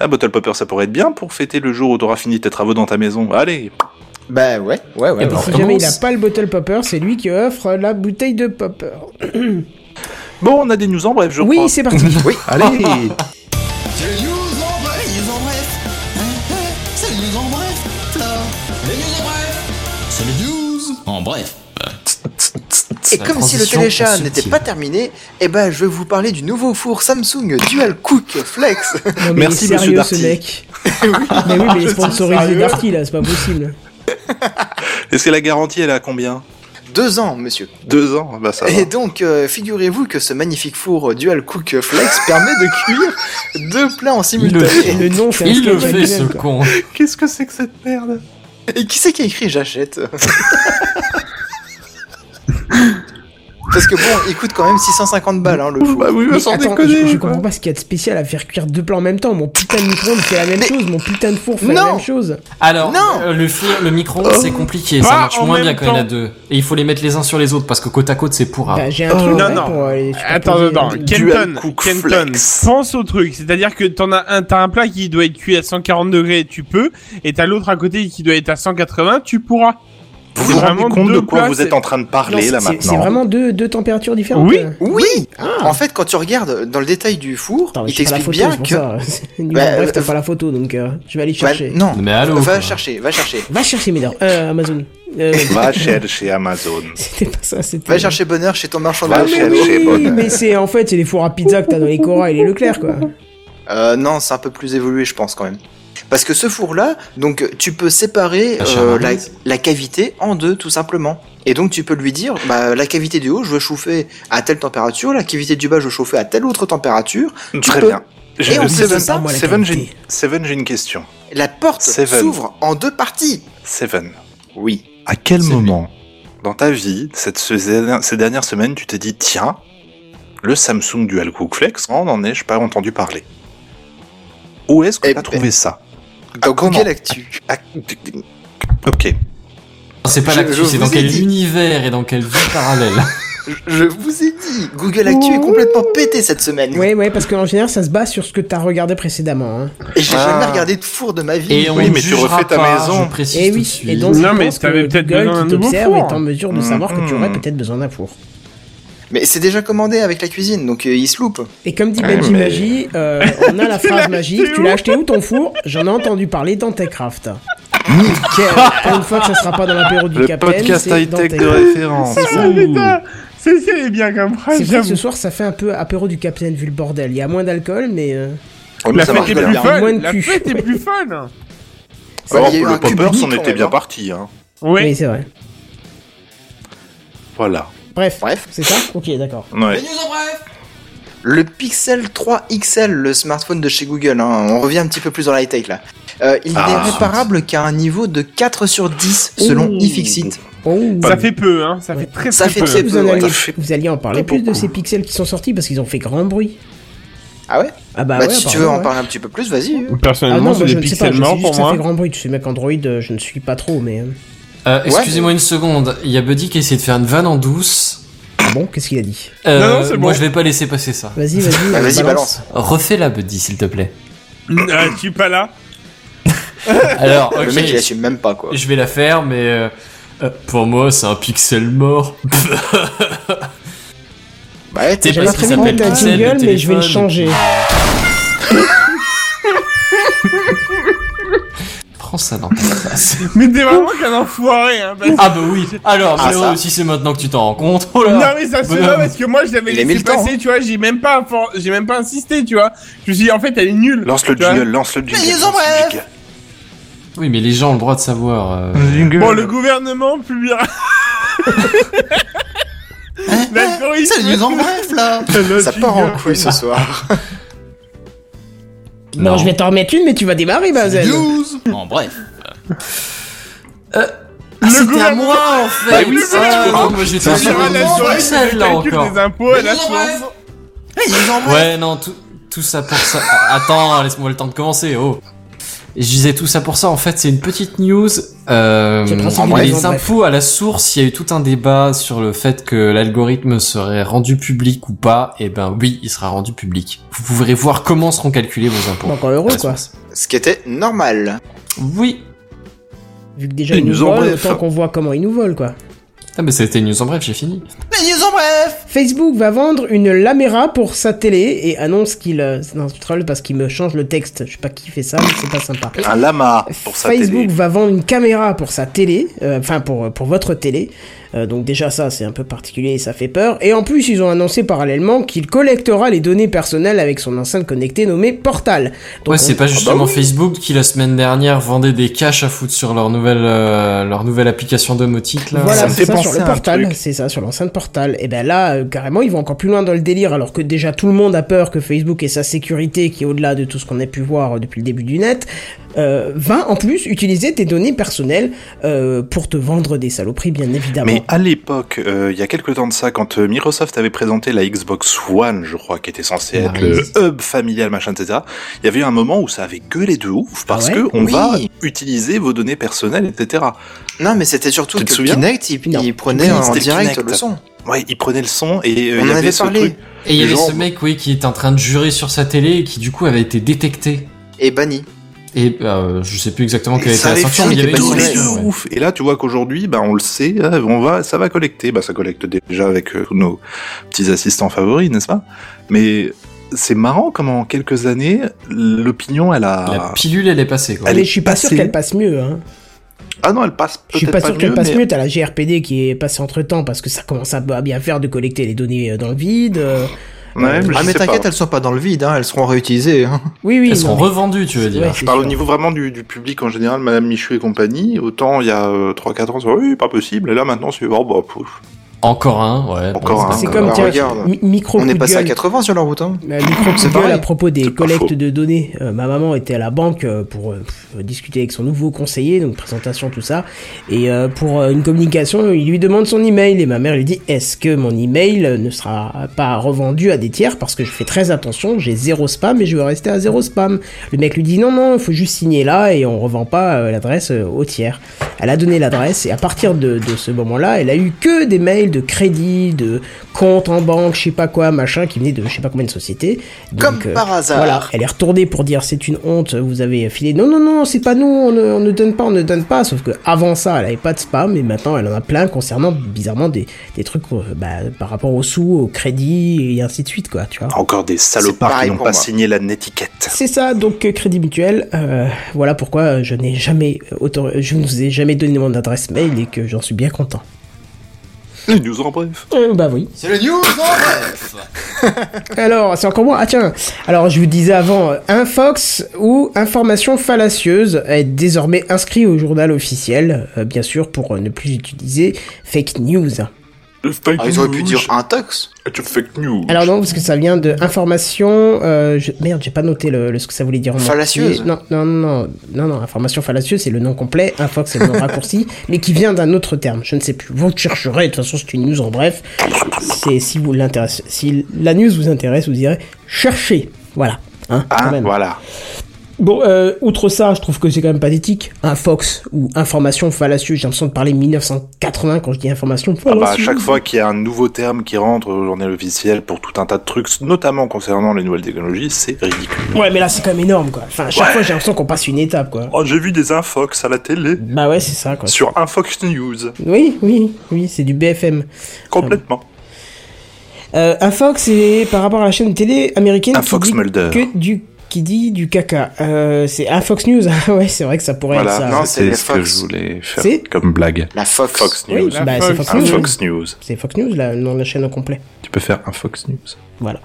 Speaker 5: Ah, bottle popper, ça pourrait être bien pour fêter le jour où t'auras fini tes travaux dans ta maison. Allez,
Speaker 6: Bah ouais, ouais, ouais.
Speaker 4: Et
Speaker 6: ouais.
Speaker 4: ben,
Speaker 9: Si
Speaker 4: Comment
Speaker 9: jamais il
Speaker 4: on
Speaker 9: a
Speaker 4: s-
Speaker 9: pas le bottle popper, c'est lui qui offre la bouteille de popper.
Speaker 5: bon, on a des news en bref, je
Speaker 9: Oui,
Speaker 5: crois.
Speaker 9: c'est parti.
Speaker 4: ben,
Speaker 6: Oui,
Speaker 5: Allez,
Speaker 6: et
Speaker 4: la
Speaker 6: comme si le
Speaker 4: transition
Speaker 6: téléchat
Speaker 4: subtile.
Speaker 6: n'était pas terminé, eh ben, je vais vous parler du nouveau four Samsung Dual Cook Flex.
Speaker 9: Non, mais
Speaker 5: Merci,
Speaker 9: il est sérieux,
Speaker 5: monsieur
Speaker 9: ce
Speaker 5: Darty.
Speaker 9: mec. mais oui, mais il est sponsorisé Darty là, c'est pas possible.
Speaker 5: est-ce que la garantie, elle est à combien
Speaker 6: Deux ans, monsieur.
Speaker 5: Deux ans Bah ça va.
Speaker 6: Et donc, euh, figurez-vous que ce magnifique four euh, Dual Cook Flex permet de cuire deux plats en simultané.
Speaker 4: fait.
Speaker 9: Le nom, c'est un
Speaker 4: Il le
Speaker 9: sketch à
Speaker 4: fait
Speaker 9: lui-même,
Speaker 4: ce
Speaker 9: quoi.
Speaker 4: con.
Speaker 5: Qu'est-ce que c'est que cette merde
Speaker 6: Et qui c'est qui a écrit j'achète Parce que bon, il coûte quand même 650 balles hein, le
Speaker 9: Oh,
Speaker 6: four.
Speaker 5: Bah oui, bah,
Speaker 9: Mais
Speaker 5: sans
Speaker 9: attends, je,
Speaker 5: déconner
Speaker 9: je
Speaker 5: quoi.
Speaker 9: comprends pas ce qu'il y a de spécial à faire cuire deux plats en même temps. Mon putain de micro-ondes fait la même
Speaker 6: Mais-
Speaker 9: chose, mon putain de four fait la
Speaker 6: Non
Speaker 9: même chose.
Speaker 4: Alors,
Speaker 6: Non.
Speaker 4: euh, le four, le micro-ondes, c'est compliqué. Ça
Speaker 7: Pas
Speaker 4: marche
Speaker 7: en
Speaker 4: moins
Speaker 7: même
Speaker 4: bien quand il y en a
Speaker 7: temps.
Speaker 4: deux. Et il faut les mettre les uns sur les autres parce que côte à côte, c'est pour
Speaker 9: Bah, j'ai un
Speaker 7: Oh,
Speaker 9: truc
Speaker 7: non,
Speaker 9: ouais,
Speaker 7: non.
Speaker 9: pour euh, les
Speaker 7: Attends,
Speaker 9: superposer-
Speaker 7: attends,
Speaker 5: Dual
Speaker 7: Kenton,
Speaker 5: hein. Cook
Speaker 7: Kenton,
Speaker 5: Flex.
Speaker 7: pense au truc. C'est-à-dire que t'en as un, t'as un plat qui doit être cuit à 140 degrés, tu peux, et t'as l'autre à côté qui doit être à 180, tu pourras.
Speaker 5: Vous vous rendez
Speaker 7: vraiment
Speaker 5: compte de
Speaker 7: deux
Speaker 5: quoi
Speaker 7: places
Speaker 5: vous êtes en train de
Speaker 9: Non,
Speaker 5: parler
Speaker 9: c'est-
Speaker 5: là
Speaker 9: c'est- C'est
Speaker 5: maintenant
Speaker 9: vraiment deux, deux températures différentes.
Speaker 7: Oui.
Speaker 9: euh.
Speaker 6: Oui
Speaker 9: Ah.
Speaker 6: En fait, quand tu regardes dans le détail du four,
Speaker 9: Attends,
Speaker 6: il
Speaker 9: j'ai pas la
Speaker 6: t'explique bien
Speaker 9: photo, c'est pour
Speaker 6: que...
Speaker 9: ça. C'est nul.
Speaker 6: Bah,
Speaker 9: Bref, t'as
Speaker 6: euh,
Speaker 9: pas la photo, donc euh, je vais aller
Speaker 6: Bah,
Speaker 9: chercher.
Speaker 6: non,
Speaker 4: Mais allô,
Speaker 6: va
Speaker 4: quoi.
Speaker 6: chercher, va chercher.
Speaker 9: Va chercher, Médor. Euh, Amazon. Euh,
Speaker 5: Va chercher Amazon.
Speaker 9: c'était pas ça, c'était...
Speaker 6: Va chercher bonheur chez ton marchand de
Speaker 5: Va
Speaker 6: la chaîne.
Speaker 5: chercher.
Speaker 9: Oui,
Speaker 5: bonheur.
Speaker 9: mais c'est en fait c'est les fours à pizza que t'as dans les Cora et les Leclerc quoi.
Speaker 6: Euh, non, c'est un peu plus évolué, je pense quand même. Parce que ce four-là, donc tu peux séparer
Speaker 4: Ah,
Speaker 5: Bah,
Speaker 6: euh,
Speaker 4: charmant.
Speaker 6: la, la cavité en deux, tout simplement. Et donc tu peux lui dire, bah, la cavité du haut, je veux chauffer à telle température, la cavité du bas, je veux chauffer à telle autre température. Tu
Speaker 5: Très
Speaker 6: peux-
Speaker 5: bien.
Speaker 9: Eh,
Speaker 5: J'ai
Speaker 6: Et en
Speaker 5: le
Speaker 6: plus de
Speaker 5: Seven,
Speaker 6: ça,
Speaker 9: moi, la
Speaker 5: Seven,
Speaker 9: qualité.
Speaker 5: j'ai Seven, j'ai une question.
Speaker 6: La porte
Speaker 5: Seven.
Speaker 6: s'ouvre en deux parties.
Speaker 5: Seven,
Speaker 6: Oui.
Speaker 5: à quel
Speaker 6: C'est
Speaker 5: moment dans ta vie, cette, ce- ces dernières semaines, tu t'es dit tiens, le Samsung Dual Cook Flex, on en ai-je pas entendu parler Où est-ce que
Speaker 6: Eh
Speaker 5: t'as
Speaker 6: ben,
Speaker 5: trouvé ça
Speaker 6: Dans
Speaker 5: Ah, comment
Speaker 6: Google Actu.
Speaker 5: Ah, Ok.
Speaker 4: C'est pas
Speaker 6: Je- je
Speaker 4: l'actu, c'est
Speaker 6: vous
Speaker 4: dans
Speaker 6: ai
Speaker 4: quel
Speaker 6: dit.
Speaker 4: univers et dans quelle vie parallèle.
Speaker 6: Je vous ai dit, Google Actu est complètement pété cette semaine.
Speaker 9: Ouais ouais parce qu'en général ça se base sur ce que t'as regardé précédemment. Hein.
Speaker 6: Et j'ai
Speaker 5: Ah.
Speaker 6: jamais regardé de four de ma vie.
Speaker 4: Et on
Speaker 5: Oui,
Speaker 4: ne
Speaker 5: mais tu
Speaker 4: jugera
Speaker 5: refais ta
Speaker 4: pas,
Speaker 5: maison.
Speaker 4: Je précise
Speaker 9: Et
Speaker 4: tout de
Speaker 9: Eh oui.
Speaker 4: suite.
Speaker 9: Et donc
Speaker 7: Non,
Speaker 9: je
Speaker 7: mais
Speaker 9: pense
Speaker 7: t'avais
Speaker 9: que
Speaker 7: peut-être
Speaker 9: Google
Speaker 7: besoin
Speaker 9: qui
Speaker 7: d'un nouveau
Speaker 9: t'observe
Speaker 7: four.
Speaker 9: est en mesure de savoir que tu aurais peut-être besoin d'un four.
Speaker 6: Mais c'est déjà commandé avec la cuisine, donc euh, il se loupe.
Speaker 9: Et comme dit
Speaker 5: Ouais,
Speaker 9: Benji
Speaker 5: mais-
Speaker 9: Magie, euh, on a la phrase magique. Tu l'as acheté où ton four J'en ai entendu parler dans Techcraft. Nickel. Pour une fois que ça sera pas dans l'apéro du
Speaker 5: Le
Speaker 9: Capitaine.
Speaker 5: podcast
Speaker 9: c'est dans
Speaker 5: high-tech de
Speaker 9: Techcraft.
Speaker 5: référence.
Speaker 7: Putain, c'est c'est elle est bien comme phrase,
Speaker 9: C'est vrai que ce
Speaker 7: Ah, j'avoue.
Speaker 9: soir ça fait un peu apéro du Capitaine vu le bordel. Il y a moins d'alcool mais euh,
Speaker 5: Oh, mais
Speaker 7: La
Speaker 5: ça
Speaker 7: fête
Speaker 5: marche
Speaker 7: est
Speaker 5: bien.
Speaker 7: plus
Speaker 9: Moins de
Speaker 7: folle. La
Speaker 9: cul.
Speaker 7: fête est plus folle.
Speaker 6: Ça,
Speaker 5: Alors,
Speaker 6: Bah, il y a eu
Speaker 5: pour
Speaker 6: un
Speaker 5: le Poppers,
Speaker 6: cubini,
Speaker 5: on
Speaker 6: quand
Speaker 5: était
Speaker 6: même,
Speaker 5: bien
Speaker 6: hein.
Speaker 5: parti. Hein.
Speaker 9: oui
Speaker 7: Oui.
Speaker 9: c'est vrai.
Speaker 5: Voilà.
Speaker 9: Bref.
Speaker 6: Bref.
Speaker 9: C'est ça Ok d'accord.
Speaker 5: Ouais.
Speaker 6: Le Pixel 3 XL, le smartphone de chez Google, hein, on revient un petit peu plus dans la high-tech là. Euh, il
Speaker 5: Ah.
Speaker 6: n'est réparable qu'à un niveau de 4 sur 10 selon
Speaker 9: Ouh.
Speaker 6: iFixit.
Speaker 9: Oh.
Speaker 7: Ça fait peu, hein. Ça fait très
Speaker 6: Ça
Speaker 7: très
Speaker 6: fait
Speaker 7: peu.
Speaker 6: très
Speaker 9: vous, en
Speaker 6: peu, ouais.
Speaker 9: alliez,
Speaker 5: Ça fait
Speaker 9: vous alliez en parler
Speaker 5: pas
Speaker 9: plus de
Speaker 5: beaucoup.
Speaker 9: ces pixels qui sont sortis parce qu'ils ont fait grand bruit.
Speaker 6: Ah ouais
Speaker 9: Ah bah,
Speaker 6: Bah
Speaker 9: ouais,
Speaker 6: si tu veux en
Speaker 9: apparemment, ouais.
Speaker 6: parler un petit peu plus, vas-y.
Speaker 9: Ah
Speaker 7: Personnellement,
Speaker 9: non,
Speaker 7: c'est
Speaker 9: moi, je
Speaker 7: des
Speaker 9: ne sais pas,
Speaker 7: pixels
Speaker 9: je sais
Speaker 7: morts
Speaker 9: juste
Speaker 7: pour
Speaker 9: que ça
Speaker 7: moi.
Speaker 9: fait grand bruit. Tu sais, mec, Android, euh, je ne suis pas trop, mais. euh,
Speaker 4: Euh, Excusez-moi une seconde, il y a Buddy qui essaie de faire une vanne en douce.
Speaker 9: Ah bon, qu'est-ce qu'il a dit
Speaker 4: Euh,
Speaker 7: Non, non, c'est
Speaker 4: Moi,
Speaker 7: bon.
Speaker 4: je vais pas laisser passer ça.
Speaker 9: Vas-y, vas-y.
Speaker 6: Bah,
Speaker 9: euh,
Speaker 6: vas-y, balance.
Speaker 4: Refais-la, Buddy, s'il te plaît.
Speaker 7: Ah, tu es pas là
Speaker 4: Alors,
Speaker 6: Le mec il
Speaker 4: ok,
Speaker 6: assume même pas quoi.
Speaker 4: je vais la faire, mais euh, euh, pour moi, c'est un pixel mort.
Speaker 6: Bah ouais, t'es
Speaker 4: C'est
Speaker 9: J'avais
Speaker 4: parce qu'il
Speaker 9: prévu
Speaker 4: s'appelle
Speaker 9: de mettre un
Speaker 4: Pixel, le
Speaker 9: Oh, jingle, mais je vais le
Speaker 4: téléphone.
Speaker 9: changer.
Speaker 4: Prends ça dans ta face.
Speaker 7: Mais t'es vraiment qu'un enfoiré, hein. parce-
Speaker 4: Ah bah oui. Alors,
Speaker 6: Ah,
Speaker 4: mais
Speaker 6: ça.
Speaker 4: oh, si c'est maintenant que tu t'en rends compte, oh là.
Speaker 7: Non mais ça se fait
Speaker 4: Bonhomme.
Speaker 7: pas parce que moi je l'avais
Speaker 6: Il a mis
Speaker 7: laissé
Speaker 6: le temps, hein.
Speaker 7: passer, tu vois, j'ai même pas infor- j'ai même pas insisté, tu vois. Je me suis dit en fait elle est nulle.
Speaker 5: Lance le
Speaker 7: Tu vois.
Speaker 5: jingle, lance le jingle.
Speaker 6: ils ont
Speaker 5: lance le
Speaker 6: bref.
Speaker 5: jingle.
Speaker 4: Oui, mais les gens ont le droit de savoir. euh.
Speaker 7: Bon le gouvernement publiera.
Speaker 5: Hein
Speaker 7: L'algorithme.
Speaker 6: Hein Ça nous en bref là Ça part en couille ce soir.
Speaker 9: Non, je vais t'en remettre une, mais tu vas démarrer, Bazel.
Speaker 4: En bref. Euh, ah,
Speaker 7: Le
Speaker 4: c'était à
Speaker 7: gouvernement-
Speaker 4: moi en fait.
Speaker 7: Bah oui, c'est
Speaker 4: Ah,
Speaker 7: vrai.
Speaker 4: non, moi j'étais
Speaker 7: publiera
Speaker 4: sur le
Speaker 7: l'algorithme
Speaker 4: Excel
Speaker 7: de
Speaker 4: là
Speaker 7: calcul
Speaker 4: encore.
Speaker 7: des impôts à la source.
Speaker 9: Ah
Speaker 4: Ouais, non, tout, tout ça pour ça. Attends, laisse-moi le temps de commencer. Oh. Je disais tout ça pour ça. En fait, c'est une petite news. Euh,
Speaker 9: C'est le principe
Speaker 6: du
Speaker 4: les
Speaker 9: raison, bref.
Speaker 4: impôts à la source, il y a eu tout un débat sur le fait que l'algorithme serait rendu public ou pas. Eh ben oui, il sera rendu public. Vous pourrez voir comment seront calculés vos impôts.
Speaker 9: Encore heureux,
Speaker 4: à la
Speaker 9: Bah, quoi.
Speaker 4: source.
Speaker 6: Ce qui était normal.
Speaker 4: Oui.
Speaker 9: Vu que déjà
Speaker 5: Et
Speaker 9: ils nous
Speaker 5: nous en
Speaker 9: volent,
Speaker 5: bref.
Speaker 9: autant qu'on voit comment ils nous volent, quoi.
Speaker 4: Ah, mais c'était une news en bref, j'ai fini.
Speaker 6: Les news en bref
Speaker 9: Facebook va vendre une laméra pour sa télé et annonce qu'il. euh, Non, je troll parce qu'il me change le texte. Je sais pas qui fait ça, mais c'est pas sympa.
Speaker 5: Un lama pour sa
Speaker 9: Facebook
Speaker 5: télé.
Speaker 9: va vendre une caméra pour sa télé, euh, enfin pour, pour votre télé. Euh, donc déjà ça c'est un peu particulier et ça fait peur. Et en plus ils ont annoncé parallèlement qu'il collectera les données personnelles avec son enceinte connectée nommée Portal. Donc,
Speaker 4: ouais,
Speaker 9: on- ah bah
Speaker 4: c'est pas justement Facebook qui la semaine dernière vendait des caches à foutre sur leur nouvelle euh, leur nouvelle application domotique là.
Speaker 9: Voilà,
Speaker 5: me fait
Speaker 9: c'est ça sur
Speaker 5: penser
Speaker 9: le
Speaker 5: à un
Speaker 9: portal,
Speaker 5: truc.
Speaker 9: c'est ça sur l'enceinte portal. Et ben là, euh, carrément, ils vont encore plus loin dans le délire, alors que déjà tout le monde a peur que Facebook et sa sécurité, qui est au-delà de tout ce qu'on a pu voir euh, depuis le début du net, euh, va en plus utiliser tes données personnelles euh, pour te vendre des saloperies, bien évidemment.
Speaker 5: Mais à l'époque, euh, il y a quelques temps de ça, quand euh, Microsoft avait présenté la Xbox One, je crois, qui était censée
Speaker 9: Ah,
Speaker 5: être le
Speaker 4: Nice.
Speaker 5: hub familial, machin, etc., il y avait eu un moment où ça avait gueulé de ouf parce
Speaker 9: Ah ouais
Speaker 5: que on
Speaker 6: Oui.
Speaker 5: va utiliser vos données personnelles, etc.
Speaker 6: Non mais c'était surtout
Speaker 5: Tu te
Speaker 6: que
Speaker 5: souviens
Speaker 6: Kinect, il,
Speaker 9: Non.
Speaker 6: il prenait
Speaker 5: Oui,
Speaker 6: en
Speaker 5: c'était
Speaker 6: direct
Speaker 5: Kinect.
Speaker 6: le son.
Speaker 5: Ouais, ils prenaient le son et euh, il y
Speaker 6: On en
Speaker 5: avait
Speaker 6: avait
Speaker 5: ce
Speaker 6: parlé.
Speaker 5: truc.
Speaker 4: Et il y avait
Speaker 5: Genre-
Speaker 4: ce mec, oui, qui était en train de jurer sur sa télé et qui du coup avait été détecté.
Speaker 6: Et banni.
Speaker 4: et euh, je sais plus exactement quelle
Speaker 5: Et
Speaker 4: était
Speaker 5: ça
Speaker 4: la
Speaker 5: les
Speaker 4: sanction, mais il y
Speaker 5: fait
Speaker 4: avait une
Speaker 5: tous les
Speaker 4: sanction,
Speaker 5: deux
Speaker 4: ouais.
Speaker 5: ouf. Et là, tu vois qu'aujourd'hui, bah, on le sait, euh, on va, ça va collecter. Bah, ça collecte déjà avec euh, tous nos petits assistants favoris, n'est-ce pas Mais c'est marrant comment en quelques années, l'opinion, elle a.
Speaker 4: La pilule, elle est passée, quoi.
Speaker 5: Elle
Speaker 9: Mais
Speaker 5: est
Speaker 9: je suis pas sûr
Speaker 5: passée.
Speaker 9: qu'elle passe mieux. Hein.
Speaker 5: Ah non, elle passe peut-être
Speaker 9: Je suis pas sûr qu'elle
Speaker 5: mieux,
Speaker 9: passe
Speaker 5: mais-
Speaker 9: mieux. T'as la GRPD qui est passée entre temps parce que ça commence à à bien faire de collecter les données euh, dans le vide. euh.
Speaker 5: Ouais, mais
Speaker 6: Ah,
Speaker 5: je
Speaker 6: mais
Speaker 5: sais
Speaker 6: t'inquiète,
Speaker 5: pas.
Speaker 6: elles sont pas dans le vide, hein, elles seront réutilisées. hein.
Speaker 9: Oui, oui.
Speaker 4: Elles
Speaker 9: non,
Speaker 4: seront
Speaker 9: mais-
Speaker 4: revendues, tu veux dire.
Speaker 9: Ouais,
Speaker 5: Je
Speaker 9: c'est
Speaker 5: parle au
Speaker 9: sûr.
Speaker 5: niveau vraiment du, du public en général, Madame Michu et compagnie. Autant il y a euh, 3-4 ans, c'est oui, pas possible. Et là maintenant, c'est oh, bah, pouf.
Speaker 4: Encore un, ouais.
Speaker 5: Encore un.
Speaker 4: bon,
Speaker 9: C'est
Speaker 5: Ah,
Speaker 9: comme
Speaker 5: bah,
Speaker 9: tiens,
Speaker 5: regarde.
Speaker 9: mi- micro
Speaker 6: On
Speaker 9: coup
Speaker 6: est
Speaker 9: de
Speaker 6: passé à
Speaker 9: gueule.
Speaker 6: 80 sur la route. Hein.
Speaker 9: Ma micro coup
Speaker 6: C'est
Speaker 9: de gueule
Speaker 6: pareil.
Speaker 9: à propos des
Speaker 5: C'est pas
Speaker 9: collectes
Speaker 5: faux.
Speaker 9: de données. Euh, ma maman était à la banque euh, pour euh, pff, discuter avec son nouveau conseiller, donc présentation, tout ça. Et euh, pour euh, une communication, il lui demande son email. Et ma mère lui dit Est-ce que mon email ne sera pas revendu à des tiers Parce que je fais très attention, j'ai zéro spam et je veux rester à zéro spam. Le mec lui dit Non, non, il faut juste signer là et on revend pas euh, l'adresse euh, aux tiers. Elle a donné l'adresse et à partir de, de ce moment-là, elle a eu que des mails de crédit, de compte en banque, je sais pas quoi, machin, qui venaient de je sais pas combien de sociétés. Donc, euh,
Speaker 6: Comme par hasard.
Speaker 9: Voilà, elle est retournée pour dire c'est une honte, vous avez filé. Non, non, non, c'est pas nous, on ne, on ne donne pas, on ne donne pas. Sauf que avant ça, elle avait pas de spam et maintenant elle en a plein concernant bizarrement des, des trucs euh, bah, par rapport aux sous, au crédit et ainsi de suite, quoi, tu vois.
Speaker 5: Encore des
Speaker 6: C'est
Speaker 5: salopards qui
Speaker 6: pareil
Speaker 5: n'ont
Speaker 6: pour
Speaker 5: pas
Speaker 6: moi.
Speaker 5: signé la netiquette.
Speaker 9: C'est ça, donc euh, Crédit Mutuel. euh, voilà pourquoi je n'ai jamais autor- je ne vous ai jamais donné mon adresse mail et que j'en suis bien content.
Speaker 5: Les news en bref.
Speaker 9: Euh, bah oui.
Speaker 6: C'est le news hein
Speaker 9: Alors, c'est encore moi. Ah tiens. Alors, je vous disais avant, euh, infox ou information fallacieuse est désormais inscrit au journal officiel, euh, bien sûr, pour euh, ne plus utiliser fake news.
Speaker 6: Ah, Ils auraient pu dire un tox.
Speaker 5: Ah, Tu fake news.
Speaker 9: Alors non, parce que ça vient de information. Euh, je- Merde, j'ai pas noté Euh, le, le- ce que ça voulait dire. en entier.
Speaker 6: Fallacieuse.
Speaker 9: Non, non, non, non, non, non, Information fallacieuse, c'est le nom complet. Infox, c'est le nom raccourci, mais qui vient d'un autre terme. Je ne sais plus. Vous chercherez. De toute façon, c'est une news en bref. C'est si vous l'intéresse, si la news vous intéresse, vous direz cherchez. Voilà. Hein, quand
Speaker 5: Hein,
Speaker 9: même.
Speaker 5: voilà.
Speaker 9: Bon, euh, outre ça, je trouve que c'est quand même pathétique. Un Fox ou information fallacieuse, j'ai l'impression de parler 1980 quand je dis information
Speaker 5: Ah
Speaker 9: fallacieuse.
Speaker 5: bah, à chaque fois qu'il y a un nouveau terme qui rentre au journal officiel pour tout un tas de trucs, notamment concernant les nouvelles technologies, c'est ridicule.
Speaker 9: Ouais, mais là, c'est quand même énorme, quoi. Enfin, à chaque fois, j'ai l'impression qu'on passe une étape, quoi.
Speaker 5: Oh, j'ai vu des infox à la télé
Speaker 9: Bah ouais, c'est ça, quoi.
Speaker 5: sur Infox News,
Speaker 9: Oui, oui, oui, c'est du BFM.
Speaker 5: complètement.
Speaker 9: Euh, un Fox, c'est par rapport à la chaîne de télé américaine
Speaker 5: Un
Speaker 9: qui
Speaker 5: Fox
Speaker 9: dit
Speaker 5: Mulder.
Speaker 9: que du qui dit du caca. Euh, c'est un Fox News. Ah ouais, c'est vrai que ça pourrait
Speaker 6: Voilà,
Speaker 9: être ça.
Speaker 6: non,
Speaker 5: C'est
Speaker 6: les
Speaker 5: Ah, ce que
Speaker 6: Fox.
Speaker 5: je voulais faire
Speaker 9: C'est
Speaker 5: comme blague.
Speaker 6: La Fox.
Speaker 5: Fox
Speaker 9: Oui,
Speaker 5: News.
Speaker 9: bah,
Speaker 7: La
Speaker 9: c'est
Speaker 7: Fox.
Speaker 9: Fox
Speaker 5: Un
Speaker 9: News. oui.
Speaker 5: Fox News.
Speaker 9: C'est Fox News, la, non, la chaîne au complet.
Speaker 5: Tu peux faire un Fox News.
Speaker 9: Voilà.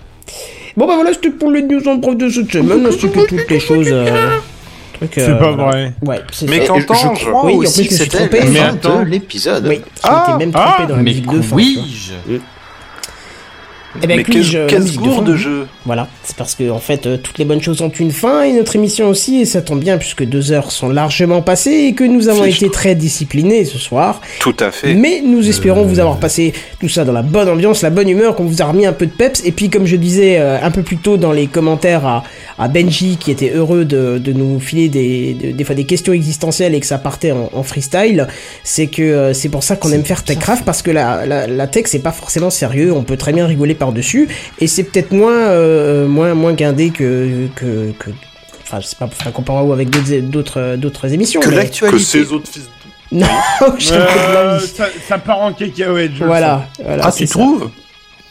Speaker 9: Bon bah voilà, c'était pour les news en prof de cette semaine, ainsi que toutes les choses. euh, trucs, euh,
Speaker 7: C'est pas
Speaker 9: voilà.
Speaker 7: vrai.
Speaker 9: Ouais, c'est
Speaker 5: Mais
Speaker 9: ça.
Speaker 5: quand-
Speaker 6: Et je
Speaker 5: Qu'entends-je
Speaker 6: crois
Speaker 9: Oui, en plus,
Speaker 6: aussi
Speaker 9: je
Speaker 6: que
Speaker 9: suis
Speaker 6: c'était
Speaker 9: trompé.
Speaker 7: Mais
Speaker 6: la fin
Speaker 7: attends.
Speaker 6: de l'épisode.
Speaker 9: Oui, je
Speaker 7: Ah,
Speaker 9: m'étais même
Speaker 7: ah,
Speaker 9: trompé dans la
Speaker 4: Mais
Speaker 9: musique de fin. tu vois.
Speaker 4: oui
Speaker 9: Eh ben,
Speaker 5: Mais
Speaker 9: oui, je-
Speaker 5: quel,
Speaker 9: la
Speaker 5: quel
Speaker 9: musique de
Speaker 5: goût
Speaker 9: fin,
Speaker 5: de
Speaker 9: oui.
Speaker 5: jeu
Speaker 9: Voilà, c'est parce que en fait euh, toutes les bonnes choses ont une fin et notre émission aussi et ça tombe bien puisque deux heures sont largement passées et que nous avons
Speaker 5: Fichtre.
Speaker 9: été très disciplinés ce soir.
Speaker 5: Tout à fait.
Speaker 9: Mais nous espérons vous avoir passé tout ça dans la bonne ambiance, la bonne humeur, qu'on vous a remis un peu de peps. Et puis, comme je disais euh, un peu plus tôt dans les commentaires à, à Benji, qui était heureux de, de nous filer des, de- des fois des questions existentielles et que ça partait en, en freestyle, c'est que euh, c'est pour ça qu'on aime faire TechCraft parce que la, la, la tech c'est pas forcément sérieux, on peut très bien rigoler par-dessus et c'est peut-être moins, euh, moins, moins guindé que. que, que Enfin, je sais pas pour faire un comparaison avec d'autres- d'autres d'autres émissions.
Speaker 6: Que
Speaker 9: mais-
Speaker 5: Que
Speaker 6: l'actualité.
Speaker 5: ces autres fils.
Speaker 9: Non, jamais de la
Speaker 7: Euh,
Speaker 9: vie.
Speaker 7: ça, ça part en cacahuète. je le
Speaker 9: Voilà, voilà.
Speaker 5: Ah,
Speaker 9: c'est
Speaker 5: tu
Speaker 9: ça.
Speaker 5: trouves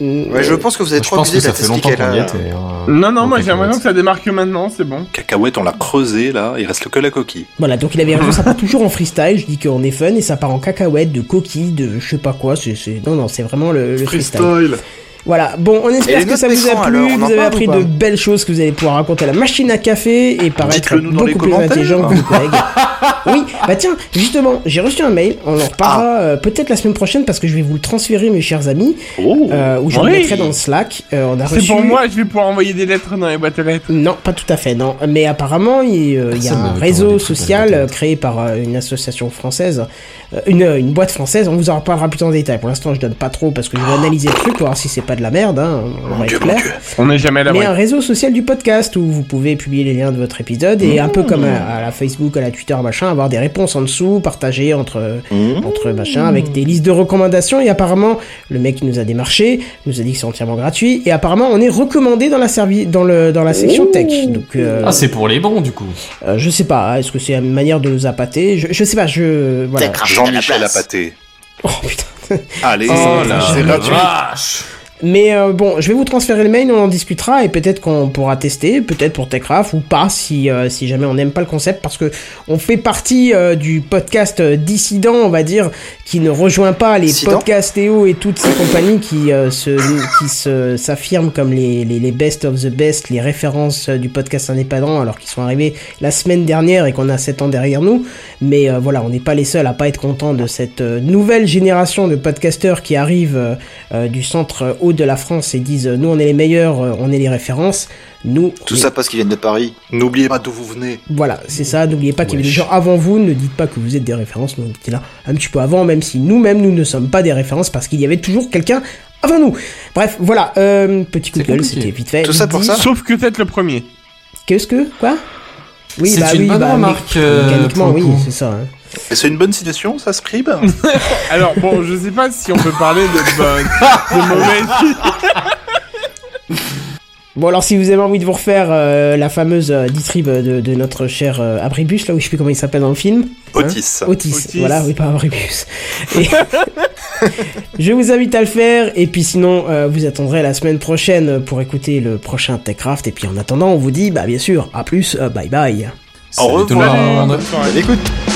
Speaker 9: Mm,
Speaker 6: Ouais, je pense que vous êtes
Speaker 4: Je
Speaker 6: trop
Speaker 4: pense que
Speaker 6: obligé de
Speaker 4: ça
Speaker 6: la
Speaker 4: fait longtemps
Speaker 6: t'expliquer
Speaker 4: qu'on y
Speaker 6: là.
Speaker 4: était. hein. euh,
Speaker 7: sens. Non, non, moi j'ai l'impression que ça démarque maintenant, c'est bon.
Speaker 5: Cacahuète, on l'a creusé là, il reste que la coquille.
Speaker 9: Voilà, donc il avait raison, ça part toujours en freestyle, je dis qu'on est fun et ça part en cacahuète, de coquille, de je sais pas quoi, c'est, c'est- non, non, c'est vraiment le, le freestyle. Voilà, bon, on
Speaker 6: Et
Speaker 9: espère
Speaker 6: les
Speaker 9: que ça
Speaker 6: notes
Speaker 9: vous a
Speaker 6: d'écran,
Speaker 9: plu,
Speaker 6: alors, on en
Speaker 9: vous avez
Speaker 6: parle
Speaker 9: appris
Speaker 6: ou pas
Speaker 9: de belles choses que vous allez pouvoir raconter à la machine à café et paraître
Speaker 5: Dites-le nous dans les
Speaker 9: beaucoup plus
Speaker 5: commentaires.
Speaker 9: intelligent que vos collègues. oui, bah tiens, justement, j'ai reçu un mail, on en reparlera euh, peut-être la semaine prochaine parce que je vais vous le transférer, mes chers amis,
Speaker 5: Oh
Speaker 9: euh, ou je
Speaker 7: Oui.
Speaker 9: le mettrai dans le Slack. Euh, on a
Speaker 7: C'est
Speaker 9: reçu-
Speaker 7: pour moi, je vais pouvoir envoyer des lettres dans les boîtes aux lettres.
Speaker 9: non, pas tout à fait, non. Mais apparemment, il, euh, il y
Speaker 4: Personne n'avait
Speaker 9: a un
Speaker 4: commandé
Speaker 9: réseau
Speaker 4: des trucs
Speaker 9: social
Speaker 4: à la
Speaker 9: euh, créé par euh, une association française, euh, une, euh, une boîte française. On vous en reparlera plus en détail. Pour l'instant, je donne pas trop parce que je vais analyser le truc pour voir si c'est pas de la merde. Hein. On va
Speaker 5: Dieu,
Speaker 9: être
Speaker 5: Oh. mon
Speaker 9: clair.
Speaker 5: Dieu.
Speaker 7: On n'est jamais à
Speaker 9: Mais
Speaker 7: l'abri.
Speaker 9: un réseau social du podcast où vous pouvez publier les liens de votre épisode et un peu comme à, à la Facebook, à la Twitter, machin, avoir des réponses en dessous, partagées entre, entre machin, avec des listes de recommandations. Et apparemment, le mec qui nous a démarché nous a dit que c'est entièrement gratuit. Et apparemment, on est recommandé dans la, servi dans le, dans la section tech. Donc, euh,
Speaker 4: Ah, c'est pour les bons, du coup.
Speaker 9: euh, je sais pas, hein, est-ce que c'est une manière de nous appâter je, je sais pas, je. Voilà.
Speaker 5: Jean-Michel a pâté.
Speaker 9: Oh putain.
Speaker 5: Allez,
Speaker 4: Oh là
Speaker 5: c'est
Speaker 4: la
Speaker 5: gratuit.
Speaker 4: vache
Speaker 9: Mais euh, bon, je vais vous transférer le mail, on en discutera et peut-être qu'on pourra tester, peut-être pour Techcraft ou pas si euh, si jamais on n'aime pas le concept parce que on fait partie euh, du podcast euh, dissident, on va dire, qui ne rejoint pas les
Speaker 6: Dissident
Speaker 9: podcasts Théo et toutes ces compagnies qui euh, se qui se s'affirment comme les, les les best of the best, les références euh, du podcast indépendant alors qu'ils sont arrivés la semaine dernière et qu'on a 7 ans derrière nous. Mais euh, voilà, on n'est pas les seuls à pas être contents de cette euh, nouvelle génération de podcasteurs qui arrivent euh, euh, du centre euh, haut de la France et disent euh, nous on est les meilleurs, euh, on est les références. Nous,
Speaker 6: Tout
Speaker 9: on est-
Speaker 6: ça parce qu'ils viennent de Paris.
Speaker 5: N'oubliez pas d'où vous venez.
Speaker 9: voilà, c'est ça. N'oubliez pas qu'il y a des gens avant vous. Ne dites pas que vous êtes des références. Nous, on était là un petit peu avant, même si nous-mêmes nous ne sommes pas des références parce qu'il y avait toujours quelqu'un avant nous. Bref, voilà. euh, petit coup de
Speaker 4: C'est
Speaker 9: gueule,
Speaker 4: compliqué.
Speaker 9: c'était vite fait.
Speaker 6: Tout ça
Speaker 9: Vite
Speaker 6: pour
Speaker 9: dit.
Speaker 6: ça
Speaker 7: Sauf que peut-être le premier.
Speaker 9: Qu'est-ce que quoi Oui,
Speaker 4: C'est
Speaker 9: bah
Speaker 4: une
Speaker 9: oui,
Speaker 4: bonne
Speaker 9: bah,
Speaker 4: remarque,
Speaker 9: mé-
Speaker 4: euh,
Speaker 9: mécaniquement,
Speaker 4: pour le
Speaker 9: oui,
Speaker 4: coup.
Speaker 9: c'est ça. hein.
Speaker 5: Et c'est une bonne citation, ça, Scribe
Speaker 7: Alors bon, je sais pas si on peut parler de bonne, de mauvaise.
Speaker 9: Bon alors si vous avez envie de vous refaire euh, la fameuse euh, distrib de, de notre cher euh, Abribus, là où je sais plus comment il s'appelle dans le film. Hein
Speaker 5: Otis.
Speaker 9: Otis.
Speaker 7: Otis.
Speaker 9: Voilà, oui pas Abribus. Et- je vous invite à le faire et puis sinon euh, vous attendrez la semaine prochaine pour écouter le prochain Techcraft et puis en attendant on vous dit bah bien sûr à plus, euh, bye bye.
Speaker 5: Au
Speaker 4: Salut tout le
Speaker 5: revoir.
Speaker 4: monde.
Speaker 6: Bonne écoute.